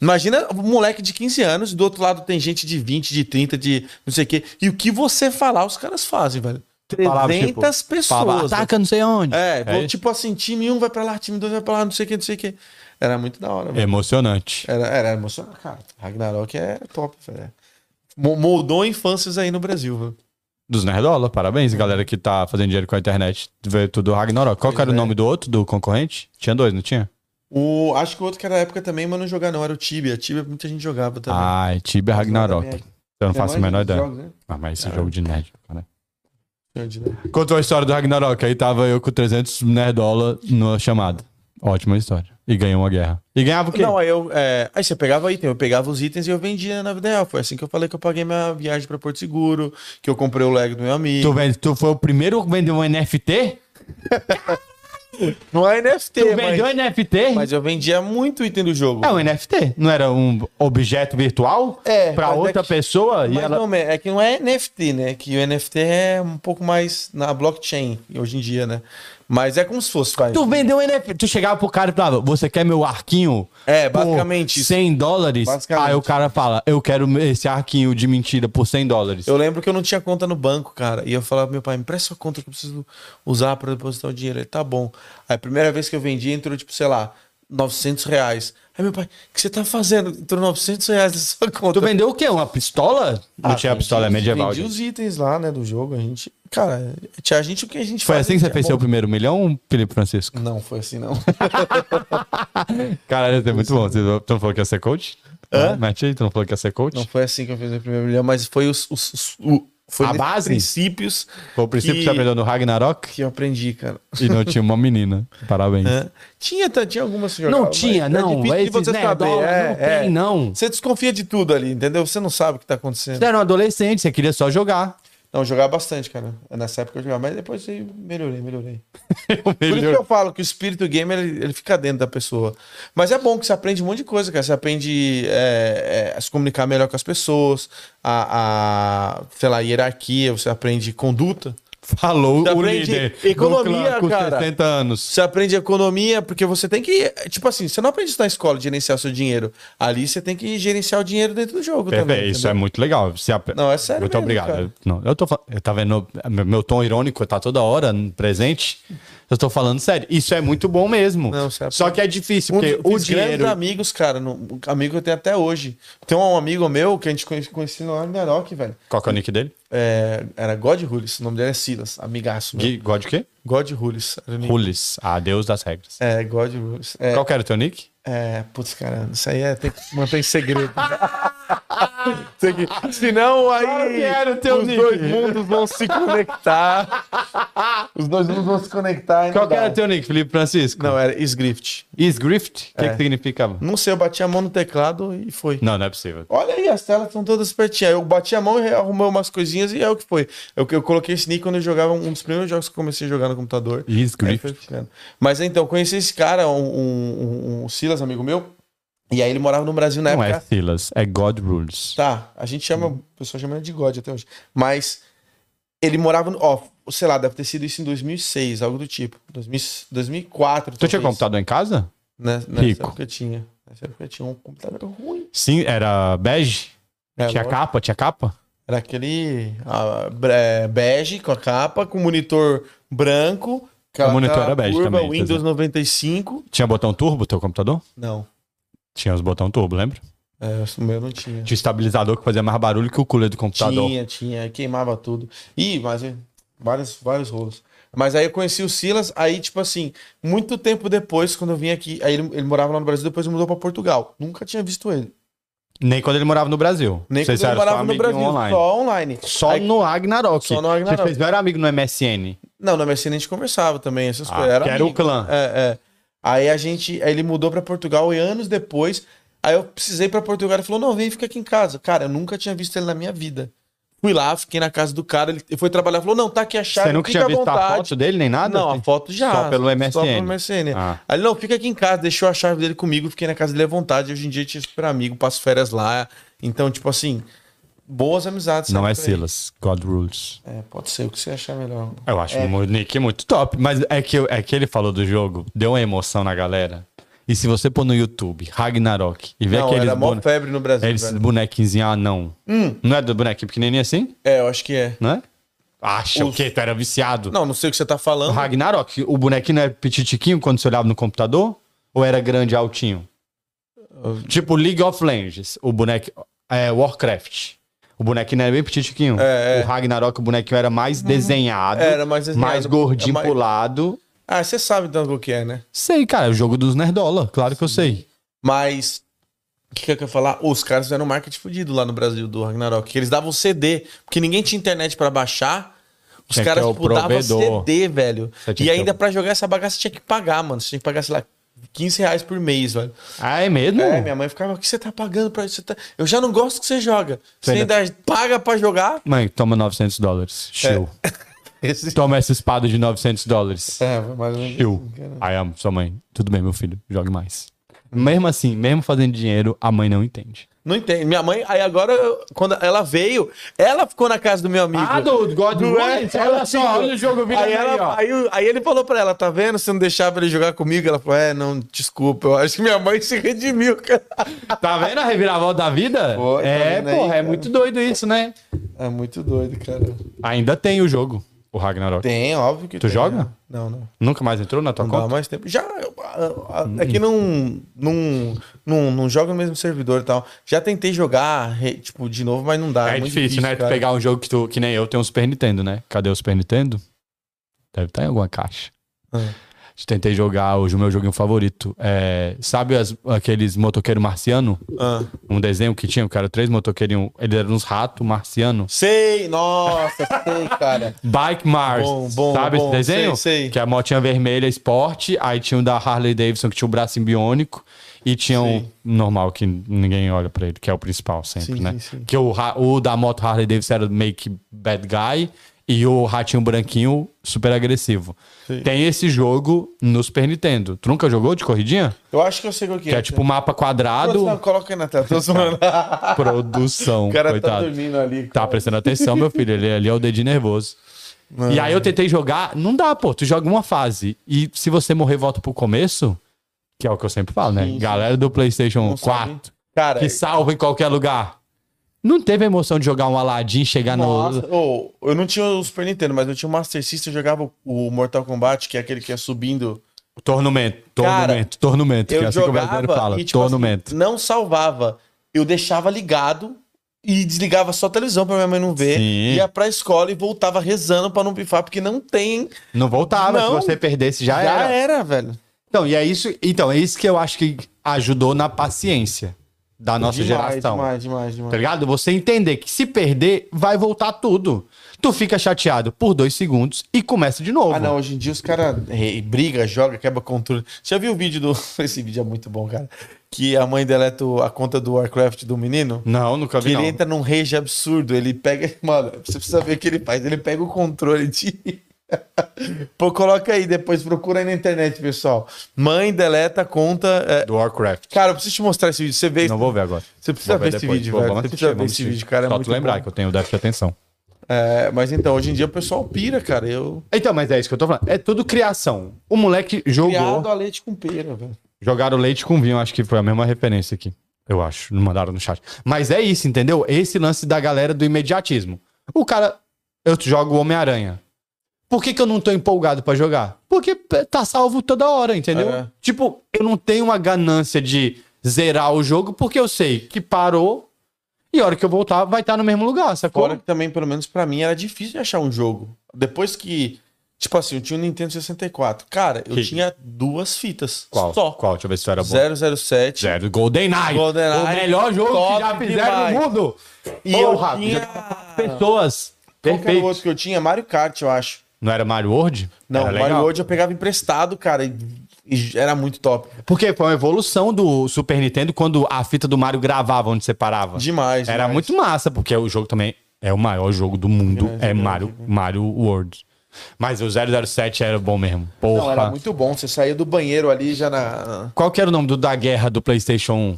Speaker 2: Imagina um moleque de 15 anos, do outro lado tem gente de 20, de 30, de não sei o quê. E o que você falar, os caras fazem, velho. 300
Speaker 1: Palavra, tipo, Fala,
Speaker 2: pessoas.
Speaker 1: ataca não sei onde.
Speaker 2: É, vou,
Speaker 1: isso.
Speaker 2: tipo assim, time 1 vai pra lá, time 2 vai pra lá, não sei o quê, não sei o quê. Era muito da hora, velho.
Speaker 1: Emocionante.
Speaker 2: Era, era emocionante, Ah, cara. Ragnarok é top, velho. Mo- Moldou infâncias aí no Brasil, viu?
Speaker 1: Dos Nerdola,
Speaker 2: É.
Speaker 1: parabéns, galera que tá fazendo dinheiro com a internet. Veio tudo Ragnarok. Qual que era o
Speaker 2: é.
Speaker 1: nome do outro, do concorrente? Tinha dois, não tinha?
Speaker 2: O, acho que o outro que era da época também, mas não jogar não, era o Tibia. Tibia muita gente jogava também. é
Speaker 1: Ah, é Tibia Ragnarok.
Speaker 2: Minha-
Speaker 1: Eu não
Speaker 2: minha
Speaker 1: faço a
Speaker 2: mãe
Speaker 1: menor ideia.
Speaker 2: joga, né?
Speaker 1: Ah, mas esse jogo de nerd, cara.
Speaker 2: Grande, né?
Speaker 1: Contou a história do Ragnarok. Aí tava eu com 300 Nerdola na chamada. Ótima história. E ganhou uma guerra. E ganhava o quê?
Speaker 2: Não, aí eu. é, aí você pegava item, eu pegava os itens e eu vendia na vida real. Foi assim que eu falei que eu paguei minha viagem pra Porto Seguro, que eu comprei o Lego do meu amigo.
Speaker 1: Tu, vende, tu foi o primeiro que vendeu um NFT?
Speaker 2: Não é NFT,
Speaker 1: Tu
Speaker 2: mas,
Speaker 1: vendeu um NFT?
Speaker 2: mas eu vendia muito item do jogo.
Speaker 1: É um NFT. Não era um objeto virtual?
Speaker 2: É,
Speaker 1: Pra
Speaker 2: mas é
Speaker 1: outra
Speaker 2: que-
Speaker 1: pessoa? E
Speaker 2: Mas
Speaker 1: ela...
Speaker 2: não, é que não é NFT, né? Que o NFT é um pouco mais na blockchain hoje em dia, né? Mas é como se fosse, pai.
Speaker 1: Tu vendeu um NFT. Tu chegava pro cara e falava, você quer meu arquinho?
Speaker 2: É,
Speaker 1: por
Speaker 2: basicamente isso.
Speaker 1: 100 dólares?
Speaker 2: Basicamente.
Speaker 1: Aí o cara fala, eu quero esse arquinho de mentira por 100 dólares.
Speaker 2: Eu lembro que eu não tinha conta no banco, cara. E eu falava pro meu pai, me presta sua conta que eu preciso usar pra depositar o dinheiro. Ele, tá bom. Aí a primeira vez que eu vendi, entrou, tipo, sei lá, 900 reais. Aí meu pai, o que você tá fazendo? Entrou 900 reais na sua conta.
Speaker 1: Tu vendeu o quê? Uma pistola? não
Speaker 2: Ah,
Speaker 1: tinha
Speaker 2: vendi
Speaker 1: pistola, é
Speaker 2: os-
Speaker 1: medieval.
Speaker 2: Vendi
Speaker 1: gente.
Speaker 2: os itens lá, né, do jogo. A gente, cara, tinha gente o que a gente
Speaker 1: Foi
Speaker 2: faz,
Speaker 1: assim que
Speaker 2: a
Speaker 1: você
Speaker 2: gente
Speaker 1: fez
Speaker 2: é
Speaker 1: seu
Speaker 2: bom.
Speaker 1: primeiro milhão, Felipe Francisco?
Speaker 2: Não, foi assim não.
Speaker 1: é Caralho, isso é muito bom. Você não falou que ia ser coach?
Speaker 2: Hã?
Speaker 1: Mete aí, tu não falou que ia ser coach?
Speaker 2: Não foi assim que eu fiz o primeiro milhão, mas foi os, os, os- o- foi
Speaker 1: A
Speaker 2: nesses
Speaker 1: base?
Speaker 2: princípios
Speaker 1: Foi o princípio que você
Speaker 2: E-
Speaker 1: aprendeu no Ragnarok
Speaker 2: que eu aprendi, cara.
Speaker 1: e não tinha uma menina. Parabéns.
Speaker 2: Hã? Tinha, tá- tinha algumas que
Speaker 3: Não
Speaker 2: jogavam,
Speaker 3: tinha,
Speaker 2: mas é
Speaker 3: não.
Speaker 2: difícil de
Speaker 3: Esses
Speaker 2: você saber,
Speaker 3: nerdola
Speaker 2: é,
Speaker 3: não
Speaker 2: é.
Speaker 3: tem, não.
Speaker 2: Você desconfia de tudo ali, entendeu? Você não sabe o que tá acontecendo.
Speaker 3: Você era um adolescente, você queria só
Speaker 2: (laughs)
Speaker 3: jogar.
Speaker 2: Não, eu jogava bastante, cara. Nessa época eu jogava, mas depois eu melhorei, melhorei.
Speaker 1: Eu
Speaker 2: Por isso
Speaker 1: vejo-
Speaker 2: que eu falo que o espírito gamer, ele, ele fica dentro da pessoa. Mas é bom que você aprende um monte de coisa, cara. Você aprende é, é, a se comunicar melhor com as pessoas, a, a, sei lá, hierarquia, você aprende conduta.
Speaker 1: Falou
Speaker 2: Você
Speaker 1: o
Speaker 2: aprende
Speaker 1: líder. do
Speaker 2: economia,
Speaker 1: clã com
Speaker 2: cara.
Speaker 1: 60 anos.
Speaker 2: Você aprende economia, porque você tem que. Tipo assim, você não aprende isso na escola, gerenciar seu dinheiro. Ali você tem que gerenciar o dinheiro dentro do jogo
Speaker 1: Perfeito,
Speaker 2: também.
Speaker 1: isso é muito legal. Você ap-
Speaker 2: Não, é sério
Speaker 1: Muito
Speaker 2: mesmo,
Speaker 1: obrigado.
Speaker 2: cara.
Speaker 1: Eu- Não, eu tô fal- eu tá vendo meu, meu tom irônico tá toda hora presente. Eu tô falando sério. Isso é muito bom mesmo.
Speaker 2: Não, você
Speaker 1: Só que é difícil,
Speaker 2: Um,
Speaker 1: porque
Speaker 2: dos-
Speaker 1: o
Speaker 2: fiz grandes
Speaker 1: dinheiro
Speaker 2: amigos, cara. No, um amigo que eu tenho até hoje. Tem um amigo meu que a gente conhe- conhecia no Ragnarok, velho.
Speaker 1: Qual que é o nick dele?
Speaker 2: É, era God Rules. O nome dele é Silas, amigaço. Meu.
Speaker 1: Gui- God o quê?
Speaker 2: God Rules. era o nick.
Speaker 1: Rules. Ah, Deus das regras.
Speaker 2: É, God Rules. É,
Speaker 1: Qual que era o teu nick?
Speaker 2: é, putz, cara, isso aí é, tem que manter em (laughs) segredo. Tem que- Senão aí
Speaker 1: que era o teu
Speaker 2: os
Speaker 1: nick?
Speaker 2: dois mundos vão se conectar. os dois mundos vão se conectar. e
Speaker 1: Qual
Speaker 2: não
Speaker 1: que
Speaker 2: dá.
Speaker 1: era o teu nick, Felipe Francisco?
Speaker 2: Não, É. era Sgrift.
Speaker 1: Isgrift? O que, que significava?
Speaker 2: Não sei, eu bati a mão no teclado e foi.
Speaker 1: Não, não é possível.
Speaker 2: Olha aí, as telas estão todas pertinhas. Eu bati a mão e arrumei umas coisinhas e é o que foi. Eu, eu coloquei esse nick quando eu jogava um dos primeiros jogos que eu comecei a jogar no computador. Aí
Speaker 1: Isgrift.
Speaker 2: É, foi ficando. Mas então, conheci esse cara, um, um- um- um Silas, amigo meu, e aí ele morava no Brasil na
Speaker 1: Não
Speaker 2: época.
Speaker 1: é Hum. Silas, é God Rules.
Speaker 2: Tá, a gente chama, o pessoal chama ele de God até hoje. Mas ele morava, no, ó, sei lá, deve ter sido isso em 2006, algo do tipo. 2000, 2004.
Speaker 1: Tu tinha
Speaker 2: talvez.
Speaker 1: computador em casa?
Speaker 2: Né, nessa
Speaker 1: Rico.
Speaker 2: época eu tinha. Nessa época eu tinha um computador ruim.
Speaker 1: Sim, era bege?
Speaker 2: É,
Speaker 1: tinha
Speaker 2: lógico.
Speaker 1: capa? Tinha capa?
Speaker 2: Era aquele ah, bre- é, bege com a capa, com monitor branco. aquela-
Speaker 1: monitor
Speaker 2: aquela
Speaker 1: era bege
Speaker 2: curva,
Speaker 1: também,
Speaker 2: Windows 95.
Speaker 1: Tinha botão turbo teu computador?
Speaker 2: Não,
Speaker 1: Tinha os botão turbo, lembra?
Speaker 2: é, o meu não tinha.
Speaker 1: Tinha estabilizador que fazia mais barulho que o cooler do computador.
Speaker 2: Tinha, tinha, queimava tudo. Ih, mas é, vários, vários rolos. Mas aí eu conheci o Silas, aí, tipo assim, muito tempo depois, quando eu vim aqui, aí ele, ele morava lá no Brasil, depois mudou pra Portugal. Nunca tinha visto ele.
Speaker 1: Nem quando ele morava no Brasil.
Speaker 2: Nem
Speaker 1: Vocês
Speaker 2: quando ele
Speaker 1: eram só
Speaker 2: morava no
Speaker 1: amiguinho
Speaker 2: Brasil,
Speaker 1: online.
Speaker 2: só online.
Speaker 1: Só
Speaker 2: Aí-
Speaker 1: no Ragnarok.
Speaker 2: Só no Ragnarok.
Speaker 1: Vocês não eram amigos no MSN.
Speaker 2: Não, na Mercedes a gente conversava também, essas
Speaker 1: Ah,
Speaker 2: coisas. Era
Speaker 1: que era o
Speaker 2: amigo.
Speaker 1: clã.
Speaker 2: É, é. Aí a gente, aí ele mudou pra Portugal e anos depois, aí eu precisei pra Portugal ele falou: "Não, vem fica aqui em casa". Cara, eu nunca tinha visto ele na minha vida. Fui lá, fiquei na casa do cara, ele foi trabalhar, falou: "Não, tá aqui a chave,
Speaker 1: Você nunca
Speaker 2: fica
Speaker 1: tinha
Speaker 2: à
Speaker 1: visto a
Speaker 2: vontade".
Speaker 1: foto dele nem nada?
Speaker 2: Não, a foto já.
Speaker 1: Só pelo
Speaker 2: Só pelo
Speaker 1: MSN.
Speaker 2: MSN.
Speaker 1: Ah.
Speaker 2: Aí ele, não, fica aqui em casa, deixou a chave dele comigo, fiquei na casa dele à vontade. Hoje em dia a gente é super amigo, passo férias lá. Então, tipo assim, boas amizades.
Speaker 1: Não
Speaker 2: sabe,
Speaker 1: é
Speaker 2: por aí.
Speaker 1: Silas. God Rules.
Speaker 2: É, pode ser o que você achar melhor.
Speaker 1: Eu acho o Nick muito top. Mas é que, eu- é que ele falou do jogo, deu uma emoção na galera. E se você pôr no YouTube, Ragnarok, e ver
Speaker 2: não,
Speaker 1: aqueles,
Speaker 2: era mó
Speaker 1: bone...
Speaker 2: febre no Brasil.
Speaker 1: aqueles
Speaker 2: velho. Hum.
Speaker 1: bonequinhos em anão. Não é do bonequinho pequenininho assim?
Speaker 2: É, eu acho que é.
Speaker 1: Não é? Acha o
Speaker 2: Os-
Speaker 1: quê? Tu era viciado.
Speaker 2: Não, não sei o que você tá falando.
Speaker 1: O Ragnarok, o bonequinho não era petitiquinho quando você olhava no computador? Ou era grande, altinho? Tipo League of Legends, o boneco... É, Warcraft. O bonequinho era bem petitiquinho.
Speaker 2: É, é.
Speaker 1: O Ragnarok, o bonequinho era mais desenhado.
Speaker 2: Era mais desenhado.
Speaker 1: Mais gordinho
Speaker 2: É mais-
Speaker 1: pro lado.
Speaker 2: Ah, você sabe então o que é, né?
Speaker 1: Sei, cara. É o jogo dos nerdola. Claro que eu sei.
Speaker 2: Mas. O que, que eu quero falar? Os caras fizeram um marketing fudido lá no Brasil do Ragnarok. Que eles davam CD, porque ninguém tinha internet pra baixar. Os
Speaker 1: Tinha que
Speaker 2: caras tipo,
Speaker 1: ter o
Speaker 2: davam
Speaker 1: provedor.
Speaker 2: CD, velho.
Speaker 1: Você tinha
Speaker 2: E
Speaker 1: que ter
Speaker 2: ainda
Speaker 1: o-
Speaker 2: pra jogar essa bagaça você tinha que pagar, mano. Você tinha que pagar, sei lá, 15 reais por mês, velho.
Speaker 1: Ah, é mesmo?
Speaker 2: É, minha mãe ficava, o que você tá pagando pra isso? Você tá- Eu já não gosto que você joga. Você ainda paga pra jogar?
Speaker 1: Mãe, toma 900 dólares. Chill.
Speaker 2: É. (laughs) Esse...
Speaker 1: Toma essa espada de 900 dólares.
Speaker 2: É, mas...
Speaker 1: Eu. Aí a sua mãe, tudo bem, meu filho, jogue mais. Mesmo assim, mesmo fazendo dinheiro, a mãe não entende.
Speaker 2: Não entendo. Minha mãe, aí agora, eu- quando ela veio, ela ficou na casa do meu amigo.
Speaker 1: Ah, God
Speaker 2: Não é? Ela ficou. aí, ela, aí, o- aí ele falou pra ela, tá vendo? Você não deixava ele jogar comigo? Ela falou, é, não, desculpa, eu acho que minha mãe se redimiu, cara.
Speaker 1: Tá vendo a reviravolta da vida?
Speaker 2: Pô, tá
Speaker 1: é,
Speaker 2: vendo aí,
Speaker 1: porra, é
Speaker 2: cara?
Speaker 1: muito doido isso, né?
Speaker 2: É muito doido, cara.
Speaker 1: Ainda tem o jogo, o Ragnarok.
Speaker 2: Tem, óbvio que
Speaker 1: Tu
Speaker 2: tem,
Speaker 1: joga?
Speaker 2: né? Não, não.
Speaker 1: Nunca mais entrou na tua
Speaker 2: Não dá
Speaker 1: conta?
Speaker 2: mais tempo. Já, a- a- é que não, não, não, não joga no mesmo servidor e tal. Já tentei jogar, re- tipo, de novo, mas não dá.
Speaker 1: é,
Speaker 2: muito
Speaker 1: difícil, né? Tu
Speaker 2: cara.
Speaker 1: pegar um jogo que tu, que nem eu, tem um Super Nintendo, né? Cadê o Super Nintendo? Deve estar em alguma tá caixa.
Speaker 2: Ah.
Speaker 1: Tentei jogar hoje o meu joguinho favorito. É, sabe as- aqueles motoqueiro marciano?
Speaker 2: Ah.
Speaker 1: Um desenho que tinha, o cara, três motoqueirinhos. Ele era uns ratos marciano.
Speaker 2: Sei, nossa, sei, cara.
Speaker 1: Bike Mars.
Speaker 2: Bom, bom,
Speaker 1: sabe
Speaker 2: bom,
Speaker 1: esse desenho?
Speaker 2: sei, sei.
Speaker 1: Que é a motinha vermelha esporte, aí tinha o da Harley Davidson que tinha o braço biônico e tinha um normal que ninguém olha pra ele, que é o principal sempre,
Speaker 2: Sim,
Speaker 1: né?
Speaker 2: sim, sim.
Speaker 1: Que o, ra- o da moto Harley Davidson era meio que bad guy e o ratinho branquinho super agressivo. Tem esse jogo no Super Nintendo. Tu nunca jogou de corridinha?
Speaker 2: Eu acho que eu sei qual que é.
Speaker 1: Que é tipo mapa
Speaker 2: Pronto,
Speaker 1: quadrado,
Speaker 2: (laughs) não, coloca aí na tela,
Speaker 1: (laughs)
Speaker 2: tô zoando. O
Speaker 1: produção.
Speaker 2: cara tá
Speaker 1: coitado.
Speaker 2: dormindo ali.
Speaker 1: Tá prestando atenção, meu filho. Ele ali é o dedinho nervoso. E aí eu tentei jogar. Não dá, pô. Tu joga uma fase. E se você morrer, volta pro começo. Que é o que eu sempre falo, né?
Speaker 2: Sim, sim.
Speaker 1: Galera do PlayStation
Speaker 2: Não sabe.
Speaker 1: 4.
Speaker 2: Cara, é
Speaker 1: Que salva em qualquer lugar. Não teve a emoção de jogar um Aladdin, chegar
Speaker 2: nossa,
Speaker 1: no.
Speaker 2: ô, eu não tinha o Super Nintendo, mas eu tinha o Master System, eu jogava o- o Mortal Kombat, que é aquele que é subindo.
Speaker 1: Tornamento.
Speaker 2: Cara,
Speaker 1: Tornamento. Tornamento. Que
Speaker 2: Eu
Speaker 1: é assim que o
Speaker 2: jogava
Speaker 1: brasileiro fala.
Speaker 2: e tipo, assim,
Speaker 1: tornamento.
Speaker 2: não salvava. Eu deixava ligado e desligava só a televisão pra minha mãe não ver.
Speaker 1: Sim.
Speaker 2: Ia pra escola e voltava rezando pra não pifar, porque não tem.
Speaker 1: Não voltava.
Speaker 2: assim, Não.
Speaker 1: Se você perdesse, já, era.
Speaker 2: velho.
Speaker 1: Então, e é isso. Então, é isso que eu acho que ajudou na paciência da nossa
Speaker 2: demais,
Speaker 1: geração.
Speaker 2: demais, demais, demais.
Speaker 1: Tá ligado? Você entender que se perder, vai voltar tudo. Tu fica chateado por dois segundos e começa de novo.
Speaker 2: Ah, não, hoje em dia os caras eh, briga, joga, quebra controle. Você já viu o vídeo do. (laughs) Esse vídeo é muito bom, cara. Que a mãe deleta o- a conta do Warcraft do menino.
Speaker 1: Não, nunca
Speaker 2: Que
Speaker 1: vi.
Speaker 2: ele
Speaker 1: Não.
Speaker 2: entra num rage absurdo. Ele pega. (laughs) Mano, você precisa ver o que ele faz. Ele pega o controle de. (laughs) Pô, coloca aí depois, procura aí na internet, pessoal. Mãe deleta a conta. eh,
Speaker 1: Do Warcraft.
Speaker 2: Cara, eu preciso te mostrar esse vídeo. Você vê.
Speaker 1: Não vou ver agora.
Speaker 2: Você precisa
Speaker 1: Vou
Speaker 2: ver esse
Speaker 1: depois.
Speaker 2: vídeo,
Speaker 1: Vou-
Speaker 2: velho.
Speaker 1: vamos
Speaker 2: Você
Speaker 1: assistir,
Speaker 2: precisa ver
Speaker 1: vamos
Speaker 2: esse
Speaker 1: assistir.
Speaker 2: vídeo, cara. É
Speaker 1: Só
Speaker 2: muito
Speaker 1: tu lembrar
Speaker 2: bom.
Speaker 1: que eu tenho déficit de atenção.
Speaker 2: É, mas então, hoje em dia o pessoal pira, cara. Eu.
Speaker 1: Então, mas é isso que eu tô falando. É tudo criação. O moleque jogou.
Speaker 2: Criado a leite com pera, velho.
Speaker 1: Jogaram leite com vinho, acho que foi a mesma referência aqui. Eu acho, não mandaram no chat. Mas é isso, entendeu? Esse lance da galera do imediatismo. O cara, eu jogo o Homem-Aranha. Por que, que eu não tô empolgado pra jogar? Porque p- tá salvo toda hora, entendeu?
Speaker 2: É.
Speaker 1: Tipo, eu não tenho uma ganância de zerar o jogo porque eu sei que parou e a hora que eu voltar vai estar no mesmo lugar, sacou?
Speaker 2: Fora que também, pelo menos pra mim, era difícil de achar um jogo. Depois que. Tipo assim, eu tinha o Nintendo 64. Cara, eu
Speaker 1: Que-
Speaker 2: tinha duas fitas.
Speaker 1: Qual?
Speaker 2: Só.
Speaker 1: Qual? Deixa eu ver se isso era bom.
Speaker 2: 007.
Speaker 1: Zero. GoldenEye.
Speaker 2: GoldenEye,
Speaker 1: O melhor jogo
Speaker 2: top
Speaker 1: que já fizeram
Speaker 2: demais.
Speaker 1: no mundo.
Speaker 2: E eu
Speaker 1: Porra,
Speaker 2: tinha.
Speaker 1: já- Pessoas.
Speaker 2: Qual que era o
Speaker 1: Perfeito.
Speaker 2: outro que eu tinha? Mario Kart, eu acho.
Speaker 1: Não era Mario World?
Speaker 2: Não,
Speaker 1: era
Speaker 2: Mario
Speaker 1: legal.
Speaker 2: World eu pegava emprestado, cara. E, e era muito top.
Speaker 1: Porque foi uma evolução do Super Nintendo quando a fita do Mario gravava onde separava.
Speaker 2: Demais.
Speaker 1: Era
Speaker 2: demais.
Speaker 1: muito massa, porque o jogo também é o maior jogo do mundo. é Mario, Mario World. Mas o 007 era bom mesmo. Porra.
Speaker 2: Não, era muito bom. Você saía do banheiro ali já na.
Speaker 1: Qual que era o nome do da guerra do PlayStation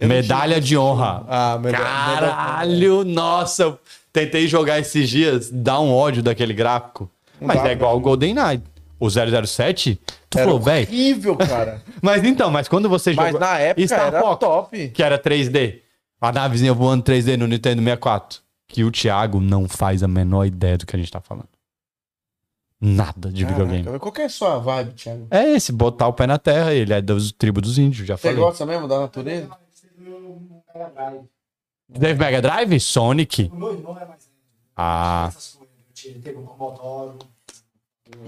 Speaker 1: 1? Medalha de honra.
Speaker 2: Ah, medalha-
Speaker 1: Caralho,
Speaker 2: né?
Speaker 1: nossa. eu Tentei jogar esses dias, dá um ódio daquele gráfico. Mas
Speaker 2: dá, né?
Speaker 1: é igual o Golden Knight. O 007, tu
Speaker 2: Era
Speaker 1: falou, velho,
Speaker 2: horrível,
Speaker 1: (laughs)
Speaker 2: cara.
Speaker 1: Mas então, mas quando você
Speaker 2: Mas
Speaker 1: jogou...
Speaker 2: na época
Speaker 1: Star
Speaker 2: era
Speaker 1: Fox,
Speaker 2: top.
Speaker 1: Que era 3D. A navezinha voando 3D no Nintendo 64. Que o Thiago não faz a menor ideia do que a gente tá falando. Nada de videogame.
Speaker 2: Caraca, Qual que é a sua vibe, Thiago?
Speaker 1: É esse, botar o pé na terra. Ele é da tribo dos índios, já
Speaker 2: Você
Speaker 1: falei.
Speaker 2: gosta mesmo da natureza?
Speaker 1: Teve Mega Drive? Sonic?
Speaker 4: O meu irmão é mais velho.
Speaker 1: Ah.
Speaker 4: Essas coisas. Eu tive- Teve um Commodore,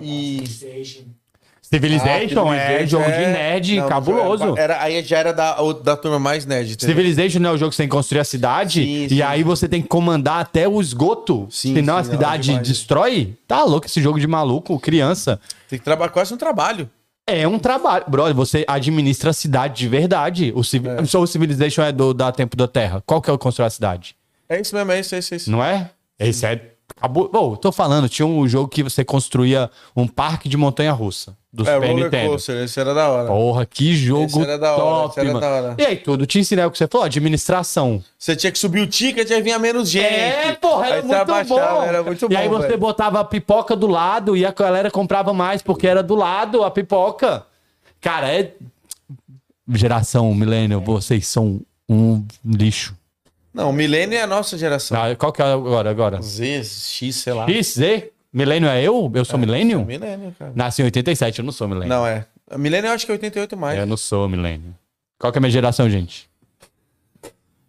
Speaker 2: E.
Speaker 4: Playstation.
Speaker 2: Ah,
Speaker 1: Civilization é jogo de nerd
Speaker 2: Não, é,
Speaker 1: cabuloso.
Speaker 2: Era, aí já era da, o- da turma mais nerd. entendeu?
Speaker 1: Civilization não é o jogo que você tem que construir a cidade
Speaker 2: Sim,
Speaker 1: e
Speaker 2: sim.
Speaker 1: aí você tem que comandar até o esgoto.
Speaker 2: Sim,
Speaker 1: senão a
Speaker 2: sim, não,
Speaker 1: cidade
Speaker 2: demais. é.
Speaker 1: destrói. Tá louco esse jogo de maluco, criança.
Speaker 2: Tem que trabalhar quase um trabalho.
Speaker 1: É um trabalho, brother. Você administra a cidade de verdade. O civi... Só o Civilization é do da Tempo da Terra. Qual que é o construir a cidade?
Speaker 2: É isso mesmo, é isso, é isso. É isso.
Speaker 1: Não é? Esse é. Acabou... Bom, tô falando, tinha um jogo que você construía um parque de montanha russa do
Speaker 2: é
Speaker 1: Super Nintendo.
Speaker 2: coaster, esse era da hora.
Speaker 1: Porra, que
Speaker 2: Esse
Speaker 1: jogo
Speaker 2: era da hora,
Speaker 1: top,
Speaker 2: esse era
Speaker 1: mano.
Speaker 2: da hora.
Speaker 1: E aí, tudo te ensinar o que você falou, administração.
Speaker 2: Você tinha que subir o ticket, aí vinha menos gente.
Speaker 1: É, porra, era
Speaker 2: Aí você
Speaker 1: muito
Speaker 2: abaixava,
Speaker 1: bom.
Speaker 2: Era muito
Speaker 1: e aí
Speaker 2: bom,
Speaker 1: você
Speaker 2: velho.
Speaker 1: botava a pipoca do lado e a galera comprava mais porque era do lado a pipoca. Cara, é geração milênio, vocês são um lixo.
Speaker 2: Não, o milênio é a nossa geração.
Speaker 1: Ah, qual que é agora agora?
Speaker 2: Z, X, sei lá.
Speaker 1: X, Z? Milênio é eu? Eu sou milênio?
Speaker 2: Milênio, cara.
Speaker 1: Nasci em 87, eu não sou milênio.
Speaker 2: Não, é. Milênio eu acho que é 88 mais.
Speaker 1: Eu não sou milênio. Qual que é a minha geração, gente?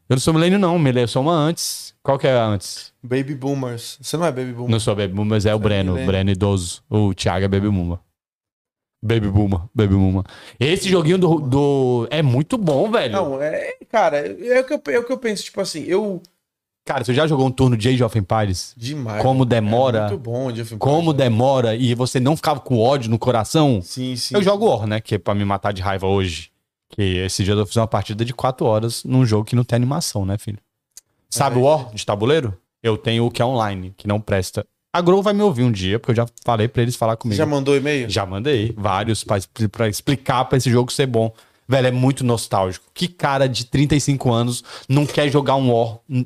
Speaker 1: Eu não sou milênio não, milênio eu sou uma antes. Qual que é a antes?
Speaker 2: Baby Boomers. Você não é Baby Boomer.
Speaker 1: Não sou Baby Boomer, mas é o Breno.
Speaker 2: milênio.
Speaker 1: Breno idoso. O Thiago é Baby Boomer. Baby Boomer, Baby Boomer. Esse joguinho do, do- É muito bom, velho.
Speaker 2: Não, é, cara, é o, que eu, é o que eu penso, tipo assim, eu.
Speaker 1: Cara, você já jogou um turno de Age of Empires?
Speaker 2: Demais.
Speaker 1: Como demora.
Speaker 2: É muito bom, Jeff.
Speaker 1: Como demora e você não ficava com ódio no coração?
Speaker 2: Sim, sim.
Speaker 1: Eu jogo War, né? Que é pra me matar de raiva hoje. Que esse dia eu fiz uma partida de 4 horas num jogo que não tem animação, né, filho? Sabe
Speaker 2: É.
Speaker 1: o War de tabuleiro? Eu tenho o que é online, que não presta. A Grow vai me ouvir um dia, porque eu já falei pra eles falar comigo.
Speaker 2: Já mandou e-mail?
Speaker 1: Já mandei vários pra expli- pra explicar pra esse jogo ser bom. Velho, é muito nostálgico. Que cara de 35 anos não quer jogar um War n-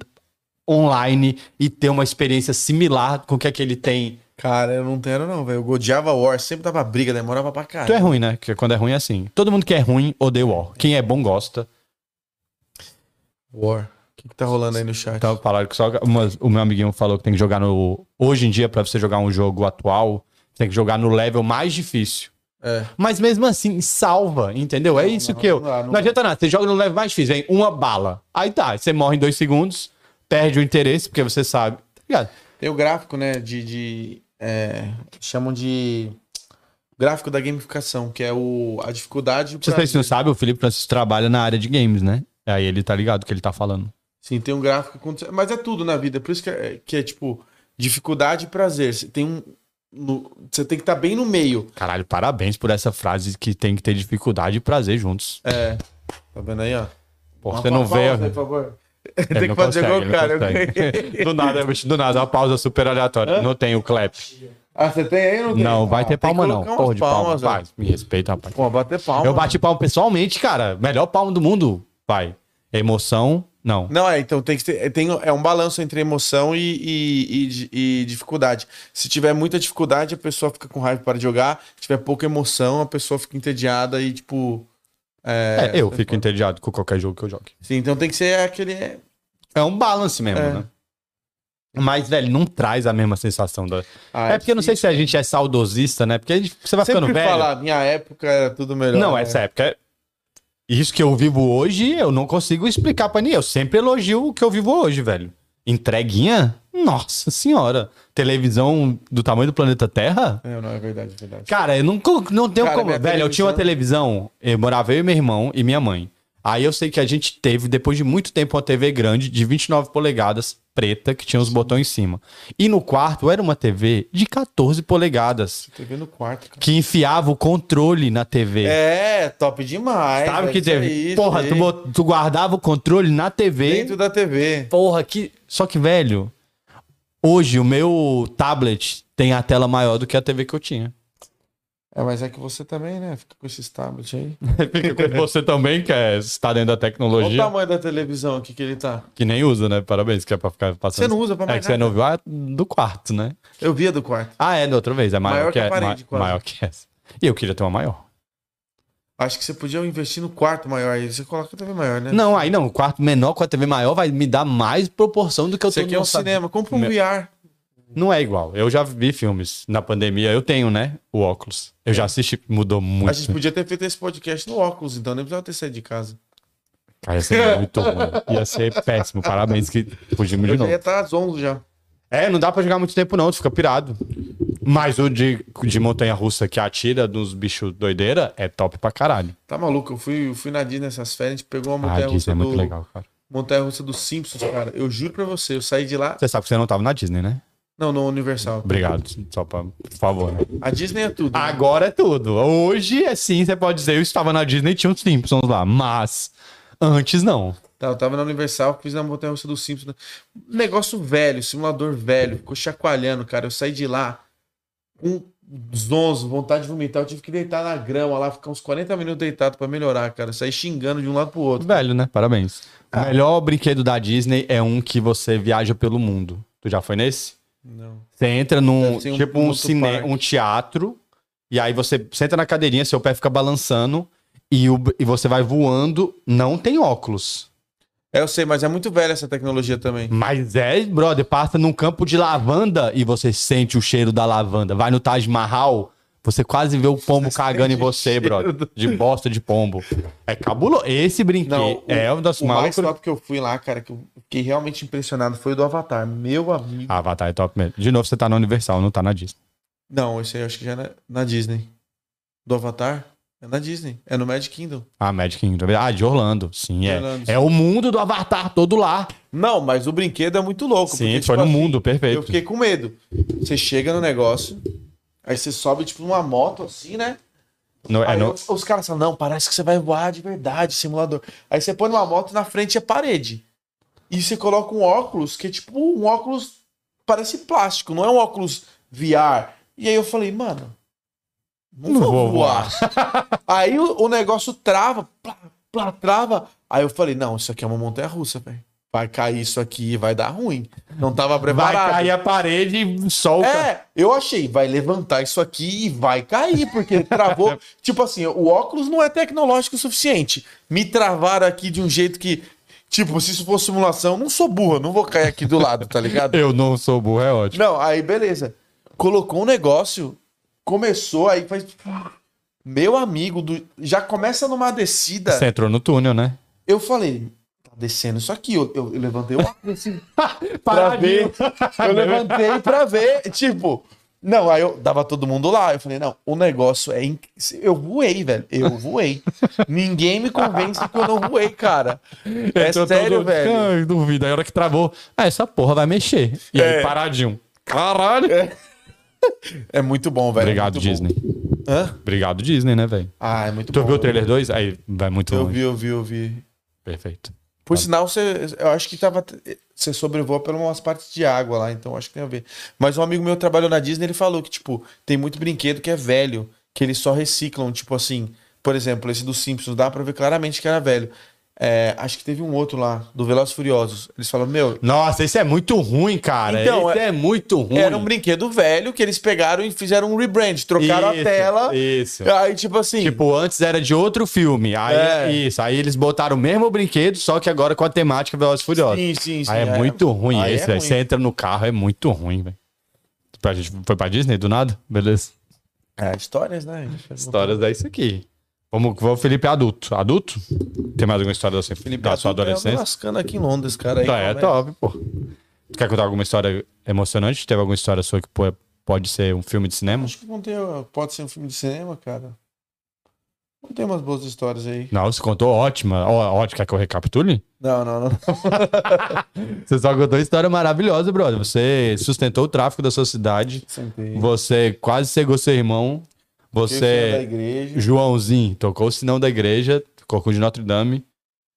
Speaker 1: online e ter uma experiência similar com o que é que ele tem?
Speaker 2: Cara, eu não tenho, não, velho. Eu odiava War, sempre dava briga, demorava pra
Speaker 1: Tu é
Speaker 2: caralho.
Speaker 1: ruim, né? Porque quando é ruim é assim. Todo mundo que é ruim odeia o War. Quem é bom gosta.
Speaker 2: War. O que, que tá rolando aí no chat?
Speaker 1: Então falaram que só uma- o meu amiguinho falou que tem que jogar no hoje em dia pra você jogar um jogo atual, tem que jogar no level mais difícil.
Speaker 2: É.
Speaker 1: Mas mesmo assim, salva, entendeu? É isso
Speaker 2: não,
Speaker 1: que eu.
Speaker 2: não dá, não
Speaker 1: Não,
Speaker 2: dá.
Speaker 1: adianta nada. Você joga no level mais difícil, vem uma bala. Aí tá, você morre em dois segundos, perde o interesse, porque você sabe. Tá ligado?
Speaker 2: Tem o gráfico, né? De. de, é, chamam de. Gráfico da gamificação, que é o, a dificuldade.
Speaker 1: Se
Speaker 2: pra-
Speaker 1: vocês não sabem, o Felipe Francisco trabalha na área de games, né? Aí ele tá ligado o que ele tá falando.
Speaker 2: Sim, tem um gráfico. com- Mas é tudo na vida. Por isso que é, que é, tipo dificuldade e prazer. Você tem um. no- você tem que estar bem no meio.
Speaker 1: Caralho, parabéns por essa frase que tem que ter dificuldade e prazer juntos.
Speaker 2: Tá vendo aí, ó?
Speaker 1: Pô,
Speaker 2: Uma
Speaker 1: você não
Speaker 2: pa-
Speaker 1: vê. né?
Speaker 2: pausa, Por favor.
Speaker 1: Ele
Speaker 2: Tem que
Speaker 1: não
Speaker 2: fazer
Speaker 1: consegue,
Speaker 2: igual o
Speaker 1: ele
Speaker 2: cara. eu
Speaker 1: não consegue. (laughs)
Speaker 2: ganhei.
Speaker 1: Do nada, bicho, do nada, uma pausa super aleatória. Não tem o clap.
Speaker 2: Ah, você tem aí? ou Não, tem?
Speaker 1: Não, vai
Speaker 2: Ah,
Speaker 1: ter
Speaker 2: tem que
Speaker 1: palma, não.
Speaker 2: colocar umas
Speaker 1: Porra de palma.
Speaker 2: palmas, ó.
Speaker 1: Vai, me respeita, rapaz.
Speaker 2: Pô, bater palma.
Speaker 1: Eu bati palma pessoalmente, cara. Melhor palma do mundo. Vai. Emoção, não.
Speaker 2: Não, é, então tem que ter, é, tem, é um balanço entre emoção e, e- e di- e dificuldade. Se tiver muita dificuldade, a pessoa fica com raiva para de jogar. Se tiver pouca emoção, a pessoa fica entediada e, tipo.
Speaker 1: É,
Speaker 2: É,
Speaker 1: eu fico entediado com qualquer jogo que eu jogue.
Speaker 2: Sim, então tem que ser aquele. é,
Speaker 1: É um balance mesmo,
Speaker 2: É.
Speaker 1: né? Mas, velho, não traz a mesma sensação. Da...
Speaker 2: ah,
Speaker 1: É porque eu não sei se a gente é saudosista, né? Porque a gente- você vai
Speaker 2: Sempre
Speaker 1: ficando velho.
Speaker 2: falar, minha época era tudo melhor.
Speaker 1: Não,
Speaker 2: é
Speaker 1: essa época. é- Isso que eu vivo hoje, eu não consigo explicar pra ninguém. Eu sempre elogio o que eu vivo hoje, velho. Entreguinha? Nossa senhora. Televisão do tamanho do planeta Terra?
Speaker 2: É, não, é verdade, é verdade.
Speaker 1: Cara, eu não, co- não tenho
Speaker 2: Cara,
Speaker 1: como.
Speaker 2: minha
Speaker 1: Velho, eu tinha uma televisão, eu morava eu e meu irmão e minha mãe. Aí eu sei que a gente teve, depois de muito tempo, uma TV grande de 29 polegadas, preta, que tinha os botões em cima. E no quarto era uma TV de 14 polegadas,
Speaker 2: TV no quarto, cara.
Speaker 1: que enfiava o controle na TV.
Speaker 2: É, top demais.
Speaker 1: Sabe
Speaker 2: velho,
Speaker 1: o que
Speaker 2: isso
Speaker 1: teve?
Speaker 2: aí,
Speaker 1: Porra,
Speaker 2: isso
Speaker 1: tu,
Speaker 2: aí.
Speaker 1: bot- tu guardava o controle na TV.
Speaker 2: Dentro da TV.
Speaker 1: Porra, que. Só que, velho, hoje o meu tablet tem a tela maior do que a TV que eu tinha.
Speaker 2: É, mas é que você também, né? Fica com esses tablets aí.
Speaker 1: (laughs) Fica quando você também quer estar dentro da
Speaker 2: Olha o
Speaker 1: tecnologia.
Speaker 2: tamanho da televisão aqui que ele tá.
Speaker 1: Que nem usa, né? Parabéns, que é pra ficar passando.
Speaker 2: Você não usa pra
Speaker 1: É
Speaker 2: mais
Speaker 1: que você
Speaker 2: nada.
Speaker 1: não viu a do quarto, né?
Speaker 2: Eu via do quarto.
Speaker 1: Ah, é, da outra vez. É maior,
Speaker 2: Maior
Speaker 1: que,
Speaker 2: que a
Speaker 1: é,
Speaker 2: parede,
Speaker 1: ma-
Speaker 2: quase.
Speaker 1: maior que essa. E eu queria ter uma maior.
Speaker 2: Acho que você podia investir no quarto maior aí. Você coloca a TV maior, né?
Speaker 1: Não, aí não. O quarto menor com a TV maior vai me dar mais proporção do que eu
Speaker 2: Você
Speaker 1: tenho
Speaker 2: aqui é um
Speaker 1: no tab-
Speaker 2: cinema. Compra um
Speaker 1: Meu-
Speaker 2: VR.
Speaker 1: Não é igual. Eu já vi filmes na pandemia. Eu tenho, né? O óculos. Eu
Speaker 2: É.
Speaker 1: já assisti. Mudou
Speaker 2: A
Speaker 1: muito.
Speaker 2: gente podia ter feito esse podcast no óculos, então nem precisava ter saído de casa.
Speaker 1: Cara, ia ser
Speaker 2: (laughs)
Speaker 1: muito ruim. Ia ser péssimo. Parabéns que fugimos de
Speaker 2: Eu já
Speaker 1: novo.
Speaker 2: ia estar às 11 já.
Speaker 1: É, não dá pra jogar muito tempo, não. Tu fica pirado. Mas o de, de montanha-russa que atira dos bichos doideira é top pra caralho.
Speaker 2: Tá maluco? Eu fui, eu fui na Disney nessas férias, a gente pegou uma
Speaker 1: Ah, Disney
Speaker 2: montanha-russa
Speaker 1: é muito
Speaker 2: do,
Speaker 1: legal, cara.
Speaker 2: montanha-russa dos Simpsons, cara. Eu juro pra você, eu saí de lá...
Speaker 1: Você sabe que você não tava na Disney, né?
Speaker 2: Não, no Universal.
Speaker 1: Obrigado. Só pra... Por favor, né?
Speaker 2: A Disney é tudo. né?
Speaker 1: Agora é tudo. Hoje, assim, você pode dizer, eu estava na Disney e tinha os Simpsons lá. Mas, antes, não.
Speaker 2: Tá, eu tava na Universal, fiz na montanha-russa do Simpsons. né? Negócio velho, simulador velho, ficou chacoalhando, cara. Eu saí de lá com zonzo, vontade de vomitar. Eu tive que deitar na grama lá, ficar uns 40 minutos deitado pra melhorar, cara. Eu saí xingando de um lado pro outro.
Speaker 1: Velho, né? Parabéns.
Speaker 2: Ah.
Speaker 1: O melhor brinquedo da Disney é um que você viaja pelo mundo. Tu já foi nesse?
Speaker 2: Não.
Speaker 1: Você entra num
Speaker 2: Deve ser um-
Speaker 1: tipo
Speaker 2: um
Speaker 1: um,
Speaker 2: outro
Speaker 1: cine,
Speaker 2: parque.
Speaker 1: um teatro e aí você senta na cadeirinha, seu pé fica balançando e, o- e você vai voando. Não tem óculos,
Speaker 2: É, eu sei, mas é muito velha essa tecnologia também.
Speaker 1: mas é, brother, passa num campo de lavanda e você sente o cheiro da lavanda. Vai no Taj Mahal, você quase vê o pombo cagando em você, brother, de bosta de pombo. É cabuloso. Esse brinquedo
Speaker 2: Não, o-
Speaker 1: é um das
Speaker 2: O mais
Speaker 1: malucos.
Speaker 2: top que eu fui lá, cara, que eu fiquei realmente impressionado foi o do Avatar. Meu amigo.
Speaker 1: Avatar é top mesmo. De novo, você tá na Universal, não tá na Disney.
Speaker 2: Não, esse aí eu acho que já é na, na Disney. do Avatar é na Disney, é no Magic Kingdom.
Speaker 1: Ah, Magic Kingdom. Ah, de Orlando. Sim, é.
Speaker 2: Orlando,
Speaker 1: É o mundo do Avatar todo lá. tipo assim,
Speaker 2: Não, mas o brinquedo é muito louco. tipo
Speaker 1: Sim, foi no mundo, perfeito.
Speaker 2: Eu fiquei com medo. Você chega no negócio, aí você sobe tipo numa moto assim, né?
Speaker 1: No- é
Speaker 2: Aí
Speaker 1: no-
Speaker 2: os, os caras falam, não, parece que você vai voar de verdade, simulador. Aí você põe numa moto e na frente é parede. E você coloca um óculos que é tipo um óculos, parece plástico, não é um óculos VR. E aí eu falei, mano, não,
Speaker 1: Não
Speaker 2: vou,
Speaker 1: vou
Speaker 2: voar.
Speaker 1: (laughs)
Speaker 2: aí o, o negócio trava, plá, plá, trava. Aí eu falei, não, isso aqui é uma montanha russa, velho. Vai cair isso aqui e vai dar ruim. Não tava
Speaker 1: Vai
Speaker 2: preparado.
Speaker 1: cair a parede e solta.
Speaker 2: É, eu achei, vai levantar isso aqui e vai cair, porque travou. tipo assim, o óculos não é tecnológico o suficiente. Me travaram aqui de um jeito que, tipo, se isso for simulação, não sou burro, não vou cair aqui do lado, tá
Speaker 1: (laughs)
Speaker 2: ligado?
Speaker 1: Eu não sou burro, é ótimo.
Speaker 2: não, aí beleza. Colocou um negócio, começou, aí faz. Meu amigo, do... já começa numa descida.
Speaker 1: Você entrou no túnel, né? (laughs)
Speaker 2: Eu falei, tá descendo isso aqui. Eu, eu- eu levantei o óculos assim, pra
Speaker 1: Paradinho.
Speaker 2: ver.
Speaker 1: (laughs)
Speaker 2: Eu levantei pra ver, tipo. Não, aí eu dava todo mundo lá. Eu falei, não, o negócio é. inc- Eu voei, velho. Eu voei. Ninguém me convence que eu não voei, cara. É
Speaker 1: Entrou
Speaker 2: sério,
Speaker 1: todo-
Speaker 2: velho.
Speaker 1: Ah, duvido. Aí a hora que travou, ah, essa porra vai mexer. E
Speaker 2: É.
Speaker 1: aí, paradinho. Caralho.
Speaker 2: É muito bom, velho.
Speaker 1: Obrigado,
Speaker 2: muito bom.
Speaker 1: Disney.
Speaker 2: Hã?
Speaker 1: Obrigado, Disney, né, velho?
Speaker 2: Ah, é muito
Speaker 1: Tu
Speaker 2: bom.
Speaker 1: viu o trailer 2? Aí vai muito
Speaker 2: Eu
Speaker 1: longe.
Speaker 2: vi, eu vi, eu vi.
Speaker 1: Perfeito.
Speaker 2: Por sinal, você, eu acho que tava. Você sobrevoa por umas partes de água lá, então acho que tem a ver. Mas um amigo meu trabalhou na Disney, ele falou que, tipo, tem muito brinquedo que é velho, que eles só reciclam. Tipo assim, por exemplo, esse dos Simpsons, dá pra ver claramente que era velho. É, acho que teve um outro lá, do Velozes e Furiosos. Eles falam, meu,
Speaker 1: Nossa, isso é muito ruim, cara.
Speaker 2: Então,
Speaker 1: isso é... muito ruim.
Speaker 2: era um brinquedo velho que eles pegaram e fizeram um rebrand, trocaram a
Speaker 1: Isso,
Speaker 2: tela.
Speaker 1: Isso.
Speaker 2: Aí, tipo assim.
Speaker 1: Tipo, antes era de outro filme. Aí,
Speaker 2: É.
Speaker 1: isso. Aí eles botaram o mesmo brinquedo, só que agora com a temática Velozes e Furiosos.
Speaker 2: sim, sim, sim.
Speaker 1: Aí é, muito ruim
Speaker 2: Aí
Speaker 1: esse,
Speaker 2: é
Speaker 1: velho.
Speaker 2: ruim.
Speaker 1: Você entra no carro, é muito ruim, velho. Pra gente, foi pra Disney do nada? Beleza.
Speaker 2: É, histórias, né?
Speaker 1: Histórias é isso aqui. Vamos, vamos Felipe adulto. Adulto? Tem mais alguma história da sua, da sua
Speaker 2: Adulto, é eu ando
Speaker 1: adolescência?
Speaker 2: um lascando aqui em Londres, cara. aí,
Speaker 1: Tá, é
Speaker 2: como
Speaker 1: top, pô. Tu Quer contar alguma história emocionante? Teve alguma história sua que pô, é, pode ser um filme de cinema?
Speaker 2: Acho que não tem, pode ser um filme de cinema, cara. Não tem umas boas histórias aí.
Speaker 1: Não, você contou ótima. Ó, ótimo, quer que eu recapitule?
Speaker 2: Não, não, (laughs) não.
Speaker 1: Você só contou história maravilhosa, brother. Você sustentou o tráfico da sua cidade.
Speaker 2: Sentei.
Speaker 1: Você quase cegou seu irmão.
Speaker 2: é da
Speaker 1: Você,
Speaker 2: igreja.
Speaker 1: Joãozinho, tocou o sinão da igreja, tocou de Notre Dame.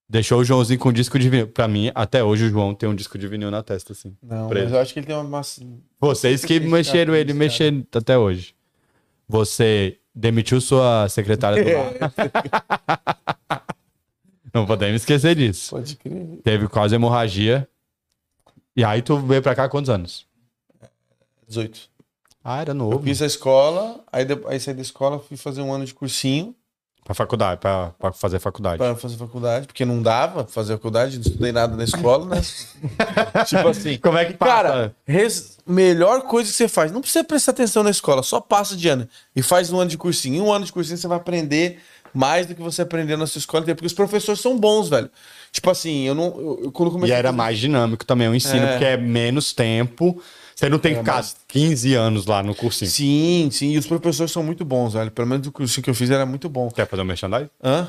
Speaker 1: Deixou o Joãozinho com um disco de vinil. Pra mim, até hoje o João tem um disco de vinil na testa, assim.
Speaker 2: Não, mas
Speaker 1: preso.
Speaker 2: eu acho que ele tem uma massa.
Speaker 1: Vocês que
Speaker 2: (laughs) Esse cara,
Speaker 1: mexeram ele,
Speaker 2: esse
Speaker 1: mexeram até hoje. Você demitiu sua secretária do lar.
Speaker 2: (laughs)
Speaker 1: Não podemos esquecer disso.
Speaker 2: Pode crer.
Speaker 1: Teve quase hemorragia. E aí tu veio pra cá há quantos anos?
Speaker 2: 18.
Speaker 1: Ah, era
Speaker 2: Eu
Speaker 1: novo.
Speaker 2: fiz a escola, aí, de- aí saí da escola, fui fazer um ano de cursinho
Speaker 1: Pra faculdade, pra, pra fazer faculdade.
Speaker 2: pra fazer faculdade, porque não dava pra fazer faculdade, não estudei nada na escola, né? tipo assim.
Speaker 1: (laughs) Como é que
Speaker 2: Cara, res- melhor coisa que você faz, não precisa prestar atenção na escola, só passa de ano e faz um ano de cursinho. Em um ano de cursinho você vai aprender mais do que você aprendeu na sua escola, inteira, porque os professores são bons, velho. Tipo assim, eu não. Eu, eu, quando
Speaker 1: e
Speaker 2: comecei
Speaker 1: era
Speaker 2: a-
Speaker 1: mais dinâmico também o ensino,
Speaker 2: É.
Speaker 1: porque é menos tempo. Você não tem que ficar 15 anos lá no cursinho.
Speaker 2: Sim, sim, e os professores são muito bons, velho. Pelo menos o cursinho que eu fiz era muito bom.
Speaker 1: Quer fazer um merchandising?
Speaker 2: Hã?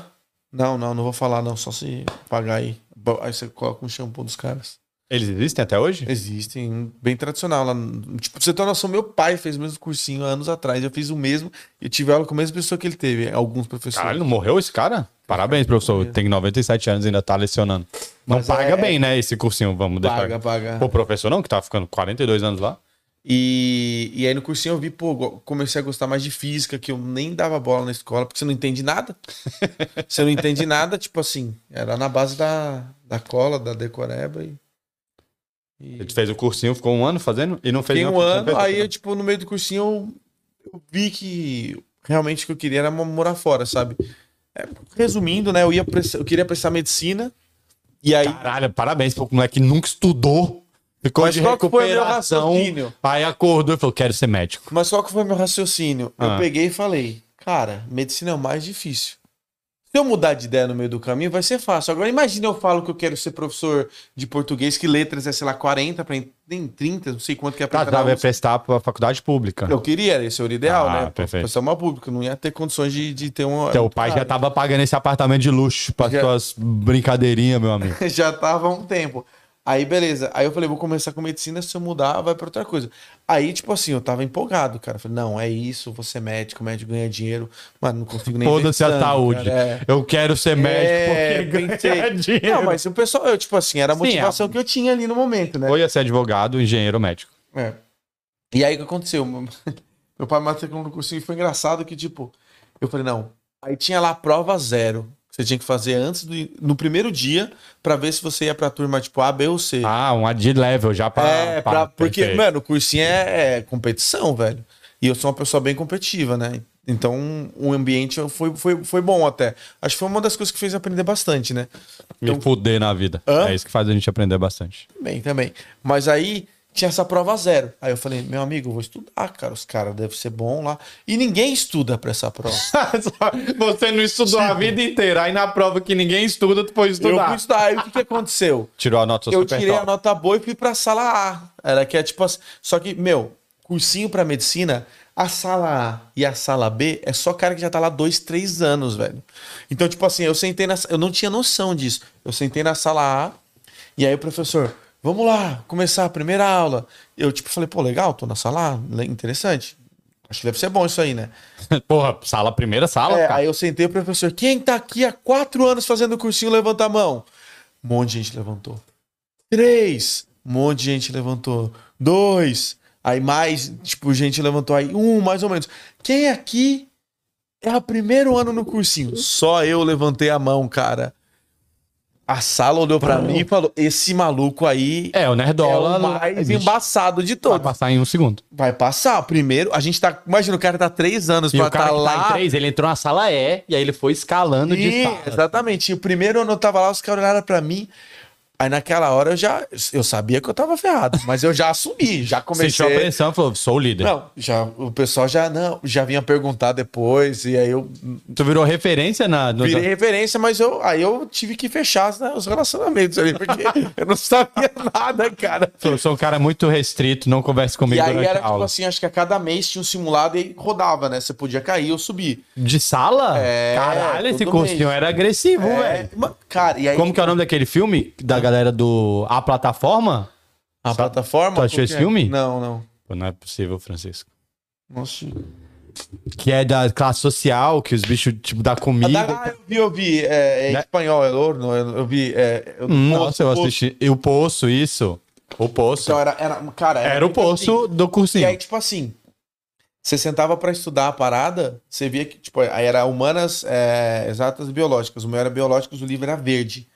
Speaker 2: Não, não, não vou falar, não. Só se pagar aí. Bo- Aí você coloca um shampoo dos caras.
Speaker 1: Eles existem até hoje?
Speaker 2: Existem, um bem tradicional lá. no- Tipo, pra você ter noção, meu pai fez o mesmo cursinho há anos atrás. Eu fiz o mesmo e eu tive aula com a mesma pessoa que ele teve, alguns professores.
Speaker 1: Caralho, não morreu esse cara? Parabéns, professor. Tem 97 anos e ainda tá lecionando. Não
Speaker 2: Mas
Speaker 1: paga
Speaker 2: é-
Speaker 1: bem, né, esse cursinho, vamos
Speaker 2: paga,
Speaker 1: deixar.
Speaker 2: paga.
Speaker 1: O professor não, que tá ficando 42 anos lá.
Speaker 2: E, e aí no cursinho eu vi, pô, go- comecei a gostar mais de física, que eu nem dava bola na escola, porque você não entende nada. você não entende nada, tipo assim, era na base da, da cola, da decoreba e. e-
Speaker 1: Ele fez o cursinho, ficou um ano fazendo e não fez
Speaker 2: Fiquei um
Speaker 1: nenhuma-
Speaker 2: ano, aí eu, tipo, no meio do cursinho eu, eu vi que realmente o que eu queria era mo- morar fora, sabe? É, resumindo, né, eu, ia prestar- eu queria prestar medicina, e aí.
Speaker 1: Caralho, parabéns pro moleque que nunca estudou. Ficou
Speaker 2: Mas
Speaker 1: de
Speaker 2: qual que foi o meu
Speaker 1: recuperação.
Speaker 2: raciocínio?
Speaker 1: Aí acordou e falou, quero ser médico.
Speaker 2: Mas qual que foi meu raciocínio?
Speaker 1: Ah.
Speaker 2: Eu peguei e falei, cara, medicina é o mais difícil. Se eu mudar de ideia no meio do caminho, vai ser fácil. Agora, imagina eu falo que eu quero ser professor de português, que letras é, sei lá, 40, pra, en- nem 30, não sei quanto que é pra
Speaker 1: Tá,
Speaker 2: cada
Speaker 1: tá, vai
Speaker 2: aluno.
Speaker 1: prestar pra faculdade pública.
Speaker 2: Eu queria, esse era o ideal,
Speaker 1: Ah,
Speaker 2: né?
Speaker 1: perfeito.
Speaker 2: Professor mal público, não ia ter condições de, de ter um.
Speaker 1: Teu pai já tava pagando esse apartamento de luxo para
Speaker 2: Já.
Speaker 1: suas brincadeirinhas, meu amigo.
Speaker 2: (laughs) já tava há um tempo. Aí, beleza. Aí eu falei, vou começar com medicina, se eu mudar, vai pra outra coisa. Aí, tipo assim, eu tava empolgado, cara. Falei, não, é isso, vou ser médico, médico ganha dinheiro. Mano, não consigo nem
Speaker 1: Foda-se a
Speaker 2: pensando,
Speaker 1: saúde.
Speaker 2: cara, é.
Speaker 1: Eu quero ser
Speaker 2: É,
Speaker 1: médico porque ganha
Speaker 2: pensei.
Speaker 1: dinheiro.
Speaker 2: Não, mas o pessoal, eu, tipo assim, era a
Speaker 1: Sim,
Speaker 2: motivação que eu tinha ali no momento, né?
Speaker 1: Ou ia ser advogado, engenheiro, médico.
Speaker 2: É. E aí o que aconteceu? Meu (laughs) meu pai me matriculou no cursinho e foi engraçado que, tipo, eu falei, não. Aí tinha lá a prova zero. que Você tinha que fazer antes do. No primeiro dia, pra ver se você ia pra turma, tipo, A, B ou C.
Speaker 1: Ah, um ad level já pra.
Speaker 2: é,
Speaker 1: pra-
Speaker 2: pra, porque,
Speaker 1: perfeito.
Speaker 2: mano, o cursinho é, é competição, velho. E eu sou uma pessoa bem competitiva, né? Então, o ambiente foi, foi, foi bom até. Acho que foi uma das coisas que fez eu aprender bastante, né?
Speaker 1: Me fuder na vida.
Speaker 2: Hã?
Speaker 1: É isso que faz a gente aprender
Speaker 2: (laughs)
Speaker 1: bastante.
Speaker 2: Bem, também. Mas aí tinha essa prova zero. Aí eu falei, meu amigo, eu vou estudar, cara. Os caras devem ser bons lá. E ninguém estuda pra essa prova.
Speaker 1: Você não estudou a vida inteira, aí na prova que ninguém estuda, tu foi
Speaker 2: Eu fui estudar. Aí o que, que aconteceu?
Speaker 1: Tirou a nota
Speaker 2: eu
Speaker 1: super
Speaker 2: tirei a
Speaker 1: top.
Speaker 2: nota boa e fui pra sala A. Era que é tipo assim. Só que, meu, cursinho pra medicina, a sala A e a sala B é só cara que já tá lá dois, três anos, velho. Então, tipo assim, eu sentei na. Eu não tinha noção disso. Eu sentei na sala A e aí o professor, vamos lá, começar a primeira aula. Eu, tipo, falei, pô, legal, tô na sala A, le- interessante. Acho que deve ser bom isso aí, né?
Speaker 1: (laughs) Porra, sala, primeira sala,
Speaker 2: É,
Speaker 1: cara.
Speaker 2: aí eu sentei o professor, quem tá aqui há quatro anos fazendo cursinho, levanta a mão. Um monte de gente levantou. Três. Um monte de gente levantou. Dois. Aí mais, tipo, gente levantou aí. Um, mais ou menos. Quem aqui é o primeiro ano no cursinho? Só eu levantei a mão, cara. A sala olhou pra mim e falou: esse maluco aí é,
Speaker 1: É, o Nerdola.
Speaker 2: o mais
Speaker 1: existe.
Speaker 2: embaçado de
Speaker 1: vai
Speaker 2: todos.
Speaker 1: passar em um segundo.
Speaker 2: Vai passar. Primeiro, a gente tá. Imagina, o cara tá três anos
Speaker 1: E
Speaker 2: pra
Speaker 1: o cara
Speaker 2: tá
Speaker 1: que
Speaker 2: lá.
Speaker 1: tá em três, ele entrou na sala E, e aí ele foi escalando de
Speaker 2: Sim,
Speaker 1: sala.
Speaker 2: exatamente. E o primeiro ano eu tava lá, os caras olharam pra mim. Aí naquela hora eu já. Eu sabia que eu tava ferrado, mas eu já assumi,
Speaker 1: Sentiu
Speaker 2: já
Speaker 1: a
Speaker 2: comecei.
Speaker 1: pressão e falou, sou o líder.
Speaker 2: Não, já, o pessoal já não, já vinha perguntar depois, e aí eu
Speaker 1: Tu virou referência na... No...
Speaker 2: virei referência, mas eu, aí eu tive que fechar né, os relacionamentos
Speaker 1: (laughs)
Speaker 2: ali, porque eu não sabia nada, cara.
Speaker 1: Eu sou um cara muito restrito, não converse
Speaker 2: E
Speaker 1: comigo
Speaker 2: aí
Speaker 1: durante
Speaker 2: era
Speaker 1: a
Speaker 2: tipo
Speaker 1: aula.
Speaker 2: assim, acho que a cada mês tinha um simulado e rodava, né? Você podia cair ou subir.
Speaker 1: De sala?
Speaker 2: É,
Speaker 1: Caralho, esse
Speaker 2: tudo
Speaker 1: cursinho
Speaker 2: mesmo.
Speaker 1: era agressivo,
Speaker 2: É,
Speaker 1: velho.
Speaker 2: ma- cara, e aí
Speaker 1: Como que é o nome daquele filme? Da galera do... A Plataforma?
Speaker 2: a plataforma.
Speaker 1: Tu achou
Speaker 2: qual
Speaker 1: esse
Speaker 2: que é?
Speaker 1: filme?
Speaker 2: Não, não.
Speaker 1: Pô, não é possível, Francisco.
Speaker 2: Nossa.
Speaker 1: Que é da classe social, que os bichos, tipo, da
Speaker 2: Ah,
Speaker 1: comida.
Speaker 2: da- ah, eu vi, eu vi. É, é em
Speaker 1: Né?
Speaker 2: espanhol, é Lorno, eu, eu vi. É, eu,
Speaker 1: Hum,
Speaker 2: Poço,
Speaker 1: Nossa, eu
Speaker 2: Poço.
Speaker 1: assisti. E o Poço, isso. O Poço.
Speaker 2: Então, era, era, cara,
Speaker 1: Era o
Speaker 2: tipo
Speaker 1: Poço
Speaker 2: assim.
Speaker 1: do
Speaker 2: E
Speaker 1: cursinho.
Speaker 2: aí, tipo assim, você sentava pra estudar a parada, você via que, tipo, aí era humanas, é, exatas e biológicas. O meu era biológicas, o livro era verde.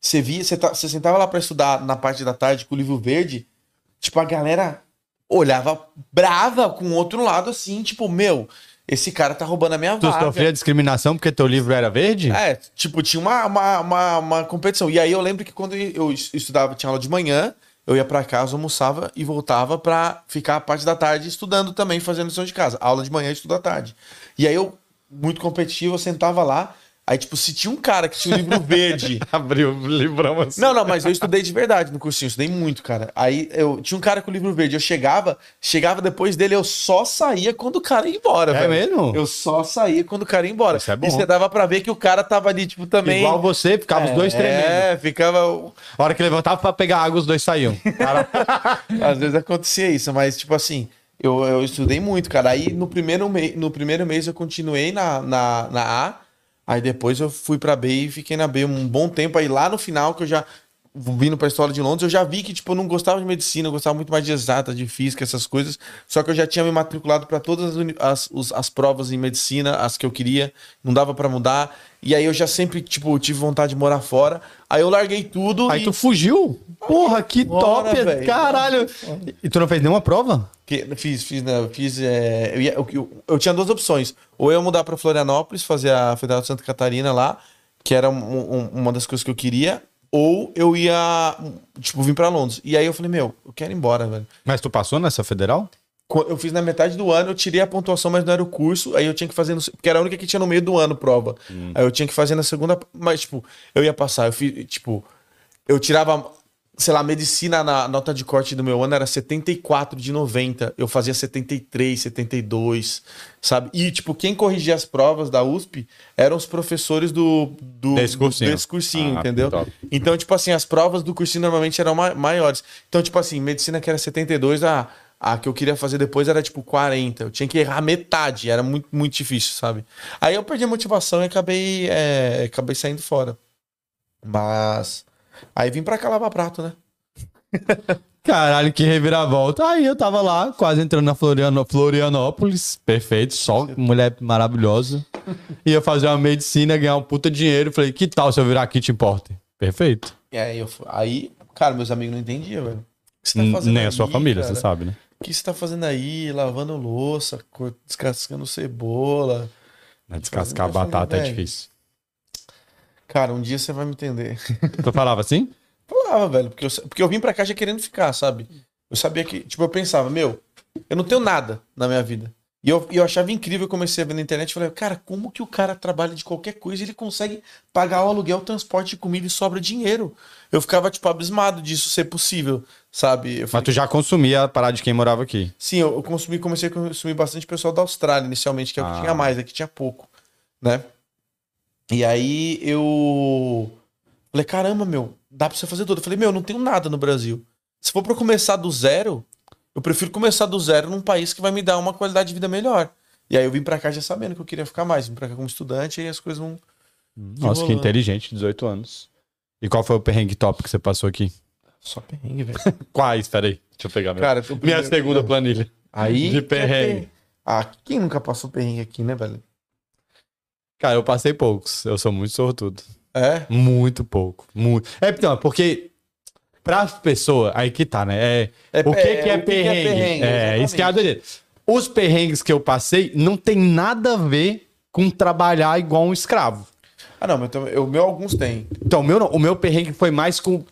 Speaker 2: Você via, você, ta- você sentava lá pra estudar na parte da tarde com o livro verde, tipo, a galera olhava brava com o outro lado, assim, tipo, meu, esse cara tá roubando a minha
Speaker 1: Tu
Speaker 2: vaga.
Speaker 1: sofria discriminação porque teu livro era verde?
Speaker 2: É, tipo, tinha uma, uma, uma, uma competição. E aí eu lembro que quando eu es- estudava, tinha aula de manhã, eu ia pra casa, almoçava e voltava pra ficar a parte da tarde estudando também, fazendo lição de casa. Aula de manhã e estudo à tarde. E aí eu, muito competitivo, eu sentava lá. Aí, tipo, se tinha um cara que tinha um livro verde.
Speaker 1: (laughs) Abriu o livrão assim.
Speaker 2: Não, não, mas eu estudei de verdade no cursinho, estudei muito, cara. Aí eu tinha um cara com o livro verde, eu chegava, chegava depois dele, eu só saía quando o cara ia embora,
Speaker 1: É
Speaker 2: velho.
Speaker 1: mesmo?
Speaker 2: Eu só saía quando o cara ia embora.
Speaker 1: Isso é bom.
Speaker 2: E você dava pra ver que o cara tava ali, tipo, também.
Speaker 1: Igual você, ficava os dois tremendo.
Speaker 2: É, ficava.
Speaker 1: A hora que levantava pra pegar água, os dois saíam.
Speaker 2: (laughs)
Speaker 1: Cara,
Speaker 2: Às vezes acontecia isso, mas tipo assim, eu, eu estudei muito, cara. Aí no primeiro, me... no primeiro mês eu continuei na, na, na A, aí depois eu fui pra B e fiquei na B um bom tempo. Aí lá no final, que eu já vindo pra História de Londres, eu já vi que tipo, eu não gostava de medicina, eu gostava muito mais de exata, de física, essas coisas. Só que eu já tinha me matriculado pra todas as, uni- as, os- as provas em medicina, as que eu queria, não dava pra mudar. E aí eu já sempre, tipo, tive vontade de morar fora. Aí eu larguei tudo
Speaker 1: aí
Speaker 2: e
Speaker 1: tu fugiu? Porra, que
Speaker 2: Bora,
Speaker 1: top!
Speaker 2: velho.
Speaker 1: Caralho! E tu não fez nenhuma prova?
Speaker 2: Que- fiz, fiz, né, fiz é, eu, ia- eu- eu- eu tinha duas opções. Ou eu mudar para Florianópolis, fazer a Federal de Santa Catarina lá, que era um- um- uma das coisas que eu queria, ou eu ia, tipo, vir para Londres. E aí eu falei, meu, eu quero ir embora, velho.
Speaker 1: Mas tu passou nessa federal?
Speaker 2: co- eu fiz na metade do ano, eu tirei a pontuação, mas não era o curso. Aí eu tinha que fazer. No, se- porque era a única que tinha no meio do ano prova.
Speaker 1: Hum.
Speaker 2: Aí eu tinha que fazer na segunda. Mas, tipo, eu ia passar. Eu fiz, tipo, eu tirava, sei lá, medicina na nota de corte do meu ano era 74 de 90. Eu fazia 73, 72, sabe? E, tipo, quem corrigia as provas da USP eram os professores do. do
Speaker 1: Desse cursinho.
Speaker 2: desse cursinho,
Speaker 1: Ah,
Speaker 2: entendeu?
Speaker 1: top.
Speaker 2: Então, tipo assim, as provas do cursinho normalmente eram ma- maiores. Então, tipo assim, medicina que era 72, a, a que eu queria fazer depois era tipo 40. Eu tinha que errar metade, era muito, muito difícil, sabe? Aí eu perdi a motivação e acabei, é, acabei saindo fora. Mas. Aí vim pra cá lavar prato, né?
Speaker 1: Caralho, que reviravolta. Aí eu tava lá, quase entrando na Floriano- Florianópolis. Perfeito, só mulher maravilhosa. Ia fazer uma medicina, ganhar um puta dinheiro. Falei, que tal se eu virar kit importer? Perfeito.
Speaker 2: E aí, eu, fu- aí cara, meus amigos não entendiam, velho. O que você tá
Speaker 1: N-
Speaker 2: fazendo
Speaker 1: Nem a sua
Speaker 2: aí,
Speaker 1: família,
Speaker 2: cara?
Speaker 1: você sabe, né?
Speaker 2: O que você tá fazendo aí? Lavando louça, cor- descascando cebola.
Speaker 1: Descascar a
Speaker 2: Mas eu falei,
Speaker 1: batata é
Speaker 2: "Véi."
Speaker 1: difícil.
Speaker 2: Cara, um dia você vai me entender.
Speaker 1: Tu falava assim?
Speaker 2: Falava, velho, porque eu, sa- porque eu vim pra cá já querendo ficar, sabe? Eu sabia que, tipo, eu pensava, meu, eu não tenho nada na minha vida. E eu, e eu achava incrível, eu comecei a ver na internet e falei, cara, como que o cara trabalha de qualquer coisa e ele consegue pagar o aluguel, o transporte, comida e sobra dinheiro? Eu ficava, tipo, abismado disso ser possível, sabe? Eu
Speaker 1: Mas
Speaker 2: falei,
Speaker 1: tu já consumia a parada de quem morava aqui.
Speaker 2: Sim, eu eu consumi, comecei a consumir bastante pessoal da Austrália inicialmente, que é o que
Speaker 1: Ah.
Speaker 2: tinha mais, aqui tinha pouco, né? E aí eu falei, caramba, meu, dá pra você fazer tudo. Eu falei, meu, eu não tenho nada no Brasil. Se for pra começar do zero, eu prefiro começar do zero num país que vai me dar uma qualidade de vida melhor. E aí eu vim pra cá já sabendo que eu queria ficar mais, vim pra cá como estudante e as coisas não.
Speaker 1: Nossa, que né?
Speaker 2: rolando.
Speaker 1: inteligente, 18 anos. E qual foi o perrengue top que você passou aqui?
Speaker 2: Só perrengue, velho.
Speaker 1: Quais? Peraí, deixa eu pegar meu...
Speaker 2: (laughs) Cara, eu
Speaker 1: minha segunda planilha.
Speaker 2: aí é
Speaker 1: de perrengue.
Speaker 2: Ah, quem nunca passou perrengue aqui, né, velho?
Speaker 1: Cara, eu passei poucos. Eu sou muito sortudo.
Speaker 2: É?
Speaker 1: Muito pouco. Muito. É, então, porque pra pessoa, aí que tá, né? É, o que, que é
Speaker 2: o
Speaker 1: perrengue? É, isso que é a doideira. Os perrengues que eu passei não tem nada a ver com trabalhar igual um escravo.
Speaker 2: Ah, não, mas eu- eu- o meu alguns tem.
Speaker 1: Então, o meu, não. o meu perrengue foi mais com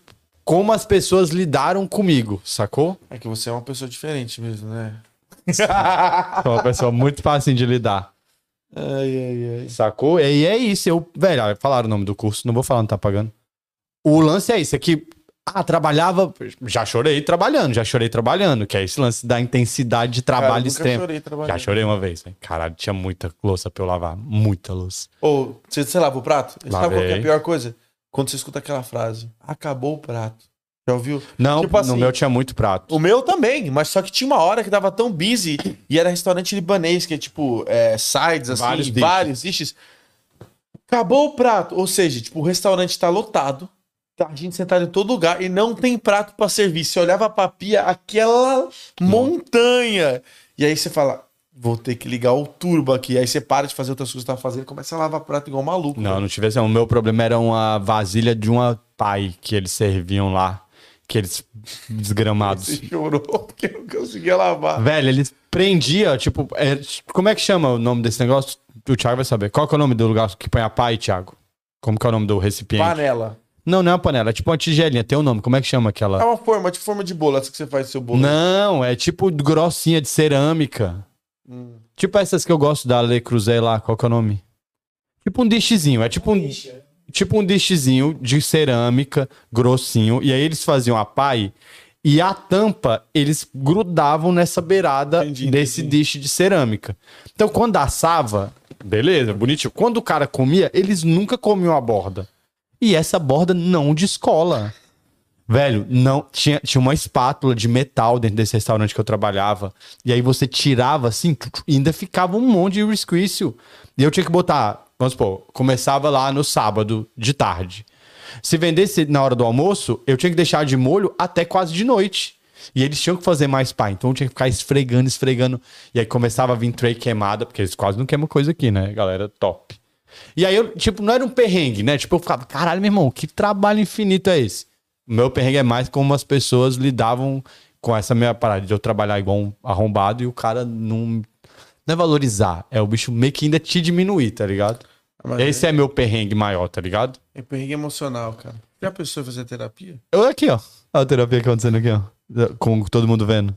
Speaker 1: como as pessoas lidaram comigo, sacou?
Speaker 2: É que você é uma pessoa diferente mesmo, né?
Speaker 1: Sou uma pessoa muito fácil de lidar,
Speaker 2: Ai, ai, ai.
Speaker 1: sacou? E é isso. Eu, velho, ah, falaram o nome do curso, não vou falar, não tá pagando. O lance é isso, é que. Ah, trabalhava. Já chorei trabalhando, já chorei trabalhando, que é esse lance da intensidade de
Speaker 2: Cara, eu
Speaker 1: trabalho
Speaker 2: nunca
Speaker 1: extremo.
Speaker 2: chorei trabalhando.
Speaker 1: Já chorei uma vez, velho. Caralho, tinha muita louça pra eu lavar. Muita louça.
Speaker 2: Ou, você, você lava o prato? Sabe qual que é a
Speaker 1: Lavei.
Speaker 2: pior coisa? Quando você escuta aquela frase, acabou o prato. Já ouviu?
Speaker 1: Não,
Speaker 2: Tipo assim,
Speaker 1: no meu tinha muito prato.
Speaker 2: O meu também, mas só que tinha uma hora que dava tão busy e era restaurante libanês, que é tipo é, sides, assim,
Speaker 1: Vários
Speaker 2: vários,
Speaker 1: dishes.
Speaker 2: dishes. Acabou o prato. Ou seja, tipo, o restaurante tá lotado, tá a gente sentada em todo lugar e não tem prato pra servir. Você olhava pra pia, aquela montanha. E aí você fala, vou ter que ligar o turbo aqui. Aí você para de fazer outras coisas que você tá fazendo e começa a lavar prato igual um maluco.
Speaker 1: Não, não tivesse. O meu problema era uma vasilha de uma pai que eles serviam lá. Aqueles
Speaker 2: (laughs)
Speaker 1: desgramados.
Speaker 2: (laughs) Você chorou porque não conseguia lavar.
Speaker 1: Velho, eles prendiam, tipo. é, como é que chama o nome desse negócio? O Thiago vai saber. Qual que é o nome do lugar que põe a pai, Thiago? Como que é o nome do recipiente?
Speaker 2: Panela.
Speaker 1: Não, não é uma panela. É tipo uma tigelinha. Tem um nome. Como é que chama aquela?
Speaker 2: É uma forma, tipo forma de bolo, essa que você faz seu bolo. né?
Speaker 1: Não, é tipo grossinha de cerâmica.
Speaker 2: Hum.
Speaker 1: Tipo essas que eu gosto da Le Creuset lá, qual que é o nome? Tipo um dishzinho, é tipo um,
Speaker 4: Ixi,
Speaker 1: tipo um dishzinho de cerâmica, grossinho. E aí eles faziam a pai e a tampa eles grudavam nessa beirada
Speaker 2: Entendi,
Speaker 1: desse
Speaker 2: entendi.
Speaker 1: dish de cerâmica. Então quando assava, beleza, bonitinho. Quando o cara comia, eles nunca comiam a borda. E essa borda não descola. Velho, não tinha, tinha uma espátula de metal dentro desse restaurante que eu trabalhava. E aí você tirava assim, tchu, tchu, e ainda ficava um monte de resquício. E eu tinha que botar, vamos supor, começava lá no sábado de tarde. Se vendesse na hora do almoço, eu tinha que deixar de molho até quase de noite. E eles tinham que fazer mais pá, então eu tinha que ficar esfregando, esfregando. E aí começava a vir tray queimada, porque eles quase não queimam coisa aqui, né, galera? Top. E aí eu, tipo, não era um perrengue, né? Tipo, eu ficava, caralho, meu irmão, que trabalho infinito é esse? O meu perrengue é mais como as pessoas lidavam com essa minha parada de eu trabalhar igual um arrombado e o cara não. Não é valorizar, é o bicho meio que ainda te diminuir, tá ligado?
Speaker 2: Mas-
Speaker 1: Esse é meu perrengue maior, tá ligado?
Speaker 2: É perrengue emocional, cara. Já pensou em fazer terapia?
Speaker 1: Eu aqui, ó. Olha a terapia acontecendo aqui, ó. Com todo mundo vendo.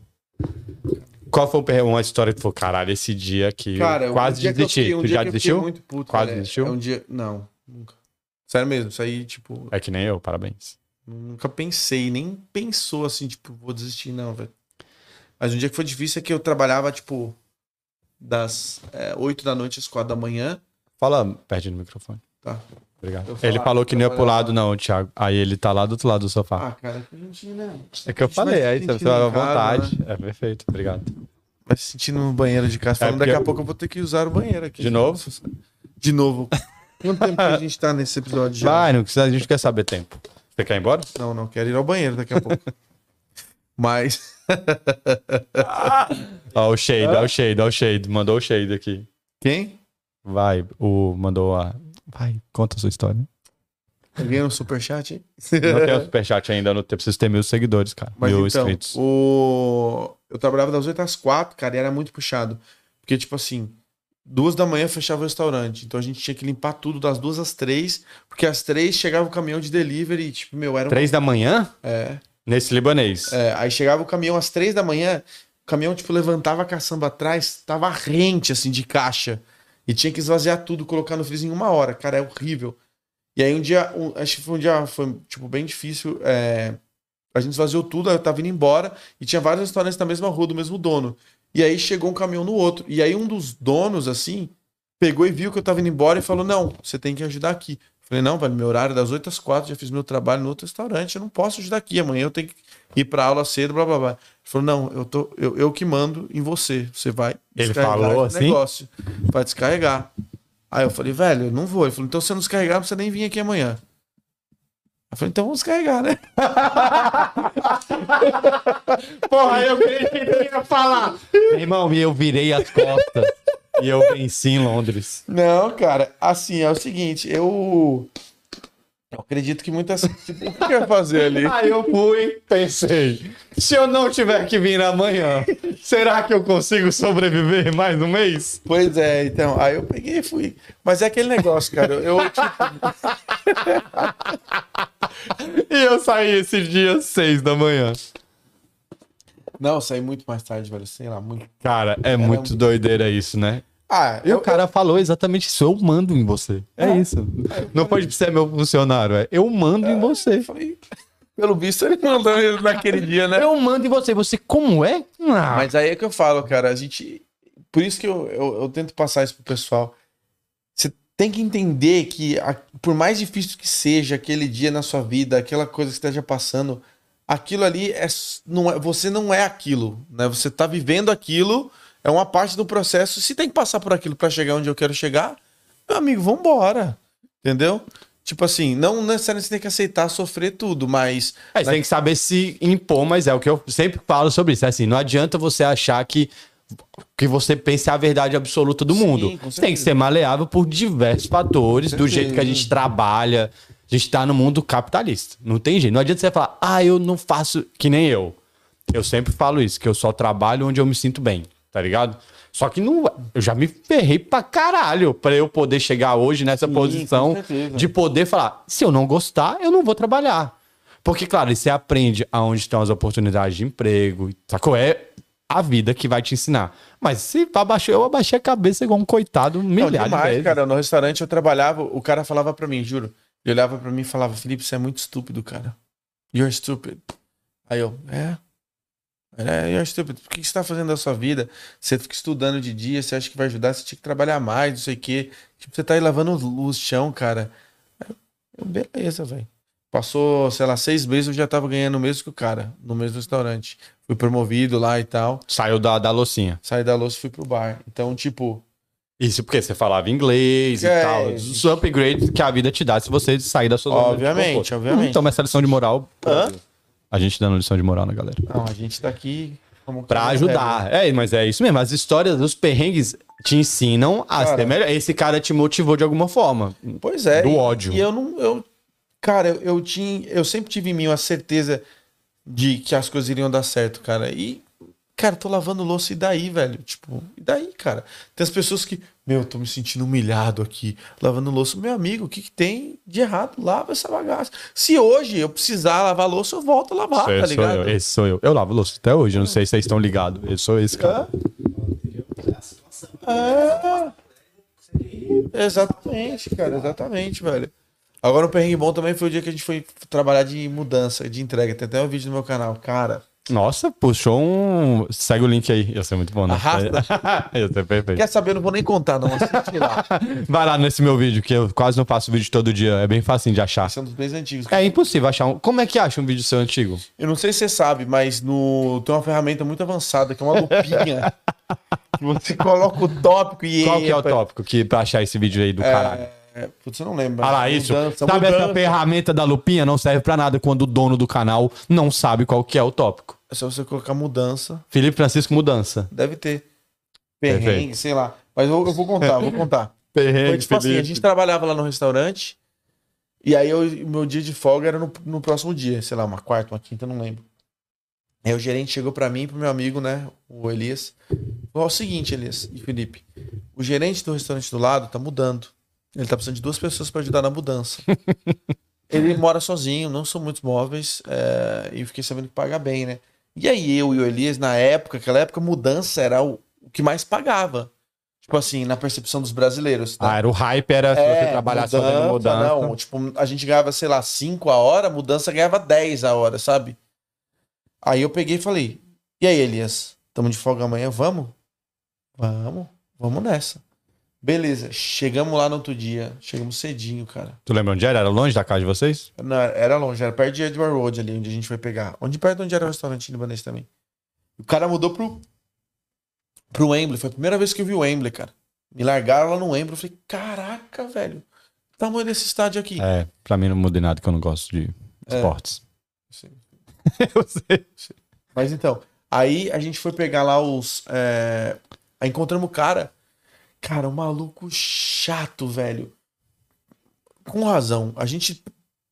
Speaker 1: Qual foi o per- uma história que tu falou, caralho, esse dia que eu
Speaker 2: Cara,
Speaker 1: quase
Speaker 2: dia que eu
Speaker 1: desisti.
Speaker 2: fiquei- um
Speaker 1: tu
Speaker 2: dia
Speaker 1: já
Speaker 2: que eu
Speaker 1: desistiu?
Speaker 2: fiquei Muito puto,
Speaker 1: Quase
Speaker 2: cara, é-
Speaker 1: desistiu?
Speaker 2: É um dia... Não, nunca. Sério mesmo, isso aí, tipo,
Speaker 1: É que nem eu, parabéns.
Speaker 2: nunca pensei, nem pensou assim, tipo, vou desistir, não, velho. Mas um dia que foi difícil é que eu trabalhava, tipo, das é, 8 da noite às 4 da manhã.
Speaker 1: Fala perto do microfone.
Speaker 2: Tá.
Speaker 1: Obrigado.
Speaker 2: Eu
Speaker 1: ele
Speaker 2: falar-
Speaker 1: falou que não ia pro
Speaker 2: trabalhar-
Speaker 1: lado, não, Thiago. Aí ele tá lá do outro lado do sofá.
Speaker 2: Ah, cara, que a gente, né?
Speaker 1: é que eu
Speaker 2: a gente vai
Speaker 1: falei,
Speaker 2: se
Speaker 1: aí você
Speaker 2: sentindo
Speaker 1: vai à
Speaker 2: em casa, né?
Speaker 1: vontade. É perfeito, obrigado.
Speaker 2: Vai se sentindo no banheiro de casa.
Speaker 1: É,
Speaker 2: Falando,
Speaker 1: porque
Speaker 2: daqui a
Speaker 1: eu-
Speaker 2: pouco eu vou ter que usar o banheiro aqui.
Speaker 1: De novo?
Speaker 2: De novo. Quanto tempo que
Speaker 1: (laughs)
Speaker 2: a gente tá nesse episódio já?
Speaker 1: Vai, não precisa, a gente quer saber tempo. Você quer ir embora?
Speaker 2: Não, não, quero ir ao banheiro daqui a pouco. (laughs) Mas,
Speaker 1: Ó, o shade, ó, o shade, ó, o shade. Mandou o shade aqui.
Speaker 2: quem?
Speaker 1: Vai, o mandou a. Vai, conta a sua
Speaker 2: (laughs)
Speaker 1: história.
Speaker 2: Alguém no superchat? hein?
Speaker 1: Não tem o superchat ainda, não tem, preciso ter mil seguidores, cara.
Speaker 2: Mas
Speaker 1: mil
Speaker 2: então,
Speaker 1: inscritos.
Speaker 2: o... eu trabalhava das 8 às 4, cara, e era muito puxado. Porque, tipo assim, duas da manhã fechava o restaurante. Então a gente tinha que limpar tudo das duas às três, porque às três chegava o caminhão de delivery e, tipo, meu, era um.
Speaker 1: Três da manhã?
Speaker 2: É,
Speaker 1: Nesse libanês.
Speaker 2: é, aí chegava o caminhão às três da manhã, o caminhão, tipo, levantava a caçamba atrás, tava rente, assim, de caixa. E tinha que esvaziar tudo, colocar no freezer em uma hora, cara, é horrível. E aí um dia, um- acho que foi um dia, foi, tipo, bem difícil, é, a gente esvaziou tudo, aí eu tava indo embora, e tinha vários restaurantes na mesma rua, do mesmo dono. E aí chegou um caminhão no outro, e aí um dos donos, assim, pegou e viu que eu tava indo embora e falou, não, você tem que ajudar aqui. Eu Falei, não, velho, meu horário é das 8 às 4, já fiz meu trabalho no outro restaurante, eu não posso ajudar aqui, amanhã eu tenho que ir pra aula cedo, blá, blá, blá. Ele falou, não, eu, tô, eu, eu que mando em você, você vai
Speaker 1: Ele
Speaker 2: descarregar
Speaker 1: falou
Speaker 2: esse
Speaker 1: assim?
Speaker 2: negócio, vai descarregar. Aí eu falei, velho, eu não vou. Ele falou, então se você não descarregar, você nem vir aqui amanhã. Eu falei, então vamos descarregar, né?
Speaker 1: Porra, eu queria que ele ia falar. Meu irmão, e eu virei as costas. e eu venci em Londres.
Speaker 2: Não, cara, assim, é o seguinte, eu. Eu acredito que muitas. Tipo, o que que eu ia fazer ali?
Speaker 1: Aí eu fui, pensei. Se eu não tiver que vir amanhã, será que eu consigo sobreviver mais um mês?
Speaker 2: Pois é, então. Aí eu peguei e fui. Mas é aquele negócio, cara. Eu, eu, tipo,
Speaker 1: E eu saí esse dia seis da manhã.
Speaker 2: Não, eu saí muito mais tarde, velho. Sei lá, muito.
Speaker 1: Cara, é muito doideira isso, né?
Speaker 2: Ah,
Speaker 1: E o cara falou exatamente isso. Eu mando em você. É isso. Não pode ser meu funcionário. É, eu mando em você.
Speaker 2: falei. Pelo visto, ele mandou ele naquele dia, né?
Speaker 1: Eu mando em você. Você como é? Ah.
Speaker 2: Mas aí é que eu falo, cara. A gente. Por isso que eu, eu, eu tento passar isso pro pessoal. Você tem que entender que, a- por mais difícil que seja aquele dia na sua vida, aquela coisa que esteja passando, aquilo ali é, s- não é. Você não é aquilo, né? Você tá vivendo aquilo, é uma parte do processo. Se tem que passar por aquilo para chegar onde eu quero chegar, meu amigo, vambora. Entendeu? Tipo assim, não necessariamente você tem que aceitar sofrer tudo, mas
Speaker 1: É, você tem que saber se impor, mas é o que eu sempre falo sobre isso. É assim, não adianta você achar que, que você pense a verdade absoluta do
Speaker 2: Sim,
Speaker 1: mundo.
Speaker 2: com
Speaker 1: Você tem que
Speaker 2: certeza.
Speaker 1: ser maleável por diversos fatores, do
Speaker 2: certeza.
Speaker 1: jeito que a gente trabalha. A gente tá no mundo capitalista. Não tem jeito. Não adianta você falar, ah, eu não faço que nem eu. Eu sempre falo isso, que eu só trabalho onde eu me sinto bem, tá ligado? Só que não, eu já me ferrei pra caralho pra eu poder chegar hoje nessa posição
Speaker 2: certeza.
Speaker 1: de poder falar, se eu não gostar, eu não vou trabalhar. Porque, claro, você aprende aonde estão as oportunidades de emprego, sacou? É a vida que vai te ensinar. Mas se abaixou, eu abaixei a cabeça igual um coitado
Speaker 2: Não,
Speaker 1: milhares de
Speaker 2: demais,
Speaker 1: vezes.
Speaker 2: cara. No restaurante eu trabalhava, o cara falava pra mim, juro. Ele olhava pra mim e falava, Felipe, você é muito estúpido, cara. You're stupid. Aí eu, é? Ele, É, you're stupid. O que que você tá fazendo da sua vida? Você fica estudando de dia, você acha que vai ajudar, você tinha que trabalhar mais, não sei o quê. Tipo, você tá aí lavando o o chão, cara. Eu, beleza, velho. Passou, sei lá, seis meses, eu já tava ganhando o mesmo que o cara, no mesmo restaurante. Fui promovido lá e tal.
Speaker 1: Saiu da, da loucinha.
Speaker 2: Saí da louça e fui pro bar. Então, tipo,
Speaker 1: Isso porque você falava inglês
Speaker 2: É,
Speaker 1: e tal. Os upgrades que a vida te dá se você sair da sua zona de
Speaker 2: Obviamente,
Speaker 1: conforto.
Speaker 2: obviamente.
Speaker 1: Hum, Toma essa lição de moral. pô.
Speaker 2: Hã?
Speaker 1: A gente dando lição de moral na galera.
Speaker 2: não, a gente tá aqui. como
Speaker 1: Pra
Speaker 2: cara,
Speaker 1: ajudar. É, mas é isso mesmo. As histórias dos perrengues te ensinam a
Speaker 2: Cara.
Speaker 1: ser melhor. Esse cara te motivou de alguma forma.
Speaker 2: Pois é.
Speaker 1: Do
Speaker 2: e-
Speaker 1: ódio.
Speaker 2: E eu não. Eu, cara, eu, eu tinha. Eu sempre tive em mim a certeza de que as coisas iriam dar certo, cara. E, cara, tô lavando louça e daí, velho? Tipo, e daí, cara? Tem as pessoas que. Meu, tô me sentindo humilhado aqui, lavando louça. Meu amigo, o que, que tem de errado? Lava essa bagaça. Se hoje eu precisar lavar louça, eu volto a lavar,
Speaker 1: Sou eu,
Speaker 2: tá
Speaker 1: sou
Speaker 2: ligado?
Speaker 1: eu, esse sou eu. Eu lavo louça até hoje, não sei se vocês estão ligados. Eu sou esse cara.
Speaker 2: É. Exatamente, cara, exatamente, velho. Agora o perrengue bom também foi o dia que a gente foi trabalhar de mudança, de entrega. Tem até um vídeo no meu canal, cara.
Speaker 1: Nossa, puxou um. Segue o link aí, ia ser muito bom, né?
Speaker 2: Arrasta.
Speaker 1: (laughs) ia ser perfeito.
Speaker 2: Quer saber? Eu não vou nem contar, não. Assiste lá.
Speaker 1: Vai lá nesse meu vídeo, que eu quase não faço vídeo todo dia. É bem fácil de achar.
Speaker 2: Esse é um dos mais antigos.
Speaker 1: É impossível achar um. Como é que acha um vídeo seu antigo?
Speaker 2: Eu não sei se você sabe, mas no... tem uma ferramenta muito avançada, que é uma lupinha. que você coloca o tópico e...
Speaker 1: Qual que é o
Speaker 2: Epa,
Speaker 1: tópico que pra achar esse vídeo aí do caralho?
Speaker 2: É, putz, eu não lembro.
Speaker 1: Olha Ah lá,
Speaker 2: Mudança,
Speaker 1: isso.
Speaker 2: mudança.
Speaker 1: sabe essa ferramenta da lupinha? Não serve pra nada quando o dono do canal não sabe qual que é o tópico.
Speaker 2: É só você colocar mudança.
Speaker 1: Felipe Francisco Mudança.
Speaker 2: Deve ter. Perrengue,
Speaker 1: Perfeito.
Speaker 2: sei lá. Mas eu, eu vou contar, eu vou contar. Foi
Speaker 1: Perrengue,
Speaker 2: tipo assim, a gente trabalhava lá no restaurante. E aí eu, o meu dia de folga era no, no próximo dia, sei lá, uma quarta, uma quinta, não lembro. Aí o gerente chegou pra mim, e pro meu amigo, né, o Elias. Falou "Ó, o seguinte, Elias e Felipe. O gerente do restaurante do lado tá mudando. Ele tá precisando de duas pessoas pra ajudar na mudança. Ele mora sozinho, não são muitos móveis, é, e fiquei sabendo que paga bem, né? E aí eu e o Elias, na época, aquela época, mudança era o, o que mais pagava. Tipo assim, na percepção dos brasileiros. tá? É,
Speaker 1: Ah, era o hype, era se você trabalhasse fazendo mudança.
Speaker 2: Não, tipo, a gente ganhava, sei lá, 5 a hora, a mudança ganhava 10 a hora, sabe? Aí eu peguei e falei: E aí, Elias? Tamo de folga amanhã, vamos? Vamos, vamos nessa. Beleza, chegamos lá no outro dia, chegamos cedinho, cara.
Speaker 1: Tu lembra onde era? Era longe da casa de vocês?
Speaker 2: Não, era longe, era perto de Edward Road ali, onde a gente foi pegar. Onde perto onde era o restaurante libanês também. O cara mudou pro, pro Wembley. Foi a primeira vez que eu vi o Wembley, cara. Me largaram lá no Wembley. Eu falei, caraca, velho. o Tamanho desse estádio aqui.
Speaker 1: É, pra mim não mudei nada que eu não gosto de
Speaker 2: É.
Speaker 1: esportes.
Speaker 2: Sim.
Speaker 1: (laughs) eu sei.
Speaker 2: Mas então, aí a gente foi pegar lá os. é, Aí encontramos o cara. Cara, um maluco chato, velho. Com razão. A gente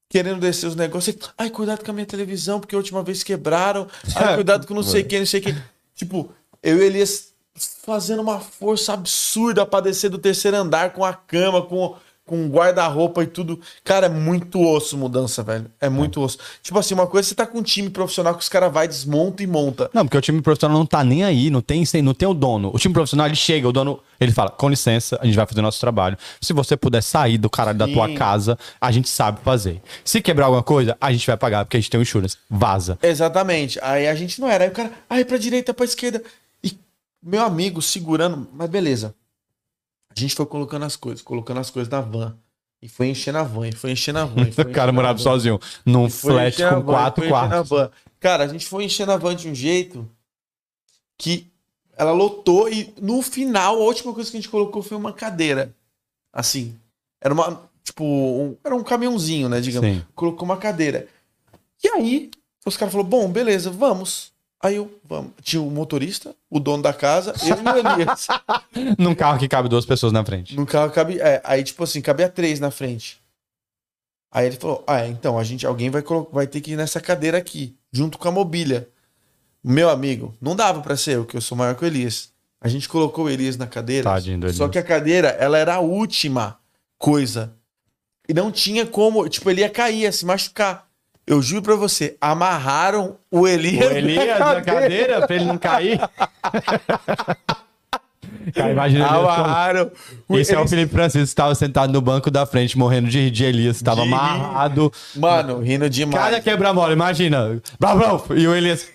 Speaker 2: querendo descer os negócios. e, Ai, cuidado com a minha televisão, porque a última vez quebraram. Ai, cuidado com não sei quem, não sei quem. Tipo, eu e o Elias fazendo uma força absurda pra descer do terceiro andar com a cama, com, com um guarda-roupa e tudo. Cara, é muito osso mudança, velho. É muito osso. Tipo assim, uma coisa, você tá com um time profissional que os caras vai, desmonta e monta.
Speaker 1: Não, porque o time profissional não tá nem aí, não tem, não tem o dono. O time profissional, ele chega, o dono, ele fala, com licença, a gente vai fazer nosso trabalho. Se você puder sair do caralho da tua
Speaker 2: Sim.
Speaker 1: casa, a gente sabe fazer. Se quebrar alguma coisa, a gente vai pagar, porque a gente tem um insurance. Vaza.
Speaker 2: Exatamente. Aí a gente não era. Aí o cara, aí pra direita, pra esquerda. E meu amigo segurando, mas beleza. A gente foi colocando as coisas, colocando as coisas na van. E foi enchendo a van, e foi enchendo a
Speaker 1: (laughs)
Speaker 2: van. e foi
Speaker 1: O cara
Speaker 2: enchendo a
Speaker 1: morava
Speaker 2: van.
Speaker 1: sozinho, num
Speaker 2: Foi
Speaker 1: flat
Speaker 2: enchendo a
Speaker 1: com
Speaker 2: van,
Speaker 1: quatro
Speaker 2: foi enchendo a
Speaker 1: quartos.
Speaker 2: van. Cara, a gente foi enchendo a van de um jeito que ela lotou e no final a última coisa que a gente colocou foi uma cadeira. Assim, era uma, tipo, um- era um caminhãozinho, né, digamos.
Speaker 1: Sim.
Speaker 2: Colocou uma cadeira. E aí, os caras falaram, bom, beleza, vamos. Aí eu, vamos. Tinha o motorista, o dono da casa, eu e
Speaker 1: (laughs)
Speaker 2: o Elias.
Speaker 1: Num carro que cabe duas pessoas na frente.
Speaker 2: No carro cabe. é, aí, tipo assim, cabia três na frente. Aí ele falou: Ah, é, então, a gente, alguém vai, colo- vai ter que ir nessa cadeira aqui, junto com a mobília. Meu amigo, não dava pra ser eu, que eu sou maior que o Elias. A gente colocou o Elias na cadeira.
Speaker 1: Tadinho do
Speaker 2: Só
Speaker 1: Elias.
Speaker 2: que a cadeira, ela era a última coisa. E não tinha como. Tipo, ele ia cair, ia se machucar. Eu juro pra você, amarraram o Elias.
Speaker 1: O Elias na cadeira pra ele não cair. (laughs) Cara, imagina ele como...
Speaker 2: Amarraram.
Speaker 1: Esse é o
Speaker 2: Elias-
Speaker 1: Felipe Francisco, que tava sentado no banco da frente, morrendo de rir de Elias, tava
Speaker 2: De rir.
Speaker 1: amarrado.
Speaker 2: Mano, rindo
Speaker 1: é
Speaker 2: demais.
Speaker 1: Cara quebra-mola, imagina. Blá, blá, e o Elias.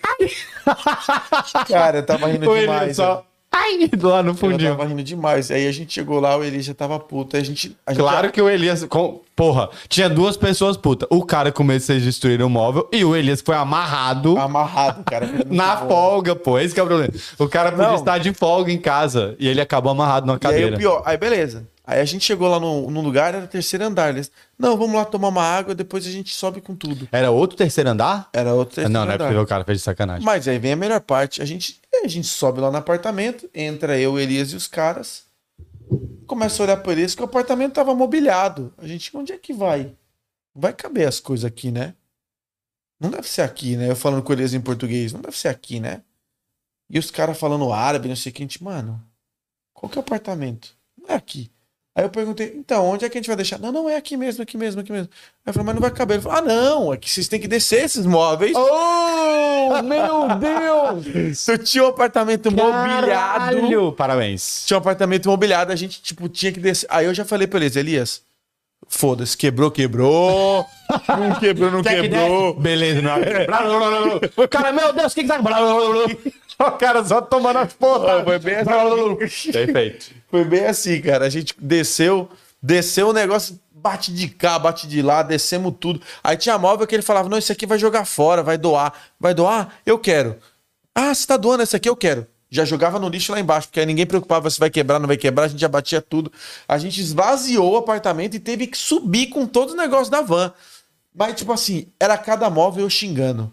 Speaker 2: Cara, eu tava
Speaker 1: (laughs)
Speaker 2: rindo
Speaker 1: o
Speaker 2: demais. né?
Speaker 1: Elias só. Ai, lá no
Speaker 2: Eu
Speaker 1: fundinho.
Speaker 2: tava rindo demais. Aí a gente chegou lá, o Eli já tava puto. Aí a gente. a gente-
Speaker 1: Claro que o Elias. com- Porra, tinha duas pessoas puta. O cara com medo de vocês destruírem o móvel e o Elias foi amarrado
Speaker 2: amarrado, cara. Foi Ah,
Speaker 1: (laughs)
Speaker 2: muito
Speaker 1: na
Speaker 2: bom.
Speaker 1: folga, pô. Esse que é o problema. O cara podia
Speaker 2: Não.
Speaker 1: estar de folga em casa e ele acabou amarrado numa
Speaker 2: E aí
Speaker 1: cadeira.
Speaker 2: o pior. Aí beleza. Aí a gente chegou lá no, no lugar, era terceiro andar. Eles, não, vamos lá tomar uma água, depois a gente sobe com tudo.
Speaker 1: Era outro terceiro andar?
Speaker 2: Era outro terceiro
Speaker 1: não, não é
Speaker 2: andar.
Speaker 1: possível, o cara fez de sacanagem.
Speaker 2: Mas aí vem a melhor parte. A gente, a gente sobe lá no apartamento, entra eu, Elias e os caras. Começa a olhar por isso que o apartamento tava mobiliado. A gente, onde é que vai? Vai caber as coisas aqui, né? Não deve ser aqui, né? Eu falando com o Elias em português, não deve ser aqui, né? E os caras falando árabe, não sei o que, a gente, mano, qual que é o apartamento? Não é aqui. Aí eu perguntei, então, onde é que a gente vai deixar? Não, não, é aqui mesmo, aqui mesmo, aqui mesmo. Aí eu falei, mas não vai caber. Ele falou, ah, não, é que vocês têm que descer esses móveis.
Speaker 1: Oh, meu Deus!
Speaker 2: Se eu tinha um apartamento
Speaker 1: (laughs)
Speaker 2: mobiliado.
Speaker 1: Caralho! Parabéns.
Speaker 2: Tinha um apartamento mobiliado, a gente, tipo, tinha que descer. Aí eu já falei pra eles, Elias, foda-se, quebrou, quebrou. Não quebrou, não quebrou.
Speaker 1: Beleza, não.
Speaker 5: é?
Speaker 1: (laughs) Blá, blá, blá, blá. (laughs) Cara, meu Deus, o que que tá. Blá, blá, blá, blá. (laughs) O cara só tomando as porras.
Speaker 2: Foi bem,
Speaker 1: Blá, blá, blá.
Speaker 5: Perfeito.
Speaker 2: foi bem assim, cara. A gente desceu, desceu o negócio, bate de cá, bate de lá, descemos tudo. Aí tinha móvel que ele falava, não, esse aqui vai jogar fora, vai doar. Vai doar? Eu quero. Ah, você tá doando esse aqui? Eu quero. Já jogava no lixo lá embaixo, porque aí ninguém preocupava se vai quebrar, não vai quebrar, a gente já batia tudo. A gente esvaziou o apartamento e teve que subir com todos os negócios da van. Mas, tipo assim, era cada móvel eu xingando.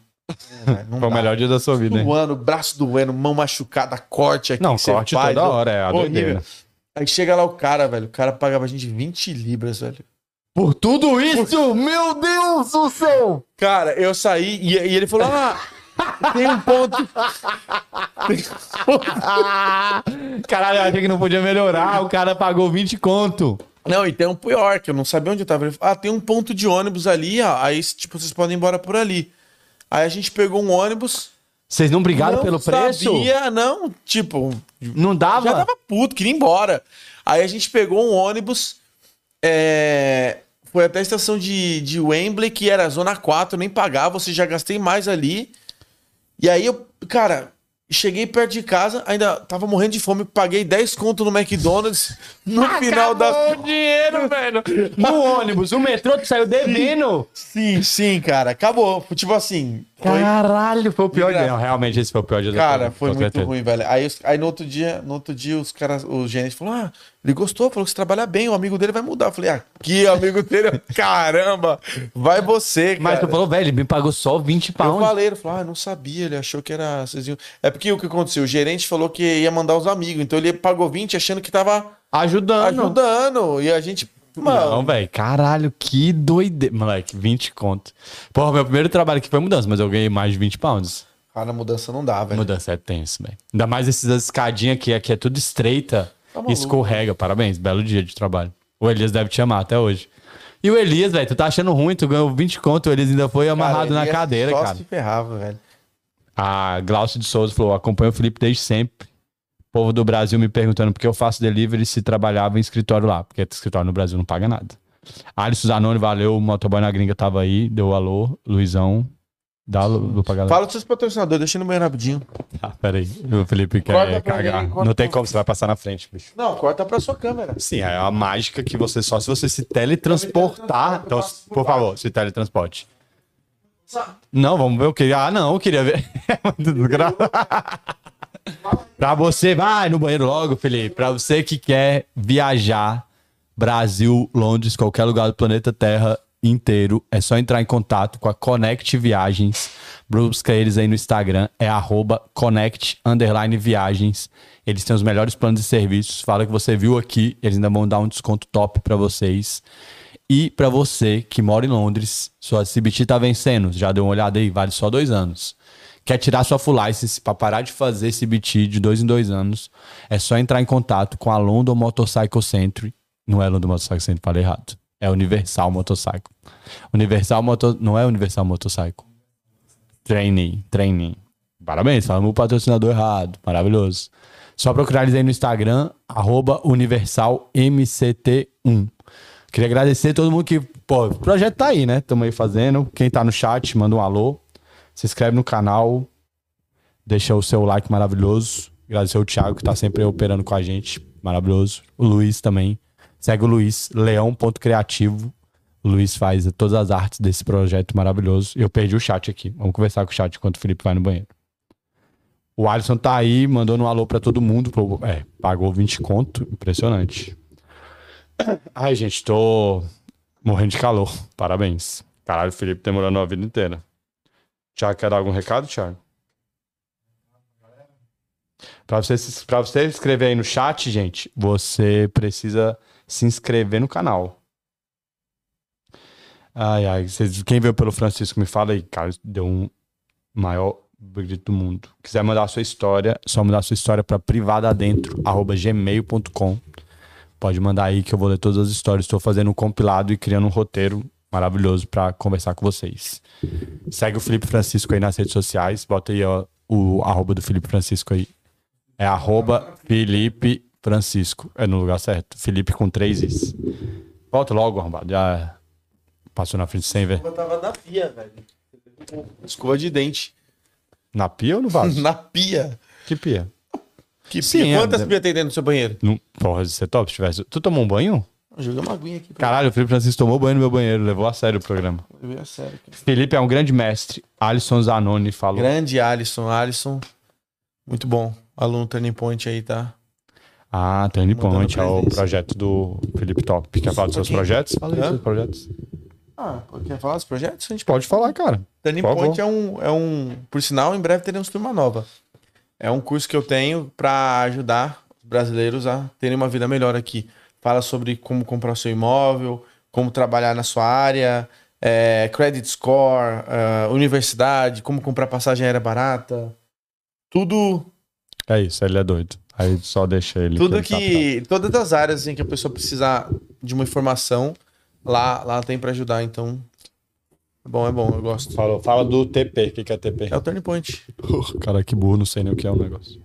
Speaker 2: Não
Speaker 5: Foi o
Speaker 2: dá.
Speaker 5: melhor dia da sua vida, hein?
Speaker 2: Doando, braço Tipo doendo, mão machucada, corte aqui.
Speaker 5: né? Não,
Speaker 2: que você
Speaker 5: corte
Speaker 2: faz,
Speaker 5: toda
Speaker 2: ó.
Speaker 5: hora, é a
Speaker 2: Horrível.
Speaker 5: doideira.
Speaker 2: Aí chega lá o cara, velho. O cara pagava a gente 20 libras, velho.
Speaker 1: Por tudo isso, meu Deus do céu!
Speaker 2: Cara, eu saí e, e ele falou: Ah, tem um ponto.
Speaker 1: (laughs) Caralho, eu achei que não podia melhorar. O cara pagou 20 conto.
Speaker 2: Não, e tem um pior, que eu não sabia onde eu tava. Ele falou, ah, tem um ponto de ônibus ali, ó. Aí, tipo, vocês podem ir embora por ali. Aí a gente pegou um ônibus.
Speaker 1: Vocês não brigaram
Speaker 2: não
Speaker 1: pelo preço?
Speaker 2: Sabia, não, tipo,
Speaker 1: Não dava?
Speaker 2: já tava puto, queria ir embora. Aí a gente pegou um ônibus. é, Foi até a estação de, de Wembley, que era a zona 4, nem pagava, você já gastei mais ali. E aí eu, cara, cheguei perto de casa, ainda tava morrendo de fome, paguei 10 conto no McDonald's no final da.
Speaker 1: Acabou o (laughs) dinheiro, velho. No ônibus, o metrô, tu saiu devendo.
Speaker 2: Sim, sim, cara, acabou. Tipo assim, foi-
Speaker 1: Caralho, foi o pior
Speaker 2: Engra-
Speaker 1: dia. Não, realmente esse foi o pior dia da
Speaker 2: Cara,
Speaker 1: vida,
Speaker 2: foi
Speaker 1: com
Speaker 2: muito
Speaker 1: certeza.
Speaker 2: ruim, velho. Aí, os- aí no outro dia, no outro dia, os caras, o gerente falou: Ah, ele gostou, falou que você trabalha bem, o amigo dele vai mudar. Eu falei, ah, que amigo dele? (laughs) Caramba! Vai você, cara.
Speaker 1: Mas tu falou, velho, ele me pagou só 20
Speaker 2: eu
Speaker 1: pounds.
Speaker 2: falei, ele falou, ah, não sabia, ele achou que era. Vocês iam... É porque o que aconteceu? O gerente falou que ia mandar os amigos, então ele pagou 20 achando que tava
Speaker 1: Ajudando.
Speaker 2: ajudando. E a gente. Mano,
Speaker 5: Não, velho.
Speaker 1: Caralho, que doideira. Moleque, 20 conto. Porra, meu primeiro trabalho aqui foi mudança, mas eu ganhei mais de 20 pounds.
Speaker 2: cara, mudança não dá, velho.
Speaker 1: Mudança é tenso, velho. Ainda mais essas escadinhas aqui, aqui é tudo estreita
Speaker 2: Tá
Speaker 1: e
Speaker 2: maluco.
Speaker 1: escorrega. Parabéns, belo dia de trabalho. O Elias deve te amar até hoje. E o Elias, velho, tu tá achando ruim, tu ganhou 20 conto, o Elias ainda foi amarrado
Speaker 2: Cara,
Speaker 1: na
Speaker 2: ele é
Speaker 1: cadeira,
Speaker 2: só
Speaker 1: cara.
Speaker 2: se ferrava, velho.
Speaker 1: A Glaucio de Souza falou: acompanho o Felipe desde sempre. O povo do Brasil me perguntando por que eu faço delivery se trabalhava em escritório lá, porque escritório no Brasil não paga nada. Alisson Zanoni, valeu. O motoboy na gringa tava aí, deu alô. Luizão, dá alô pra galera.
Speaker 2: Fala dos seus patrocinadores, deixa no banheiro rapidinho.
Speaker 1: Ah, peraí. O Felipe quer
Speaker 2: Corta pra
Speaker 1: cagar.
Speaker 2: mim, corta
Speaker 1: não tem
Speaker 2: pra-
Speaker 1: como, você vai passar na frente, bicho.
Speaker 2: Não, corta pra sua câmera.
Speaker 1: Sim, é a mágica que você só se você se teletransportar. Então, por favor, se teletransporte. Não, vamos ver o que. Ah, não, eu queria ver. (laughs) É muito desgraçado. pra você, vai no banheiro logo, Felipe. Pra você que quer viajar, Brasil, Londres, qualquer lugar do planeta Terra inteiro, é só entrar em contato com a Connect Viagens. Busca eles aí no Instagram, é arroba connect underline viagens. Eles têm os melhores planos e serviços. Fala que você viu aqui, eles ainda vão dar um desconto top pra vocês. E pra você que mora em Londres, sua CBT tá vencendo. Já deu uma olhada aí, vale só dois anos. Quer tirar sua full license para parar de fazer esse BT de dois em dois anos? É só entrar em contato com a London Motorcycle Century. Não é London Motorcycle Century, falei errado. É Universal Motorcycle. Universal Motor... Não é Universal Motorcycle. Training, training. Parabéns, falamos o patrocinador errado. Maravilhoso. Só procurar eles aí no Instagram, arroba universalmct1. Queria agradecer todo mundo que... Pô, o projeto tá aí, né? Estamos aí fazendo. Quem tá no chat, manda um alô. Se inscreve no canal, deixa o seu like maravilhoso. Agradecer o Thiago, que tá sempre aí operando com a gente. Maravilhoso. O Luiz também. Segue o Luiz, leão.criativo. O Luiz faz todas as artes desse projeto maravilhoso. Eu perdi o chat aqui. Vamos conversar com o chat enquanto o Felipe vai no banheiro. O Alisson tá aí, mandando um alô pra todo mundo. Pô, É, pagou 20 conto. Impressionante. Ai, gente, tô morrendo de calor. Parabéns. Caralho, o Felipe demorando a vida inteira. Tiago, quer dar algum recado, Tiago? Para você, se- pra você escrever aí no chat, gente, você precisa se inscrever no canal. Ai, ai, vocês- quem veio pelo Francisco, me fala aí, cara, deu um maior grito do mundo. Quiser mandar a sua história, só mandar a sua história para privadadentro@gmail.com. Pode mandar aí que eu vou ler todas as histórias. Estou fazendo um compilado e criando um roteiro maravilhoso para conversar com vocês. Segue o Felipe Francisco aí nas redes sociais. Bota aí ó, o arroba do Felipe Francisco aí. É arroba Felipe Francisco. É no lugar certo. Felipe com três is. Volta logo, arrombado. Já passou na frente sem ver.
Speaker 2: Eu tava na pia, velho. Escova de dente.
Speaker 1: Na pia ou no vaso?
Speaker 2: (laughs) Na pia.
Speaker 1: que pia?
Speaker 2: Que
Speaker 1: Sim,
Speaker 2: pia?
Speaker 1: é,
Speaker 2: Quantas
Speaker 1: deve-
Speaker 2: pias tem dentro do seu banheiro?
Speaker 1: Não, porra, isso é top se tivesse. Tu tomou um banho?
Speaker 2: Joguei uma aguinha aqui pra
Speaker 1: Caralho, o Felipe Francisco tomou banho no meu banheiro, levou a sério o programa.
Speaker 2: ver a sério. cara.
Speaker 1: Felipe é um grande mestre. Alisson Zanoni falou.
Speaker 2: Grande Alisson, Alisson. Muito bom. Aluno Turning Point aí, tá?
Speaker 1: Ah, Turning
Speaker 2: Mandando
Speaker 1: Point é o
Speaker 2: presença.
Speaker 1: projeto do Felipe Top. Quer falar dos seus
Speaker 2: Ok.
Speaker 1: projetos? Fala aí
Speaker 2: Hã?
Speaker 1: dos seus projetos.
Speaker 2: Ah, quer falar dos projetos? A gente
Speaker 1: Pode falar, cara.
Speaker 2: Turning
Speaker 1: Por favor.
Speaker 2: Point é um, é um. Por sinal, em breve teremos turma nova. É um curso que eu tenho para ajudar os brasileiros a terem uma vida melhor aqui. Fala sobre como comprar o seu imóvel, como trabalhar na sua área, é, credit score, ah, universidade, como comprar passagem aérea barata. Tudo
Speaker 1: É isso, ele é doido. Aí só deixa ele.
Speaker 2: tudo
Speaker 1: ele tá pirado.
Speaker 2: que. Todas as áreas em que a pessoa precisar de uma informação, lá, lá tem para ajudar. Então. É bom, é bom, eu gosto.
Speaker 1: Falou, fala do TP. O que, que é TP?
Speaker 2: É o Turning Point.
Speaker 1: (laughs) Cara, que burro, não sei nem o que é o negócio.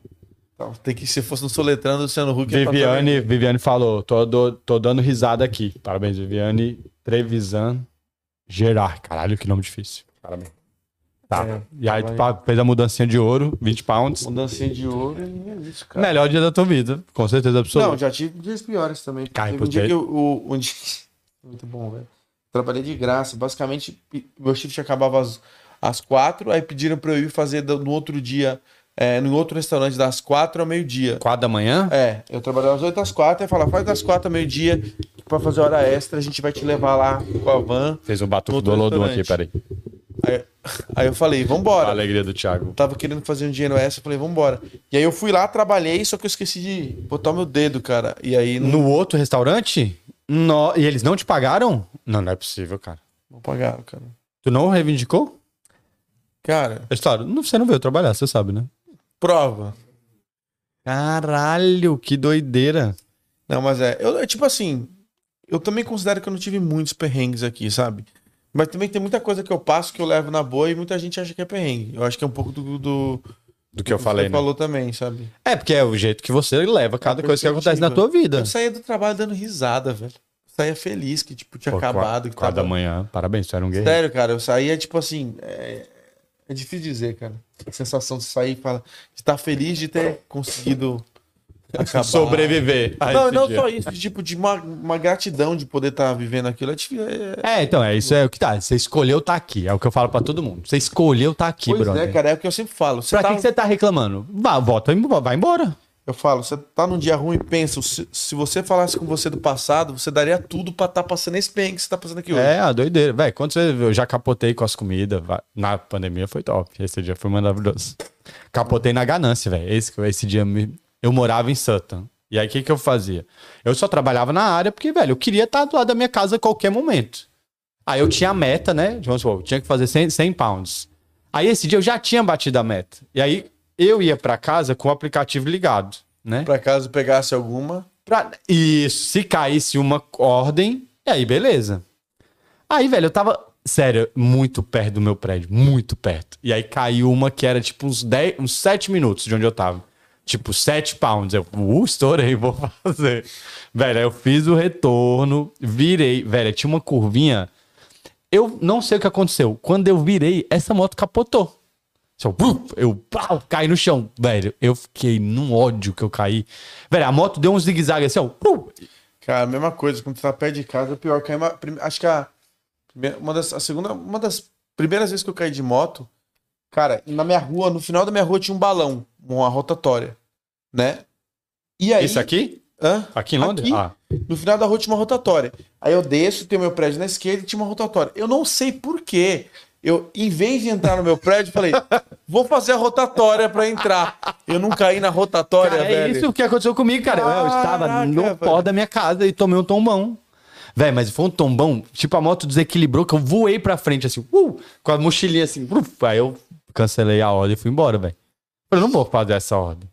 Speaker 2: Então, tem que, se fosse no Soletrando, Luciano Huck ia pra
Speaker 1: Viviane, Viviane falou: tô, do- tô dando risada aqui. Parabéns, Viviane. Trevisan Gerard. Caralho, que nome difícil. Parabéns. Tá.
Speaker 2: É,
Speaker 1: e aí, tu
Speaker 2: trabalho.
Speaker 1: pa- fez a mudancinha de ouro, 20 pounds.
Speaker 2: Mudancinha Um de ouro e é isso, cara.
Speaker 1: Melhor dia da tua vida, com certeza absoluta.
Speaker 2: Não, já tive dias piores também.
Speaker 1: Cai
Speaker 2: Teve
Speaker 1: pro
Speaker 2: um dia
Speaker 1: dia-
Speaker 2: que eu, o, um dia... (laughs) Muito bom, velho. Trabalhei de graça. Basicamente, pe- meu shift acabava às, às quatro, aí pediram pra eu ir fazer do- no outro dia, é, no outro restaurante das quatro ao meio-dia.
Speaker 1: Quatro da manhã?
Speaker 2: É, eu trabalhava às 8 às 4, aí falava, faz das 4 ao meio-dia, pra fazer hora extra, a gente vai te levar lá com a van.
Speaker 1: Fez um batuque
Speaker 2: No
Speaker 1: do Olodum
Speaker 2: restaurante.
Speaker 1: aqui, peraí.
Speaker 2: Aí, (laughs) aí eu falei, vambora.
Speaker 1: A alegria do Thiago.
Speaker 2: tava querendo fazer um dinheiro extra, eu falei, vambora. E aí eu fui lá, trabalhei, só que eu esqueci de botar o meu dedo, cara. E aí não,
Speaker 1: No outro restaurante? No... E eles não te pagaram? Não, não é possível, cara.
Speaker 2: não pagaram, cara.
Speaker 1: Tu não reivindicou?
Speaker 2: Cara,
Speaker 1: É Claro, não- você não veio trabalhar, você sabe, né?
Speaker 2: prova.
Speaker 1: Caralho, que doideira.
Speaker 2: Não, mas é, eu, é tipo assim, eu também considero que eu não tive muitos perrengues aqui, sabe? Mas também tem muita coisa que eu passo, que eu levo na boa e muita gente acha que é perrengue. Eu acho que é um pouco do, do
Speaker 1: Do que eu falei,
Speaker 2: você
Speaker 1: né?
Speaker 2: falou também, sabe?
Speaker 1: É, porque é o jeito que você leva cada
Speaker 2: É
Speaker 1: coisa que acontece
Speaker 2: perspectiva.
Speaker 1: na tua vida.
Speaker 2: Eu saía do trabalho dando risada, velho. Eu saía feliz que, tipo, tinha
Speaker 1: Pô,
Speaker 2: acabado.
Speaker 1: quatro-
Speaker 2: Que
Speaker 1: Quatro da
Speaker 2: tava...
Speaker 1: manhã, parabéns, tu era um gay.
Speaker 2: Sério, cara, eu saía, tipo assim. É, é difícil dizer, cara. A sensação de sair e falar. De estar feliz de ter conseguido acabar.
Speaker 1: Sobreviver. a
Speaker 2: Não,
Speaker 1: esse
Speaker 2: não
Speaker 1: dia.
Speaker 2: só isso. Tipo, de uma, uma gratidão de poder estar vivendo aquilo. É difícil. É...
Speaker 1: É, então, é isso é o que tá. Você escolheu tá aqui. É o que eu falo pra todo mundo. Você escolheu tá aqui,
Speaker 2: pois
Speaker 1: brother.
Speaker 2: é, cara, é o que eu sempre falo. Você
Speaker 1: pra
Speaker 2: tá,
Speaker 1: que que você tá reclamando? Vá, volta, vai embora.
Speaker 2: Eu falo, você tá num dia ruim e pensa, se, se você falasse com você do passado, você daria tudo pra estar passando esse perrengue que você tá passando aqui hoje.
Speaker 1: É, a doideira. Véi, quando você, eu já capotei com as comidas, vai- na pandemia foi top. Esse dia foi maravilhoso. Capotei na ganância, velho. Esse, esse dia me- eu morava em Sutton. E aí o que, que eu fazia? Eu só trabalhava na área porque, velho, eu queria estar do lado da minha casa a qualquer momento. Aí eu tinha a meta, né? De, Vamos supor, eu tinha que fazer 100, 100 pounds. Aí esse dia eu já tinha batido a meta. E aí eu ia pra casa com o aplicativo ligado, né?
Speaker 2: Pra caso pegasse alguma.
Speaker 1: Pra... Isso, se caísse uma ordem, e aí beleza. Aí, velho, eu tava, sério, muito perto do meu prédio, muito perto. E aí caiu uma que era tipo uns 10, uns 7 minutos de onde eu tava. Tipo, 7 pounds. Eu, uh, estourei, (laughs) vou fazer. Velho, aí eu fiz o retorno, virei. Velho, tinha uma curvinha. Eu não sei o que aconteceu. Quando eu virei, essa moto capotou. Só, buf, eu pau, caí no chão. Velho, eu fiquei num ódio que eu caí. Velho, a moto deu um zigue-zague assim, ó. buf.
Speaker 2: Cara, a mesma coisa, quando você tá perto de casa, é pior. Cair uma, prim- acho que a, primeira- uma das, a segunda, uma das primeiras vezes que eu caí de moto, cara, na minha rua, no final da minha rua tinha um balão, uma rotatória, né? E aí,
Speaker 1: É Isso aqui?
Speaker 2: Hã?
Speaker 1: Aqui em Londres?
Speaker 2: Aqui?
Speaker 1: Ah,
Speaker 2: No final da rua tinha uma rotatória. Aí eu desço, tenho meu prédio na esquerda e tinha uma rotatória. Eu não sei por quê. Eu, em vez de entrar no meu prédio, falei, (laughs) vou fazer a rotatória pra entrar. Eu não caí na rotatória,
Speaker 1: Cara, é
Speaker 2: velho.
Speaker 1: isso que aconteceu comigo, cara. eu estava
Speaker 2: Caraca,
Speaker 1: no
Speaker 2: velho.
Speaker 1: pó da minha casa e tomei um tombão. Velho, mas foi um tombão, tipo, a moto desequilibrou que eu voei pra frente, assim, uh, com a mochilinha assim. uf. aí eu cancelei a ordem e fui embora, velho. Eu não vou fazer essa ordem.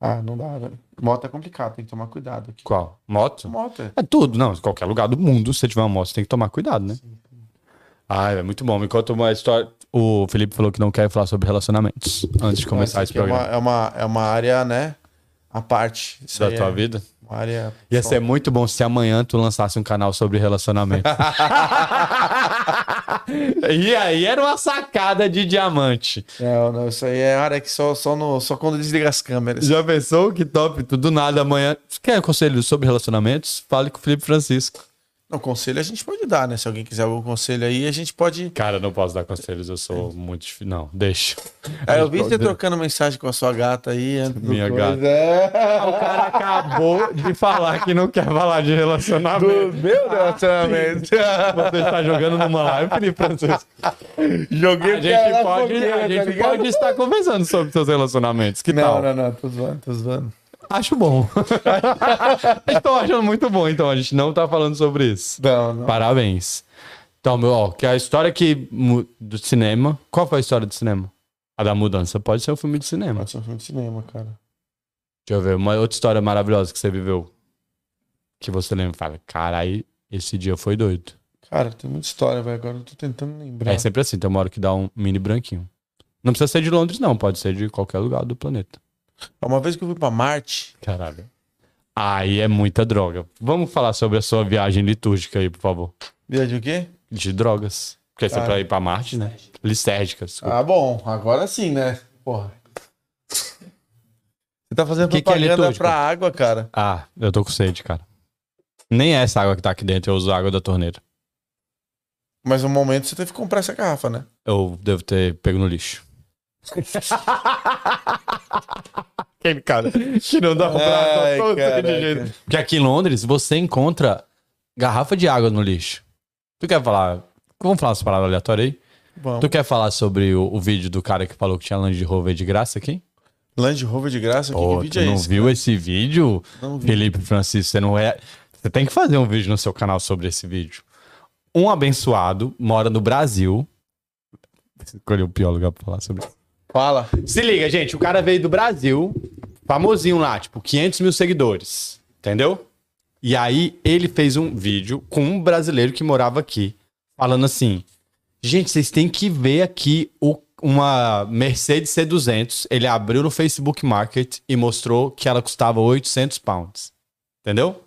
Speaker 2: Ah, não dá, velho. Moto é complicado, tem que tomar cuidado aqui.
Speaker 1: Qual? Moto?
Speaker 2: Moto é.
Speaker 1: É tudo, não. Qualquer lugar do mundo, se você tiver uma moto, você tem que tomar cuidado, né? Ah, é muito bom. Me conta uma história. O Felipe falou que não quer falar sobre relacionamentos antes de começar
Speaker 2: Essa
Speaker 1: Então, esse
Speaker 2: aqui é uma-
Speaker 1: programa
Speaker 2: É uma, é uma área, né? A parte. Isso
Speaker 1: da
Speaker 2: aí
Speaker 1: tua
Speaker 2: é
Speaker 1: vida.
Speaker 2: Uma área.
Speaker 1: Ia ser muito bom se amanhã tu lançasse um canal sobre relacionamento. (laughs) e aí era uma sacada de diamante.
Speaker 2: Não, não, isso aí é área que só, só, no, só quando desliga as câmeras.
Speaker 1: Já pensou que top? Tu do nada amanhã. Tu Quer conselho sobre relacionamentos? Fale com o Felipe Francisco.
Speaker 2: Não, conselho a gente pode dar, né? Se alguém quiser algum conselho aí, a gente pode.
Speaker 1: Cara, eu não posso dar conselhos, eu sou muito. dif- Não, deixa.
Speaker 2: Aí É, eu vi você trocando mensagem com a sua gata aí. né? antes do
Speaker 1: Minha
Speaker 2: coisa.
Speaker 1: gata.
Speaker 2: É.
Speaker 1: O cara acabou de falar que não quer falar de
Speaker 2: Do
Speaker 1: relacionamento.
Speaker 2: (laughs) meu né? relacionamento.
Speaker 1: Você está jogando numa live, Felipe Francisco.
Speaker 2: Joguei
Speaker 1: A
Speaker 2: o cara
Speaker 1: gente
Speaker 2: na
Speaker 1: pode,
Speaker 2: fogueira,
Speaker 1: a
Speaker 2: tá
Speaker 1: gente
Speaker 2: ligado?
Speaker 1: pode estar conversando sobre seus relacionamentos. Que
Speaker 2: Não,
Speaker 1: tal?
Speaker 2: não, não, tô zoando, tô zoando.
Speaker 1: Acho bom. (laughs) Estou achando muito bom, então. A gente não tá falando sobre isso.
Speaker 2: Não, não.
Speaker 1: Parabéns. Então, meu, ó, que a história que mu- do cinema. Qual foi a história do cinema? A da mudança. Pode ser um filme de cinema.
Speaker 2: Pode ser um filme de cinema, cara.
Speaker 1: Deixa eu ver. Uma outra história maravilhosa que você viveu. Que você lembra. e Fala, carai, esse dia foi doido.
Speaker 2: Cara, tem muita história, velho. Agora eu tô tentando lembrar.
Speaker 1: É sempre assim, tem uma hora que dá um mini branquinho. Não precisa ser de Londres, não. Pode ser de qualquer lugar do planeta.
Speaker 2: Uma vez que eu fui pra Marte,
Speaker 1: Caralho. Aí é muita droga. Vamos falar sobre a sua viagem litúrgica aí, por favor.
Speaker 2: viagem o quê?
Speaker 1: De drogas. Porque você é
Speaker 2: Cara.
Speaker 1: pra ir pra Marte, né? Listérgicas.
Speaker 2: Ah, bom, agora sim, né? Porra. Você tá fazendo
Speaker 1: Que que é
Speaker 2: propaganda
Speaker 1: litúrgico?
Speaker 2: pra água, cara.
Speaker 1: Ah, eu tô com sede, cara. Nem é essa água que tá aqui dentro, eu uso a água da torneira.
Speaker 2: Mas no momento você teve que comprar essa garrafa, né?
Speaker 1: Eu devo ter pego no (laughs) lixo. Aquele cara que não dá
Speaker 2: Ai, caraca.
Speaker 1: Porque aqui em Londres você encontra garrafa de água no lixo. Tu quer falar. Vamos falar umas paradas aleatórias aí?
Speaker 2: Bom,
Speaker 1: Tu quer falar sobre o, o vídeo do cara que falou que tinha Land Rover de graça aqui?
Speaker 2: Land Rover de graça?
Speaker 1: Pô,
Speaker 2: que vídeo
Speaker 1: tu
Speaker 2: é
Speaker 1: não
Speaker 2: esse?
Speaker 1: viu esse vídeo?
Speaker 2: Não vi.
Speaker 1: Felipe Francisco, você não é. Você tem que fazer um vídeo no seu canal sobre esse vídeo. Um abençoado mora no Brasil. Escolhi o pior lugar pra falar sobre isso.
Speaker 2: Fala.
Speaker 1: Se liga, gente. O cara veio do Brasil, famosinho lá, tipo, 500 mil seguidores. Entendeu? E aí ele fez um vídeo com um brasileiro que morava aqui, falando assim: Gente, vocês têm que ver aqui o- uma Mercedes C200. Ele abriu no Facebook Market e mostrou que ela custava 800 pounds. Entendeu?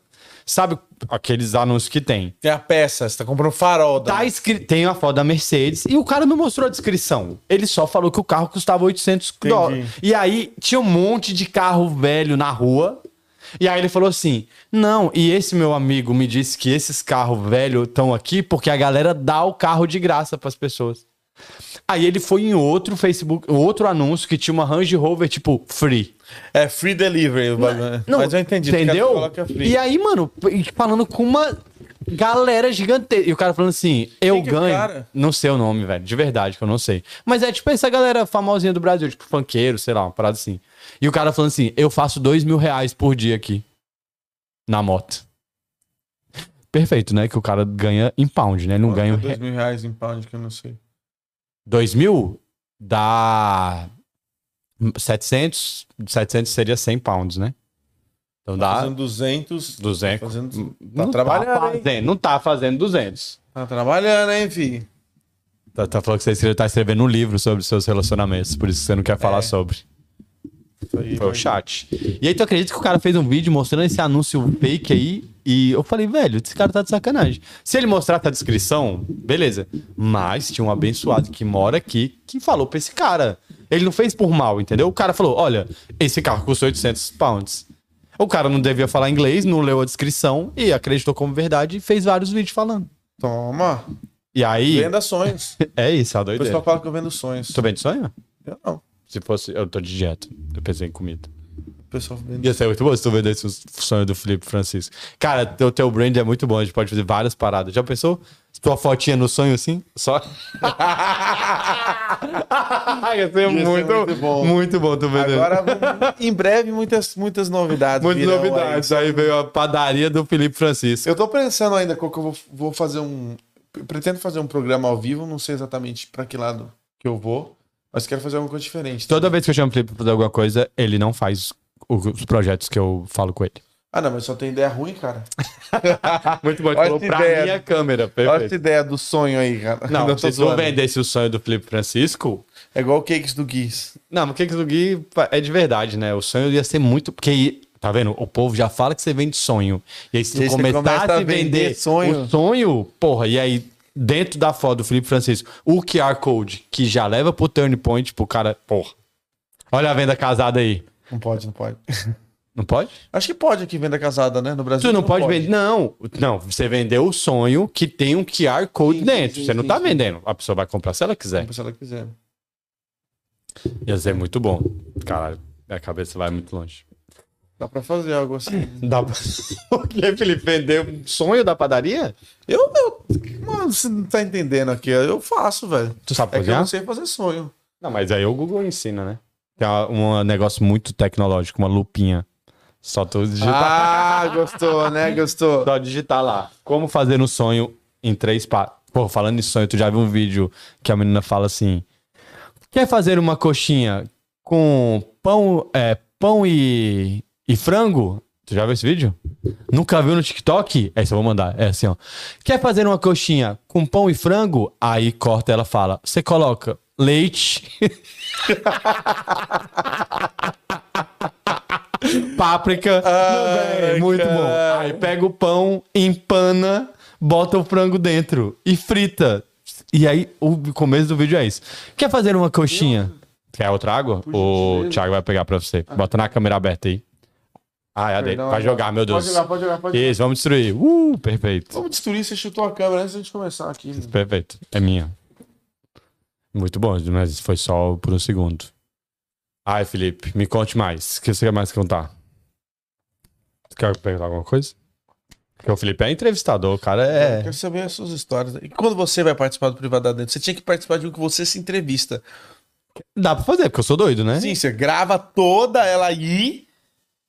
Speaker 1: Sabe aqueles anúncios que tem?
Speaker 2: Tem a peça, você tá comprando farol. da-
Speaker 1: Tá escrito, tem a foto da Mercedes e o cara não mostrou a descrição. Ele só falou que o carro custava 800
Speaker 2: Entendi.
Speaker 1: dólares. E aí tinha um monte de carro velho na rua. E aí ele falou assim: "Não, e esse meu amigo me disse que esses carros velhos estão aqui porque a galera dá o carro de graça pras pessoas". Aí ele foi em outro Facebook, outro anúncio que tinha uma Range Rover tipo free.
Speaker 2: É free delivery o bagulho.
Speaker 1: Não,
Speaker 2: Mas eu entendi. tu
Speaker 1: Entendeu?
Speaker 2: quer que coloque a free.
Speaker 1: E aí, mano, e falando com uma galera gigantesca. E o cara falando assim, eu
Speaker 2: que é o
Speaker 1: ganho.
Speaker 2: cara?
Speaker 1: Não sei o nome, velho. De verdade, que eu não sei. Mas é tipo essa galera famosinha do Brasil, tipo funkeiro, sei lá, uma parada assim. E o cara falando assim, eu faço dois mil reais por dia aqui. Na moto. Perfeito, né? Que o cara ganha em pound, né? Ele não ganha.
Speaker 2: É
Speaker 1: em
Speaker 2: dois
Speaker 1: re-
Speaker 2: mil reais em pound que eu não sei.
Speaker 1: Dois mil dá. 700. 700 seria 100 pounds, né? Então dá.
Speaker 2: Fazendo 200.
Speaker 1: 200.
Speaker 2: Fazendo... Tá
Speaker 1: Não
Speaker 2: trabalhando,
Speaker 1: Tá
Speaker 2: hein?
Speaker 1: fazendo, não tá fazendo 200.
Speaker 2: Tá trabalhando, hein, fi?
Speaker 1: Tá, tá falando que você escreve- tá escrevendo um livro sobre seus relacionamentos, por isso que você não quer falar sobre.
Speaker 2: Isso aí,
Speaker 1: É. Foi o chat. E aí tu acredita que o cara fez um vídeo mostrando esse anúncio fake aí? E eu falei, velho, esse cara tá de sacanagem. Se ele mostrasse a descrição, beleza. Mas tinha um abençoado que mora aqui que falou pra esse cara. Ele não fez por mal, entendeu? O cara falou, olha, esse carro custa 800 pounds. O cara não devia falar inglês, não leu a descrição e acreditou como verdade e fez vários vídeos falando.
Speaker 2: Toma.
Speaker 1: E aí...
Speaker 2: Venda sonhos.
Speaker 1: É isso, a
Speaker 2: O
Speaker 1: doideira.
Speaker 2: pessoal fala que eu vendo sonhos.
Speaker 1: Tu vende sonho?
Speaker 2: Eu não.
Speaker 1: Se fosse, eu tô de dieta. Eu pensei em comida.
Speaker 2: O pessoal vende.
Speaker 1: Ia ser muito bom se tu vendesse o sonho do Felipe Francisco. Cara, o teu brand é muito bom, a gente pode fazer várias paradas. Já pensou? Tua fotinha no sonho assim? Só. (laughs) Ia ser
Speaker 2: Ia ser
Speaker 1: muito,
Speaker 2: muito bom.
Speaker 1: bom. Muito bom tu vender.
Speaker 2: Agora, em breve, muitas, muitas novidades.
Speaker 1: Muitas
Speaker 2: virão aí.
Speaker 1: novidades. Aí. veio a padaria do Felipe Francisco.
Speaker 2: Eu tô pensando ainda qual que eu vou, vou fazer um. eu Pretendo fazer um programa ao vivo, não sei exatamente pra que lado que eu vou, mas quero fazer alguma coisa diferente.
Speaker 1: Toda vez que eu chamo o Felipe pra fazer alguma coisa, ele não faz o- os projetos que eu falo com ele. (laughs)
Speaker 2: Ah, não, mas só tem ideia ruim, cara.
Speaker 1: Muito bom, ele
Speaker 2: Olha
Speaker 1: falou
Speaker 2: essa
Speaker 1: pra
Speaker 2: ideia.
Speaker 1: minha câmera,
Speaker 2: Olha essa
Speaker 1: perfeito.
Speaker 2: ideia do sonho aí, cara. (laughs)
Speaker 1: Não,
Speaker 2: tô
Speaker 1: se tu
Speaker 2: zoando.
Speaker 1: vendesse o sonho do Felipe Francisco,
Speaker 2: É igual o cakes do Guiz.
Speaker 1: Não, mas o Cakes do Gui pa- é de verdade, né? O sonho ia ser muito. Porque, tá vendo? O povo já fala que você vende sonho. E aí, se
Speaker 2: E
Speaker 1: tu
Speaker 2: aí você
Speaker 1: começasse
Speaker 2: começa
Speaker 1: a vender
Speaker 2: sonho.
Speaker 1: o sonho, porra, e aí, dentro da foto do Felipe Francisco, o QR Code que já leva pro turn point pro cara. Porra. Olha a venda casada aí.
Speaker 2: Não pode, não pode.
Speaker 1: Não pode?
Speaker 2: Acho que pode aqui venda casada, né? No Brasil.
Speaker 1: Tu não pode vender. Não, não. Você vendeu o sonho que tem um QR Code
Speaker 2: Sim,
Speaker 1: dentro.
Speaker 2: sim,
Speaker 1: você não
Speaker 2: sim,
Speaker 1: tá
Speaker 2: sim.
Speaker 1: vendendo. A pessoa vai comprar se ela quiser.
Speaker 2: Se ela quiser.
Speaker 1: Ia ser muito bom. Caralho, minha cabeça vai muito longe.
Speaker 2: Dá pra fazer algo assim.
Speaker 1: Dá pra... (laughs) o que, Felipe? Vendeu um sonho da padaria?
Speaker 2: eu, eu. Mano, você não tá entendendo aqui. Eu faço, velho.
Speaker 1: Tu sabe um?
Speaker 2: É que eu
Speaker 1: cozinhar?
Speaker 2: não sei fazer sonho.
Speaker 1: Não, mas aí o Google ensina, né? Tem uma- um negócio muito tecnológico, uma lupinha. Só tu digitar,
Speaker 2: Ah, (laughs) gostou, né? Gostou.
Speaker 1: só digitar lá. Como fazer um sonho em três passos. Pô, falando em sonho, tu já viu um vídeo que a menina fala assim: quer fazer uma coxinha com pão, é, pão e, e frango? Tu já viu esse vídeo? Nunca viu no TikTok? Essa eu vou mandar. É assim, ó. Quer fazer uma coxinha com pão e frango? Aí corta ela fala. Você coloca leite. Páprica.
Speaker 2: Ah,
Speaker 1: Não, véi, é muito bom. Aí pega o pão, empana, bota o frango dentro e frita. E aí, o começo do vídeo é isso. Quer fazer uma coxinha? Quer outra água? O Thiago vai pegar pra você. Bota na câmera aberta aí. Ah, é a dele.
Speaker 2: Ah. Perdão,
Speaker 1: Vai
Speaker 2: não.
Speaker 1: jogar, meu Deus.
Speaker 2: Pode jogar, pode jogar, pode jogar.
Speaker 1: Isso, vamos destruir. Uh, perfeito.
Speaker 2: Vamos destruir, você chutou a câmera antes de gente começar aqui. né?
Speaker 1: Perfeito. É minha. Muito bom, mas foi só por um segundo. Ai, Felipe, me conte mais. O que você quer mais contar? Você quer perguntar alguma coisa? Porque o Felipe é entrevistador, o cara
Speaker 2: Eu
Speaker 1: é.
Speaker 2: Quero saber as suas histórias. E quando você vai participar do Privado Dentro? Você tinha que participar de um que você se entrevista.
Speaker 1: Dá pra fazer, porque eu sou doido, né?
Speaker 2: Sim, você grava toda ela aí,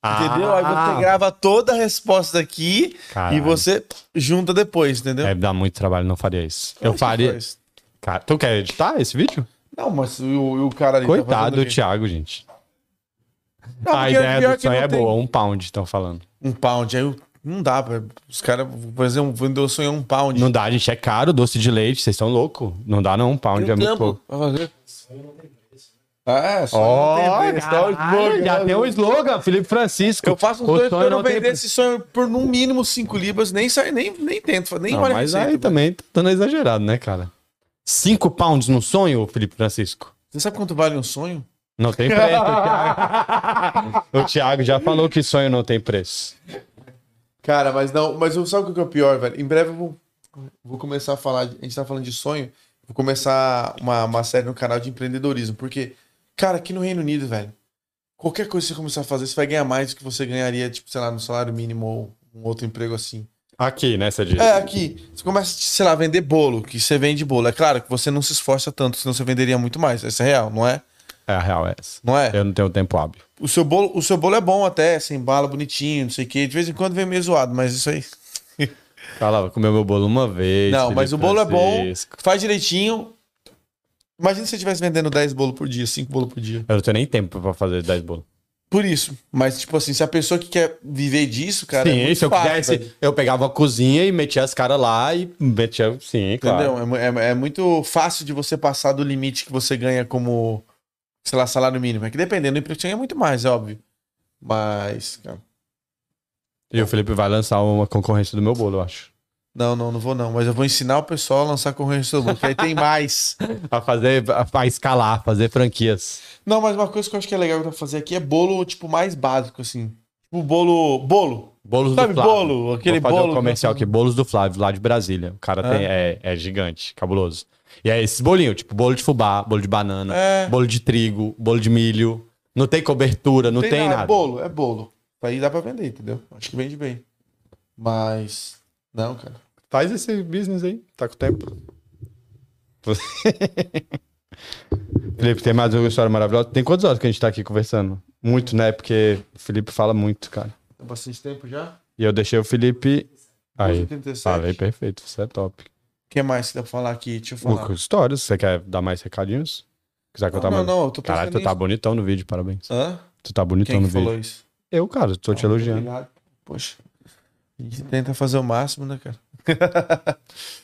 Speaker 1: Ah,
Speaker 2: entendeu? Aí você grava toda a resposta aqui
Speaker 1: caralho.
Speaker 2: e você junta depois, entendeu?
Speaker 1: É, dá muito trabalho, não faria isso.
Speaker 2: Como
Speaker 1: Eu
Speaker 2: é que
Speaker 1: faria.
Speaker 2: faz?
Speaker 1: Cara, tu quer editar esse vídeo?
Speaker 2: Não, mas o, o cara ali tá
Speaker 1: Coitado
Speaker 2: fazendo
Speaker 1: do
Speaker 2: o quê?
Speaker 1: Thiago, gente.
Speaker 2: Não,
Speaker 1: a
Speaker 2: porque
Speaker 1: ideia
Speaker 2: pior
Speaker 1: do
Speaker 2: que não
Speaker 1: sonho é
Speaker 2: tem
Speaker 1: boa, um pound, estão falando.
Speaker 2: Um pound, aí eu- não dá. pra- Os caras, por exemplo, vendeu o sonho a um pound.
Speaker 1: Não dá, gente, é caro, doce de leite, vocês estão loucos. Não dá, não, um pound
Speaker 2: Tem
Speaker 1: é
Speaker 2: um
Speaker 1: muito
Speaker 2: trampo
Speaker 1: pouco.
Speaker 2: pra fazer.
Speaker 6: Sonho não tem preço.
Speaker 2: Ah, só
Speaker 1: Ó,
Speaker 2: não tem preço, tá? O
Speaker 1: caralho,
Speaker 2: slogan,
Speaker 1: já
Speaker 2: né?
Speaker 1: tem um slogan, Felipe Francisco.
Speaker 2: Eu faço um
Speaker 1: O
Speaker 2: sonho, eu não
Speaker 1: tem
Speaker 2: vender
Speaker 1: preço.
Speaker 2: esse sonho por no mínimo 5 libras, nem, sai, nem, nem tento, nem
Speaker 1: Não,
Speaker 2: olha a
Speaker 1: mas
Speaker 2: receita,
Speaker 1: aí
Speaker 2: velho.
Speaker 1: também tá dando exagerado, né, cara? Cinco pounds no sonho, Felipe Francisco?
Speaker 2: Você sabe quanto vale um sonho?
Speaker 1: Não tem preço, Thiago. O Thiago já falou que sonho não tem preço.
Speaker 2: Cara, mas não, mas eu- sabe o que é o pior, velho? Em breve eu vou, vou começar a falar, de- a gente tá falando de sonho, vou começar uma, uma série no canal de empreendedorismo, porque, cara, aqui no Reino Unido, velho, qualquer coisa que você começar a fazer, você vai ganhar mais do que você ganharia, tipo, sei lá, no salário mínimo ou um outro emprego assim.
Speaker 1: Aqui, né, você diz.
Speaker 2: É, aqui, você começa, sei lá, a vender bolo, que você vende bolo. É claro que você não se esforça tanto, senão você venderia muito mais, essa é real, não é?
Speaker 1: É, a real é essa.
Speaker 2: Não é?
Speaker 1: Eu não tenho tempo hábil.
Speaker 2: O seu bolo, o seu bolo é bom até, sem bala, bonitinho, não sei o quê. De vez em quando vem meio zoado, mas isso aí.
Speaker 1: Falava, comeu meu bolo uma vez.
Speaker 2: não, mas o
Speaker 1: Felipe
Speaker 2: bolo é bom,
Speaker 1: Francisco.
Speaker 2: faz direitinho. Imagina se você estivesse vendendo 10 bolos por dia, 5 bolos por dia.
Speaker 1: Eu não tenho nem tempo pra fazer 10 bolos.
Speaker 2: Por isso. Mas, tipo assim, se a pessoa que quer viver disso, cara.
Speaker 1: sim,
Speaker 2: é muito
Speaker 1: se eu
Speaker 2: fácil,
Speaker 1: quisesse,
Speaker 2: velho,
Speaker 1: eu pegava a cozinha e metia as caras lá e metia. Sim, claro.
Speaker 2: Entendeu? É mu- É, é muito fácil de você passar do limite que você ganha como, sei lá, salário mínimo. É que dependendo do emprego, você ganha muito mais, é óbvio. Mas, cara.
Speaker 1: E o Felipe vai lançar uma concorrência do meu bolo, eu acho.
Speaker 2: Não, não, não vou não. Mas eu vou ensinar o pessoal a lançar concorrência do mundo, que aí tem mais.
Speaker 1: A fazer, a, a escalar, fazer franquias.
Speaker 2: (laughs) Não, mas uma coisa que eu acho que é legal pra fazer aqui é bolo, tipo, mais básico, assim. Tipo, bolo. Bolo.
Speaker 1: Bolos
Speaker 2: Sabe
Speaker 1: do Flávio.
Speaker 2: bolo? Aquele
Speaker 1: Vou fazer
Speaker 2: bolo.
Speaker 1: um comercial aqui, bolos do Flávio, lá de Brasília. O cara tem, é, é gigante, cabuloso. E é esses bolinhos, tipo bolo de fubá, bolo de banana,
Speaker 2: É.
Speaker 1: bolo de trigo, bolo de milho. Não tem cobertura, não tem, nada.
Speaker 2: É bolo, é bolo. Aí dá pra vender, entendeu? Acho que vende bem. Mas. Não, cara.
Speaker 1: Faz esse business aí, tá com tempo. (laughs) Felipe, tem mais uma história maravilhosa? Tem quantas horas que a gente tá aqui conversando? Muito, né? Porque o Felipe fala muito, cara.
Speaker 2: Tem bastante tempo já? é
Speaker 1: E eu deixei o Felipe. Aí,
Speaker 2: 12h37.
Speaker 1: falei perfeito, você é top.
Speaker 2: O que mais que dá pra falar aqui? Deixa eu falar.
Speaker 1: Lucas, histórias, você quer dar mais recadinhos? Quiser
Speaker 2: não,
Speaker 1: contar
Speaker 2: não,
Speaker 1: mais?
Speaker 2: não, eu tô pensando
Speaker 1: Caralho, tu tá
Speaker 2: nisso.
Speaker 1: bonitão no vídeo, parabéns.
Speaker 2: Hã?
Speaker 1: Tu tá bonitão
Speaker 2: Quem
Speaker 1: no
Speaker 2: que
Speaker 1: vídeo.
Speaker 2: falou isso?
Speaker 1: Eu, cara, tô te elogiando.
Speaker 2: Obrigado. Poxa. A gente tenta fazer o máximo, né, cara?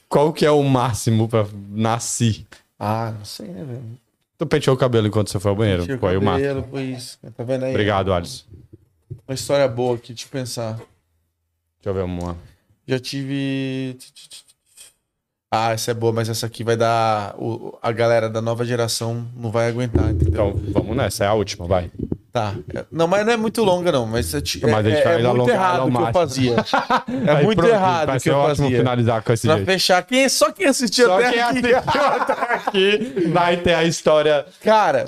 Speaker 1: Qual que é o máximo pra nasci?
Speaker 2: Ah, não sei, né, velho?
Speaker 1: Tu penteou o cabelo enquanto você foi ao banheiro.
Speaker 2: Tira o
Speaker 1: Ficou aí o máximo.
Speaker 2: cabelo, foi isso. Tá vendo aí?
Speaker 1: Obrigado, Alisson. Deixa
Speaker 2: Uma história boa aqui, deixa eu pensar.
Speaker 1: eu ver uma.
Speaker 2: Já tive. Ah, essa é boa, mas essa aqui vai dar. o- A galera da nova geração não vai aguentar, entendeu?
Speaker 1: Então, vamos nessa. É a última, vai.
Speaker 2: Tá. É- Não, mas não é muito longa, não. Mas é, ti- é,
Speaker 1: Mas a gente
Speaker 2: é-
Speaker 1: vai
Speaker 2: é muito
Speaker 1: alongar ela
Speaker 2: errado
Speaker 1: ao
Speaker 2: o que eu
Speaker 1: máximo.
Speaker 2: fazia.
Speaker 1: (laughs)
Speaker 2: É
Speaker 1: Aí,
Speaker 2: muito
Speaker 1: pronto,
Speaker 2: errado
Speaker 1: Vai
Speaker 2: o que
Speaker 1: ser
Speaker 2: eu
Speaker 1: ótimo
Speaker 2: fazia.
Speaker 1: finalizar com esse
Speaker 2: Pra
Speaker 1: jeito.
Speaker 2: fechar, quem, só quem assistiu
Speaker 1: Só
Speaker 2: até
Speaker 1: quem
Speaker 2: aqui.
Speaker 1: assistiu (laughs) até aqui vai ter a história
Speaker 2: Cara,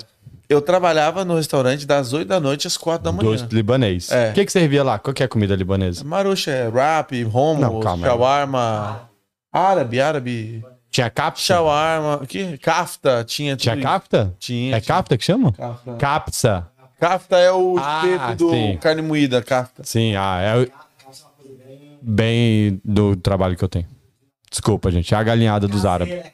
Speaker 2: eu trabalhava no restaurante das 8 da noite às 4 da manhã.
Speaker 1: dos libanês. O
Speaker 2: É.
Speaker 1: que, que servia lá? Qual que é a comida libanesa?
Speaker 2: Maruxa, é rap,
Speaker 1: Não,
Speaker 2: homo,
Speaker 1: calma.
Speaker 2: shawarma, árabe, árabe,
Speaker 1: Tinha capta?
Speaker 2: shawarma, que? Kafta, tinha tudo
Speaker 1: Tinha
Speaker 2: isso.
Speaker 1: capta?
Speaker 2: Tinha.
Speaker 1: É
Speaker 2: tinha.
Speaker 1: capta que chama?
Speaker 2: Kafta.
Speaker 1: Capsa.
Speaker 2: Kafta é o
Speaker 1: Ah,
Speaker 2: espeto do
Speaker 1: sim.
Speaker 2: carne moída, kafta.
Speaker 1: Sim, ah, é o-
Speaker 4: Calça é uma coisa bem.
Speaker 1: bem do trabalho que eu tenho. Desculpa, gente. É a galinhada dos árabes.
Speaker 4: É caseiro,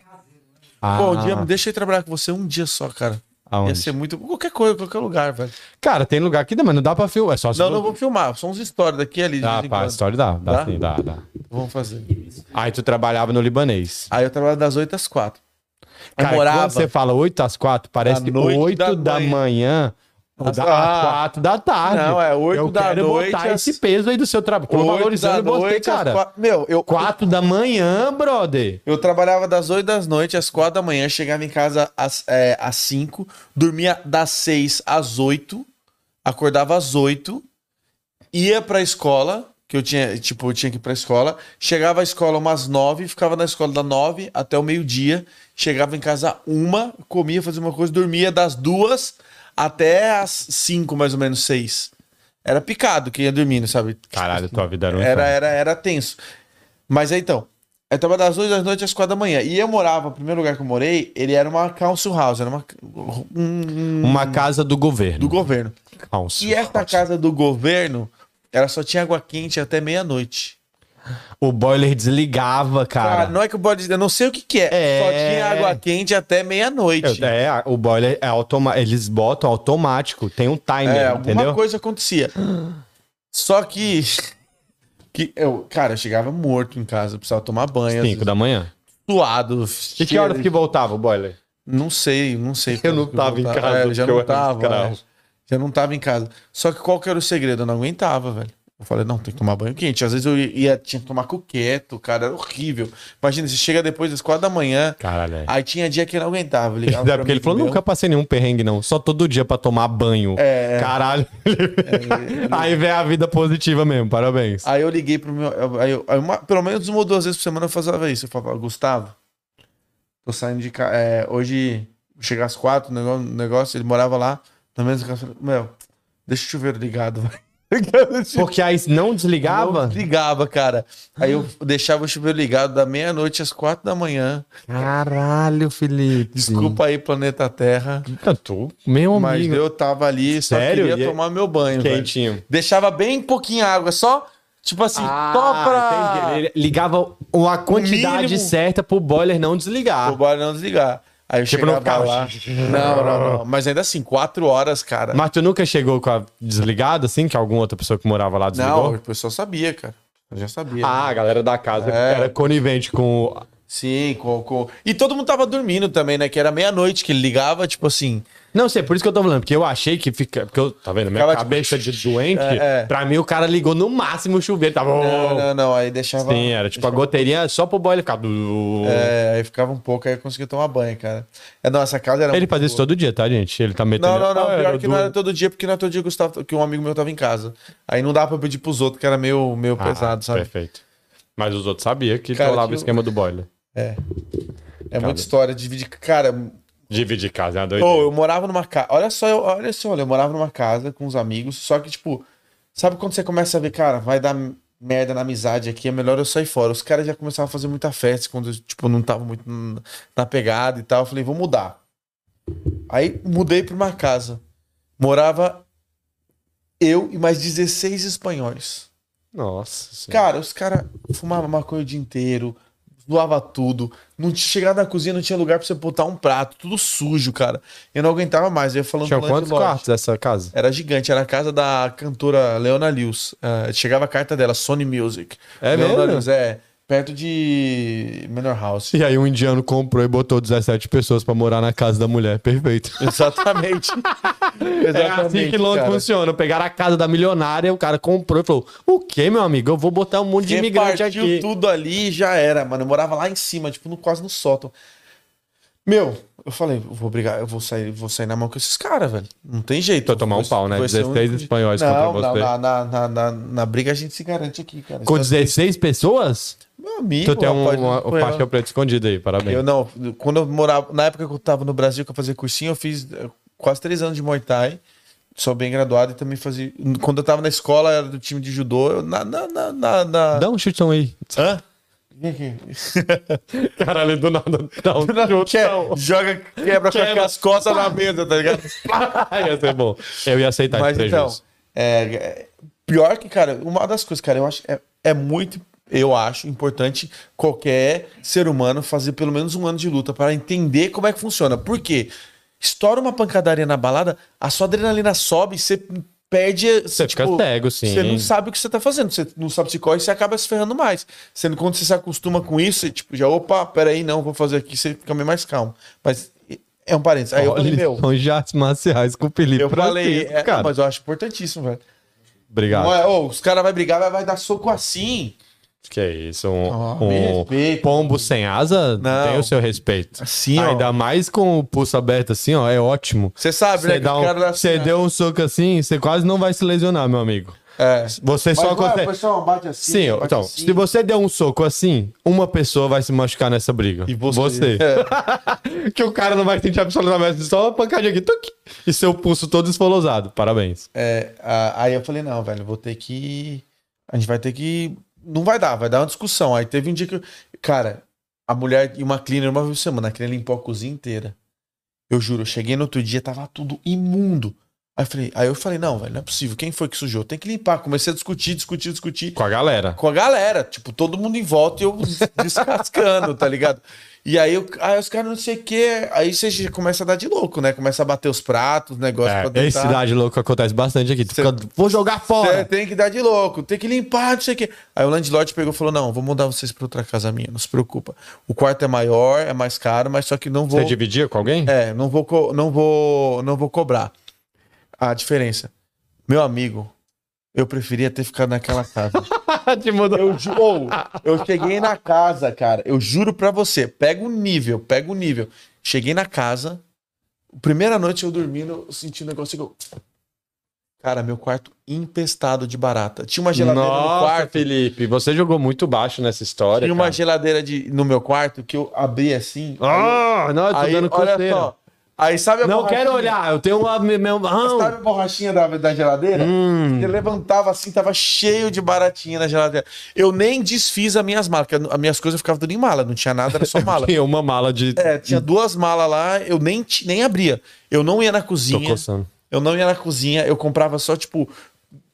Speaker 4: né?
Speaker 1: Ah,
Speaker 2: Pô, um dia, me deixa eu ir trabalhar com você um dia só, cara. Ia
Speaker 1: aonde?
Speaker 2: ser muito. Qualquer coisa, qualquer lugar, velho.
Speaker 1: Cara, tem lugar aqui, mas não dá pra filmar. É só se
Speaker 2: Não, não vou filmar, só uns stories daqui e ali. de
Speaker 1: Ah,
Speaker 2: vez em
Speaker 1: pá, a
Speaker 2: quando.
Speaker 1: história dá. Dá,
Speaker 2: Dá?
Speaker 1: sim, dá, dá.
Speaker 2: Vamos fazer.
Speaker 1: Aí tu trabalhava no libanês.
Speaker 2: Aí eu trabalhava das 8 às 4. Eu
Speaker 1: Cara,
Speaker 2: morava.
Speaker 1: quando você fala 8 às 4, parece
Speaker 2: Da
Speaker 1: que
Speaker 2: noite
Speaker 1: 8 da,
Speaker 2: da
Speaker 1: manhã,
Speaker 2: manhã.
Speaker 1: ou da,
Speaker 2: Ah.
Speaker 1: às 4 da tarde.
Speaker 2: Não, é 8
Speaker 1: Eu
Speaker 2: da
Speaker 1: quero
Speaker 2: noite
Speaker 1: botar
Speaker 2: às-
Speaker 1: esse peso aí do seu trabalho. Tô valorizando você,
Speaker 2: às
Speaker 1: cara.
Speaker 2: quatro- Meu, eu,
Speaker 1: 4 da manhã, brother.
Speaker 2: eu trabalhava das 8 da noite às 4 da manhã, chegava em casa às, é, às 5, dormia das 6 às 8, acordava às 8, ia pra escola, que eu tinha, tipo, eu tinha que ir pra escola, chegava à escola umas 9, ficava na escola da 9 até o meio-dia, chegava em casa uma, comia, fazia uma coisa, dormia das 2 até às 5, mais ou menos 6. Era picado quem ia dormindo, sabe?
Speaker 1: Caralho, tua vida era um
Speaker 2: Era,
Speaker 1: inferno.
Speaker 2: era, era tenso. Mas aí, então, eu tava das 8 da noite às 4 da manhã. E eu morava, o primeiro lugar que eu morei, ele era uma council house, era uma, um- um-
Speaker 1: Uma casa do governo.
Speaker 2: do governo.
Speaker 1: Council.
Speaker 2: E essa casa do governo, ela só tinha água quente até meia-noite.
Speaker 1: O boiler desligava, cara.
Speaker 2: Cara, não é que o bode. Eu não sei o que, que é,
Speaker 1: É.
Speaker 2: Só tinha água quente até meia-noite.
Speaker 1: Eu-
Speaker 2: É,
Speaker 1: é, a- o boiler é automático. Eles botam automático, tem um timer,
Speaker 2: É, alguma
Speaker 1: entendeu?
Speaker 2: coisa acontecia. Só que. que eu, cara, eu chegava morto em casa, eu precisava tomar banho,
Speaker 1: 5
Speaker 2: às vezes,
Speaker 1: da manhã.
Speaker 2: suado.
Speaker 1: E que horas que voltava o boiler?
Speaker 2: Não sei, não sei.
Speaker 1: (laughs) Eu não
Speaker 2: quando que
Speaker 1: tava em
Speaker 2: voltava.
Speaker 1: casa,
Speaker 2: É, eu já
Speaker 1: porque eu
Speaker 2: não
Speaker 1: era
Speaker 2: tava.
Speaker 1: escravo.
Speaker 2: é. Já não tava em casa. Só que qual que era o segredo? Eu não aguentava, velho. Eu falei, não, tem que tomar banho quente. Às vezes eu ia, tinha que tomar coqueto, cara, era horrível. Imagina, você chega depois das quatro da manhã,
Speaker 1: Caralho, é.
Speaker 2: aí tinha dia que eu não aguentava. eu
Speaker 1: É
Speaker 2: Ligava pra
Speaker 1: porque ele
Speaker 2: amigo
Speaker 1: falou,
Speaker 2: meu.
Speaker 1: nunca passei nenhum perrengue, não. Só todo dia pra tomar banho.
Speaker 2: É.
Speaker 1: Caralho. (laughs) Aí vem a vida positiva mesmo, parabéns.
Speaker 2: Aí eu liguei pro meu. Aí eu- aí uma- pelo menos uma ou duas vezes por semana eu fazia isso. Eu falava, Gustavo, tô saindo de casa. hoje, chegar às quatro, o negócio, negócio, ele morava lá, na mesma casa. eu falei, Meu, deixa o chuveiro ligado, vai.
Speaker 1: Porque aí não desligava?
Speaker 2: Não Ligava, cara. Aí eu deixava o chuveiro ligado da meia-noite às quatro da manhã.
Speaker 1: Caralho, Felipe.
Speaker 2: Desculpa aí, planeta Terra.
Speaker 1: Não, tu, meu
Speaker 2: Mas
Speaker 1: amigo.
Speaker 2: eu tava ali, só
Speaker 1: Sério?
Speaker 2: queria
Speaker 1: E é-
Speaker 2: tomar meu banho, velho.
Speaker 1: Quentinho.
Speaker 2: Deixava bem pouquinha água, só, tipo assim, só pra...
Speaker 1: Ah, entendi. Ele ligava uma quantidade
Speaker 2: mínimo.
Speaker 1: certa pro boiler não desligar.
Speaker 2: pro bar não desligar. Aí eu
Speaker 1: Tipo,
Speaker 2: chegava
Speaker 1: não ficava-
Speaker 2: lá. Não, não, não. Mas ainda assim, quatro horas, cara.
Speaker 1: Mas tu nunca chegou com a desligada, assim, que alguma outra pessoa que morava lá desligou?
Speaker 2: não, o pessoal sabia, cara. Eu já sabia.
Speaker 1: Ah, a galera da casa
Speaker 2: É.
Speaker 1: era conivente com.
Speaker 2: Sim, com, com- E todo mundo tava dormindo também, né? Que era meia-noite que ele ligava, tipo assim.
Speaker 1: Não sei, por isso que eu tô falando, porque eu achei que fica. Porque eu, tá vendo? Minha
Speaker 2: Ficava, tipo,
Speaker 1: cabeça de doente,
Speaker 2: É, é.
Speaker 1: pra mim o cara ligou no máximo o chuveiro. Tava.
Speaker 2: Não, não, não. Aí deixava.
Speaker 1: Oh. Sim, era tipo a goteirinha só pro boiler ficar. du-
Speaker 2: É, aí ficava um pouco, aí eu conseguia tomar banho, cara. É, não, essa casa era.
Speaker 1: Ele
Speaker 2: muito
Speaker 1: fazia isso
Speaker 2: boa.
Speaker 1: todo dia, tá, gente? Ele tá metendo.
Speaker 2: Não, não, não.
Speaker 1: Ah,
Speaker 2: Pior
Speaker 1: era
Speaker 2: que não era
Speaker 1: duro.
Speaker 2: todo dia, porque não era todo dia que o Gustavo, que um amigo meu tava em casa. Aí não dava pra pedir pros outros, que era meio, meio
Speaker 1: Ah,
Speaker 2: pesado, sabe?
Speaker 1: Perfeito. Mas os outros sabiam que
Speaker 2: Cara, um
Speaker 1: rolava
Speaker 2: que
Speaker 1: o
Speaker 2: eu-
Speaker 1: esquema do boiler.
Speaker 2: É muita história. Dividir. Cara,
Speaker 1: Dividir casa, é uma
Speaker 2: Pô,
Speaker 1: doideira.
Speaker 2: eu morava numa casa. Olha só, eu, olha só, olha, eu morava numa casa com uns amigos, só que, tipo, sabe quando você começa a ver, cara, vai dar merda na amizade aqui, é melhor eu sair fora. Os caras já começavam a fazer muita festa quando, eu, tipo, não tava muito n- na pegada e tal. Eu falei, vou mudar. Aí mudei pra uma casa. Morava eu e mais 16 espanhóis.
Speaker 1: Nossa. senhora.
Speaker 2: É. Cara, os caras fumavam maconha o dia inteiro, zoava tudo. Não tinha chegado na cozinha, não tinha lugar pra você botar um prato, tudo sujo, cara. Eu não aguentava mais, eu ia falando
Speaker 1: Tinha
Speaker 2: pro
Speaker 1: quantos
Speaker 2: landlord.
Speaker 1: quartos essa casa?
Speaker 2: Era gigante, era a casa da cantora Leona Lewis. Ah, chegava a carta dela, Sony Music.
Speaker 1: É mesmo?
Speaker 2: Lewis, é. Perto de Manor House.
Speaker 1: E aí um indiano comprou e botou 17 pessoas pra morar na casa da mulher. Perfeito.
Speaker 2: (laughs)
Speaker 1: (laughs)
Speaker 2: Exatamente. Exatamente.
Speaker 1: É assim que Londres
Speaker 2: cara.
Speaker 1: funciona. Pegaram a casa da milionária, o cara comprou e falou: O que, meu amigo? Eu vou botar um monte de imigrante
Speaker 2: Repartiu
Speaker 1: aqui.
Speaker 2: tudo ali e já era, mano. Eu morava lá em cima, tipo, no, quase no sótão. Meu, eu falei, eu vou brigar, eu vou sair, vou sair na mão com esses caras, velho. Não tem jeito.
Speaker 1: Pra tomar um
Speaker 2: Vou-
Speaker 1: pau, né?
Speaker 2: vou ser o
Speaker 1: 16
Speaker 2: único de-
Speaker 1: espanhóis
Speaker 2: não,
Speaker 1: contra
Speaker 2: não,
Speaker 1: você.
Speaker 2: Na, na, na, na, na briga a gente se garante aqui, cara.
Speaker 1: Com
Speaker 2: Isso
Speaker 1: 16 pessoas?
Speaker 2: é- Meu amigo,
Speaker 1: Tu tem um,
Speaker 2: rapaz,
Speaker 1: uma,
Speaker 2: não
Speaker 1: um
Speaker 2: foi ela.
Speaker 1: pastel preto escondido aí, parabéns.
Speaker 2: Eu não, quando eu morava, na época que eu tava no Brasil, que eu fazia cursinho, eu fiz eh, quase três anos de Muay Thai, sou bem graduado e também fazia. Quando eu tava na escola, era do time de judô, eu na. na, na, na, na...
Speaker 1: Dá um chutão aí.
Speaker 2: Hã? Vem aqui.
Speaker 1: (laughs) Caralho, do nada. Dá um
Speaker 2: Não, que-
Speaker 1: chutão.
Speaker 2: joga, quebra,
Speaker 1: Quebra.
Speaker 2: com as costas na mesa, tá ligado?
Speaker 1: (laughs) ia ser bom. Eu ia aceitar
Speaker 2: Mas
Speaker 1: esse Tá prejuízo.
Speaker 2: então, é, é, pior que, cara, uma das coisas, cara, eu acho é, é muito, eu acho importante qualquer ser humano fazer pelo menos um ano de luta para entender como é que funciona. Por quê? Estoura uma pancadaria na balada, a sua adrenalina sobe, você perde. Você
Speaker 1: fica cego, sim.
Speaker 2: Você não sabe o que você tá fazendo, você não sabe se corre, você acaba se ferrando mais. Sendo que quando você se acostuma com isso, você, tipo, já, opa, peraí, não, vou fazer aqui, você fica meio mais calmo. Mas é um parênteses. Aí eu falei,
Speaker 1: Olha,
Speaker 2: meu.
Speaker 1: são de artes marciais com o Felipe
Speaker 2: Eu falei,
Speaker 1: Francisco,
Speaker 2: é,
Speaker 1: cara.
Speaker 2: mas eu acho importantíssimo, velho.
Speaker 1: Obrigado.
Speaker 2: Não é, ô, os caras vão brigar, vai, vai dar soco assim.
Speaker 1: Que isso, um,
Speaker 2: Ah,
Speaker 1: um
Speaker 2: me respeita.
Speaker 1: pombo sem asa
Speaker 2: Não.
Speaker 1: tem o seu respeito.
Speaker 2: Assim, ó.
Speaker 1: Ainda mais com o pulso aberto assim, ó, é ótimo.
Speaker 2: Você sabe, né?
Speaker 1: Você
Speaker 2: que
Speaker 1: dá
Speaker 2: os
Speaker 1: um-
Speaker 2: caras dão
Speaker 1: você
Speaker 2: assim,
Speaker 1: deu um soco assim, você quase não vai se lesionar, meu amigo.
Speaker 2: É.
Speaker 1: Você
Speaker 2: Mas,
Speaker 1: só
Speaker 2: ué,
Speaker 1: consegue.
Speaker 2: o pessoal bate assim.
Speaker 1: Sim,
Speaker 2: bate
Speaker 1: então,
Speaker 2: assim.
Speaker 1: se você der um soco assim, uma pessoa vai se machucar nessa briga.
Speaker 2: E você.
Speaker 1: (laughs)
Speaker 2: É.
Speaker 1: que o cara não vai sentir absolutamente só uma pancadinha aqui, tuc, e seu pulso todo esfolosado. Parabéns.
Speaker 2: É, a- aí eu falei, não, velho, vou ter que. A gente vai ter que. Não vai dar, vai dar uma discussão. Aí teve um dia que. eu- Cara, a mulher e uma cleaner uma vez por semana, a cleaner limpou a cozinha inteira. Eu juro, eu cheguei no outro dia, tava tudo imundo. Aí eu falei, aí eu falei, não, velho, não é possível. Quem foi que sujou? Tem que limpar. Comecei a discutir, discutir, discutir.
Speaker 1: Com a galera.
Speaker 2: com a galera, tipo, todo mundo em volta e eu (laughs) descascando, tá ligado? E aí, eu, aí os caras não sei o quê, aí você já começa a dar de louco, né? Começa a bater os pratos, negócio pra
Speaker 1: É,
Speaker 2: deitar.
Speaker 1: em cidade louca acontece bastante aqui. Tu
Speaker 2: Cê-
Speaker 1: fica, vou jogar
Speaker 2: Cê
Speaker 1: fora.
Speaker 2: tem que dar de louco, tem que limpar, não sei o quê. Aí o landlord pegou e falou: Não, vou mandar vocês pra outra casa minha, não se preocupa. O quarto é maior, é mais caro, mas só que não vou.
Speaker 1: Você dividia com alguém?
Speaker 2: É, não vou, co- não vou, não vou cobrar a diferença. Meu amigo, eu preferia ter ficado naquela casa.
Speaker 1: (laughs) Te mudou.
Speaker 2: É. Eu, ju- ou, eu cheguei na casa, cara. Eu juro pra você. Pega o nível, pega o nível. Cheguei na casa. Primeira noite eu dormindo, eu senti um negócio que eu... Cara, meu quarto empestado de barata. Tinha uma geladeira
Speaker 1: Nossa,
Speaker 2: no quarto.
Speaker 1: Felipe, você jogou muito baixo nessa história.
Speaker 2: Tinha uma
Speaker 1: cara.
Speaker 2: geladeira de, no meu quarto que eu abri assim.
Speaker 1: Ah, não, eu tô
Speaker 2: aí, aí,
Speaker 1: dando
Speaker 2: olha
Speaker 1: coceira.
Speaker 2: só. Aí sabe a
Speaker 1: Não
Speaker 2: borrachinha-
Speaker 1: quero olhar, eu tenho uma. me- Meu...
Speaker 2: Sabe
Speaker 1: Ah,
Speaker 2: a borrachinha da, da geladeira?
Speaker 1: hum.
Speaker 2: Você levantava assim, tava cheio de baratinha na geladeira. Eu nem desfiz as minhas malas, porque as minhas coisas ficavam tudo em mala, não tinha nada,
Speaker 1: (laughs)
Speaker 2: era só mala.
Speaker 1: Tinha uma mala de.
Speaker 2: É, tinha duas malas lá, eu nem, ti- nem abria. Eu não ia na
Speaker 1: Tô
Speaker 2: cozinha,
Speaker 1: coçando.
Speaker 2: eu não ia na cozinha, eu comprava só, tipo,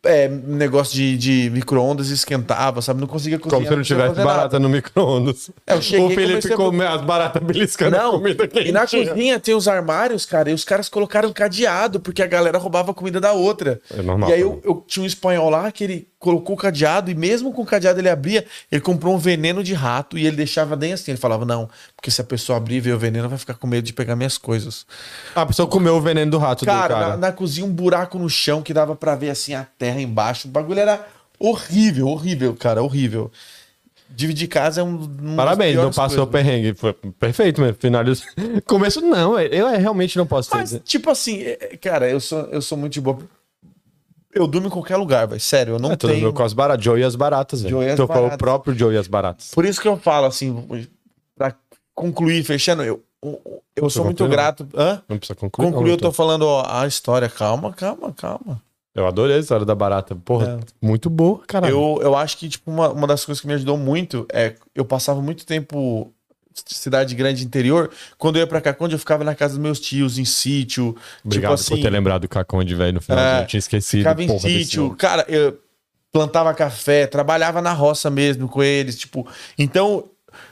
Speaker 2: é, negócio de, de micro-ondas e esquentava, sabe? Não conseguia cozinhar.
Speaker 1: Como se não
Speaker 2: conseguia
Speaker 1: tivesse
Speaker 2: fazer nada.
Speaker 1: barata no micro-ondas.
Speaker 2: É, eu cheguei
Speaker 1: o
Speaker 2: e
Speaker 1: Felipe
Speaker 2: comecei a-
Speaker 1: come as baratas beliscando a
Speaker 2: Não,
Speaker 1: comida
Speaker 2: e na
Speaker 1: quentinha.
Speaker 2: cozinha tem os armários, cara, e os caras colocaram um cadeado, porque a galera roubava a comida da outra.
Speaker 1: É normal
Speaker 2: E aí
Speaker 1: também.
Speaker 2: eu, eu tinha um espanhol lá que ele colocou o cadeado, e mesmo com o cadeado ele abria, ele comprou um veneno de rato e ele deixava bem assim. Ele falava, não, porque se a pessoa abrir e ver o veneno, vai ficar com medo de pegar minhas coisas.
Speaker 1: A pessoa comeu o veneno do rato
Speaker 2: Cara,
Speaker 1: do
Speaker 2: Na,
Speaker 1: cara.
Speaker 2: na cozinha um buraco no chão que dava pra ver assim a terra embaixo. O bagulho era horrível, horrível, cara, horrível. Dividir casa é um. um
Speaker 1: Parabéns,
Speaker 2: das
Speaker 1: não
Speaker 2: piores
Speaker 1: passou
Speaker 2: coisas.
Speaker 1: perrengue. Foi perfeito mesmo. Finalizou. (laughs) Começo, não, é, eu realmente não posso ter.
Speaker 2: Mas, tipo assim, é- é, cara, eu sou, eu sou muito de boa. Eu durmo em qualquer lugar, velho. Sério, eu não
Speaker 1: é, tudo
Speaker 2: tenho.
Speaker 1: meu com as baratas. Joe e as baratas, velho.
Speaker 2: Joe e as
Speaker 1: Então foi o
Speaker 2: baratas.
Speaker 1: próprio Joe e as baratas.
Speaker 2: Por isso que eu falo assim, pra concluir, fechando, eu, eu, eu sou muito
Speaker 1: concluiu?
Speaker 2: grato. Hã?
Speaker 1: Não precisa concluir. não,
Speaker 2: Concluir, eu
Speaker 1: doutor.
Speaker 2: tô falando ó, a história. Calma, calma, calma.
Speaker 1: Eu adorei a história da barata. Porra, muito boa, caralho.
Speaker 2: É. Eu, eu acho que, tipo, uma, uma das coisas que me ajudou muito é eu passava muito tempo cidade grande interior, quando eu ia pra Caconde, eu ficava na casa dos meus tios, em sítio.
Speaker 1: Obrigado
Speaker 2: tipo
Speaker 1: por ter
Speaker 2: assim,
Speaker 1: lembrado o Caconde, velho, no final.
Speaker 2: É,
Speaker 1: eu tinha esquecido.
Speaker 2: ficava em
Speaker 1: porra, desse
Speaker 2: sítio.
Speaker 1: nome.
Speaker 2: Cara, eu plantava café, trabalhava na roça mesmo com eles, tipo. Então,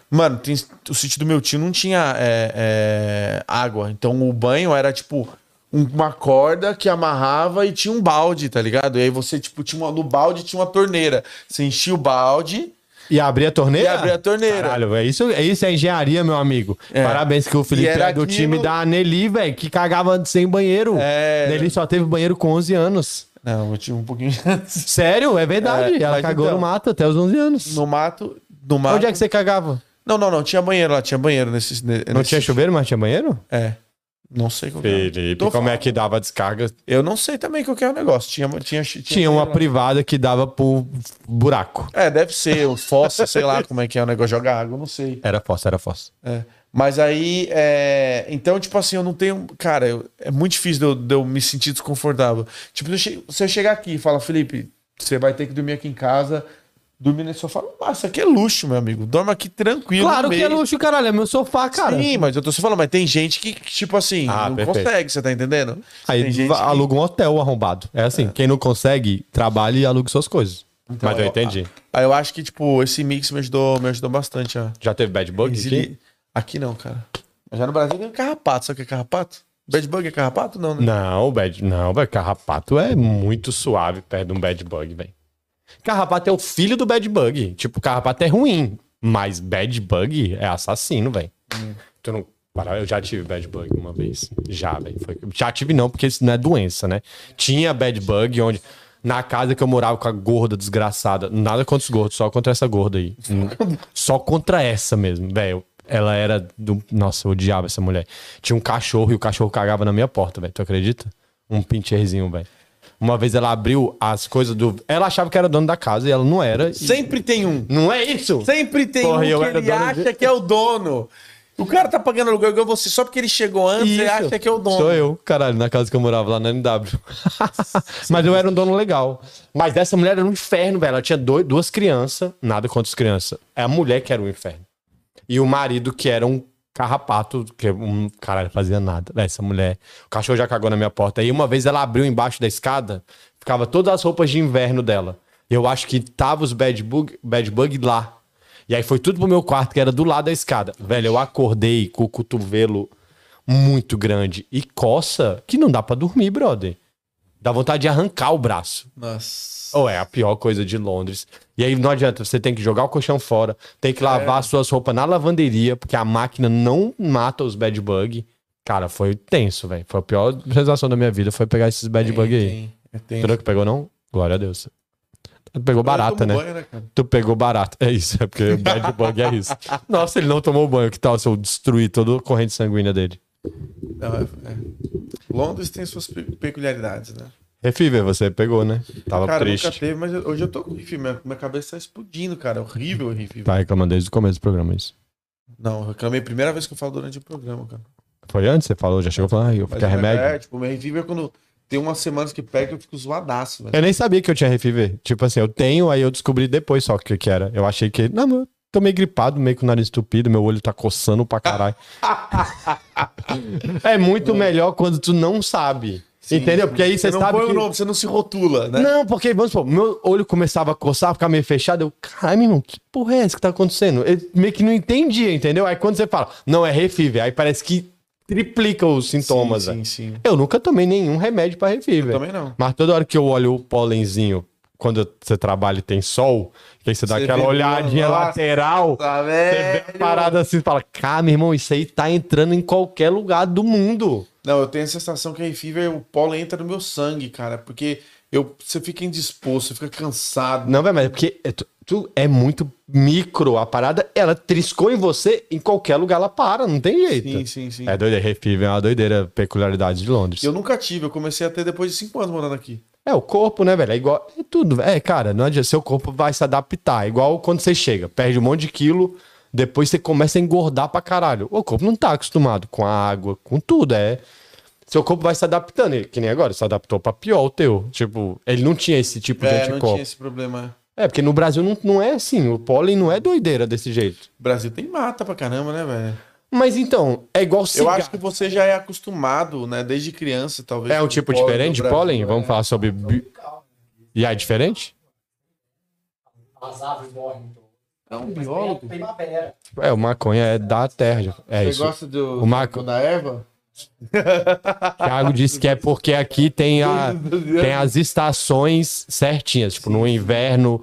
Speaker 2: Mano, tem- o sítio do meu tio não tinha é, é, água. Então o banho era tipo um- uma corda que amarrava e tinha um balde, tá ligado? E aí você, tipo, tinha uma, no balde tinha uma torneira. Você enchia o balde
Speaker 1: E abrir a torneira?
Speaker 2: E abrir a torneira.
Speaker 1: Caralho, velho. Isso, isso é engenharia, meu amigo.
Speaker 2: É.
Speaker 1: Parabéns que o Felipe
Speaker 2: E era
Speaker 1: é do
Speaker 2: aquilo-
Speaker 1: time da Nelly, velho, que cagava antes sem banheiro.
Speaker 2: É.
Speaker 1: Nelly só teve banheiro com 11 anos.
Speaker 2: Não, eu tive um pouquinho (laughs) antes.
Speaker 1: Sério, é verdade.
Speaker 2: É,
Speaker 1: Ela
Speaker 2: mas
Speaker 1: cagou
Speaker 2: então-
Speaker 1: no mato até os 11 anos.
Speaker 2: No mato. No mato.
Speaker 1: Onde é que você cagava?
Speaker 2: Não, não, não. Tinha banheiro lá, tinha banheiro nesse. ne-
Speaker 1: Não
Speaker 2: nesse-
Speaker 1: tinha chuveiro, mas tinha banheiro?
Speaker 2: É. Não sei qual que era.
Speaker 1: Felipe,
Speaker 2: Tô
Speaker 1: como é
Speaker 2: falando.
Speaker 1: que dava descarga?
Speaker 2: Eu não sei também qual que é o negócio. Tinha, tinha, tinha,
Speaker 1: Tinha uma
Speaker 2: lá.
Speaker 1: privada que dava por buraco.
Speaker 2: É, deve ser, o fossa, sei lá como é que é o negócio, joga água, eu não sei.
Speaker 1: Era fossa, era fossa.
Speaker 2: É. Mas aí, é, então, tipo assim, eu não tenho. Cara, eu- é muito difícil de eu, de eu me sentir desconfortável. Tipo, se eu, che- se eu chegar aqui e falar, Felipe, você vai ter que dormir aqui em casa, dormir nesse sofá. Ah, isso aqui é luxo, meu amigo. Dorma aqui tranquilo.
Speaker 1: Claro
Speaker 2: no
Speaker 1: que é
Speaker 2: meio.
Speaker 1: luxo, caralho. É meu sofá, cara.
Speaker 2: Sim, mas eu tô só falando, mas tem gente que, que, tipo assim,
Speaker 1: Ah,
Speaker 2: não
Speaker 1: perfeito.
Speaker 2: consegue, você tá entendendo? tem
Speaker 1: Aí
Speaker 2: gente
Speaker 1: va-
Speaker 2: que-
Speaker 1: aluga um hotel arrombado. É assim, quem não consegue, trabalha e aluga suas coisas. Mas eu
Speaker 2: eu-
Speaker 1: entendi.
Speaker 2: Aí eu acho que, tipo, esse mix me ajudou, me ajudou bastante a.
Speaker 1: Já teve bad bug? aqui?
Speaker 2: Aqui? aqui não, cara. Mas já no Brasil tem carrapato. Sabe o que é carrapato? Bad bug é carrapato? Não, né?
Speaker 1: Não, bad, não, velho. Carrapato é muito suave perto de um bad bug, velho. Carrapato é o filho do bad bug. Tipo, carrapato é ruim, mas bad bug é assassino, velho. Tu não. Para, eu já tive bad bug uma vez. Já, velho. Foi- Já tive não, porque isso não é doença, né? Tinha bad bug onde na casa que eu morava com a gorda desgraçada, nada contra os gordos, só contra essa gorda aí. Hum. só contra essa mesmo, velho. Ela era do. Nossa, eu odiava essa mulher. Tinha um cachorro e o cachorro cagava na minha porta, velho. Tu acredita? Um pincherzinho, velho. Uma vez ela abriu as coisas do. Ela achava que era dono da casa e ela não era. E-
Speaker 2: Sempre tem um.
Speaker 1: Não é isso?
Speaker 2: Sempre tem
Speaker 1: Porra, eu
Speaker 2: um que
Speaker 1: era
Speaker 2: ele
Speaker 1: dono
Speaker 2: acha
Speaker 1: de-
Speaker 2: que é o dono. O cara tá pagando aluguel igual você só porque ele chegou antes, ele
Speaker 1: Isso.
Speaker 2: acha que é o dono.
Speaker 1: Sou eu, caralho, na casa que eu morava lá na NW. Mas eu era um dono legal. Mas essa mulher era um inferno, velho. Ela tinha dois, duas crianças, nada contra as crianças. É a mulher que era um inferno. E o marido que era um carrapato, que um caralho fazia nada. Essa mulher. O cachorro já cagou na minha porta. E uma vez ela abriu embaixo da escada, ficava todas as roupas de inverno dela. Eu acho que tava os bad bug, bad bug lá. E aí foi tudo pro meu quarto, que era do lado da escada. Velho, eu acordei com o cotovelo muito grande e coça que não dá pra dormir, brother. Dá vontade de arrancar o braço.
Speaker 2: Nossa.
Speaker 1: Ou é a pior coisa de Londres. E aí não adianta, você tem que jogar o colchão fora, tem que
Speaker 2: É.
Speaker 1: lavar as suas roupas na lavanderia, porque a máquina não mata os bad bug. Cara, foi tenso, velho. Foi a pior sensação da minha vida, foi pegar esses bad bug aí.
Speaker 2: Tem, tem.
Speaker 1: Tu não que pegou, não? Glória a Deus. Tu pegou barata,
Speaker 2: Eu
Speaker 1: né?
Speaker 2: tomo banho, cara?
Speaker 1: Tu pegou barata. É isso, é porque
Speaker 2: (laughs)
Speaker 1: bad bug é isso. Nossa, ele não tomou banho. Que tal se eu destruir toda a corrente sanguínea dele?
Speaker 2: Não, é- é. Londres tem suas pe- peculiaridades, né?
Speaker 1: Refiver, É você pegou, né? Tava
Speaker 2: cara,
Speaker 1: triste.
Speaker 2: nunca teve, mas eu- hoje eu tô com riff, minha, minha cabeça tá explodindo, cara. É horrível, horrível.
Speaker 1: Tá reclamando desde o começo do programa isso.
Speaker 2: Não, eu reclamei a primeira vez que eu falo durante o programa, cara.
Speaker 1: Foi antes? Você falou, já chegou falando, ah, eu
Speaker 2: Mas
Speaker 1: quero
Speaker 2: o
Speaker 1: remédio.
Speaker 2: É, tipo, meu reviver quando tem umas semanas que pega, eu fico zoadaço, velho.
Speaker 1: Eu nem sabia que eu tinha refiver. Tipo assim, eu tenho, aí eu descobri depois só o que, que era. Eu achei que. Não, mas eu tô meio gripado, meio com o nariz entupido, meu olho tá coçando pra
Speaker 2: (laughs)
Speaker 1: caralho. é muito melhor quando tu não sabe. entendeu? Porque aí você,
Speaker 2: Você não
Speaker 1: sabe.
Speaker 2: põe
Speaker 1: que-
Speaker 2: o nome, você não se rotula, né?
Speaker 1: Não, porque, vamos supor, meu olho começava a coçar, ficar meio fechado. Eu, caralho, menino, que porra é essa que tá acontecendo? Eu meio que não entendia, entendeu? Aí quando você fala, não, é refiver, aí parece que triplica os sintomas.
Speaker 2: Sim,
Speaker 1: né?
Speaker 2: sim, sim.
Speaker 1: Eu nunca tomei nenhum remédio pra refiver.
Speaker 2: Também não.
Speaker 1: Mas toda hora que eu olho o pólenzinho, quando você trabalha e tem sol, que aí você dá
Speaker 2: Você
Speaker 1: aquela
Speaker 2: vê-
Speaker 1: olhadinha
Speaker 2: Nossa,
Speaker 1: lateral,
Speaker 2: Ah,
Speaker 1: você vê a parada assim e fala, cara, meu irmão, isso aí tá entrando em qualquer lugar do mundo.
Speaker 2: Não, eu tenho a sensação que a hay fever, o pólen entra no meu sangue, cara, porque eu, você fica indisposto, você fica cansado.
Speaker 1: Não, velho, mas é porque é tu, tu é muito micro a parada, ela triscou em você, em qualquer lugar ela para, não tem jeito.
Speaker 2: Sim, sim, sim.
Speaker 1: É doideira, refive é uma doideira, peculiaridade de Londres.
Speaker 2: E Eu nunca tive, eu comecei a ter depois de cinco anos morando aqui.
Speaker 1: É, o corpo, né, velho? É igual. É tudo. velho. É, cara, não adianta. Seu corpo vai se adaptar. É igual quando você chega, perde um monte de quilo, depois você começa a engordar pra caralho. O corpo não tá acostumado com a água, com tudo. É. Seu corpo vai se adaptando, e que nem agora, se adaptou pra pior o teu. Tipo, ele não tinha esse tipo de
Speaker 2: É, não
Speaker 1: anticorpo.
Speaker 2: tinha esse problema.
Speaker 1: É, porque no Brasil não, não é assim. O pólen não é doideira desse jeito.
Speaker 2: O Brasil tem mata pra caramba, né, velho?
Speaker 1: Mas então, é igual
Speaker 2: Eu
Speaker 1: cigarro.
Speaker 2: acho que você já é acostumado, né, desde criança, talvez.
Speaker 1: É um
Speaker 2: com o
Speaker 1: tipo
Speaker 2: pólen do
Speaker 1: diferente de
Speaker 2: Brasil,
Speaker 1: pólen?
Speaker 2: né?
Speaker 1: Vamos falar sobre. bi- E é diferente?
Speaker 4: As aves morrem, então.
Speaker 7: É um biólogo?
Speaker 4: Primavera.
Speaker 1: É, o maconha é da terra. já. É
Speaker 7: Você
Speaker 1: isso.
Speaker 7: gosta do,
Speaker 1: O Marco-
Speaker 7: da erva?
Speaker 1: Thiago disse que é porque aqui
Speaker 7: (laughs)
Speaker 1: tem, a, Ah, tem as estações certinhas. Tipo, no inverno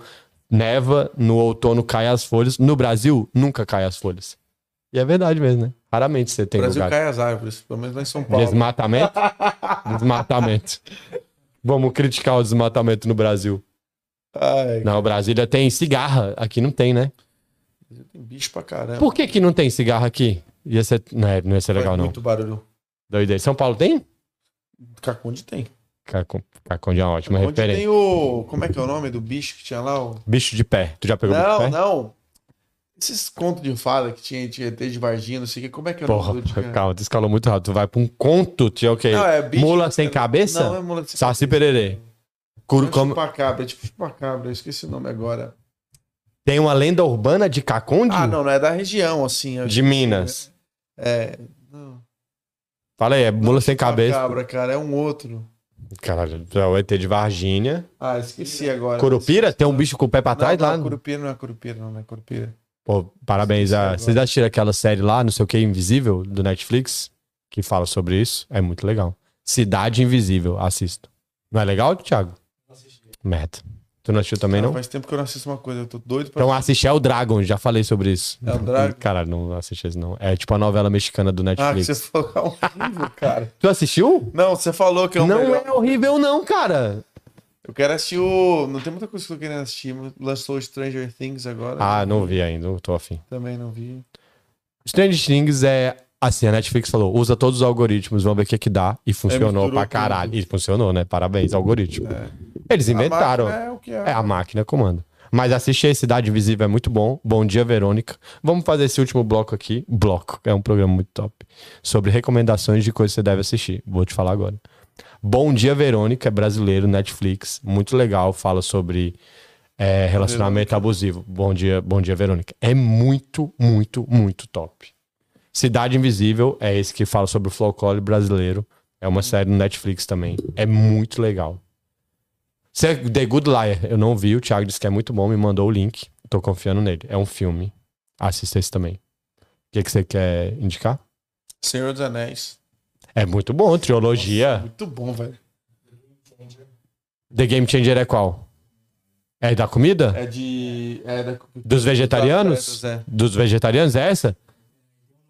Speaker 1: neva, no outono cai as folhas. No Brasil, nunca cai as folhas. E é verdade mesmo, né? Raramente você
Speaker 2: O
Speaker 1: tem
Speaker 2: Brasil
Speaker 1: lugar.
Speaker 2: cai as árvores, pelo menos lá em São Paulo.
Speaker 1: Desmatamento?
Speaker 2: (laughs)
Speaker 1: Desmatamento. Vamos criticar o desmatamento no Brasil.
Speaker 2: Ai,
Speaker 1: Não, Brasília tem cigarra. Aqui não tem, né?
Speaker 2: tem bicho pra caramba.
Speaker 1: Por que, que não tem cigarra aqui? Ia ser... Não, é- não ia ser legal,
Speaker 2: Faz
Speaker 1: não.
Speaker 2: Muito barulho.
Speaker 1: Doideira. São Paulo tem?
Speaker 2: Cacunde tem.
Speaker 1: Cacon- Caconde é uma ótima
Speaker 2: Onde
Speaker 1: referência.
Speaker 2: tem o. Como é que é o nome do bicho que tinha lá? O...
Speaker 1: Bicho de pé. Tu já pegou bicho de pé?
Speaker 2: Não, não. Esses contos de fada que tinha, tinha ET de Varginha, não sei o que. Como é que é o
Speaker 1: Porra,
Speaker 2: nome do de-
Speaker 1: calma, tu escalou muito rápido. Tu vai pra um conto, tio, ok.
Speaker 2: Não, é bicho-
Speaker 1: Mula sem cabeça?
Speaker 2: Não, é mula de
Speaker 1: Saci pererê. Curu,
Speaker 2: Não é
Speaker 1: como-
Speaker 2: Chupacabra, é tipo chupacabra, eu esqueci o nome agora.
Speaker 1: Tem uma lenda urbana de Caconde?
Speaker 2: Ah, não, não é da região, assim. é-
Speaker 1: De Minas.
Speaker 2: É. Não,
Speaker 1: Fala aí, é mula sem cabeça.
Speaker 2: Chupacabra, cara, é um outro.
Speaker 1: Caralho, é o ET de Varginha.
Speaker 2: Ah, esqueci agora.
Speaker 1: Curupira? Tem um bicho com o pé pra
Speaker 2: Não,
Speaker 1: trás
Speaker 2: não,
Speaker 1: lá?
Speaker 2: é Curupira não é curupira, não, não é curupira.
Speaker 1: Pô, parabéns.
Speaker 2: Esqueci
Speaker 1: A...
Speaker 2: agora.
Speaker 1: Vocês assistiram aquela série lá, não sei o que, Invisível, do Netflix, que fala sobre isso? É muito legal. Cidade Invisível, assisto. Não é legal, Thiago? Merda. Tu não assistiu também,
Speaker 2: Ah,
Speaker 1: não?
Speaker 2: Faz tempo que eu não assisto uma coisa, eu tô doido pra.
Speaker 1: Então assiste El Dragon, já falei sobre isso.
Speaker 2: É o Dragon.
Speaker 1: Caralho, não assisti isso não. É tipo a novela mexicana do
Speaker 2: Ah, que
Speaker 1: Então, Netflix.
Speaker 2: você falou que é horrível, cara.
Speaker 1: Tu assistiu?
Speaker 2: Não, você falou que é o
Speaker 1: não
Speaker 2: melhor.
Speaker 1: é horrível não, cara.
Speaker 2: Eu quero assistir o. Não tem muita coisa que eu tô querendo assistir. mas Lançou o Stranger Things agora. né?
Speaker 1: Ah, não vi ainda, não tô afim.
Speaker 2: Também não vi.
Speaker 1: Strange Things é... Assim, a Netflix falou, usa todos os algoritmos, vamos ver o que é que dá. E funcionou
Speaker 2: misturou
Speaker 1: pra
Speaker 2: tudo. É.
Speaker 1: caralho. E funcionou, né? Parabéns, algoritmo. Eles inventaram.
Speaker 2: A máquina É o que é.
Speaker 1: É, a máquina comanda. Mas assiste aí Cidade Invisível, é muito bom. Bom dia, Verônica. Vamos fazer esse último bloco aqui. Bloco, é um programa muito top. Sobre recomendações de coisas que você deve assistir. Vou te falar agora. Bom dia, Verônica, é brasileiro, Netflix. Muito legal, fala sobre é, relacionamento abusivo. Bom dia, bom dia, Verônica. É muito, muito, muito top. Cidade Invisível é esse que fala sobre o folclore brasileiro. É uma série no Netflix também. É muito legal. Se é The Good Liar, eu não vi. O Thiago disse que é muito bom, me mandou o link. Tô confiando nele. É um filme. Assista esse também. O que, que você quer indicar?
Speaker 2: Senhor dos Anéis.
Speaker 1: É muito bom, trilogia.
Speaker 2: Muito bom, velho.
Speaker 1: The Game Changer é qual? É da comida?
Speaker 2: É de. É da...
Speaker 1: Dos vegetarianos?
Speaker 2: É.
Speaker 1: Dos vegetarianos, é essa?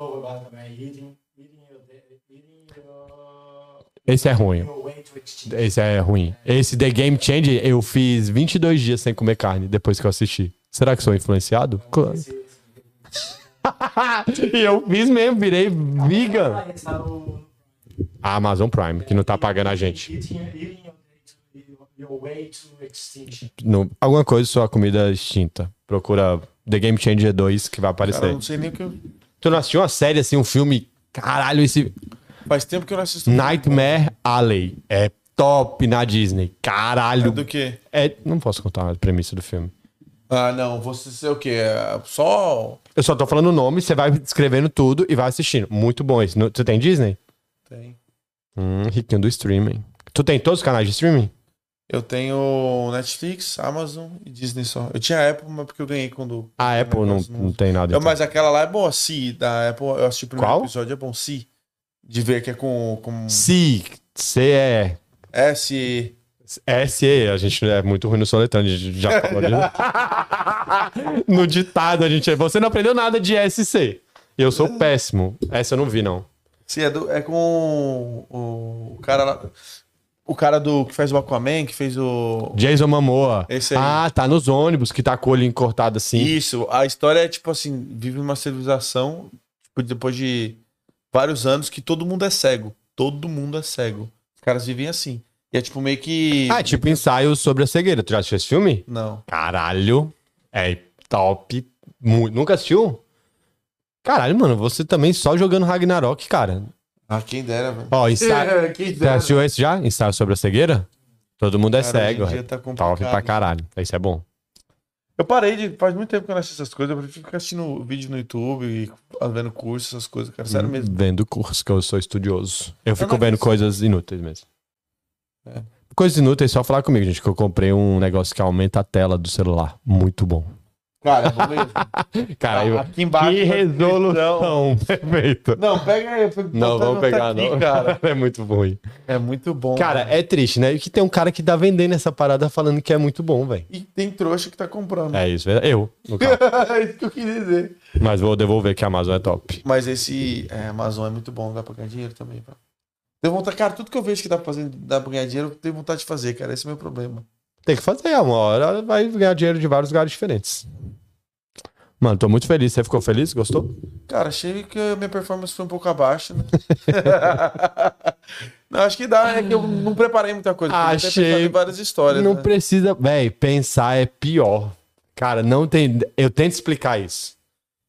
Speaker 4: Novo agora também. Eating, eating, your day- eating your,
Speaker 1: Esse é ruim.
Speaker 4: your way to extinction.
Speaker 1: Esse é ruim. Esse The Game Changer, eu fiz 22 dias sem comer carne depois que eu assisti. Será que sou influenciado? Claro. (laughs) e eu fiz mesmo, virei vegan.
Speaker 4: Ah, esse tá no-
Speaker 1: A Amazon Prime, que não tá pagando a gente.
Speaker 4: Eating, eating your, day to- your- your way to extinction.
Speaker 1: no- alguma coisa sua comida é extinta. Procura The Game Changer 2 que vai aparecer.
Speaker 2: Cara, eu não sei nem o que. eu-
Speaker 1: Tu não assistiu uma série assim, um filme? Caralho, esse
Speaker 2: Faz tempo que eu não assisto.
Speaker 1: Hum. Nightmare Alley é top na Disney.
Speaker 2: É
Speaker 1: Caralho.
Speaker 2: Do que?
Speaker 1: É, não posso contar a premissa do filme.
Speaker 2: Ah, não. Você sei o quê? É Só.
Speaker 1: Eu só tô falando o nome, você vai escrevendo tudo e vai assistindo. Muito bom esse. No- Tu tem Disney?
Speaker 2: Tem.
Speaker 1: Hum, riquinho do streaming. Tu tem todos os canais de streaming?
Speaker 2: Eu tenho Netflix, Amazon e Disney só. Eu tinha Apple, mas porque eu ganhei quando.
Speaker 1: A Apple não,
Speaker 2: Negócio
Speaker 1: não tem nada.
Speaker 2: Eu,
Speaker 1: então.
Speaker 2: mas aquela lá é boa, Si, da Apple. Eu assisti o primeiro
Speaker 1: Qual?
Speaker 2: episódio, é bom, Si. De ver que é com. com...
Speaker 1: Se, se
Speaker 2: S.
Speaker 1: É, se a gente é muito ruim no soletrando, a gente
Speaker 2: É.
Speaker 1: já falou
Speaker 2: (laughs)
Speaker 1: disso. no ditado, a gente é. Você não aprendeu nada de SC. Eu
Speaker 2: É.
Speaker 1: sou péssimo. Essa eu não vi, não.
Speaker 2: Sim, é, do- é com o, o cara lá. O cara do que fez o Aquaman, que fez o.
Speaker 1: Jason Momoa.
Speaker 2: Esse aí.
Speaker 1: Ah, tá nos ônibus, que tá com o olho encortado assim.
Speaker 2: Isso, a história é tipo assim: vive uma civilização tipo, depois de vários anos que todo mundo é cego. Todo mundo é cego. Os caras vivem assim. E é tipo meio que.
Speaker 1: Ah, é tipo ensaio sobre a cegueira. Tu já assistiu esse filme?
Speaker 2: Não.
Speaker 1: Caralho. É top. Mu- Nunca assistiu? Caralho, mano, você também só jogando Ragnarok, cara.
Speaker 2: Ah, quem dera, velho. (laughs)
Speaker 1: Ó, ensaio.
Speaker 2: quem
Speaker 1: Você assistiu esse já? Ensaio sobre a cegueira? Todo mundo é
Speaker 2: Cara, hoje em
Speaker 1: cego.
Speaker 2: dia
Speaker 1: é
Speaker 2: tá
Speaker 1: Top pra
Speaker 2: complicado.
Speaker 1: caralho. Isso é bom.
Speaker 2: Eu parei de. Faz muito tempo que eu não assisto essas coisas. Eu prefiro ficar assistindo vídeo no YouTube e vendo curso, essas coisas, cara.
Speaker 1: Hum.
Speaker 2: Sério mesmo.
Speaker 1: Vendo curso, que eu sou estudioso. Eu fico
Speaker 2: não É.
Speaker 1: vendo
Speaker 2: assisto.
Speaker 1: coisas inúteis mesmo. Coisas inúteis, só falar comigo, gente, que eu comprei um negócio que aumenta a tela do celular. Muito bom.
Speaker 2: Cara, é bom mesmo.
Speaker 1: (laughs) Cara, eu...
Speaker 2: Aqui embaixo
Speaker 1: que
Speaker 2: na
Speaker 1: resolução. (laughs) Perfeito.
Speaker 2: Não, pega aí.
Speaker 1: Não, vamos pegar, não. (laughs)
Speaker 2: Cara.
Speaker 1: É muito ruim.
Speaker 2: É muito bom.
Speaker 1: Cara,
Speaker 2: velho.
Speaker 1: é triste, né? E que tem um cara que tá vendendo essa parada falando que é muito bom, velho.
Speaker 2: E tem trouxa que tá comprando.
Speaker 1: É isso, é- eu. no caso.
Speaker 2: (laughs) É isso que eu queria dizer.
Speaker 1: Mas vou devolver que a Amazon é top.
Speaker 2: Mas esse é, Amazon é muito bom, dá pra ganhar dinheiro também. Pra... Deu vontade, cara, tudo que eu vejo que dá pra, fazer, dá pra ganhar dinheiro, eu tenho vontade de fazer, cara. Esse é o meu problema.
Speaker 1: Tem que fazer, uma hora vai ganhar dinheiro de vários lugares diferentes. Mano, tô muito feliz. Você ficou feliz? Gostou?
Speaker 2: Cara, achei que a minha performance foi um pouco abaixo, né? (laughs) não, acho que dá, é que eu não preparei muita coisa. porque eu até
Speaker 1: Achei.
Speaker 2: pensava em várias histórias.
Speaker 1: não
Speaker 2: né?
Speaker 1: precisa. Véi, pensar é pior. Cara, não tem. Eu tento explicar isso.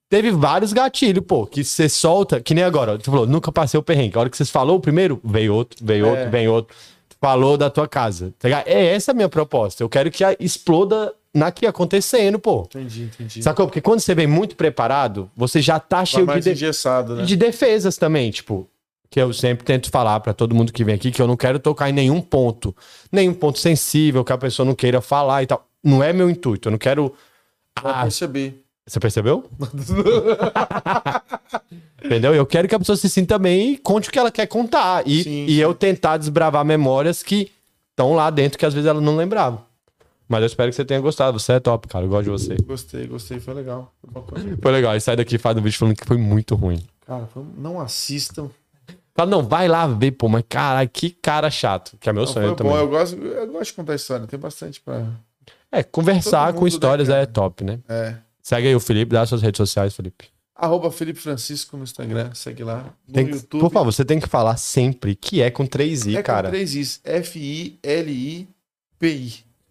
Speaker 1: Teve vários gatilhos, pô, que você solta, que nem agora. ó, Tu falou, nunca passei o perrengue. A hora que vocês falou o primeiro, veio outro, veio outro,
Speaker 2: É.
Speaker 1: vem outro. Falou da tua casa. tá ligado? É essa a minha proposta. Eu quero que a- exploda na que acontecendo, pô.
Speaker 2: Entendi, entendi.
Speaker 1: Sacou? Porque quando você vem muito preparado, você já tá
Speaker 2: Vai
Speaker 1: cheio de,
Speaker 2: mais
Speaker 1: de
Speaker 2: engessado, né?
Speaker 1: E de defesas também, tipo, que eu sempre tento falar pra todo mundo que vem aqui que eu não quero tocar em nenhum ponto, nenhum ponto sensível que a pessoa não queira falar e tal. Não é meu intuito, eu não quero.
Speaker 2: Vou
Speaker 1: Ah,
Speaker 2: perceber.
Speaker 1: você
Speaker 2: (laughs)
Speaker 1: percebeu? Entendeu? Eu quero que a pessoa se sinta bem e conte o que ela quer contar. E,
Speaker 2: Sim,
Speaker 1: e eu tentar desbravar memórias que estão lá dentro que às vezes ela não lembrava. Mas eu espero que você tenha gostado. Você é top, cara. Eu gosto de você.
Speaker 2: Gostei, gostei, foi legal. Foi uma coisa.
Speaker 1: Foi legal. E sai daqui e faz um vídeo falando que foi muito ruim.
Speaker 2: Cara, foi- um- não assistam.
Speaker 1: Fala, não, vai lá ver, pô, mas caralho, que cara chato. Que é meu
Speaker 2: Não,
Speaker 1: sonho
Speaker 2: foi
Speaker 1: também.
Speaker 2: bom, eu gosto, eu gosto de contar história, tem bastante pra.
Speaker 1: É, conversar
Speaker 2: Todo mundo,
Speaker 1: com histórias
Speaker 2: né,
Speaker 1: é top, né?
Speaker 2: É.
Speaker 1: Segue aí o Felipe, dá suas redes sociais, Felipe.
Speaker 2: Arroba Felipe Francisco no Instagram, segue lá. No
Speaker 1: Tem que-
Speaker 2: YouTube.
Speaker 1: por favor, você tem que falar sempre que é com
Speaker 2: é
Speaker 1: 3i,
Speaker 2: com
Speaker 1: cara.
Speaker 2: três Is. F-I-L-I-P-I.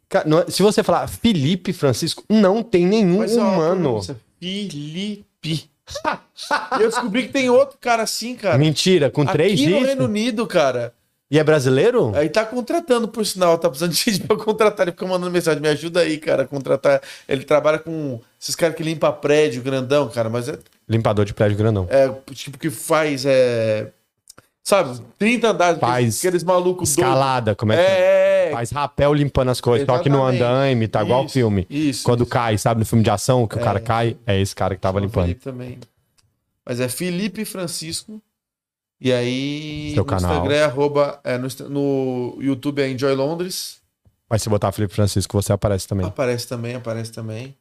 Speaker 1: Ca- não é- se você falar Felipe Francisco, não tem nenhum
Speaker 2: Mas é uma
Speaker 1: Um humano.
Speaker 2: pronúncia, Felipe. (laughs) eu descobri que tem outro cara assim, cara.
Speaker 1: Mentira, com um três
Speaker 2: Aqui no
Speaker 1: i
Speaker 2: Reino Unido, cara.
Speaker 1: E é brasileiro?
Speaker 2: Aí tá contratando, por sinal. Tá precisando de gente pra contratar. Ele fica mandando mensagem. Me ajuda aí, cara, a contratar. Ele trabalha com esses caras que limpa prédio grandão, cara. Mas é
Speaker 1: Limpador de prédio grandão.
Speaker 2: é, tipo, que faz, é, sabe, 30 andares,
Speaker 1: Faz
Speaker 2: aqueles malucos
Speaker 1: Escalada, como
Speaker 2: doidos.
Speaker 1: é que é?
Speaker 2: É, é,
Speaker 1: Faz rapel limpando as coisas, toque no
Speaker 2: Exatamente.
Speaker 1: andaime, tá igual o
Speaker 2: Isso,
Speaker 1: filme.
Speaker 2: Isso.
Speaker 1: Quando
Speaker 2: isso.
Speaker 1: cai, sabe, no filme de ação, que o
Speaker 2: É.
Speaker 1: cara cai, é esse cara que tava
Speaker 2: Chama
Speaker 1: limpando.
Speaker 2: Felipe também. Mas é Felipe Francisco. E aí,
Speaker 1: Seu
Speaker 2: no
Speaker 1: canal.
Speaker 2: Instagram é arroba, é, no, Insta- no YouTube é Enjoy Londres.
Speaker 1: Mas se botar Felipe Francisco, você aparece também.
Speaker 2: Aparece também, aparece também.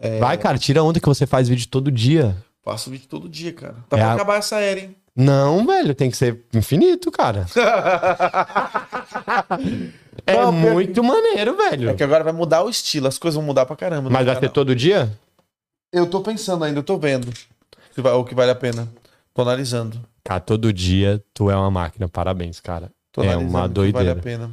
Speaker 2: É.
Speaker 1: Vai, cara, tira onda que você faz vídeo todo dia.
Speaker 2: Faço vídeo todo dia, cara. Tá
Speaker 1: É
Speaker 2: pra
Speaker 1: a-
Speaker 2: acabar essa era, hein?
Speaker 1: Não, velho, tem que ser infinito, cara.
Speaker 2: (laughs)
Speaker 1: É
Speaker 2: Não, pior
Speaker 1: muito maneiro, velho.
Speaker 2: É que agora vai mudar o estilo, as coisas vão mudar pra caramba.
Speaker 1: Mas
Speaker 2: no
Speaker 1: vai ser
Speaker 2: canal.
Speaker 1: todo dia?
Speaker 2: Eu tô pensando ainda, eu tô vendo se vai- o que vale a pena. Tô analisando.
Speaker 1: Cara, todo dia tu é uma máquina, parabéns, cara.
Speaker 2: Tô
Speaker 1: É
Speaker 2: analisando
Speaker 1: uma
Speaker 2: o que Vale
Speaker 1: doideira.
Speaker 2: a pena.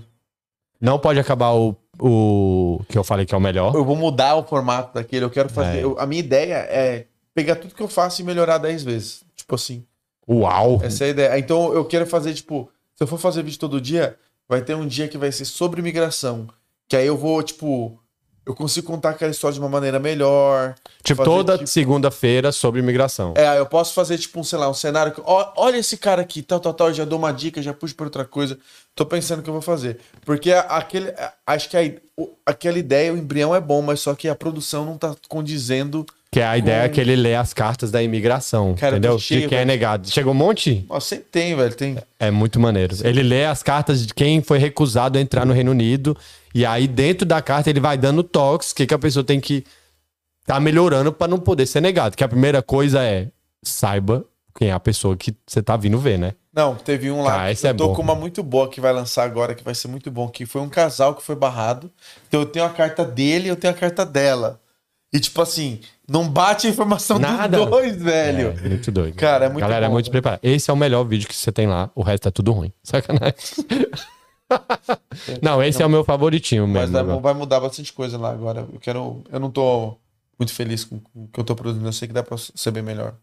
Speaker 1: Não pode acabar o, o que eu falei que é o melhor.
Speaker 2: Eu vou mudar o formato daquele. Eu quero fazer.
Speaker 1: É.
Speaker 2: eu- a minha ideia é pegar tudo que eu faço e melhorar 10 vezes. Tipo assim.
Speaker 1: Uau!
Speaker 2: Essa é a ideia. Então eu quero fazer, tipo, se eu for fazer vídeo todo dia, vai ter um dia que vai ser sobre migração. Que aí eu vou, tipo, eu consigo contar aquela história de uma maneira melhor.
Speaker 1: tipo,
Speaker 2: fazer
Speaker 1: toda
Speaker 2: tipo-
Speaker 1: segunda-feira sobre imigração.
Speaker 2: É, eu posso fazer, tipo, um, sei lá, um cenário que. ó, olha esse cara aqui, tal, tal, tal, já dou uma dica, já puxo pra outra coisa. Tô pensando que eu vou fazer. Porque a- aquele. a- Acho que a- o- aquela ideia, o embrião é bom, mas só que a produção não tá condizendo.
Speaker 1: Que a ideia é que ele lê as cartas da imigração,
Speaker 2: Cara, eu tô
Speaker 1: entendeu?
Speaker 2: cheio,
Speaker 1: de quem é
Speaker 2: velho.
Speaker 1: negado. Chegou um monte?
Speaker 2: Ó, sempre tem, velho. Tem.
Speaker 1: É muito maneiro. Ele lê as cartas de quem foi recusado a entrar no Reino Unido. E aí, dentro da carta, ele vai dando toques, o que, que a pessoa tem que tá melhorando pra não poder ser negado. Que a primeira coisa é saiba quem é a pessoa que você tá vindo ver, né?
Speaker 2: Não, teve um lá.
Speaker 1: Ah,
Speaker 2: que
Speaker 1: esse
Speaker 2: eu
Speaker 1: é
Speaker 2: tô
Speaker 1: bom.
Speaker 2: com uma muito boa que vai lançar agora, que vai ser muito bom, que foi um casal que foi barrado. Então eu tenho a carta dele e eu tenho a carta dela. E tipo assim, não bate a informação
Speaker 1: Nada.
Speaker 2: dos dois, velho.
Speaker 1: É, muito doido.
Speaker 2: Cara, é muito
Speaker 1: Galera, é
Speaker 2: bom,
Speaker 1: muito
Speaker 2: velho.
Speaker 1: preparada. Esse é o melhor vídeo que você tem lá. O resto é tudo ruim. (laughs) Sacanagem. não, esse é o meu favoritinho
Speaker 2: Mas
Speaker 1: mesmo.
Speaker 2: vai,
Speaker 1: mano.
Speaker 2: vai mudar bastante coisa lá agora. Eu quero. Eu não tô muito feliz com com o que eu tô produzindo. Eu sei que dá pra ser bem melhor.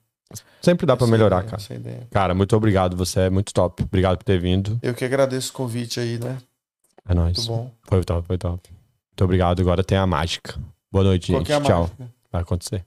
Speaker 1: Sempre dá pra
Speaker 2: Essa
Speaker 1: melhorar,
Speaker 2: ideia,
Speaker 1: cara.
Speaker 2: essa ideia.
Speaker 1: Cara, muito obrigado. Você é muito top. Obrigado por ter vindo.
Speaker 2: Eu que agradeço o convite aí, né?
Speaker 1: É nóis.
Speaker 2: Muito bom.
Speaker 1: Foi top, foi top. Muito obrigado. Agora tem a mágica. Boa noite,
Speaker 2: Qual
Speaker 1: gente.
Speaker 2: que é a
Speaker 1: Tchau.
Speaker 2: mágica?
Speaker 1: Vai acontecer.